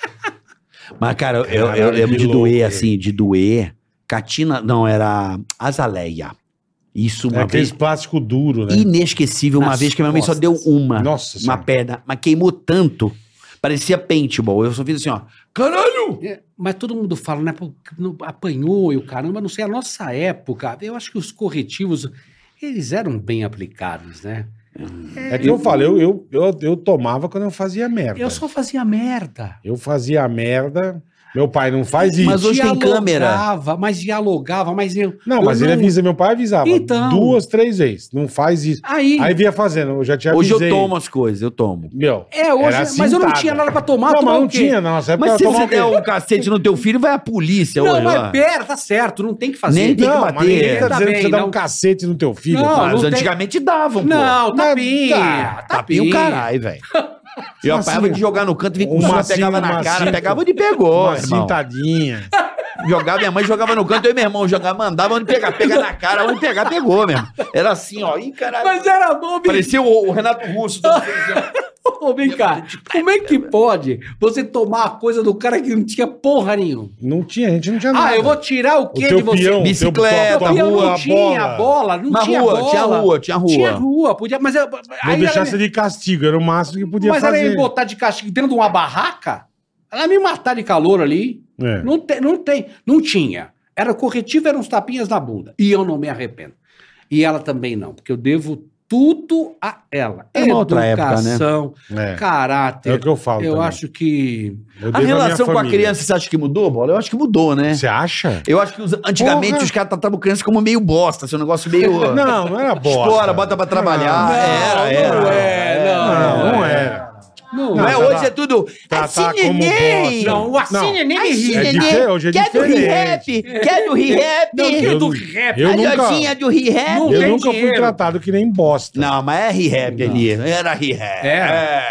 Speaker 5: Mas, cara, eu, eu
Speaker 3: Caralho,
Speaker 5: lembro
Speaker 3: que
Speaker 5: de doer,
Speaker 3: louco,
Speaker 5: assim, de doer. Catina, não, era azaleia. Isso
Speaker 3: É
Speaker 5: uma
Speaker 3: aqueles
Speaker 5: vez
Speaker 3: plástico duro, né?
Speaker 5: inesquecível, uma
Speaker 6: Nas
Speaker 5: vez que minha mãe só deu
Speaker 6: costas.
Speaker 5: uma.
Speaker 3: Nossa
Speaker 5: uma
Speaker 3: senhora.
Speaker 5: perna, mas queimou tanto. Parecia paintball. Eu só fiz assim, ó. Caralho!
Speaker 6: É, Mas todo mundo fala, né? pô, que não- Apanhou e o caramba, não sei, a nossa época, eu acho que os corretivos, eles eram bem aplicados, né?
Speaker 3: É que eu falei, eu, eu, eu, eu tomava quando eu fazia merda.
Speaker 6: Eu só fazia merda.
Speaker 3: Eu fazia merda. Meu pai não faz isso.
Speaker 5: Mas hoje tem câmera.
Speaker 6: Dialogava, Mas dialogava, mas eu.
Speaker 3: não,
Speaker 6: eu
Speaker 3: mas ele avisa, meu pai avisava.
Speaker 6: Então.
Speaker 3: Duas, três vezes. Não faz isso.
Speaker 6: Aí,
Speaker 3: Aí vinha fazendo, eu já te
Speaker 5: Hoje
Speaker 3: avisei.
Speaker 5: eu tomo as coisas, eu tomo.
Speaker 3: Meu.
Speaker 6: É, hoje,
Speaker 3: Era
Speaker 6: mas eu não
Speaker 3: cintada.
Speaker 6: tinha nada pra tomar,
Speaker 3: Não,
Speaker 6: tomar
Speaker 3: mas não
Speaker 6: o quê?
Speaker 3: tinha, não. Essa época
Speaker 5: Mas
Speaker 3: era
Speaker 5: se
Speaker 3: tomar
Speaker 5: você
Speaker 3: o quê?
Speaker 5: der um cacete no teu filho, vai a polícia
Speaker 6: Não,
Speaker 5: hoje. ó.
Speaker 6: mas pera, tá certo, não tem que fazer.
Speaker 5: Nem tem que
Speaker 3: Não,
Speaker 5: bater.
Speaker 3: mas ninguém tá
Speaker 6: Tá
Speaker 3: dizendo que
Speaker 6: bem,
Speaker 3: você dá
Speaker 6: não.
Speaker 3: um cacete no teu filho.
Speaker 6: Não,
Speaker 3: pô.
Speaker 5: Ah, Mas
Speaker 6: tem-
Speaker 5: antigamente davam, pô.
Speaker 6: Não,
Speaker 3: Mas
Speaker 6: tapinha.
Speaker 3: tá,
Speaker 6: tapinha.
Speaker 5: Tapinha o caralho, velho. Eu
Speaker 3: Assim,
Speaker 5: apanhava de jogar no canto, vinha com
Speaker 3: um
Speaker 5: o suor,
Speaker 3: macio,
Speaker 5: pegava na
Speaker 3: um
Speaker 5: cara,
Speaker 3: macio.
Speaker 5: pegava onde pegou,
Speaker 3: Uma
Speaker 5: irmão.
Speaker 3: cintadinha.
Speaker 5: Jogava, minha mãe jogava no canto, eu e meu irmão jogava, mandava onde pegar, pega na cara, onde pegar, pegou mesmo. Era assim, ó, ih, caralho.
Speaker 6: Mas era bom, bicho.
Speaker 5: Parecia o, o Renato Russo. do-
Speaker 6: Ô, Vem cá, como é que pode você tomar a coisa do cara que não tinha porra nenhuma?
Speaker 3: Não tinha, a gente não tinha nada.
Speaker 6: Ah, eu vou tirar o
Speaker 3: O
Speaker 6: quê
Speaker 3: teu
Speaker 6: de você?
Speaker 3: peão, teu-
Speaker 5: Bicicleta,
Speaker 3: tua, tua
Speaker 6: Não, peão
Speaker 3: rua,
Speaker 6: não
Speaker 3: a
Speaker 6: tinha
Speaker 3: bola.
Speaker 6: bola, não
Speaker 5: Na
Speaker 6: tinha
Speaker 5: rua,
Speaker 6: bola.
Speaker 5: tinha rua, tinha rua.
Speaker 6: Tinha rua, podia, mas... eu-
Speaker 3: Não
Speaker 6: aí
Speaker 3: deixasse
Speaker 6: ela-
Speaker 3: de castigo, era o máximo que podia
Speaker 6: mas ela ia
Speaker 3: fazer.
Speaker 6: me botar de castigo dentro de uma barraca, ela ia me matar de calor ali.
Speaker 3: É.
Speaker 6: Não, te- não tem, não tinha. Era corretivo, eram uns tapinhas na bunda. E eu não me arrependo. E ela também não, porque eu devo tudo a ela.
Speaker 5: É uma outra época, né?
Speaker 6: Educação,
Speaker 3: É.
Speaker 6: caráter.
Speaker 3: É o que eu falo também.
Speaker 6: acho que.
Speaker 3: Eu devo
Speaker 5: A
Speaker 3: à minha
Speaker 5: relação com a
Speaker 3: família.
Speaker 5: criança, você acha que mudou, Bola? Eu acho que mudou, né?
Speaker 3: Você acha?
Speaker 5: Eu acho que os- antigamente
Speaker 3: Porra.
Speaker 5: os caras tratavam criança como meio bosta, assim, um negócio meio...
Speaker 3: Não, não era bosta.
Speaker 5: Explora, bota pra trabalhar.
Speaker 3: Não,
Speaker 5: era, era.
Speaker 6: não
Speaker 5: era.
Speaker 6: é,
Speaker 3: é, Não, não
Speaker 6: é.
Speaker 3: era.
Speaker 6: Não,
Speaker 5: Não é,
Speaker 3: tá
Speaker 5: hoje
Speaker 3: lá.
Speaker 5: é tudo.
Speaker 3: Tá- tá
Speaker 5: Assine
Speaker 3: como
Speaker 5: neném.
Speaker 3: bosta.
Speaker 6: Não, o assim
Speaker 3: Não.
Speaker 6: nem
Speaker 5: Assine
Speaker 6: ri.
Speaker 3: É
Speaker 5: neném.
Speaker 3: difer- hoje é
Speaker 5: Quer do
Speaker 3: diferente.
Speaker 5: rehab? Quer do
Speaker 6: Não,
Speaker 5: rehab?
Speaker 6: que
Speaker 3: Eu
Speaker 6: do
Speaker 3: nu-
Speaker 6: rap.
Speaker 3: eu
Speaker 5: A
Speaker 3: nunca-
Speaker 5: lojinha do
Speaker 6: Não
Speaker 5: rehab?
Speaker 3: Eu
Speaker 6: tem
Speaker 3: nunca fui
Speaker 6: dinheiro.
Speaker 3: tratado que nem bosta.
Speaker 5: Não, É. mas é rehab ali. Era rehab.
Speaker 6: Era.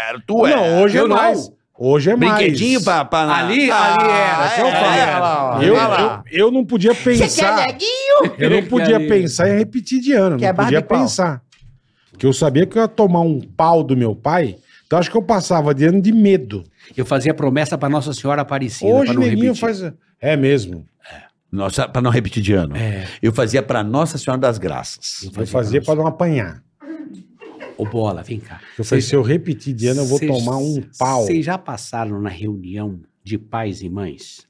Speaker 5: Era, tu era.
Speaker 3: Não, hoje é
Speaker 6: Eu não.
Speaker 3: mais. Hoje é mais.
Speaker 5: Brinquedinho pra, pra...
Speaker 6: Ali- ali era,
Speaker 5: é,
Speaker 6: que eu falo.
Speaker 5: era lá, ó.
Speaker 3: Eu,
Speaker 5: Vai lá.
Speaker 3: eu, eu não podia pensar. Eu não podia pensar em repetir de ano.
Speaker 5: Quer
Speaker 3: Não podia
Speaker 5: Barbie qual?
Speaker 3: pensar. Porque eu sabia que eu ia tomar um pau do meu pai. Então acho que eu passava de ano de medo.
Speaker 6: Eu fazia promessa pra Nossa Senhora Aparecida.
Speaker 3: Hoje
Speaker 6: pra não
Speaker 3: neguinho
Speaker 6: repetir.
Speaker 3: faz. É mesmo.
Speaker 5: Nossa, pra não repetir de ano.
Speaker 6: É.
Speaker 5: Eu fazia pra Nossa Senhora das Graças.
Speaker 3: Eu fazia pra não apanhar.
Speaker 6: Ô, bola, vem cá.
Speaker 3: Eu falei, se eu repetir de ano, eu vou
Speaker 6: Cês-
Speaker 3: tomar um pau.
Speaker 6: Vocês já passaram na reunião de pais e mães?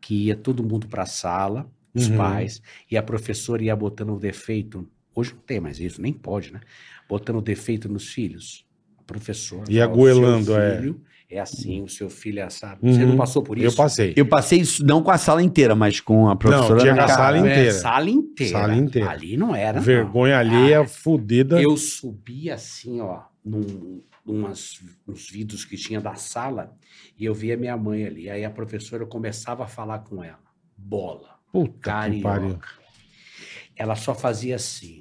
Speaker 6: Que ia todo mundo para a sala, os
Speaker 3: Uhum.
Speaker 6: pais, e a professora ia botando o defeito. Hoje não tem mais isso, nem pode, né? Botando o defeito nos filhos. A professora.
Speaker 3: Ia
Speaker 6: fala, "O seu
Speaker 3: goelando, é.
Speaker 6: filho é. assim, o seu filho é assado. Você
Speaker 3: Uhum.
Speaker 6: não passou por isso?
Speaker 3: Eu passei.
Speaker 5: Eu passei isso não com a sala inteira, mas com a professora.
Speaker 3: tinha
Speaker 5: na
Speaker 3: a
Speaker 6: Cara,
Speaker 5: cara.
Speaker 3: sala
Speaker 6: é,
Speaker 3: inteira.
Speaker 6: sala inteira.
Speaker 3: Sala inteira.
Speaker 6: Ali não era. não.
Speaker 3: Vergonha alheia, fudida.
Speaker 6: Eu subi assim, ó, num, numas, uns vidros que tinha da sala, e eu via minha mãe ali. Aí a professora começava a falar com ela. Bola.
Speaker 3: Puta que
Speaker 6: Carioca.
Speaker 3: pariu.
Speaker 6: Ela só fazia assim.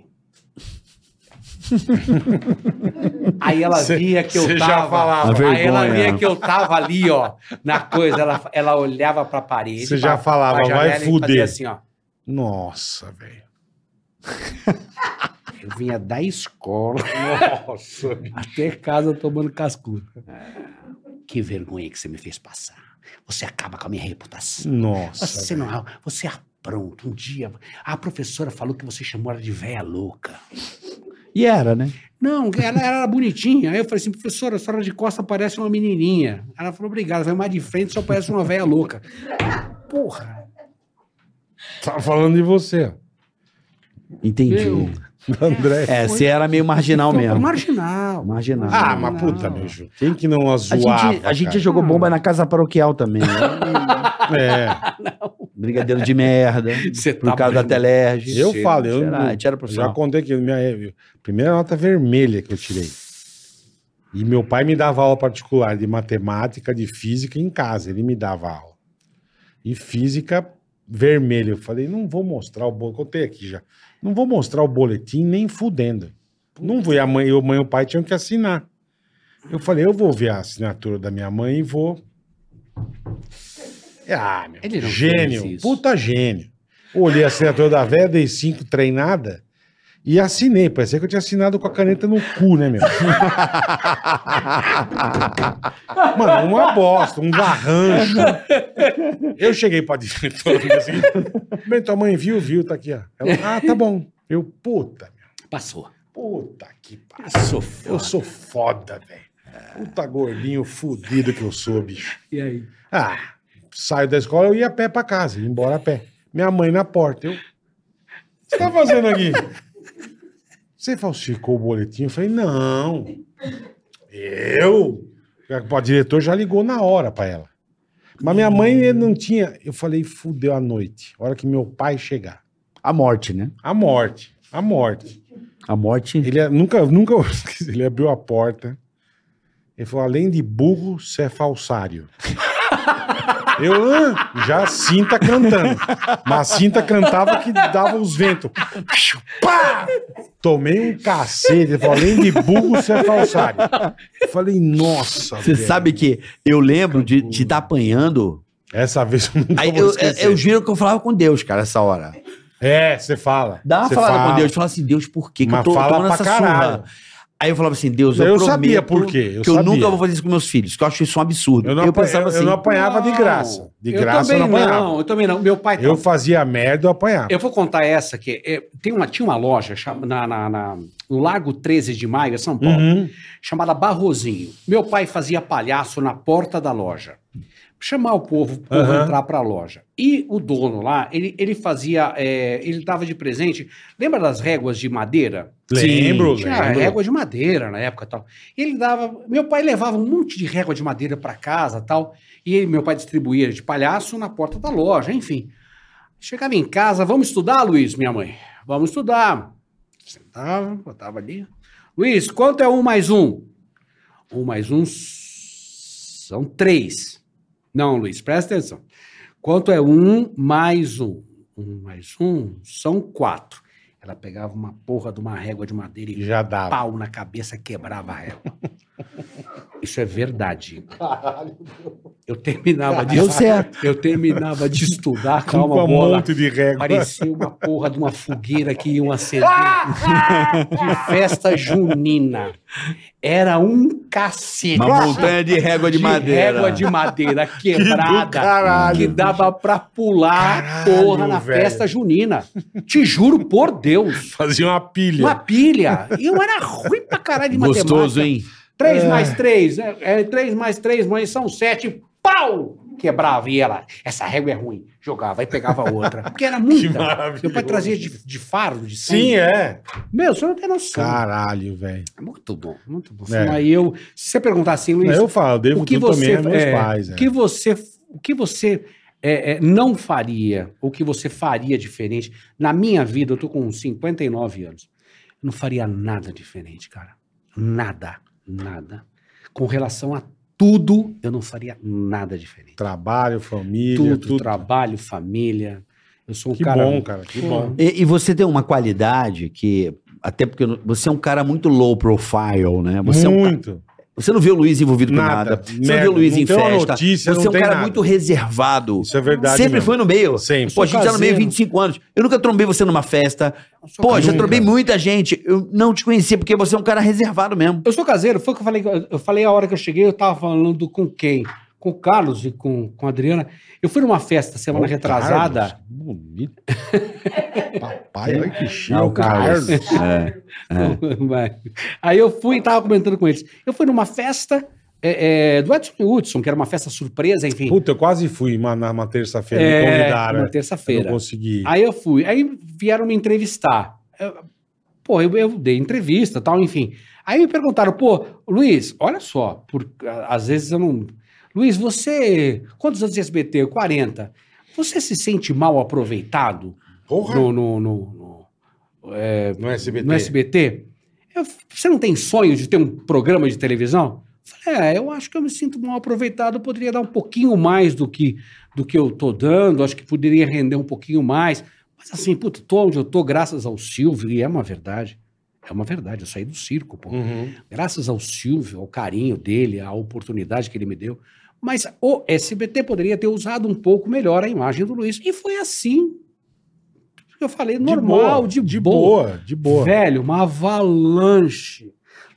Speaker 6: Aí ela
Speaker 3: Cê-
Speaker 6: via que eu
Speaker 3: cê
Speaker 6: tava.
Speaker 3: já falava.
Speaker 5: A vergonha.
Speaker 6: Aí ela via que eu tava ali, ó, na coisa. Ela, ela olhava pra parede.
Speaker 3: Você já
Speaker 6: pra-
Speaker 3: falava,
Speaker 6: pra janela
Speaker 3: "Vai
Speaker 6: e fazia
Speaker 3: fuder."
Speaker 6: assim, ó.
Speaker 3: Nossa, velho.
Speaker 6: Eu vinha da escola. Até casa tomando cascudo. Que vergonha que você me fez passar. Você acaba com a minha reputação.
Speaker 3: Nossa.
Speaker 6: Você não, é- você apronta. Um dia a professora falou que você chamou ela de véia louca.
Speaker 5: E era, né?
Speaker 6: Não, ela era bonitinha. Aí eu falei assim, professora, a senhora de costa parece uma menininha. Ela falou, obrigado. Vai mais de frente, só parece uma véia louca. Porra.
Speaker 3: Tá falando de você.
Speaker 5: Entendi.
Speaker 6: Meu,
Speaker 3: André.
Speaker 4: É, você era meio marginal
Speaker 6: Então,
Speaker 4: mesmo.
Speaker 6: Marginal.
Speaker 4: Marginal.
Speaker 3: Ah,
Speaker 6: Não,
Speaker 3: mas puta,
Speaker 6: não.
Speaker 3: bicho. Quem que não a
Speaker 4: A
Speaker 3: zoava?
Speaker 4: gente, a gente
Speaker 3: cara?
Speaker 4: jogou bomba na casa paroquial também. né?
Speaker 3: É,
Speaker 4: Brigadeiro de merda.
Speaker 6: Você
Speaker 4: Por
Speaker 6: tá
Speaker 4: causa da
Speaker 6: brincando.
Speaker 4: Telerge.
Speaker 3: eu
Speaker 6: Cheiro,
Speaker 3: falo, eu
Speaker 4: Será?
Speaker 3: não-
Speaker 4: A gente era
Speaker 3: já
Speaker 4: profissional.
Speaker 3: contei que minha primeira nota vermelha que eu tirei. E meu pai me dava aula particular de matemática, de física em casa, ele me dava aula. E física vermelha. Eu falei, não vou mostrar o boletim, contei aqui já. Não vou mostrar o boletim nem fudendo. Não vou, e a mãe, eu, mãe e o pai tinham que assinar. Eu falei, eu vou ver a assinatura da minha mãe e vou. Ah, meu,
Speaker 6: Ele não fez
Speaker 3: gênio,
Speaker 6: isso.
Speaker 3: puta gênio. Olhei a assinatura da véia, dei cinco treinada e assinei. Parecia que eu tinha assinado com a caneta no cu, né, meu? Mano, uma bosta, um garrancho. Eu cheguei pra diretora e assim, bem, tua mãe viu, viu, tá aqui, ó. Ela, ah, tá bom. Eu, puta, meu,
Speaker 6: Passou.
Speaker 3: puta que pariu.
Speaker 6: Passou.
Speaker 3: Eu sou foda, velho. Puta gordinho fudido que eu sou, bicho.
Speaker 6: E aí?
Speaker 3: Ah, saio da escola, eu ia a pé pra casa, ia embora a pé. Minha mãe na porta, eu... O que você tá fazendo aqui? Você falsificou o boletim? Eu falei, não. Eu? O diretor já ligou na hora pra ela. Mas minha mãe ele não tinha... Eu falei, fudeu a noite, a hora que meu pai chegar.
Speaker 4: A morte, né?
Speaker 3: A morte, a morte.
Speaker 4: A morte.
Speaker 3: Ele é- nunca, nunca eu esqueci, ele abriu a porta. Ele falou: além de burro, você é falsário. Eu hã? já a cinta cantando. Mas a cinta cantava que dava os ventos. Pá! Tomei um cacete. Ele falou: além de burro, você é falsário. Eu falei, nossa.
Speaker 4: Você
Speaker 3: velho,
Speaker 4: sabe que eu lembro de estar tá apanhando.
Speaker 3: Essa vez eu nunca
Speaker 4: Aí
Speaker 3: vou
Speaker 4: eu, é,
Speaker 3: esquecer.
Speaker 4: eu juro que eu falava com Deus, cara, essa hora.
Speaker 3: É, você fala.
Speaker 4: Dá uma
Speaker 3: Você
Speaker 4: falada
Speaker 3: fala.
Speaker 4: com Deus, fala assim, Deus, por que, que eu
Speaker 3: Mas
Speaker 4: tô
Speaker 3: fala
Speaker 4: tomando
Speaker 3: pra
Speaker 4: essa
Speaker 3: caralho.
Speaker 4: surra? Aí eu falava assim, Deus, eu,
Speaker 3: Eu
Speaker 4: prometo
Speaker 3: sabia por quê, eu
Speaker 4: que eu
Speaker 3: sabia.
Speaker 4: nunca vou fazer isso com meus filhos, que eu assim, acho isso um absurdo.
Speaker 3: Eu não, apa- eu-
Speaker 5: assim,
Speaker 3: eu não apanhava de graça. De graça eu
Speaker 6: eu
Speaker 3: não
Speaker 6: também
Speaker 3: apanhava.
Speaker 6: não, eu também não. Meu pai
Speaker 3: Eu fazia merda, eu apanhava.
Speaker 6: Eu vou contar essa que é- tem uma, tinha uma loja chama- na, na- na- no Largo 13 de Maio, em São Paulo,
Speaker 3: Uhum.
Speaker 6: chamada Barrozinho. Meu pai fazia palhaço na porta da loja. Chamar o povo para
Speaker 3: Aham.
Speaker 6: entrar para a loja. E o dono lá, ele, ele fazia, é, ele dava de presente. Lembra das réguas de madeira?
Speaker 3: Lembro,
Speaker 6: Tinha
Speaker 3: lembro.
Speaker 6: régua de madeira na época e tal. Ele dava. Meu pai levava um monte de régua de madeira para casa e tal. E ele- meu pai distribuía de palhaço na porta da loja, enfim. Chegava em casa, vamos estudar, Luiz, minha mãe. Vamos estudar. Sentava, botava ali. Luiz, quanto é um mais um? Um mais um s- são três. Não, Luiz, presta atenção. Quanto é um mais um? Um mais um são quatro. Ela pegava uma porra de uma régua de madeira e
Speaker 3: Já dava.
Speaker 6: pau na cabeça, quebrava a régua. Isso é verdade. Eu terminava de
Speaker 4: Deu certo.
Speaker 6: eu terminava de estudar,
Speaker 3: Com
Speaker 6: calma,
Speaker 3: um
Speaker 6: bola.
Speaker 3: monte de régua.
Speaker 6: Parecia uma porra de uma fogueira que iam acender de festa junina. Era um cacete.
Speaker 4: Uma montanha de régua de, madeira.
Speaker 6: Régua de madeira
Speaker 3: do
Speaker 6: quebrada.
Speaker 3: caralho.
Speaker 6: Que dava pra pular
Speaker 3: Caralho,
Speaker 6: porra na
Speaker 3: velho.
Speaker 6: festa junina. Te juro por Deus.
Speaker 3: Fazia uma pilha.
Speaker 6: Uma pilha. E eu era ruim pra caralho de
Speaker 4: Gostoso,
Speaker 6: matemática.
Speaker 4: hein?
Speaker 6: 3 mais 3, é, é, 3 mais 3, mãe, são 7, pau! Quebrava, e ela, essa régua é ruim. Jogava e pegava outra. Porque era
Speaker 3: Que
Speaker 6: muita.
Speaker 3: maravilhoso.
Speaker 6: Meu pai trazia de, de fardo, de
Speaker 3: Sim,
Speaker 6: sangue.
Speaker 3: é.
Speaker 6: Meu, você não tem noção. É
Speaker 3: Caralho, velho.
Speaker 6: Muito bom, muito bom.
Speaker 3: É.
Speaker 6: Aí "Ah, eu, se você perguntar assim, Luiz,
Speaker 3: Eu falo, eu devo
Speaker 6: o que
Speaker 3: tudo também
Speaker 6: você,
Speaker 3: a meus
Speaker 6: é,
Speaker 3: pais.
Speaker 6: o
Speaker 3: é.
Speaker 6: que você, o que você é, é, não faria, ou que você faria diferente, na minha vida, eu tô com 59 anos, eu não faria nada diferente, cara. Nada, nada. Com relação a tudo, eu não faria nada diferente.
Speaker 3: Trabalho, família,
Speaker 6: Tudo,
Speaker 3: tudo.
Speaker 6: trabalho, família. Eu sou um
Speaker 3: Que
Speaker 6: cara...
Speaker 3: bom, cara, que bom.
Speaker 4: E, e você tem uma qualidade que. Até porque eu não- você é um cara muito low profile, né? Você, é um ca-
Speaker 3: Muito.
Speaker 4: você não vê o Luiz envolvido com
Speaker 3: Nada,
Speaker 4: nada. Você não
Speaker 3: merda,
Speaker 4: vê o Luiz
Speaker 3: não
Speaker 4: em
Speaker 3: tem uma
Speaker 4: festa.
Speaker 3: notícia,
Speaker 4: você
Speaker 3: não
Speaker 4: é um
Speaker 3: tem
Speaker 4: cara
Speaker 3: nada.
Speaker 4: muito reservado.
Speaker 3: Isso é verdade.
Speaker 4: Sempre
Speaker 3: mesmo.
Speaker 4: foi no
Speaker 5: um
Speaker 4: meio.
Speaker 3: Sempre.
Speaker 4: Pô, a gente tá no meio
Speaker 6: caseiro.
Speaker 4: 25 anos. Eu nunca trombei você numa festa.
Speaker 6: Eu sou
Speaker 4: Pô,
Speaker 6: cara-
Speaker 4: já
Speaker 3: Nunca.
Speaker 4: trombei muita gente. Eu não te conhecia porque você é um cara reservado mesmo.
Speaker 6: Eu sou caseiro, foi o que eu falei. Eu falei a hora que eu cheguei, eu tava falando com quem? Com o Carlos e com, com a Adriana. Eu fui numa festa semana
Speaker 3: Ô,
Speaker 6: retrasada.
Speaker 3: Carlos, que bonito. Papai, olha que chique.
Speaker 4: Ah,
Speaker 3: o
Speaker 4: o
Speaker 3: Carlos.
Speaker 4: Carlos.
Speaker 6: Vai.
Speaker 3: É.
Speaker 6: Aí eu fui e tava comentando com eles. Eu fui numa festa é, é, do Edson Hudson, que era uma festa surpresa, enfim.
Speaker 3: Puta, eu quase fui uma- na uma terça-feira. me
Speaker 6: É,
Speaker 3: convidaram.
Speaker 6: Uma
Speaker 3: Eu não
Speaker 6: terça-feira.
Speaker 3: consegui.
Speaker 6: Aí eu fui. Aí vieram me entrevistar. Eu- Pô, eu, eu dei entrevista tal, enfim. Aí me perguntaram, pô, Luiz, olha só, por, a- às vezes eu não. Luiz, você. Quantos anos de SBT? 40. Você se sente mal aproveitado
Speaker 3: Porra,
Speaker 6: no, no, no- no, é,
Speaker 3: no SBT.
Speaker 6: no SBT? Eu- você não tem sonho de ter um programa de televisão? Falei, é, eu acho que eu me sinto mal aproveitado, eu poderia dar um pouquinho mais do que, do que eu tô dando, acho que poderia render um pouquinho mais. Mas assim, puta, tô onde eu tô graças ao Silvio, e é uma verdade. É uma verdade, eu saí do circo, pô
Speaker 3: Uhum.
Speaker 6: graças ao Silvio, ao carinho dele, à oportunidade que ele me deu. Mas o SBT poderia ter usado um pouco melhor a imagem do Luiz. E foi assim. Eu falei, É normal, de, boa.
Speaker 3: Boa, de boa.
Speaker 6: Velho, uma avalanche.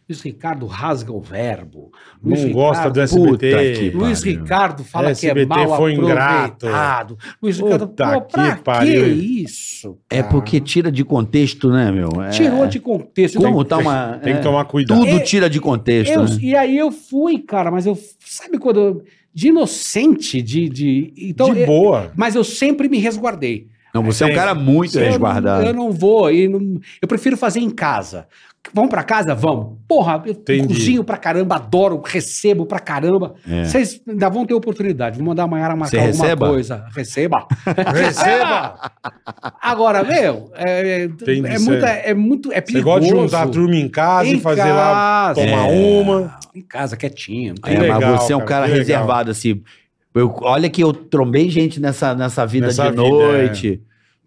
Speaker 6: Luiz Ricardo rasga o verbo. Luiz
Speaker 3: Não gosta do
Speaker 6: puta
Speaker 3: SBT.
Speaker 6: que Luiz
Speaker 4: pariu.
Speaker 6: Ricardo fala
Speaker 3: SBT
Speaker 6: que é mal
Speaker 3: foi ingrato.
Speaker 6: aproveitado. Luiz
Speaker 3: Puta
Speaker 6: Ricardo, pô,
Speaker 3: que
Speaker 6: pra que,
Speaker 3: pariu.
Speaker 6: isso?
Speaker 4: É
Speaker 6: cara?
Speaker 4: porque tira de contexto, né, meu? É-
Speaker 6: Tá. tirou de contexto. Então,
Speaker 4: Como tá uma.
Speaker 3: Tem
Speaker 4: é,
Speaker 3: que tomar cuidado.
Speaker 4: Tudo tira de contexto.
Speaker 6: Eu-
Speaker 4: né?
Speaker 6: E aí eu fui, cara, mas eu. Sabe quando. eu- De inocente, de. de então,
Speaker 3: de
Speaker 6: eu-
Speaker 3: boa.
Speaker 6: mas eu sempre me resguardei.
Speaker 4: Não, você é um
Speaker 3: Tem.
Speaker 4: cara muito
Speaker 6: Eu não- Eu,
Speaker 4: resguardado.
Speaker 6: não vou. E não- eu prefiro fazer em casa. Vamos pra casa? Vamos. Porra, eu
Speaker 3: Entendi.
Speaker 6: cozinho pra caramba, adoro, recebo pra caramba.
Speaker 4: É.
Speaker 6: Vocês ainda vão ter oportunidade. Vou mandar a Mayara marcar
Speaker 4: Você
Speaker 6: alguma
Speaker 4: receba?
Speaker 6: coisa. Receba.
Speaker 3: Receba!
Speaker 6: Agora, meu, é, é,
Speaker 3: Entendi,
Speaker 6: é muito, é, muito. É
Speaker 3: Você gosta
Speaker 6: perigoso.
Speaker 3: de juntar a turma em casa
Speaker 6: Em
Speaker 3: e fazer lá,
Speaker 6: casa.
Speaker 3: tomar um?
Speaker 4: É.
Speaker 3: uma.
Speaker 6: Em casa, quietinho. não
Speaker 4: É,
Speaker 6: tem-
Speaker 3: legal,
Speaker 4: mas você é um
Speaker 3: cara,
Speaker 4: cara,
Speaker 3: que legal.
Speaker 4: reservado, assim. Eu- olha que eu trombei gente nessa, nessa vida
Speaker 3: Nessa
Speaker 4: de
Speaker 3: vida, é.
Speaker 4: noite.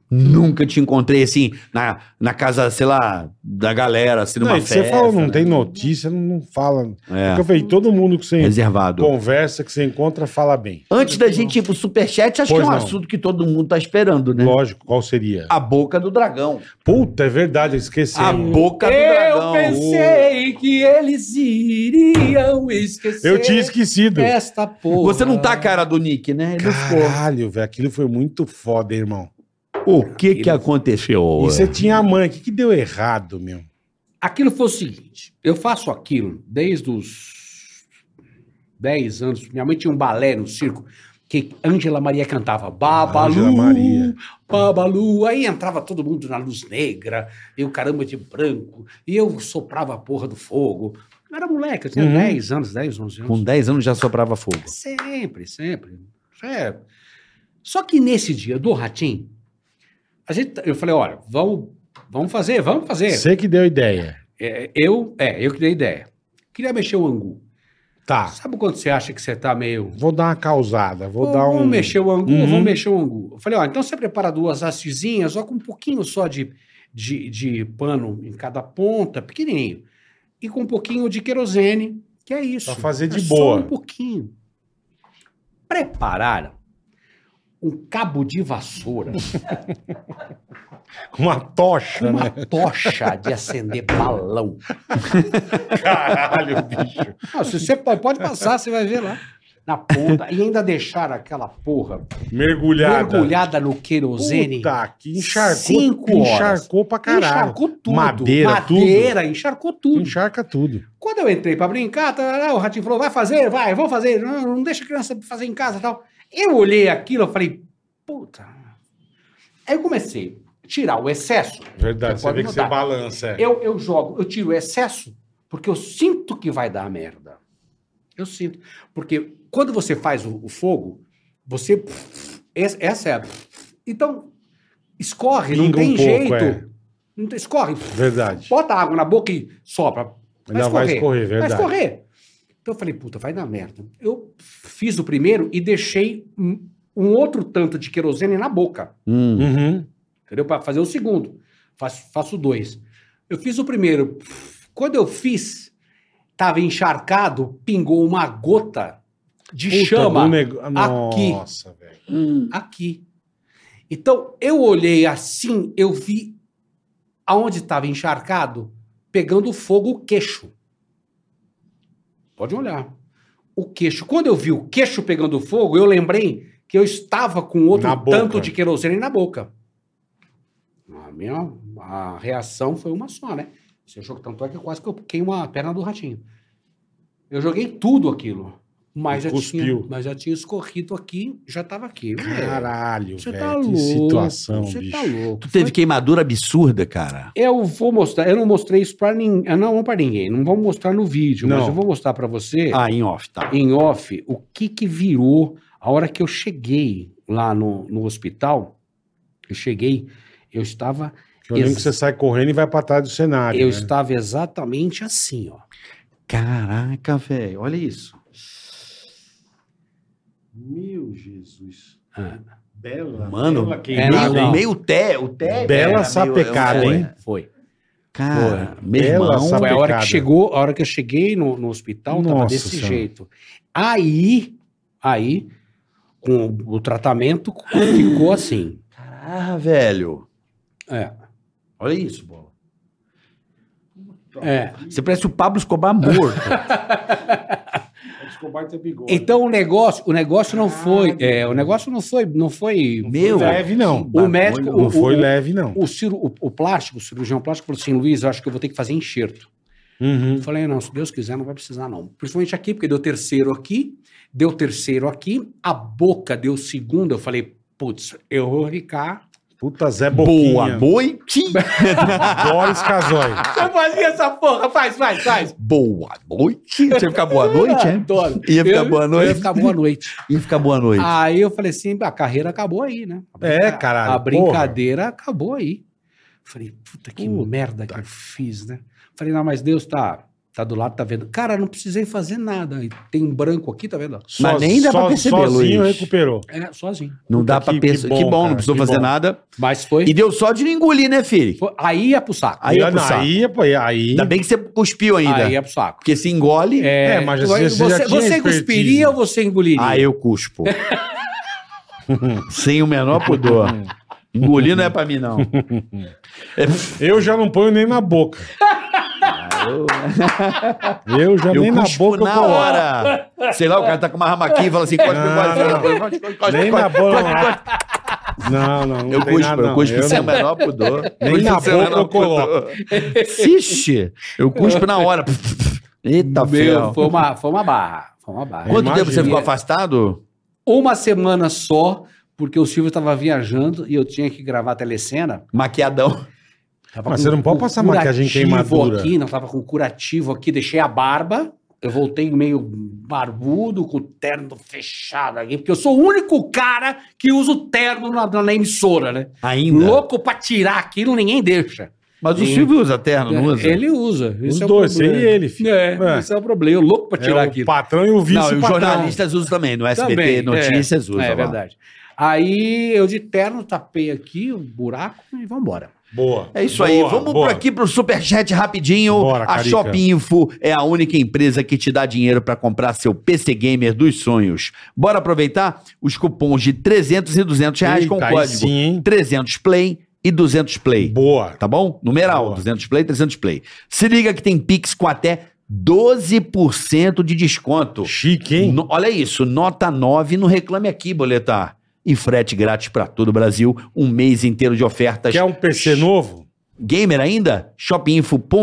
Speaker 4: Nunca te encontrei, assim, na, na casa, sei lá, da galera, assim, numa
Speaker 3: Não, e
Speaker 4: festa.
Speaker 3: você falou, não
Speaker 4: né?
Speaker 3: tem notícia, não, não fala.
Speaker 4: É,
Speaker 3: Porque eu falei, todo mundo que você
Speaker 6: é
Speaker 4: reservado.
Speaker 3: conversa, que você encontra, fala bem.
Speaker 4: Antes da gente ir pro superchat, acho
Speaker 3: Pois
Speaker 4: que é um
Speaker 3: não.
Speaker 4: assunto que todo mundo tá esperando, né?
Speaker 3: Lógico, qual seria?
Speaker 4: A boca do dragão.
Speaker 3: Puta, é verdade, eu esqueci.
Speaker 6: Ah,
Speaker 4: A boca do
Speaker 6: Eu
Speaker 4: dragão.
Speaker 6: pensei que eles iriam esquecer.
Speaker 3: Eu tinha esquecido.
Speaker 6: Esta porra.
Speaker 4: Você não tá a cara do Nick, né? Ele ficou.
Speaker 3: Caralho, velho, aquilo foi muito foda, irmão.
Speaker 4: O que que aconteceu?
Speaker 3: E você tinha a mãe, o que, que deu errado, meu?
Speaker 6: Aquilo foi o seguinte: eu faço aquilo desde os 10 anos. Minha mãe tinha um balé no circo que Ângela Maria cantava
Speaker 3: Ângela
Speaker 6: Babalu,
Speaker 3: Maria.
Speaker 6: Babalu. Aí entrava todo mundo na luz negra, e o caramba de branco, e eu soprava a porra do fogo. Eu era moleque, eu tinha
Speaker 3: Uhum.
Speaker 6: 10 anos, 10, 11
Speaker 5: É,
Speaker 6: anos.
Speaker 4: Com 10 anos já soprava fogo.
Speaker 6: Sempre, sempre. É. Só que nesse dia do Ratim, a gente, eu falei, olha, vamos, vamos fazer, vamos fazer.
Speaker 3: Você que deu a ideia.
Speaker 6: É, eu, é, eu que dei ideia. Queria mexer o angu.
Speaker 3: Tá,
Speaker 6: Sabe quando você acha que você tá meio...
Speaker 3: vou dar uma causada, vou
Speaker 6: Pô,
Speaker 3: dar um...
Speaker 6: Vamos mexer o angu,
Speaker 3: Uhum.
Speaker 6: vamos mexer o angu. Eu falei, ó, então você prepara duas hastezinhas, só com um pouquinho só de, de, de pano em cada ponta, pequenininho. E com um pouquinho de querosene, que é isso.
Speaker 3: Pra fazer de
Speaker 6: É só
Speaker 3: boa.
Speaker 6: um pouquinho. Prepararam um cabo de vassoura,
Speaker 3: com Uma tocha, né?
Speaker 6: uma tocha de acender balão.
Speaker 3: Caralho, bicho.
Speaker 6: Não, Ah, se você pode pode passar, você vai ver lá. Na ponta. E ainda deixar aquela porra
Speaker 3: Mergulhada.
Speaker 6: mergulhada no querosene.
Speaker 3: Puta, que encharcou,
Speaker 6: Cinco horas.
Speaker 3: encharcou pra caralho.
Speaker 6: Encharcou tudo.
Speaker 3: Madeira,
Speaker 6: Madeira, encharcou tudo.
Speaker 3: Encharca tudo.
Speaker 6: Quando eu entrei pra brincar, tarará, o ratinho falou: vai fazer, vai, vamos fazer, não, não deixa a criança fazer em casa e tal. Eu olhei aquilo, eu falei, puta. Aí eu comecei a tirar o excesso.
Speaker 3: Verdade, você
Speaker 6: Pode
Speaker 3: vê que você
Speaker 6: mudar.
Speaker 3: balança. é.
Speaker 6: Eu, eu jogo, eu tiro o excesso porque eu sinto que vai dar merda. Eu sinto. Porque quando você faz o, o fogo, você. es- Essa é. a- Então, escorre, não
Speaker 3: Pinga um
Speaker 6: tem
Speaker 3: pouco,
Speaker 6: jeito.
Speaker 3: é.
Speaker 6: Não tem- escorre.
Speaker 3: Verdade.
Speaker 6: Bota água na boca e sopra. Vai
Speaker 3: Ainda vai
Speaker 6: escorrer.
Speaker 3: escorrer,
Speaker 6: Vai
Speaker 3: verdade.
Speaker 6: escorrer. Então eu falei, puta, vai dar merda. Eu fiz o primeiro e deixei um, um outro tanto de querosene na boca
Speaker 4: Hum.
Speaker 3: Uhum.
Speaker 6: entendeu? Para fazer o segundo. Faço, faço dois. Eu fiz o primeiro. Quando eu fiz, tava encharcado, pingou uma gota de
Speaker 3: Puta,
Speaker 6: chama
Speaker 3: do nego- Nossa, velho.
Speaker 6: aqui. Então, eu olhei assim, eu vi aonde estava encharcado, pegando fogo o queixo. Pode olhar. O queixo. Quando eu vi o queixo pegando fogo, eu lembrei que eu estava com outro
Speaker 3: Na boca.
Speaker 6: tanto de querosene na boca. A minha a reação foi uma só, né? Você jogou tanto é que quase que eu queimei a perna do ratinho. Eu joguei tudo aquilo. Mas já, tinha,
Speaker 3: Cuspiu.
Speaker 6: mas já tinha escorrido aqui, já tava aqui.
Speaker 3: Caralho,
Speaker 6: Você
Speaker 3: velho.
Speaker 6: tá
Speaker 3: que
Speaker 6: louco.
Speaker 3: situação,
Speaker 6: Você
Speaker 3: bicho.
Speaker 6: tá louco.
Speaker 5: Tu teve queimadura absurda, cara.
Speaker 6: Eu vou mostrar, eu não mostrei isso pra ninguém, não, não pra ninguém, não vou mostrar no vídeo, mas
Speaker 3: Não.
Speaker 6: eu vou mostrar pra você,
Speaker 5: Ah, em off, tá.
Speaker 6: em off, o que que virou a hora que eu cheguei lá no, no hospital, eu cheguei, eu estava,
Speaker 3: Eu lembro que você sai correndo e vai pra trás do cenário.
Speaker 6: eu
Speaker 3: né?
Speaker 6: estava exatamente assim, ó.
Speaker 5: Caraca, velho, olha isso.
Speaker 3: Meu Jesus.
Speaker 6: Ah,
Speaker 3: Bela.
Speaker 5: Mano,
Speaker 3: bela né?
Speaker 6: É,
Speaker 3: queimada.
Speaker 6: não,
Speaker 5: meio,
Speaker 6: não.
Speaker 5: meio té, o té.
Speaker 3: Ah. Bela
Speaker 5: era meio-
Speaker 3: sapecada,
Speaker 5: foi.
Speaker 3: hein?
Speaker 6: Foi.
Speaker 5: Cara, meu
Speaker 3: Bela
Speaker 5: irmão.
Speaker 3: sapecada.
Speaker 6: Foi é a hora
Speaker 3: pecado.
Speaker 6: que chegou, a hora que eu cheguei no, no hospital, tava
Speaker 3: Nossa
Speaker 6: desse
Speaker 3: Senhora.
Speaker 6: jeito. Aí, aí, com o tratamento, ficou assim.
Speaker 5: Ah, velho.
Speaker 6: É.
Speaker 5: Olha isso, bola.
Speaker 6: É.
Speaker 5: Você parece o Pablo Escobar
Speaker 3: Um
Speaker 5: morto.
Speaker 3: Escobar tem bigode.
Speaker 6: Então o negócio, o negócio não foi, é, o negócio não foi, não foi
Speaker 5: meu.
Speaker 3: leve, não.
Speaker 5: que
Speaker 6: O
Speaker 5: bagulho.
Speaker 6: médico-
Speaker 3: Não
Speaker 6: o-
Speaker 3: foi
Speaker 6: o-
Speaker 3: leve, não.
Speaker 6: o, ciro, o, o plástico, o cirurgião plástico falou assim, Luiz, eu acho que eu vou ter que fazer enxerto.
Speaker 3: Uhum.
Speaker 6: Eu falei, não, se Deus quiser, não vai precisar não. Principalmente aqui, porque deu terceiro aqui, deu terceiro aqui, a boca deu segunda, eu falei, putz, eu vou ficar...
Speaker 3: Puta Zé
Speaker 5: Boa
Speaker 3: Boquinha.
Speaker 5: noite.
Speaker 3: Doris Casoy.
Speaker 6: Eu fazia essa porra, faz, faz, faz.
Speaker 5: boa noite. Você ia ficar boa noite, é?
Speaker 6: Adoro.
Speaker 5: Ia ficar
Speaker 6: Eu-
Speaker 5: boa
Speaker 6: Ia
Speaker 5: noite.
Speaker 6: ficar boa noite.
Speaker 5: Ia ficar boa noite.
Speaker 3: Ah,
Speaker 6: Aí eu falei assim, a carreira acabou aí, né? A
Speaker 3: É,
Speaker 6: brinca-
Speaker 3: caralho,
Speaker 6: A
Speaker 3: porra.
Speaker 6: brincadeira acabou aí. Falei, puta que merda que eu fiz, né? Falei, não, mas Deus tá, tá do lado, tá vendo. Cara, não precisei fazer nada. E Tem um branco aqui, tá vendo?
Speaker 5: Mas nem dá pra perceber,
Speaker 3: Sozinho
Speaker 5: Luiz.
Speaker 3: recuperou.
Speaker 6: É, sozinho.
Speaker 5: não dá
Speaker 3: que-
Speaker 5: pra
Speaker 3: que
Speaker 5: perceber.
Speaker 3: bom,
Speaker 5: Que bom,
Speaker 3: cara,
Speaker 5: não precisou
Speaker 3: que
Speaker 5: fazer
Speaker 3: bom.
Speaker 5: nada.
Speaker 6: Mas foi.
Speaker 5: E deu só de não engolir, né, filho?
Speaker 6: foi- aí ia pro saco.
Speaker 5: Aí
Speaker 3: Aí,
Speaker 5: é pro saco.
Speaker 3: aí, é pra- aí,
Speaker 5: Ainda bem que você cuspiu ainda.
Speaker 6: Aí ia pro saco.
Speaker 5: Porque se engole.
Speaker 3: É, mas já- você já tinha
Speaker 6: você
Speaker 3: expertise.
Speaker 6: cuspiria ou você engoliria?
Speaker 5: Ah, eu cuspo. Sem o menor pudor. Engolir não é pra mim, não.
Speaker 3: eu já não ponho nem na boca. Eu já
Speaker 5: Eu
Speaker 3: nem na
Speaker 5: cuspo
Speaker 3: boca eu
Speaker 5: na
Speaker 3: coloco.
Speaker 5: hora. Sei lá, o cara tá com uma ramaquinha e fala assim, cospe,
Speaker 3: Não,
Speaker 5: cospe, cospe, cospe, cospe, cospe,
Speaker 3: Nem na
Speaker 5: cospe.
Speaker 3: boca. Não, não, não
Speaker 5: Eu
Speaker 3: tem nada,
Speaker 5: cuspo, eu
Speaker 3: não.
Speaker 5: cuspo sem o
Speaker 3: não-
Speaker 5: menor pudor.
Speaker 3: Nem
Speaker 5: Cuspo
Speaker 3: na
Speaker 5: sem o
Speaker 3: boca
Speaker 5: menor
Speaker 3: eu coloco.
Speaker 5: pudor. Ixi, eu cuspo na hora. Eita,
Speaker 6: Meu,
Speaker 5: feio.
Speaker 6: foi uma, foi uma barra. Foi uma barra.
Speaker 5: Quanto tempo você
Speaker 3: Imagina.
Speaker 5: ficou afastado?
Speaker 6: Uma semana só, porque o Silvio estava viajando e eu tinha que gravar a telecena.
Speaker 5: Maquiadão.
Speaker 6: Tava
Speaker 3: Mas
Speaker 6: com
Speaker 3: você não pode
Speaker 6: cu-
Speaker 3: passar maquiagem
Speaker 6: curativo
Speaker 3: queimadura.
Speaker 6: aqui, não tava com curativo aqui, deixei a barba. Eu voltei meio barbudo, com o terno fechado aqui, porque eu sou o único cara que usa o terno na, na emissora, né?
Speaker 5: Ainda.
Speaker 6: Louco pra tirar aquilo, ninguém deixa.
Speaker 5: Mas o
Speaker 6: Sim.
Speaker 5: Silvio usa terno, não usa?
Speaker 6: Ele usa.
Speaker 3: Os
Speaker 6: esse é o
Speaker 5: um
Speaker 3: dois, você
Speaker 6: problema.
Speaker 3: e ele, filho.
Speaker 6: É,
Speaker 3: É.
Speaker 6: esse é o problema. Eu louco pra tirar
Speaker 3: é o
Speaker 6: aquilo.
Speaker 3: patrão e o
Speaker 5: Não, e os
Speaker 3: vice-patrão.
Speaker 5: jornalistas usam também. No SBT
Speaker 6: Também, é.
Speaker 5: Notícias usam.
Speaker 6: É,
Speaker 5: lá.
Speaker 6: verdade. Aí eu de terno tapei aqui o buraco e vambora.
Speaker 3: Boa.
Speaker 5: É isso aí.
Speaker 3: Boa,
Speaker 5: Vamos
Speaker 3: boa.
Speaker 5: por aqui pro Superchat rapidinho.
Speaker 3: Bora,
Speaker 5: a
Speaker 3: Carica.
Speaker 5: Shopping Info é a única empresa que te dá dinheiro para comprar seu PC Gamer dos sonhos. Bora aproveitar os cupons de 300 e 200 reais com
Speaker 3: Eita, aí
Speaker 5: é um código
Speaker 3: Sim, hein?
Speaker 5: 300 Play e 200 Play.
Speaker 3: Boa.
Speaker 5: Tá bom? Numeral,
Speaker 3: Boa.
Speaker 5: 200 Play, 300 Play. Se liga que tem Pix com até 12% de desconto.
Speaker 3: Chique, hein?
Speaker 5: No- olha isso, nota 9 no Reclame Aqui, Boletar. E frete grátis para todo o Brasil, um mês inteiro de ofertas.
Speaker 3: Quer um PC novo?
Speaker 5: Gamer ainda?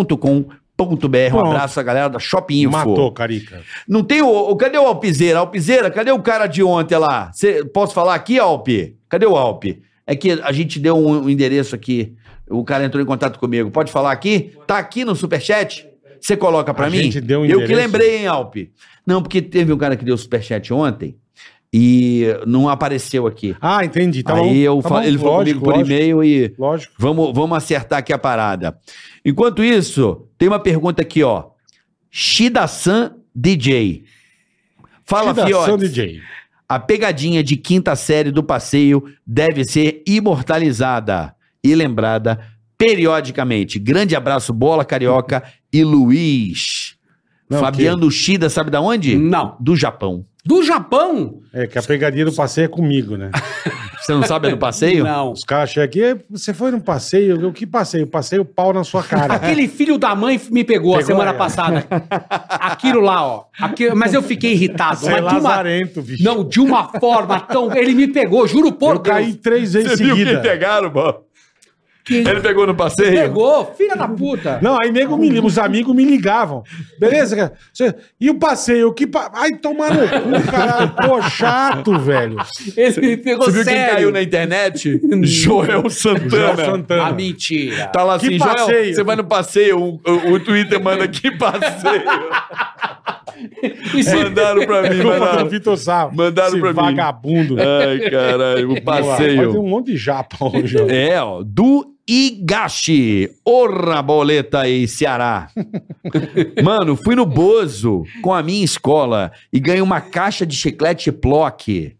Speaker 5: shopinfo.com.br. Um
Speaker 3: Pronto.
Speaker 5: abraço à galera da Shopping Info.
Speaker 3: Matou, Carica.
Speaker 5: Não tem o, o- Cadê o Alpizeira? Alpizeira, cadê o cara de ontem lá? Cê- posso falar aqui, Alpe? Cadê o Alpe? É que a gente deu um, um endereço aqui. O cara entrou em contato comigo. Pode falar aqui? Tá aqui no superchat? Você coloca pra
Speaker 3: A
Speaker 5: mim?
Speaker 3: gente deu um
Speaker 5: Eu que
Speaker 3: endereço.
Speaker 5: lembrei, hein, Alpe? Não, porque teve um cara que deu superchat ontem e não apareceu aqui.
Speaker 3: Ah, entendi. Tá bom.
Speaker 5: Aí eu
Speaker 3: Tá
Speaker 5: fa-
Speaker 3: bom,
Speaker 5: ele falou
Speaker 3: lógico,
Speaker 5: comigo por
Speaker 3: lógico,
Speaker 5: e-mail e.
Speaker 3: Lógico.
Speaker 5: Vamos, vamos acertar aqui a parada. Enquanto isso, tem uma pergunta aqui, ó. Shida-san DJ. Fala,
Speaker 3: Tira ação,
Speaker 5: Fiote.
Speaker 3: DJ.
Speaker 5: A pegadinha de quinta série do passeio deve ser imortalizada e lembrada periodicamente. Grande abraço, Bola Carioca e Luiz.
Speaker 3: Não,
Speaker 5: Fabiano Shida, sabe da onde?
Speaker 6: Não.
Speaker 5: Do Japão.
Speaker 6: Do Japão?
Speaker 3: É que a pegadinha do passeio é comigo, né?
Speaker 5: Você não sabe a do passeio?
Speaker 6: Não.
Speaker 3: Os caras chegam aqui, "É, você foi num passeio? Eu, que passeio? Passei o pau na sua cara.
Speaker 6: Aquele filho da mãe me pegou, a
Speaker 3: Pegou,
Speaker 6: semana
Speaker 3: é.
Speaker 6: passada. Aquilo lá, ó. Aquilo- mas eu fiquei irritado.
Speaker 3: Você é
Speaker 6: mas de uma,
Speaker 3: lazarento, bicho.
Speaker 6: não, de uma forma tão. Ele me pegou, juro por
Speaker 3: eu
Speaker 6: Deus.
Speaker 3: caí três vezes
Speaker 5: Você viu
Speaker 3: seguida.
Speaker 5: pegaram, mano? Ele pegou no passeio?
Speaker 6: Pegou, filha da puta.
Speaker 3: Não, aí nego me, li- os amigos me ligavam. Beleza, cara? Você- e o passeio? Que pa... Ai, tomar no cu, caralho. Pô, chato, velho.
Speaker 6: Ele pegou
Speaker 5: Você viu quem
Speaker 6: sério.
Speaker 5: caiu na internet? Joel Santana.
Speaker 3: Joel Santana.
Speaker 6: Ah, mentira.
Speaker 5: Tá lá
Speaker 3: Que
Speaker 5: assim, Joel,
Speaker 3: passeio.
Speaker 5: você vai no passeio, o, o- o Twitter manda que passeio.
Speaker 6: Isso-
Speaker 5: Mandaram pra mim,
Speaker 3: Culpa do
Speaker 5: mandaram.
Speaker 3: É Vitor Sá.
Speaker 5: Mandaram
Speaker 3: esse
Speaker 5: pra mim.
Speaker 3: vagabundo.
Speaker 5: Ai, caralho, o
Speaker 3: Tem
Speaker 5: passeio.
Speaker 3: um monte de japa hoje. ó.
Speaker 5: É, ó, do Igashi, Orraboleta e Ceará. Mano, fui no Bozo com a minha escola e ganhei uma caixa de chiclete Plock.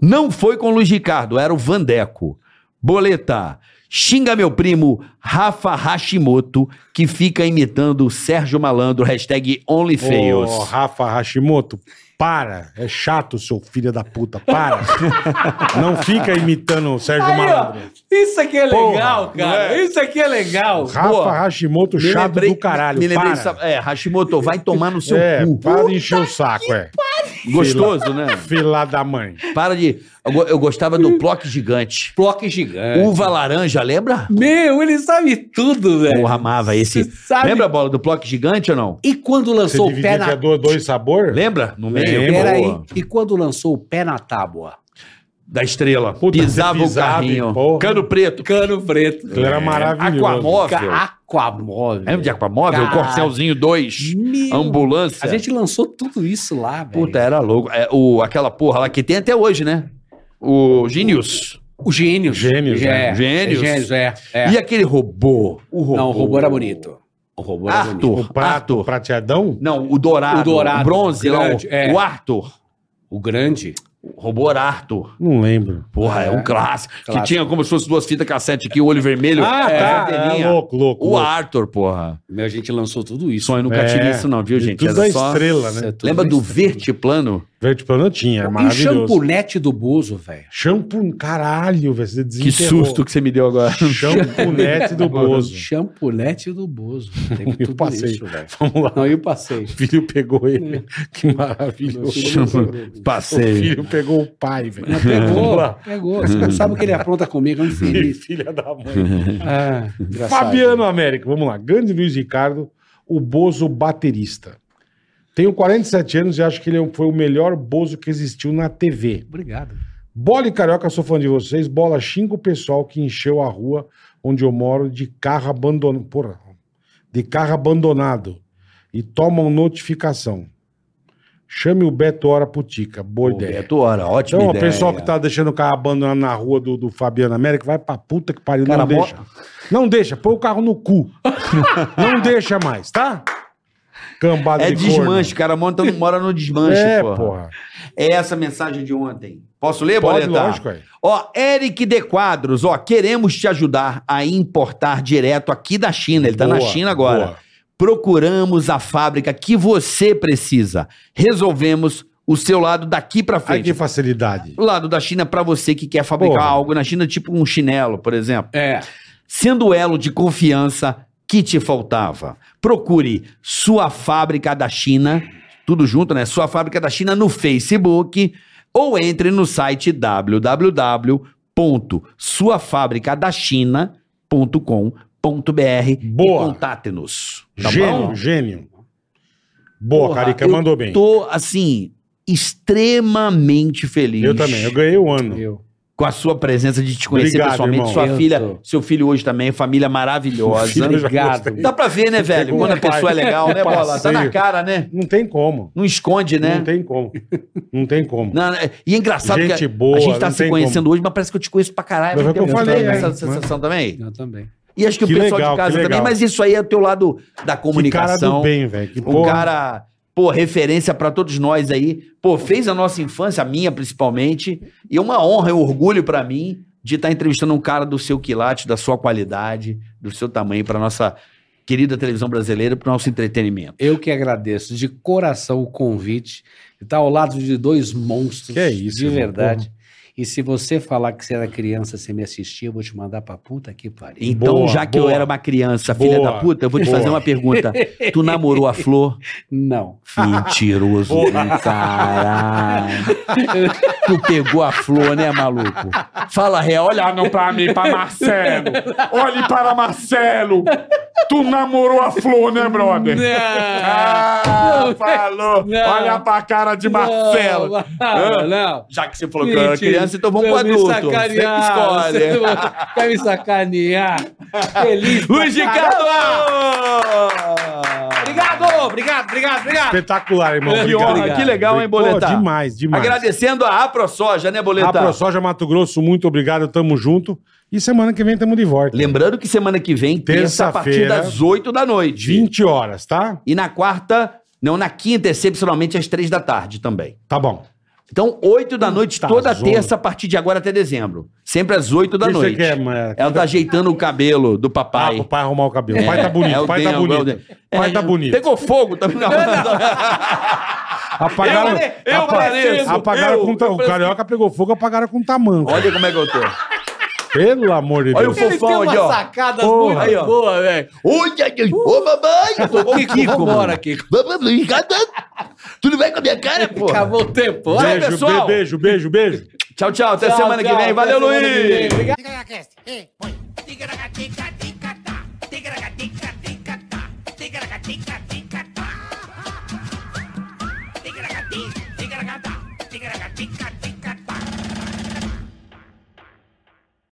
Speaker 5: Não foi com o Luiz Ricardo, era o Vandeco. Boleta, xinga meu primo Rafa Hashimoto, que fica imitando o Sérgio Malandro, hashtag OnlyFails.
Speaker 3: Ô, Rafa Hashimoto, para. É chato, seu filho da puta. Para. Não fica imitando o Sérgio
Speaker 6: Aí, ó,
Speaker 3: Malandro.
Speaker 6: isso aqui é legal,
Speaker 5: não
Speaker 6: cara.
Speaker 5: é?
Speaker 6: Isso aqui é legal.
Speaker 3: Rafa
Speaker 5: Pô,
Speaker 3: Hashimoto,
Speaker 5: Me
Speaker 3: chato
Speaker 5: lembrei-
Speaker 3: do caralho.
Speaker 5: Me lembrei
Speaker 3: para.
Speaker 5: dessa- É, Hashimoto, vai tomar no seu
Speaker 3: é,
Speaker 5: cu.
Speaker 3: para de encher o saco, é.
Speaker 5: Gostoso, né?
Speaker 3: Filá da mãe.
Speaker 5: Para de. Eu, go- eu gostava do Plock Gigante.
Speaker 6: Bloco gigante.
Speaker 5: Uva laranja, lembra?
Speaker 6: Meu, ele sabe tudo, velho.
Speaker 5: Eu amava esse.
Speaker 6: É. Você sabe-
Speaker 5: Lembra a bola do Plock Gigante ou não?
Speaker 6: E quando
Speaker 3: Você
Speaker 6: lançou o
Speaker 3: dividia
Speaker 6: pé
Speaker 3: que é
Speaker 6: na...
Speaker 3: do- dois sabor?
Speaker 5: Lembra? No meio.
Speaker 3: Lembro.
Speaker 6: Peraí.
Speaker 5: Boa.
Speaker 6: E quando lançou o pé na tábua?
Speaker 5: Da estrela.
Speaker 3: Puta,
Speaker 5: pisava
Speaker 3: você
Speaker 5: o
Speaker 3: pisava,
Speaker 5: carrinho.
Speaker 3: hein, porra.
Speaker 5: Cano preto.
Speaker 6: Cano preto.
Speaker 3: Aquilo era maravilhoso.
Speaker 5: Aquamóvel.
Speaker 6: Aquamóvel.
Speaker 5: Lembra de Aquamóvel?
Speaker 6: Cara.
Speaker 5: Corcelzinho 2.
Speaker 6: Meu,
Speaker 5: Ambulância.
Speaker 6: A gente lançou tudo isso lá, velho.
Speaker 5: Puta, era louco. É, o, aquela porra lá que tem até hoje, né? O Genius.
Speaker 6: O Gênios.
Speaker 3: Gênios,
Speaker 6: é.
Speaker 5: né? Gênios.
Speaker 6: Gênios, é. é.
Speaker 5: E aquele robô? O robô.
Speaker 6: Não, o robô era bonito. O robô era bonito.
Speaker 5: Arthur.
Speaker 3: O prato,
Speaker 5: Arthur.
Speaker 3: o prateadão?
Speaker 5: Não, o dourado.
Speaker 6: O dourado,
Speaker 5: bronze
Speaker 6: grande,
Speaker 5: lá. O,
Speaker 6: é.
Speaker 5: o Arthur.
Speaker 6: O grande.
Speaker 5: O robô era Arthur.
Speaker 3: Não lembro.
Speaker 5: Porra, é, um clássico.
Speaker 6: Clássico.
Speaker 5: Que tinha como se fosse duas fitas cassete aqui, o olho vermelho.
Speaker 6: Ah,
Speaker 5: é,
Speaker 6: tá,
Speaker 3: Ah,
Speaker 5: vermelhinha.
Speaker 3: louco, louco.
Speaker 5: O
Speaker 3: louco.
Speaker 5: Arthur, porra.
Speaker 6: Meu, a gente lançou tudo isso.
Speaker 5: Sonho nunca
Speaker 3: É.
Speaker 5: tive isso, não, viu,
Speaker 3: E
Speaker 5: gente?
Speaker 3: tudo
Speaker 5: Era
Speaker 3: da
Speaker 5: só. É,
Speaker 3: estrela, né?
Speaker 6: Tudo
Speaker 5: Lembra do
Speaker 6: isso.
Speaker 5: vertiplano?
Speaker 3: Verde plano eu tinha,
Speaker 5: um
Speaker 3: era
Speaker 6: E o
Speaker 3: é maravilhoso.
Speaker 6: champunete do Bozo, velho.
Speaker 3: Shampoo, caralho, velho. Você
Speaker 5: Que
Speaker 3: desenterrou.
Speaker 5: susto que tá você me deu agora.
Speaker 3: Champunete do Bozo.
Speaker 6: Champunete do Bozo. Tem
Speaker 3: Eu
Speaker 6: tudo
Speaker 3: passei.
Speaker 6: isso, velho.
Speaker 3: Vamos lá.
Speaker 6: Não, eu passei.
Speaker 3: O filho pegou ele. Que maravilhoso. O
Speaker 5: Passei.
Speaker 3: filho pegou o pai, velho.
Speaker 6: Não,
Speaker 3: Vamos
Speaker 6: pegou,
Speaker 3: lá.
Speaker 6: pegou. Você não sabe o que ele apronta comigo, é um
Speaker 3: Que
Speaker 6: infeliz.
Speaker 3: filha da mãe.
Speaker 6: Ah, engraçado.
Speaker 3: Fabiano Américo, vamos lá. Grande Luiz Ricardo, o Bozo baterista. Tenho 47 anos e acho que ele é um, foi o melhor Bozo que existiu na TV.
Speaker 6: Obrigado.
Speaker 3: Bola e Carioca, sou fã de vocês. Bola xinga o pessoal que encheu a rua onde eu moro de carro abandonado. Porra, de carro abandonado. E tomam notificação. Chame o Beto Hora Putica. Boa ideia.
Speaker 5: Beto, hora, ótima
Speaker 3: Então, o
Speaker 5: ideia.
Speaker 3: pessoal que tá deixando o carro abandonado na rua do, do Fabiano América, vai pra puta que pariu.
Speaker 5: Cara,
Speaker 3: não
Speaker 5: mó-
Speaker 3: deixa. Não deixa, põe o carro no cu. não deixa mais, tá? Cambada
Speaker 5: É
Speaker 3: de corno.
Speaker 5: desmanche, cara. Monta, mora no desmanche,
Speaker 3: É,
Speaker 5: porra.
Speaker 3: porra.
Speaker 5: É essa a mensagem de ontem. Posso ler,
Speaker 3: Pode,
Speaker 5: Boleta?
Speaker 3: lógico, é.
Speaker 5: Ó, Eric De Quadros, ó, queremos te ajudar a importar direto aqui da China. Ele tá na
Speaker 3: Boa,
Speaker 5: China agora.
Speaker 3: boa.
Speaker 5: Procuramos a fábrica que você precisa. Resolvemos o seu lado daqui pra
Speaker 3: Aí que
Speaker 5: frente.
Speaker 3: facilidade.
Speaker 5: O lado da China pra você que quer fabricar
Speaker 3: Porra.
Speaker 5: algo na China, tipo um chinelo, por exemplo.
Speaker 6: É.
Speaker 5: Sendo o elo de confiança que te faltava. Procure sua fábrica da China, tudo junto, né? Sua fábrica da China no Facebook ou entre no site www.suafabricadachina.com.br e
Speaker 3: Boa.
Speaker 5: contate-nos. Tá
Speaker 3: gênio,
Speaker 5: bom?
Speaker 3: gênio. Boa,
Speaker 5: Porra,
Speaker 3: Carica,
Speaker 5: eu
Speaker 3: mandou bem.
Speaker 5: Tô, assim, extremamente feliz
Speaker 3: Eu também, eu ganhei o ano.
Speaker 6: Eu.
Speaker 5: com a sua presença, de te conhecer
Speaker 3: Obrigado,
Speaker 5: pessoalmente.
Speaker 3: irmão.
Speaker 5: Sua
Speaker 6: Eu
Speaker 5: filha,
Speaker 6: tô.
Speaker 5: seu filho hoje também, família maravilhosa.
Speaker 3: Filho, eu já
Speaker 6: Obrigado.
Speaker 3: gostei.
Speaker 5: Dá pra ver, né, velho?
Speaker 3: Pegou
Speaker 5: Quando a
Speaker 3: um pai.
Speaker 5: pessoa é legal, né,
Speaker 3: Um
Speaker 5: bola? Tá na
Speaker 3: passeio.
Speaker 5: cara, né?
Speaker 3: Não tem como.
Speaker 5: Não esconde, né?
Speaker 3: Não tem como. Não tem como.
Speaker 5: Na- e é engraçado
Speaker 3: Gente
Speaker 5: que a-
Speaker 3: boa,
Speaker 5: a gente tá
Speaker 3: não
Speaker 5: se
Speaker 3: tem
Speaker 5: conhecendo hoje, mas parece que eu te conheço pra caralho.
Speaker 3: Mas é o que eu
Speaker 5: Tem
Speaker 3: falei,
Speaker 5: essa-
Speaker 3: é,
Speaker 5: essa
Speaker 3: né?
Speaker 5: sensação também.
Speaker 6: Eu também.
Speaker 5: E acho que,
Speaker 3: Que
Speaker 5: o pessoal
Speaker 3: legal,
Speaker 5: de casa
Speaker 3: que
Speaker 5: também,
Speaker 3: legal.
Speaker 5: mas isso aí é o teu lado da
Speaker 3: Que cara do
Speaker 5: comunicação.
Speaker 3: bem, velho. Que
Speaker 5: um
Speaker 3: porra.
Speaker 5: cara, pô, referência pra todos nós aí. Pô, fez a nossa infância, a minha principalmente. E é uma honra e um orgulho pra mim de estar entrevistando um cara do seu quilate, da sua qualidade, do seu tamanho, pra nossa querida televisão brasileira, pro nosso entretenimento.
Speaker 6: Eu que agradeço de coração o convite de estar ao lado de dois monstros.
Speaker 3: Que é isso,
Speaker 6: De
Speaker 3: irmão,
Speaker 6: verdade. E se você falar que você era criança, você me assistia, eu vou te mandar pra puta que pariu.
Speaker 4: Então,
Speaker 3: Boa,
Speaker 4: já que eu
Speaker 3: boa.
Speaker 4: era uma criança,
Speaker 3: Boa,
Speaker 4: filha da puta, eu vou te
Speaker 3: boa.
Speaker 4: fazer uma pergunta. Tu namorou a Flor?
Speaker 6: Não.
Speaker 4: Mentiroso, do caralho. Tu pegou a Flor, né, maluco? Fala real, olha não pra mim, pra Marcelo.
Speaker 5: Olhe para Marcelo! Tu namorou a Flor, né, brother? Ah, falou!
Speaker 6: Não.
Speaker 5: Olha pra cara de Marcelo!
Speaker 6: Marcelo. Não, não.
Speaker 5: Já que você falou que eu era
Speaker 6: Mentira.
Speaker 5: criança, então vamos pro
Speaker 6: Quer me
Speaker 5: adulto. Você que
Speaker 6: sacanear,
Speaker 5: escolhe.
Speaker 6: você- Quer me sacanear? Feliz. pra
Speaker 5: Luiz de
Speaker 6: caramba.
Speaker 5: Carlos!
Speaker 6: Obrigado, obrigado, obrigado, obrigado.
Speaker 3: Espetacular, irmão.
Speaker 5: Que
Speaker 3: Obrigado.
Speaker 5: honra, que legal, hein, Boletar?
Speaker 3: Pô, demais, demais.
Speaker 5: Agradecendo a AproSoja, né,
Speaker 3: A
Speaker 5: Boletar?
Speaker 3: ProSoja Mato Grosso, muito obrigado, tamo junto. E semana que vem tamo de volta.
Speaker 5: Lembrando que semana que vem, terça, a partir
Speaker 3: Terça-feira.
Speaker 5: das 8 da noite.
Speaker 3: 20 horas, tá?
Speaker 5: E na quarta, não, na quinta, excepcionalmente, às 3 da tarde também.
Speaker 3: Tá bom.
Speaker 5: Então, 8 da noite,
Speaker 3: Tá,
Speaker 5: toda
Speaker 3: zona.
Speaker 5: terça, a partir de agora até dezembro. Sempre às 8 da
Speaker 3: O que
Speaker 5: noite.
Speaker 3: quer, mãe?
Speaker 5: Ela tá ajeitando o cabelo do
Speaker 3: Ah,
Speaker 5: papai.
Speaker 3: pro pai arrumar o cabelo. O pai tá bonito,
Speaker 5: É,
Speaker 3: o pai
Speaker 5: Dengo,
Speaker 3: tá
Speaker 5: é
Speaker 3: bonito.
Speaker 5: Dengo.
Speaker 3: O pai
Speaker 5: É,
Speaker 3: tá bonito.
Speaker 5: Pegou fogo também. Não,
Speaker 3: Apagaram,
Speaker 5: Eu, né? Eu
Speaker 3: apa-
Speaker 5: preciso,
Speaker 3: apagaram
Speaker 5: eu,
Speaker 3: com ta-
Speaker 5: eu
Speaker 3: o
Speaker 5: preciso.
Speaker 3: carioca pegou fogo, apagaram com tamanco.
Speaker 5: Olha como é que eu tô.
Speaker 3: Pelo amor de
Speaker 5: Olha
Speaker 3: Deus.
Speaker 5: o fofão ali, ó.
Speaker 6: sacadas
Speaker 3: Porra,
Speaker 6: muito
Speaker 5: aí, ó.
Speaker 6: boas, velho.
Speaker 5: Olha, uh, ô mamãe, eu tô com o Kiko,
Speaker 6: Vambora,
Speaker 5: mano.
Speaker 6: Kiko.
Speaker 5: Mamãe, tu não vai com a minha cara, pô.
Speaker 6: Acabou o tempo.
Speaker 5: Já-
Speaker 6: ó.
Speaker 5: Tchau,
Speaker 3: Beijo,
Speaker 5: pessoal.
Speaker 3: be- beijo, beijo, beijo.
Speaker 5: Tchau, tchau, até
Speaker 6: Tchau,
Speaker 5: semana que
Speaker 6: tchau,
Speaker 5: vem.
Speaker 6: até
Speaker 5: Valeu,
Speaker 6: semana que vem.
Speaker 5: Luiz.
Speaker 6: Obrigado.
Speaker 2: Ticaracast. Ei, põe. Ticaracatica, tica.